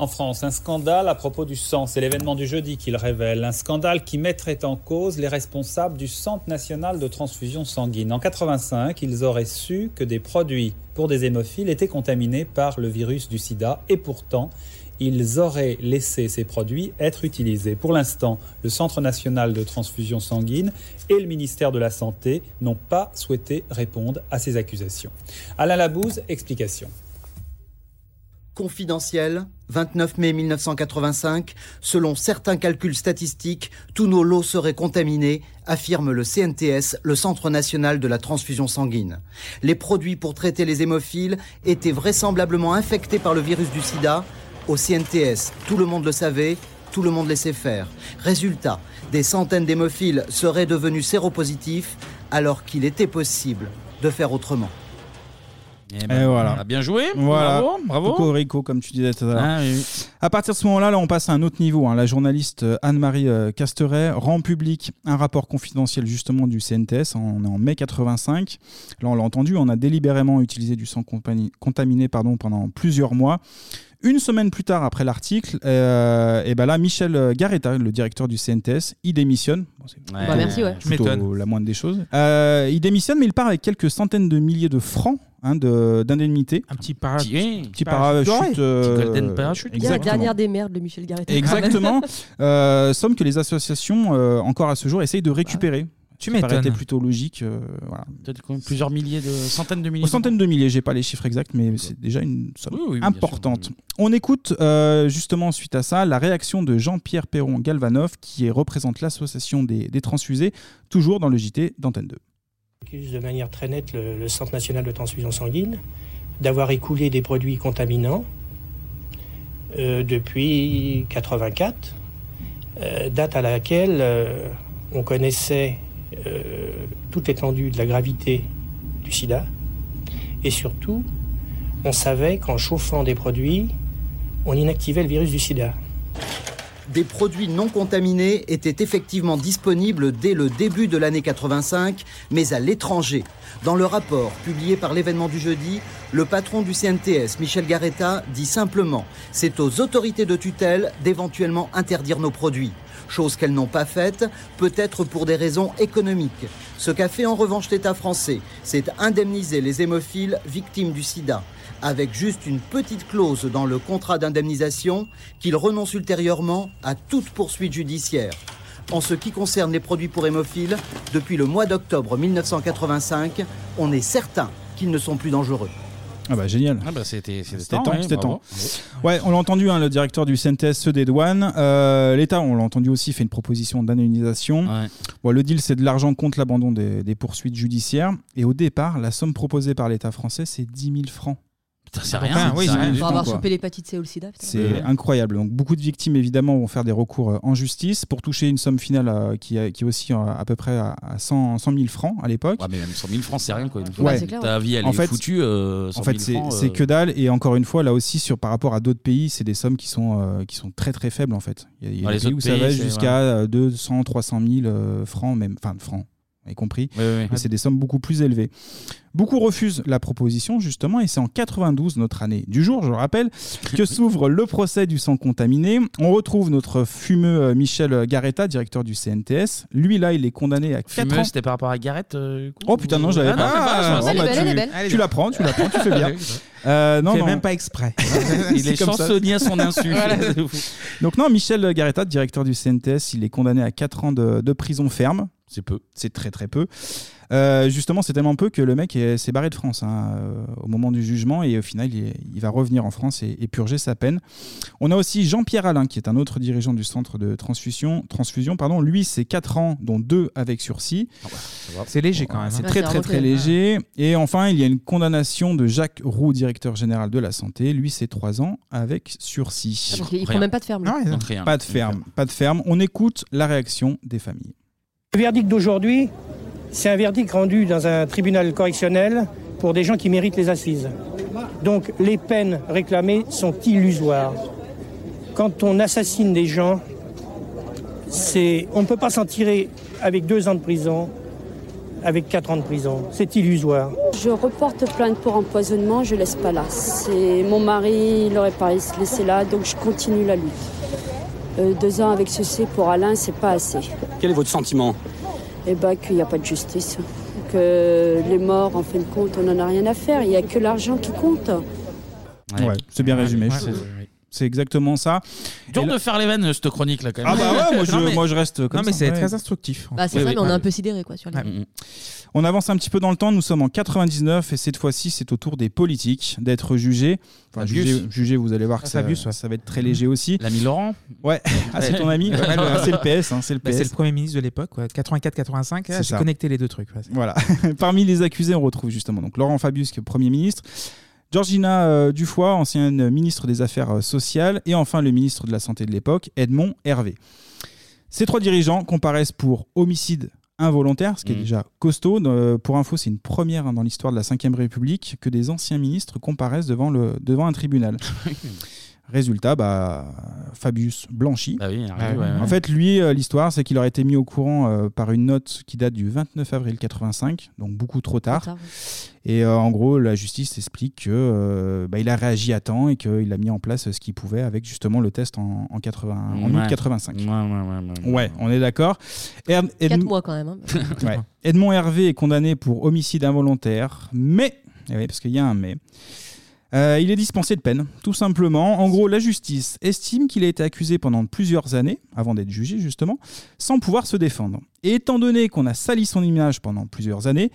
En France, un scandale à propos du sang. C'est l'événement du jeudi qu'il révèle. Un scandale qui mettrait en cause les responsables du Centre national de transfusion sanguine. En 85, ils auraient su que des produits pour des hémophiles étaient contaminés par le virus du sida et pourtant, ils auraient laissé ces produits être utilisés. Pour l'instant, le Centre national de transfusion sanguine et le ministère de la Santé n'ont pas souhaité répondre à ces accusations. Alain Labouze, explication. Confidentiel, 29 mai 1985, selon certains calculs statistiques, tous nos lots seraient contaminés, affirme le CNTS, le Centre national de la transfusion sanguine. Les produits pour traiter les hémophiles étaient vraisemblablement infectés par le virus du sida. Au CNTS, tout le monde le savait, tout le monde laissait faire. Résultat, des centaines d'hémophiles seraient devenus séropositifs alors qu'il était possible de faire autrement. Et voilà. Eh ben, On a bien joué. Voilà. Bravo. bravo. Coco Rico, comme tu disais tout à l'heure. Ah, oui. À partir de ce moment-là, là, on passe à un autre niveau. hein. La journaliste euh, Anne-Marie euh, Casteret rend public un rapport confidentiel justement du CNTS. On est en mai 85. Là, on l'a entendu, on a délibérément utilisé du sang compagni- contaminé pardon, pendant plusieurs mois. Une semaine plus tard, après l'article, euh, et ben là, Michel Garretta, le directeur du CNTS, il démissionne. Bon, c'est Ouais. Bah, merci, ouais. plutôt- la moindre des choses. Euh, il démissionne, mais il part avec quelques centaines de milliers de francs hein, de- d'indemnité. Un petit parachute. Petit parachute doré. parachute. euh, Petit golden parachute. Bien, Exactement. dernière des (laughs) merdes de Michel Garrett. (laughs) Exactement. Euh, somme que les associations, euh, encore à ce jour, essayent de récupérer. Tu Ça paraît m'étonnes. plutôt logique. euh, voilà. Peut-être quand même plusieurs milliers de centaines de milliers. Aux centaines de milliers, j'ai pas les chiffres exacts, mais c'est déjà une somme Oui, oui, bien importante. On écoute euh, justement suite à ça la réaction de Jean-Pierre Perron Galvanov, qui est- représente l'association des, des transfusés, toujours dans le JT d'Antenne 2. accuse de manière très nette le, le Centre national de transfusion sanguine d'avoir écoulé des produits contaminants euh, depuis 84, euh, date à laquelle euh, on connaissait euh, toute l'étendue de la gravité du sida et surtout on savait qu'en chauffant des produits, on inactivait le virus du sida. Des produits non contaminés étaient effectivement disponibles dès le début de l'année 85, mais à l'étranger. Dans le rapport publié par l'événement du jeudi, le patron du CNTS, Michel Garretta, dit simplement C'est aux autorités de tutelle d'éventuellement interdire nos produits. Chose qu'elles n'ont pas faite, peut-être pour des raisons économiques. Ce qu'a fait en revanche l'État français, c'est indemniser les hémophiles victimes du sida avec juste une petite clause dans le contrat d'indemnisation qu'il renonce ultérieurement à toute poursuite judiciaire. En ce qui concerne les produits pour hémophiles, depuis le mois d'octobre 1985, on est certain qu'ils ne sont plus dangereux. Ah bah génial. Ah bah c'était c'était C'était temps, temps, hein, ouais, c'était bravo. temps. Ouais, on l'a entendu, hein, le directeur du CNTS se dédouane. Euh, L'État, on l'a entendu aussi, fait une proposition d'indemnisation. Bon, le deal, c'est de l'argent contre l'abandon des, des poursuites judiciaires. Et au départ, la somme proposée par l'État français, c'est 10 000 francs. Putain, c'est rien, c'est rien Pour avoir chopé l'hépatite C ou le sida. putain. c'est incroyable. Donc beaucoup de victimes évidemment vont faire des recours euh, en justice pour toucher une somme finale euh, qui, euh, qui aussi à peu près à à 100, 100 000 francs à l'époque. Ouais, mais même 100 000 francs, c'est rien quoi. Une Ouais. fois que Ta vie, elle En est fait, foutue. euh, 100 en 000 fait, c'est francs, c'est euh, que dalle. Et encore une fois, là aussi, sur, par rapport à d'autres pays, c'est des sommes qui sont, euh, qui sont très très faibles en fait. Il y a, il y a Ouais, les des pays autres où ça pays, va c'est- jusqu'à euh, 200, 300 000 euh, francs, même, enfin de francs, y compris. Ouais, ouais, ouais. Mais c'est des sommes beaucoup plus élevées. Beaucoup refusent la proposition justement, et c'est en 92, notre année du jour, je (laughs) le rappelle, que s'ouvre le procès du sang contaminé. On retrouve notre fumeux euh, Michel Garretta, directeur du CNTS. Lui là, il est condamné à 4 Fumeux, ans. c'était par rapport à Gareth euh, Oh putain, non, je l'avais Ah, pas. non, c'est pas grave, c'est bon, pas bah, grave. Elle est belle, tu- elle est Tu belle. la prends, tu la prends, tu (laughs) fais bien. Euh, non, Fais non. même pas (laughs) exprès. Il C'est est comme ça. chansonnier à son insu. Voilà. C'est fou. Donc non, Michel Garretta, directeur du CNTS, il est condamné à 4 ans de, de prison ferme. C'est peu. C'est très très peu. Euh, justement, c'est tellement peu que le mec est- s'est barré de France hein, euh, au moment du jugement et au final, il, est- il va revenir en France et, et purger sa peine. On a aussi Jean-Pierre Alain, qui est un autre dirigeant du centre de transfusion. transfusion pardon. Lui, c'est 4 ans, dont 2 avec sursis. Ah C'est léger quand même. C'est hein. très très très léger. Et enfin, il y a une condamnation de Jacques Roux, directeur général de la santé. Lui, c'est 3 ans avec sursis. Ah, donc, il prend Rien. même pas de ferme, lui. Ouais, Donc, rien. Pas de ferme, pas de ferme. On écoute la réaction des familles. Le verdict d'aujourd'hui, c'est un verdict rendu dans un tribunal correctionnel pour des gens qui méritent les assises. Donc les peines réclamées sont illusoires. Quand on assassine des gens, c'est- on ne peut pas s'en tirer avec deux ans de prison, avec 4 ans de prison. C'est illusoire. Je reporte plainte pour empoisonnement, je laisse pas là. C'est mon mari, il aurait pas laissé là, donc je continue la lutte. Euh, deux ans avec ceci pour Alain, c'est pas assez. Quel est votre sentiment Eh ben qu'il n'y a pas de justice, que les morts, en fin de compte, on en a rien à faire. Il n'y a que l'argent qui compte. Ouais, c'est bien résumé. Ouais, je- c'est- c'est exactement ça. Dur de faire les vannes, cette chronique là quand même. Ah bah (laughs) ouais, moi je, Non, mais- moi, je reste comme Non, mais ça. c'est Ouais. très instructif. Bah, c'est Oui, ça, oui. mais on est Ouais. un peu sidéré quoi sur les. On avance un petit peu dans le temps, nous sommes en 99 et cette fois-ci c'est au tour des politiques d'être jugés. Enfin, Fabius. jugés, jugés, vous allez voir que Ah, ça, Fabius, ouais. ça va être très léger aussi. L'ami Laurent Ouais, ah, c'est ton ami Ouais, Ouais, le- C'est le PS, hein, c'est le Bah, PS. c'est le premier ministre de l'époque, ouais. 84-85. C'est ah, J'ai ça. connecté les deux trucs. ouais. Voilà. (laughs) Parmi les accusés, on retrouve justement donc Laurent Fabius, qui est Premier ministre, Georgina euh, Dufoy, ancienne ministre des Affaires euh, sociales, et enfin le ministre de la Santé de l'époque, Edmond Hervé. Ces trois dirigeants comparaissent pour homicide involontaire, ce qui est Mhm. déjà costaud. Euh, pour info, c'est une première hein, dans l'histoire de la Ve République que des anciens ministres comparaissent devant, le, devant un (laughs) tribunal. Résultat, bah, Fabius blanchi. arrête, Bah Ah ouais, ouais. En fait, lui, euh, l'histoire, c'est qu'il aurait été mis au courant euh, par une note qui date du 29 avril 85, donc beaucoup trop tard. Trop tard, Et euh, en gros, la justice explique que euh, bah, il a réagi à temps et qu'il a mis en place euh, ce qu'il pouvait avec justement le test en, en, 80, en août Ouais. 85. Ouais, ouais, ouais, ouais. Mmh. Ouais, on est d'accord. Er- Quatre Edm- mois quand même. hein. (laughs) Ouais. Edmond Hervé est condamné pour homicide involontaire, mais, eh oui, parce qu'il y a un mais, Euh, il est dispensé de peine, tout simplement. En gros, la justice estime qu'il a été accusé pendant plusieurs années, avant d'être jugé justement, sans pouvoir se défendre. Et étant donné qu'on a sali son image pendant plusieurs années,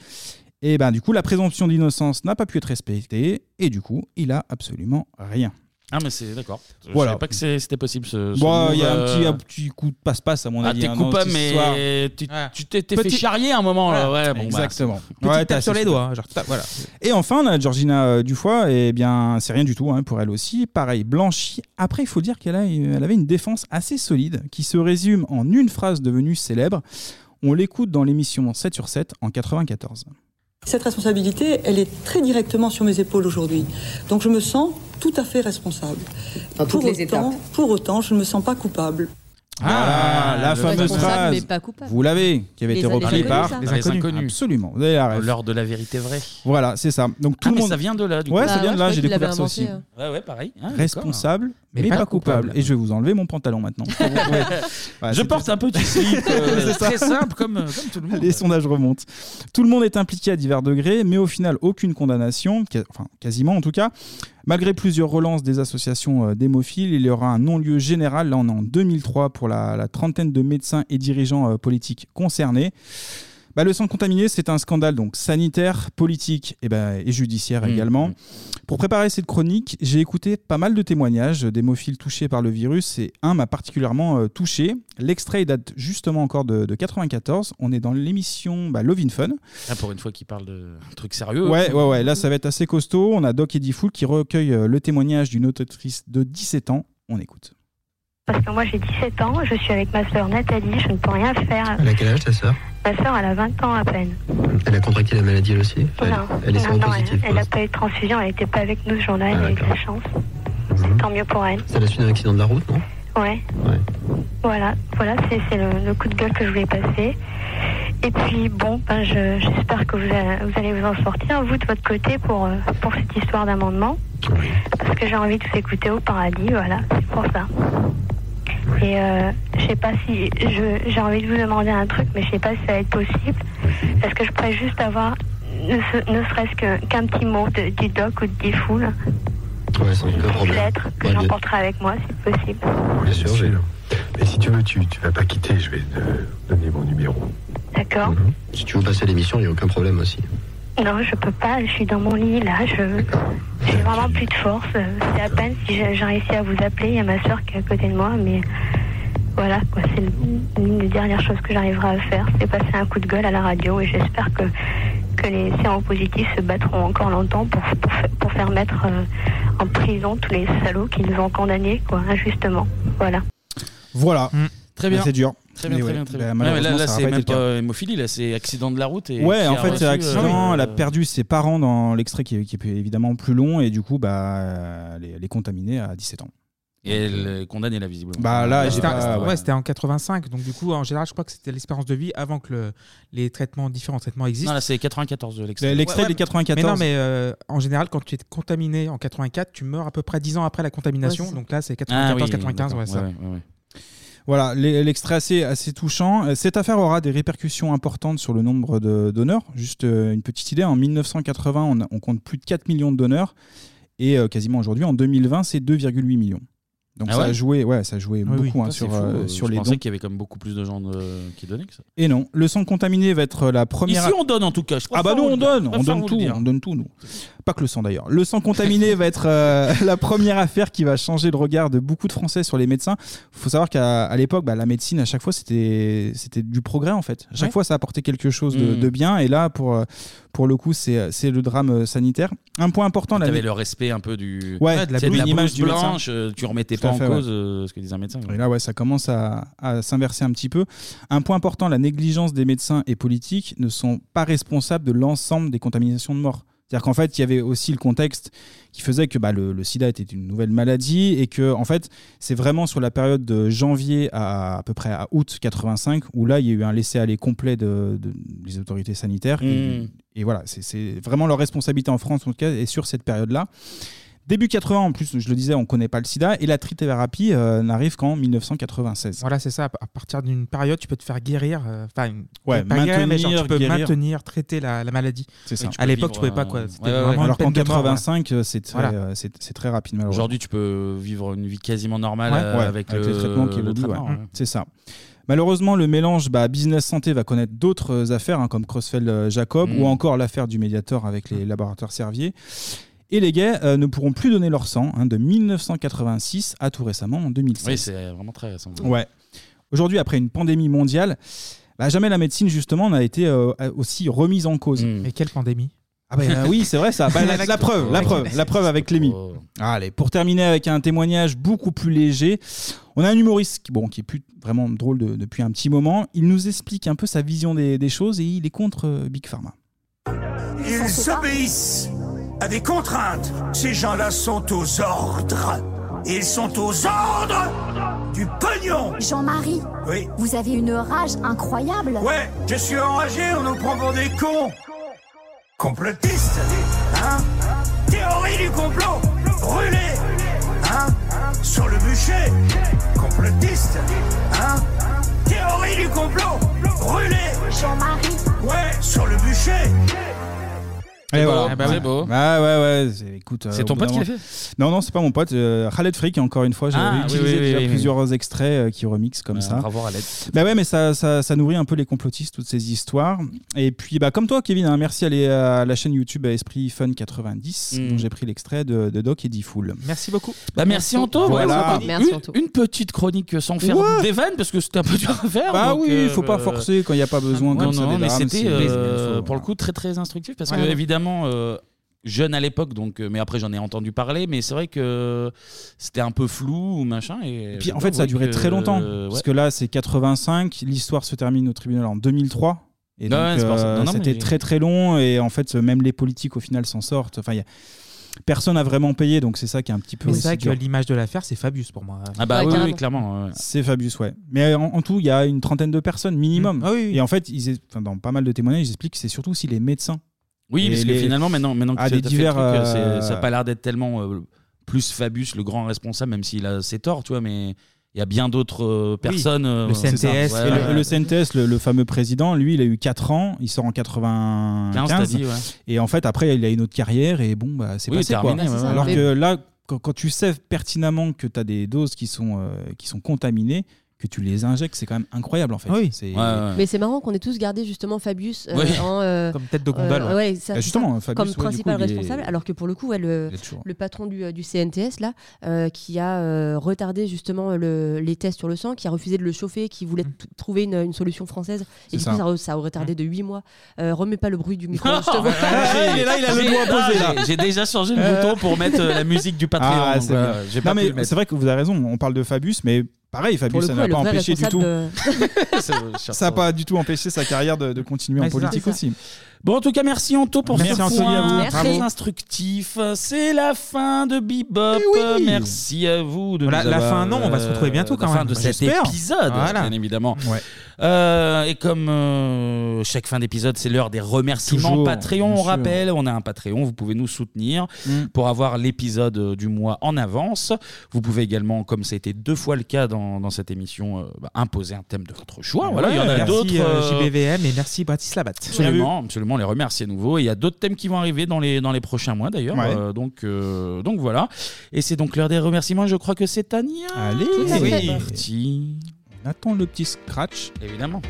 et ben du coup, la présomption d'innocence n'a pas pu être respectée, et du coup, il a absolument rien. Ah, mais c'est d'accord. Je Voilà. savais pas que c'est- c'était possible ce. ce Bon, il y a move, un petit, euh, un petit coup de passe-passe à mon Ah, avis. t'es hein, dans coupable, cette histoire. mais tu tu t'es t'es fait Petit- charrier à un moment là. Voilà. Ouais, bon, bah, Exactement. petite Ouais, tape t'as sur les assisté. doigts. hein, genre, tape, voilà. Et enfin, la Georgina euh, Dufoy, eh bien, c'est rien du tout hein, pour elle aussi. Pareil, blanchie. Après, il faut dire qu'elle a- elle avait une défense assez solide qui se résume en une phrase devenue célèbre. On l'écoute dans l'émission 7 sur 7 en 94. Cette responsabilité, elle est très directement sur mes épaules aujourd'hui. Donc je me sens tout à fait responsable. Dans toutes pour, les autant, étapes. pour autant, je ne me sens pas coupable. Ah, la le fameuse responsable, phrase. mais pas coupable. Vous l'avez, qui avait Les- été les repris inconnus, par ça. Les inconnus. Absolument. Vous avez la ref. L'heure de la vérité vraie. Voilà, c'est ça. Donc tout Ah, le mais monde. ça vient de là, du Ouais, coup. ça Ah, vient ouais, de je là. croyais J'ai qu'il l'avait découvert ça aussi. inventé, hein. Ouais, ouais, pareil. Ah, d'accord. Responsable, mais, pas, coupable. Et je vais vous enlever mon pantalon (laughs) maintenant. je porte un (laughs) petit slip euh, C'est ça. très simple comme, euh, comme tout le monde. Les sondages remontent. Tout le monde est impliqué à divers degrés, mais au final, aucune condamnation, ca- enfin quasiment en tout cas. Malgré plusieurs relances des associations euh, d'hémophiles, il y aura un non-lieu général, là on est en 2003, pour la, la trentaine de médecins et dirigeants euh, politiques concernés. Bah, le sang contaminé, c'est un scandale donc sanitaire, politique et, ben, et judiciaire Mmh, également. Pour préparer cette chronique, j'ai écouté pas mal de témoignages d'hémophiles touchés par le virus et un m'a particulièrement euh, touché. L'extrait date justement encore de, de 94. On est dans l'émission bah, Love in Fun. Ah, pour une fois qu'il parle de trucs sérieux. Ouais, ouais, ouais. Là, ça va être assez costaud. On a Doc Eddie Fool qui recueille euh, le témoignage d'une autrice de 17 ans. On écoute. Parce que moi j'ai 17 ans, je suis avec ma sœur Nathalie, je ne peux rien faire. Elle a quel âge ta sœur Ma sœur elle a 20 ans à peine. Elle a contracté la maladie elle aussi Elle, Non, elle est non, non, séropositive. elle n'a pas eu de transfusion, elle n'était pas avec nous ce jour-là, Ah, elle a eu de la chance. Mhm. C'est Tant mieux pour elle. C'est à la suite d'un accident de la route, non Ouais. Voilà, voilà, c'est c'est le, le coup de gueule que je voulais passer. Et puis bon, ben, je- j'espère que vous, a- vous allez vous en sortir, vous de votre côté, pour, euh, pour cette histoire d'amendement. Parce que j'ai envie de vous écouter au paradis, voilà, c'est pour ça. Et euh, je sais pas si. je- J'ai envie de vous demander un truc, mais je sais pas si ça va être possible. Est-ce que je pourrais juste avoir, ne, se- ne serait-ce que- qu'un petit mot de- du doc ou des foules Ouais, sans aucun Une problème. lettre que Ouais, bien- j'emporterai avec moi, si possible. Bien sûr, j'ai. Mais si tu veux, tu, tu vas pas quitter, je vais te donner mon numéro. D'accord. Si tu veux passer l'émission, il n'y a aucun problème aussi. Non, je peux pas, je suis dans mon lit là, je j'ai vraiment plus de force. euh, C'est à peine si j'ai j'ai réussi à vous appeler, il y a ma soeur qui est à côté de moi, mais voilà, quoi, c'est le- l'une des dernières choses que j'arriverai à faire, c'est passer un coup de gueule à la radio et j'espère que, que les séropositifs se battront encore longtemps pour, pour, fa- pour faire mettre euh, en prison tous les salauds qui nous ont condamnés, quoi, injustement. Voilà. Voilà. Mmh. Très bien. Mais C'est dur. Très bien, Mais Ah, très ouais, bien, très bah, bien. Ouais, mais malheureusement, là, là, ça aura c'est pas été même le cas. pas hémophilie, là, c'est accident de la route. Et Ouais, qui en a fait, reçu, c'est accident. euh, Elle a perdu ses parents euh, dans l'extrait qui, est- qui est évidemment plus long et du coup, bah, elle, est, elle est contaminée à 17 ans. Et Et elle est condamnée, là, visiblement. Bah là, j'ai c'était ouais, c'était en 85, donc du coup, en général, je crois que c'était l'espérance de vie avant que le- les traitements, différents traitements existent. Non, là, c'est 94 l'extrait. Ouais, ouais, des Mais non, mais euh, en général, quand tu es contaminé en 84, tu meurs à peu près 10 ans après la contamination. Ouais, c'est ça. donc là, c'est Ah oui, 94, 95, ouais, d'accord, ça. ouais, ouais, ouais. Voilà, l'e- l'extrait assez, assez touchant. Euh, Cette affaire aura des répercussions importantes sur le nombre de donneurs. Juste euh, une petite idée, en 1980, on, a- on compte plus de 4 millions de donneurs. Et euh, quasiment aujourd'hui, en 2020, c'est 2,8 millions. Donc Ah ça, a ouais joué, ouais, ça a joué Ah oui, beaucoup hein, putain, sur, c'est fou, euh, euh, sur je les pensais dons. qu'il y avait quand même beaucoup plus de gens de- qui donnaient que ça. Et non, le sang contaminé va être euh, la première. Ici, on donne en tout cas. je Ah bah préfère nous vous on le dire. donne, Je on préfère donne vous le tout, hein. dire. on donne tout nous. Pas que le sang d'ailleurs. Le sang (laughs) contaminé va être euh, la première affaire qui va changer le regard de beaucoup de Français sur les médecins. Faut savoir qu'à à l'époque, bah, la médecine à chaque fois c'était c'était du progrès en fait. À chaque Ouais. fois ça apportait quelque chose de, Mm. de bien et là pour euh, pour le coup c'est c'est le drame euh, sanitaire. Un point important Tu la avais mé- le respect un peu du. Ouais, de la tu sais, blouse, l'image blouse du médecin. blanche, euh, tu remettais Tout à pas en fait, ouais. cause euh, ce que disait un médecin. Et là, ouais, ça commence à, à s'inverser un petit peu. Un point important, la négligence des médecins et politiques ne sont pas responsables de l'ensemble des contaminations de mort. C'est-à-dire qu'en fait, il y avait aussi le contexte qui faisait que bah, le, le sida était une nouvelle maladie et que, en fait, c'est vraiment sur la période de janvier à à peu près à août 85 où là, il y a eu un laisser-aller complet de- de- des autorités sanitaires. Et, Mm. et voilà, c'est- c'est vraiment leur responsabilité en France, en tout cas, et sur cette période-là. Début 80, en plus, je le disais, on ne connaît pas le sida, et la trithérapie euh, n'arrive qu'en 1996. Voilà, c'est ça. À partir d'une période, tu peux te faire guérir. euh, Enfin, une- Ouais, pas guérir, mais genre, maintenir, tu peux guérir. maintenir, traiter la, la maladie. C'est ça. À l'époque, tu pouvais euh, pas quoi. C'était vraiment une Alors peine qu'en de mort, voilà. 85, euh, c'est très, Voilà. euh, c'est- c'est très rapide, malheureusement. Aujourd'hui, tu peux vivre une vie quasiment normale Ouais, euh, ouais, avec, les traitements qui le évoluent, traitement, hein. ouais. ouais. C'est ça. Malheureusement, le mélange bah, business santé va connaître d'autres euh, affaires hein, comme Crossfell euh, Jacob Mm. ou encore l'affaire du médiateur avec les laboratoires Servier. Et les gays euh, ne pourront plus donner leur sang hein, de 1986 à tout récemment en 2016. Oui, c'est vraiment très récent. Ouais. Aujourd'hui, après une pandémie mondiale, bah, jamais la médecine, justement, n'a été euh, aussi remise en cause. Hmm. Mais quelle pandémie ah bah, euh, oui, c'est vrai ça. (laughs) Bah, la, la preuve, la preuve, la preuve avec Clémy. Allez, pour terminer avec un témoignage beaucoup plus léger, on a un humoriste qui, bon, qui est plus vraiment drôle de- depuis un petit moment. Il nous explique un peu sa vision des, des choses et il est contre euh, Big Pharma. Ils obéissent à des contraintes. Ces gens-là sont aux ordres. Ils sont aux ordres du pognon. Jean-Marie, Oui. vous avez une rage incroyable. Ouais, je suis enragé, on nous prend pour des cons. Complotistes, hein Théorie du complot, brûlé, hein Sur le bûcher, complotiste, hein Théorie du complot, brûlé. Jean-Marie. Ouais, sur le bûcher. Et Eh voilà. Ah bah oui. C'est beau. Ah ouais, ouais, c'est- écoute. euh, C'est ton au bout pote d'un qui l'a moment- Non, non, c'est pas mon pote. euh, Khaled Frick, encore une fois, j'avais Ah, oui, utilisé oui, déjà oui, oui. plusieurs extraits euh, qui remixent comme Ah, ça. bravo, Khaled. Bah ouais, mais ça, ça, ça nourrit un peu les complotistes, toutes ces histoires. Et puis, bah, comme toi, Kevin, hein, merci à, les- à la chaîne YouTube à Esprit Fun 90, Mm. dont j'ai pris l'extrait de, de Doc et Diffoul. Merci beaucoup. Bah merci Anto, Voilà. voilà. une, une petite chronique sans faire Ouais. des vannes parce que c'était un peu dur à faire. Bah donc, oui, euh, faut pas forcer quand il y a pas besoin, Non, comme ça, non, des mais drames, c'était c'est- euh, faut- pour le coup très très instructif parce Ouais, que ouais. évidemment euh, jeune à l'époque donc euh, mais après j'en ai entendu parler mais c'est vrai que c'était un peu flou ou machin et, Et puis en fait, ça a duré euh, très longtemps. Parce que là, c'est 85. L'histoire se termine au tribunal en 2003. Et Ouais, donc, ouais, c'est pour ça. euh, Non, non, c'était mais- très très long. Et en fait, euh, même les politiques au final s'en sortent. Enfin, il y a- personne n'a vraiment payé. Donc c'est ça qui est un petit peu. Mais c'est vrai aussi que dur. l'image de l'affaire, c'est Fabius pour moi. Ah bah oui, oui, clairement. ouais. C'est Fabius, ouais. Mais euh, en, en tout, il y a une trentaine de personnes minimum. Mm. Ah Et en fait, ils, est- enfin, dans pas mal de témoignages, ils expliquent que c'est surtout aussi les médecins. Oui, Et parce que les- finalement, maintenant, maintenant que à des tu as fait le divers, truc, euh, euh, c'est- ça n'a pas l'air d'être tellement euh, plus Fabius, le grand responsable, même s'il a ses torts, tu vois, mais il y a bien d'autres euh, personnes. euh, le CNTS, c'est ça. Ouais, le, ouais. le CNTS, le, le fameux président, lui, il a eu 4 ans, il sort en 95. 15, t'as dit, ouais. Et en fait, après, il a une autre carrière et bon, bah, c'est Oui, passé terminé, quoi. ouais, ouais, Alors ouais. que là, quand, quand tu sais pertinemment que tu as des doses qui sont, euh, qui sont contaminées, que tu les injectes, c'est quand même incroyable en fait. Oui. C'est- Ouais, ouais. Mais c'est marrant qu'on ait tous gardé justement Fabius euh, Oui. en, euh, Comme tête de gondole, ouais. ouais, ça, Bah, c'est justement, ça, Fabius, comme ouais, du coup, principal il est- responsable, alors que pour le coup, ouais, le, Il est toujours. le patron du, euh, du CNTS là, euh, qui a euh, retardé justement le- les tests sur le sang, qui a refusé de le chauffer, qui voulait Mmh. t- trouver une, une solution française, C'est et du ça. coup ça, re- ça aurait Mmh. retardé de 8 mois. Euh, remets pas le bruit (laughs) du micro. je te vois pas. Ah, Et là, il a le j'ai- doigt ah, posé, là. j'ai- J'ai déjà changé le Euh. bouton pour mettre euh, la musique du Patreon. Ah, donc, c'est voilà, bien. j'ai Non, pas mais pu le mettre. c'est vrai que vous avez raison, on parle de Fabius, mais pareil, Pour Fabius, le ça coup, n'a le pas vrai empêché du tout. responsable de- (laughs) euh, Ça n'a pas du tout empêché sa carrière de, de continuer Ouais, en c'est ça. politique C'est ça. aussi. Bon, en tout cas, merci Anto pour Merci, ce Anthony, point à vous. très Bravo. instructif. C'est la fin de Bebop. Eh Merci à vous de Voilà, nous la avoir, euh, fin, non, on va se retrouver bientôt la quand fin même. de cet J'espère. épisode, Voilà. bien évidemment. Euh, et comme euh, chaque fin d'épisode, c'est l'heure des remerciements Toujours, Patreon. bien On sûr. rappelle, on a un Patreon. Vous pouvez nous soutenir Mm. pour avoir l'épisode euh, du mois en avance. Vous pouvez également, comme ça a été deux fois le cas dans, dans cette émission, euh, bah, imposer un thème de votre choix. Voilà, il y en a Merci, d'autres. euh, euh, JBVM et merci Bratislavat. Absolument, absolument, on les remercie à nouveau. Et il y a d'autres thèmes qui vont arriver dans les, dans les prochains mois d'ailleurs. Ouais. Euh, donc, euh, donc voilà. Et c'est donc l'heure des remerciements. Je crois que c'est Tania. Allez, Tout à oui. fait. parti. Attends le petit scratch. Évidemment.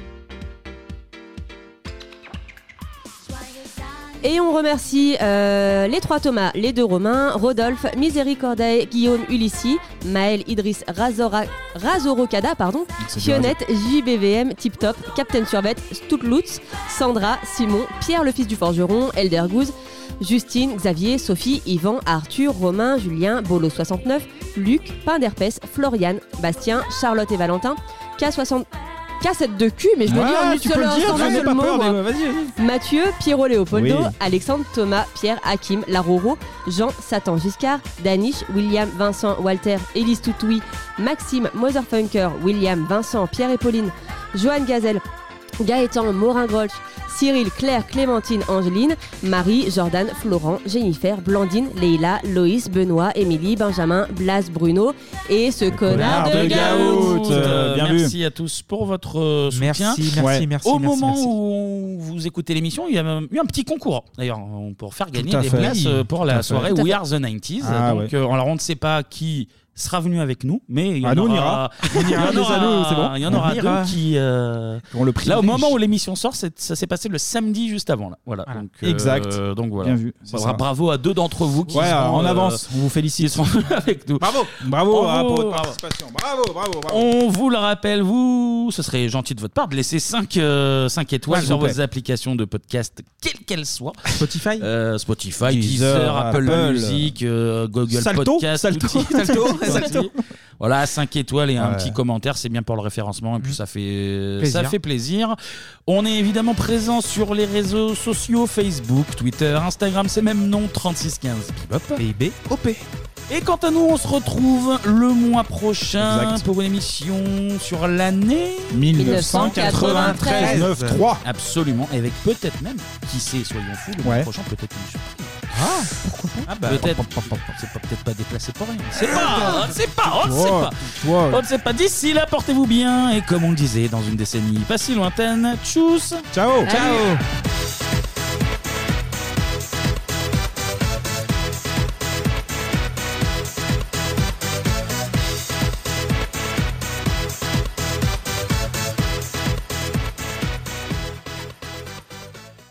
Et on remercie euh, les trois Thomas, les deux Romains, Rodolphe, Miséricordae, Guillaume Ulissi, Maël Idriss Razora- Razorocada, pardon, C'est bien, Fionnette, JBVM, Tip Top, Captain Survette, Stoutlutz, Sandra, Simon, Pierre le fils du forgeron, Elder Goose, Justine, Xavier, Sophie, Yvan, Arthur, Romain, Julien, Bolo69, Luc, Pinderpes, Florian, Bastien, Charlotte et Valentin, K60... K7 q mais je le Ouais, dis en une tu seule- peux le dire, en un j'en ai seul pas mot, peur, moi. mais vas-y, vas-y. Mathieu, Pierrot Léopoldo, Oui. Alexandre, Thomas, Pierre, Hakim, Laroro, Jean, Satan Giscard, Danish, William, Vincent, Walter, Élise Toutoui, Maxime, Motherfunker, William, Vincent, Pierre et Pauline, Johan Gazelle, Gaëtan, Morin Grolch, Cyril, Claire, Clémentine, Angéline, Marie, Jordan, Florent, Jennifer, Blandine, Leila, Loïs, Benoît, Émilie, Benjamin, Blas, Bruno et ce connard de Gaout. Euh, bien merci à tous pour votre euh, soutien. Merci, merci, Ouais. merci, Au merci, moment merci. où vous écoutez l'émission, il y a même eu un petit concours d'ailleurs on- pour faire gagner Tout à des fait. places euh, pour Tout à la fait. soirée Tout à We fait. Are the 90s. Ah, Donc ouais. euh, alors on ne sait pas qui sera venu avec nous, mais il y en Ah, nous, on aura. ira. On ira, (laughs) il y en les ados, c'est bon. aura, il y en aura On ira. deux qui. euh, le Là, au privilège. moment où l'émission sort, c'est- ça s'est passé le samedi juste avant. Là. Voilà. Donc, euh, Exact. donc voilà. Bien vu, c'est Bra- ça. Bravo à deux d'entre vous qui Ouais, seront, en euh, avance, on vous félicite. avec nous. Bravo, bravo, Bravo. ah, pour votre Bravo. participation. Bravo, bravo, bravo. On vous le rappelle, vous, ce serait gentil de votre part de laisser 5, étoiles Ouais, sur s'il vous vos plaît. applications de podcast, quelles qu'elles soient. Spotify Euh, Spotify, Deezer, Deezer, Apple, Apple. Music, euh, Google Salto, Podcast. Salto. tout y- Salto, tout (laughs) y- Salto. Voilà, 5 étoiles et un Ouais. petit commentaire, c'est bien pour le référencement et puis ça fait, ça Plaisir. fait plaisir. On est évidemment présent sur les réseaux sociaux Facebook, Twitter, Instagram, c'est même nom 3615 Bibop. PIB, OP. Et quant à nous, on se retrouve le mois prochain Exact. pour une émission sur l'année 1993. 9-3. Absolument. Et avec peut-être même, qui sait, soyons fous, le mois prochain, peut-être une surprise. bah, Ah, pourquoi pas Peut-être. C'est pas- peut-être pas déplacé pour rien. C'est pas, on ne sait pas, on ne Toi, sait pas. toi. On ne sait pas. D'ici là, portez-vous bien. Et comme on le disait, dans une décennie pas si lointaine, tchuss. Ciao. Ciao.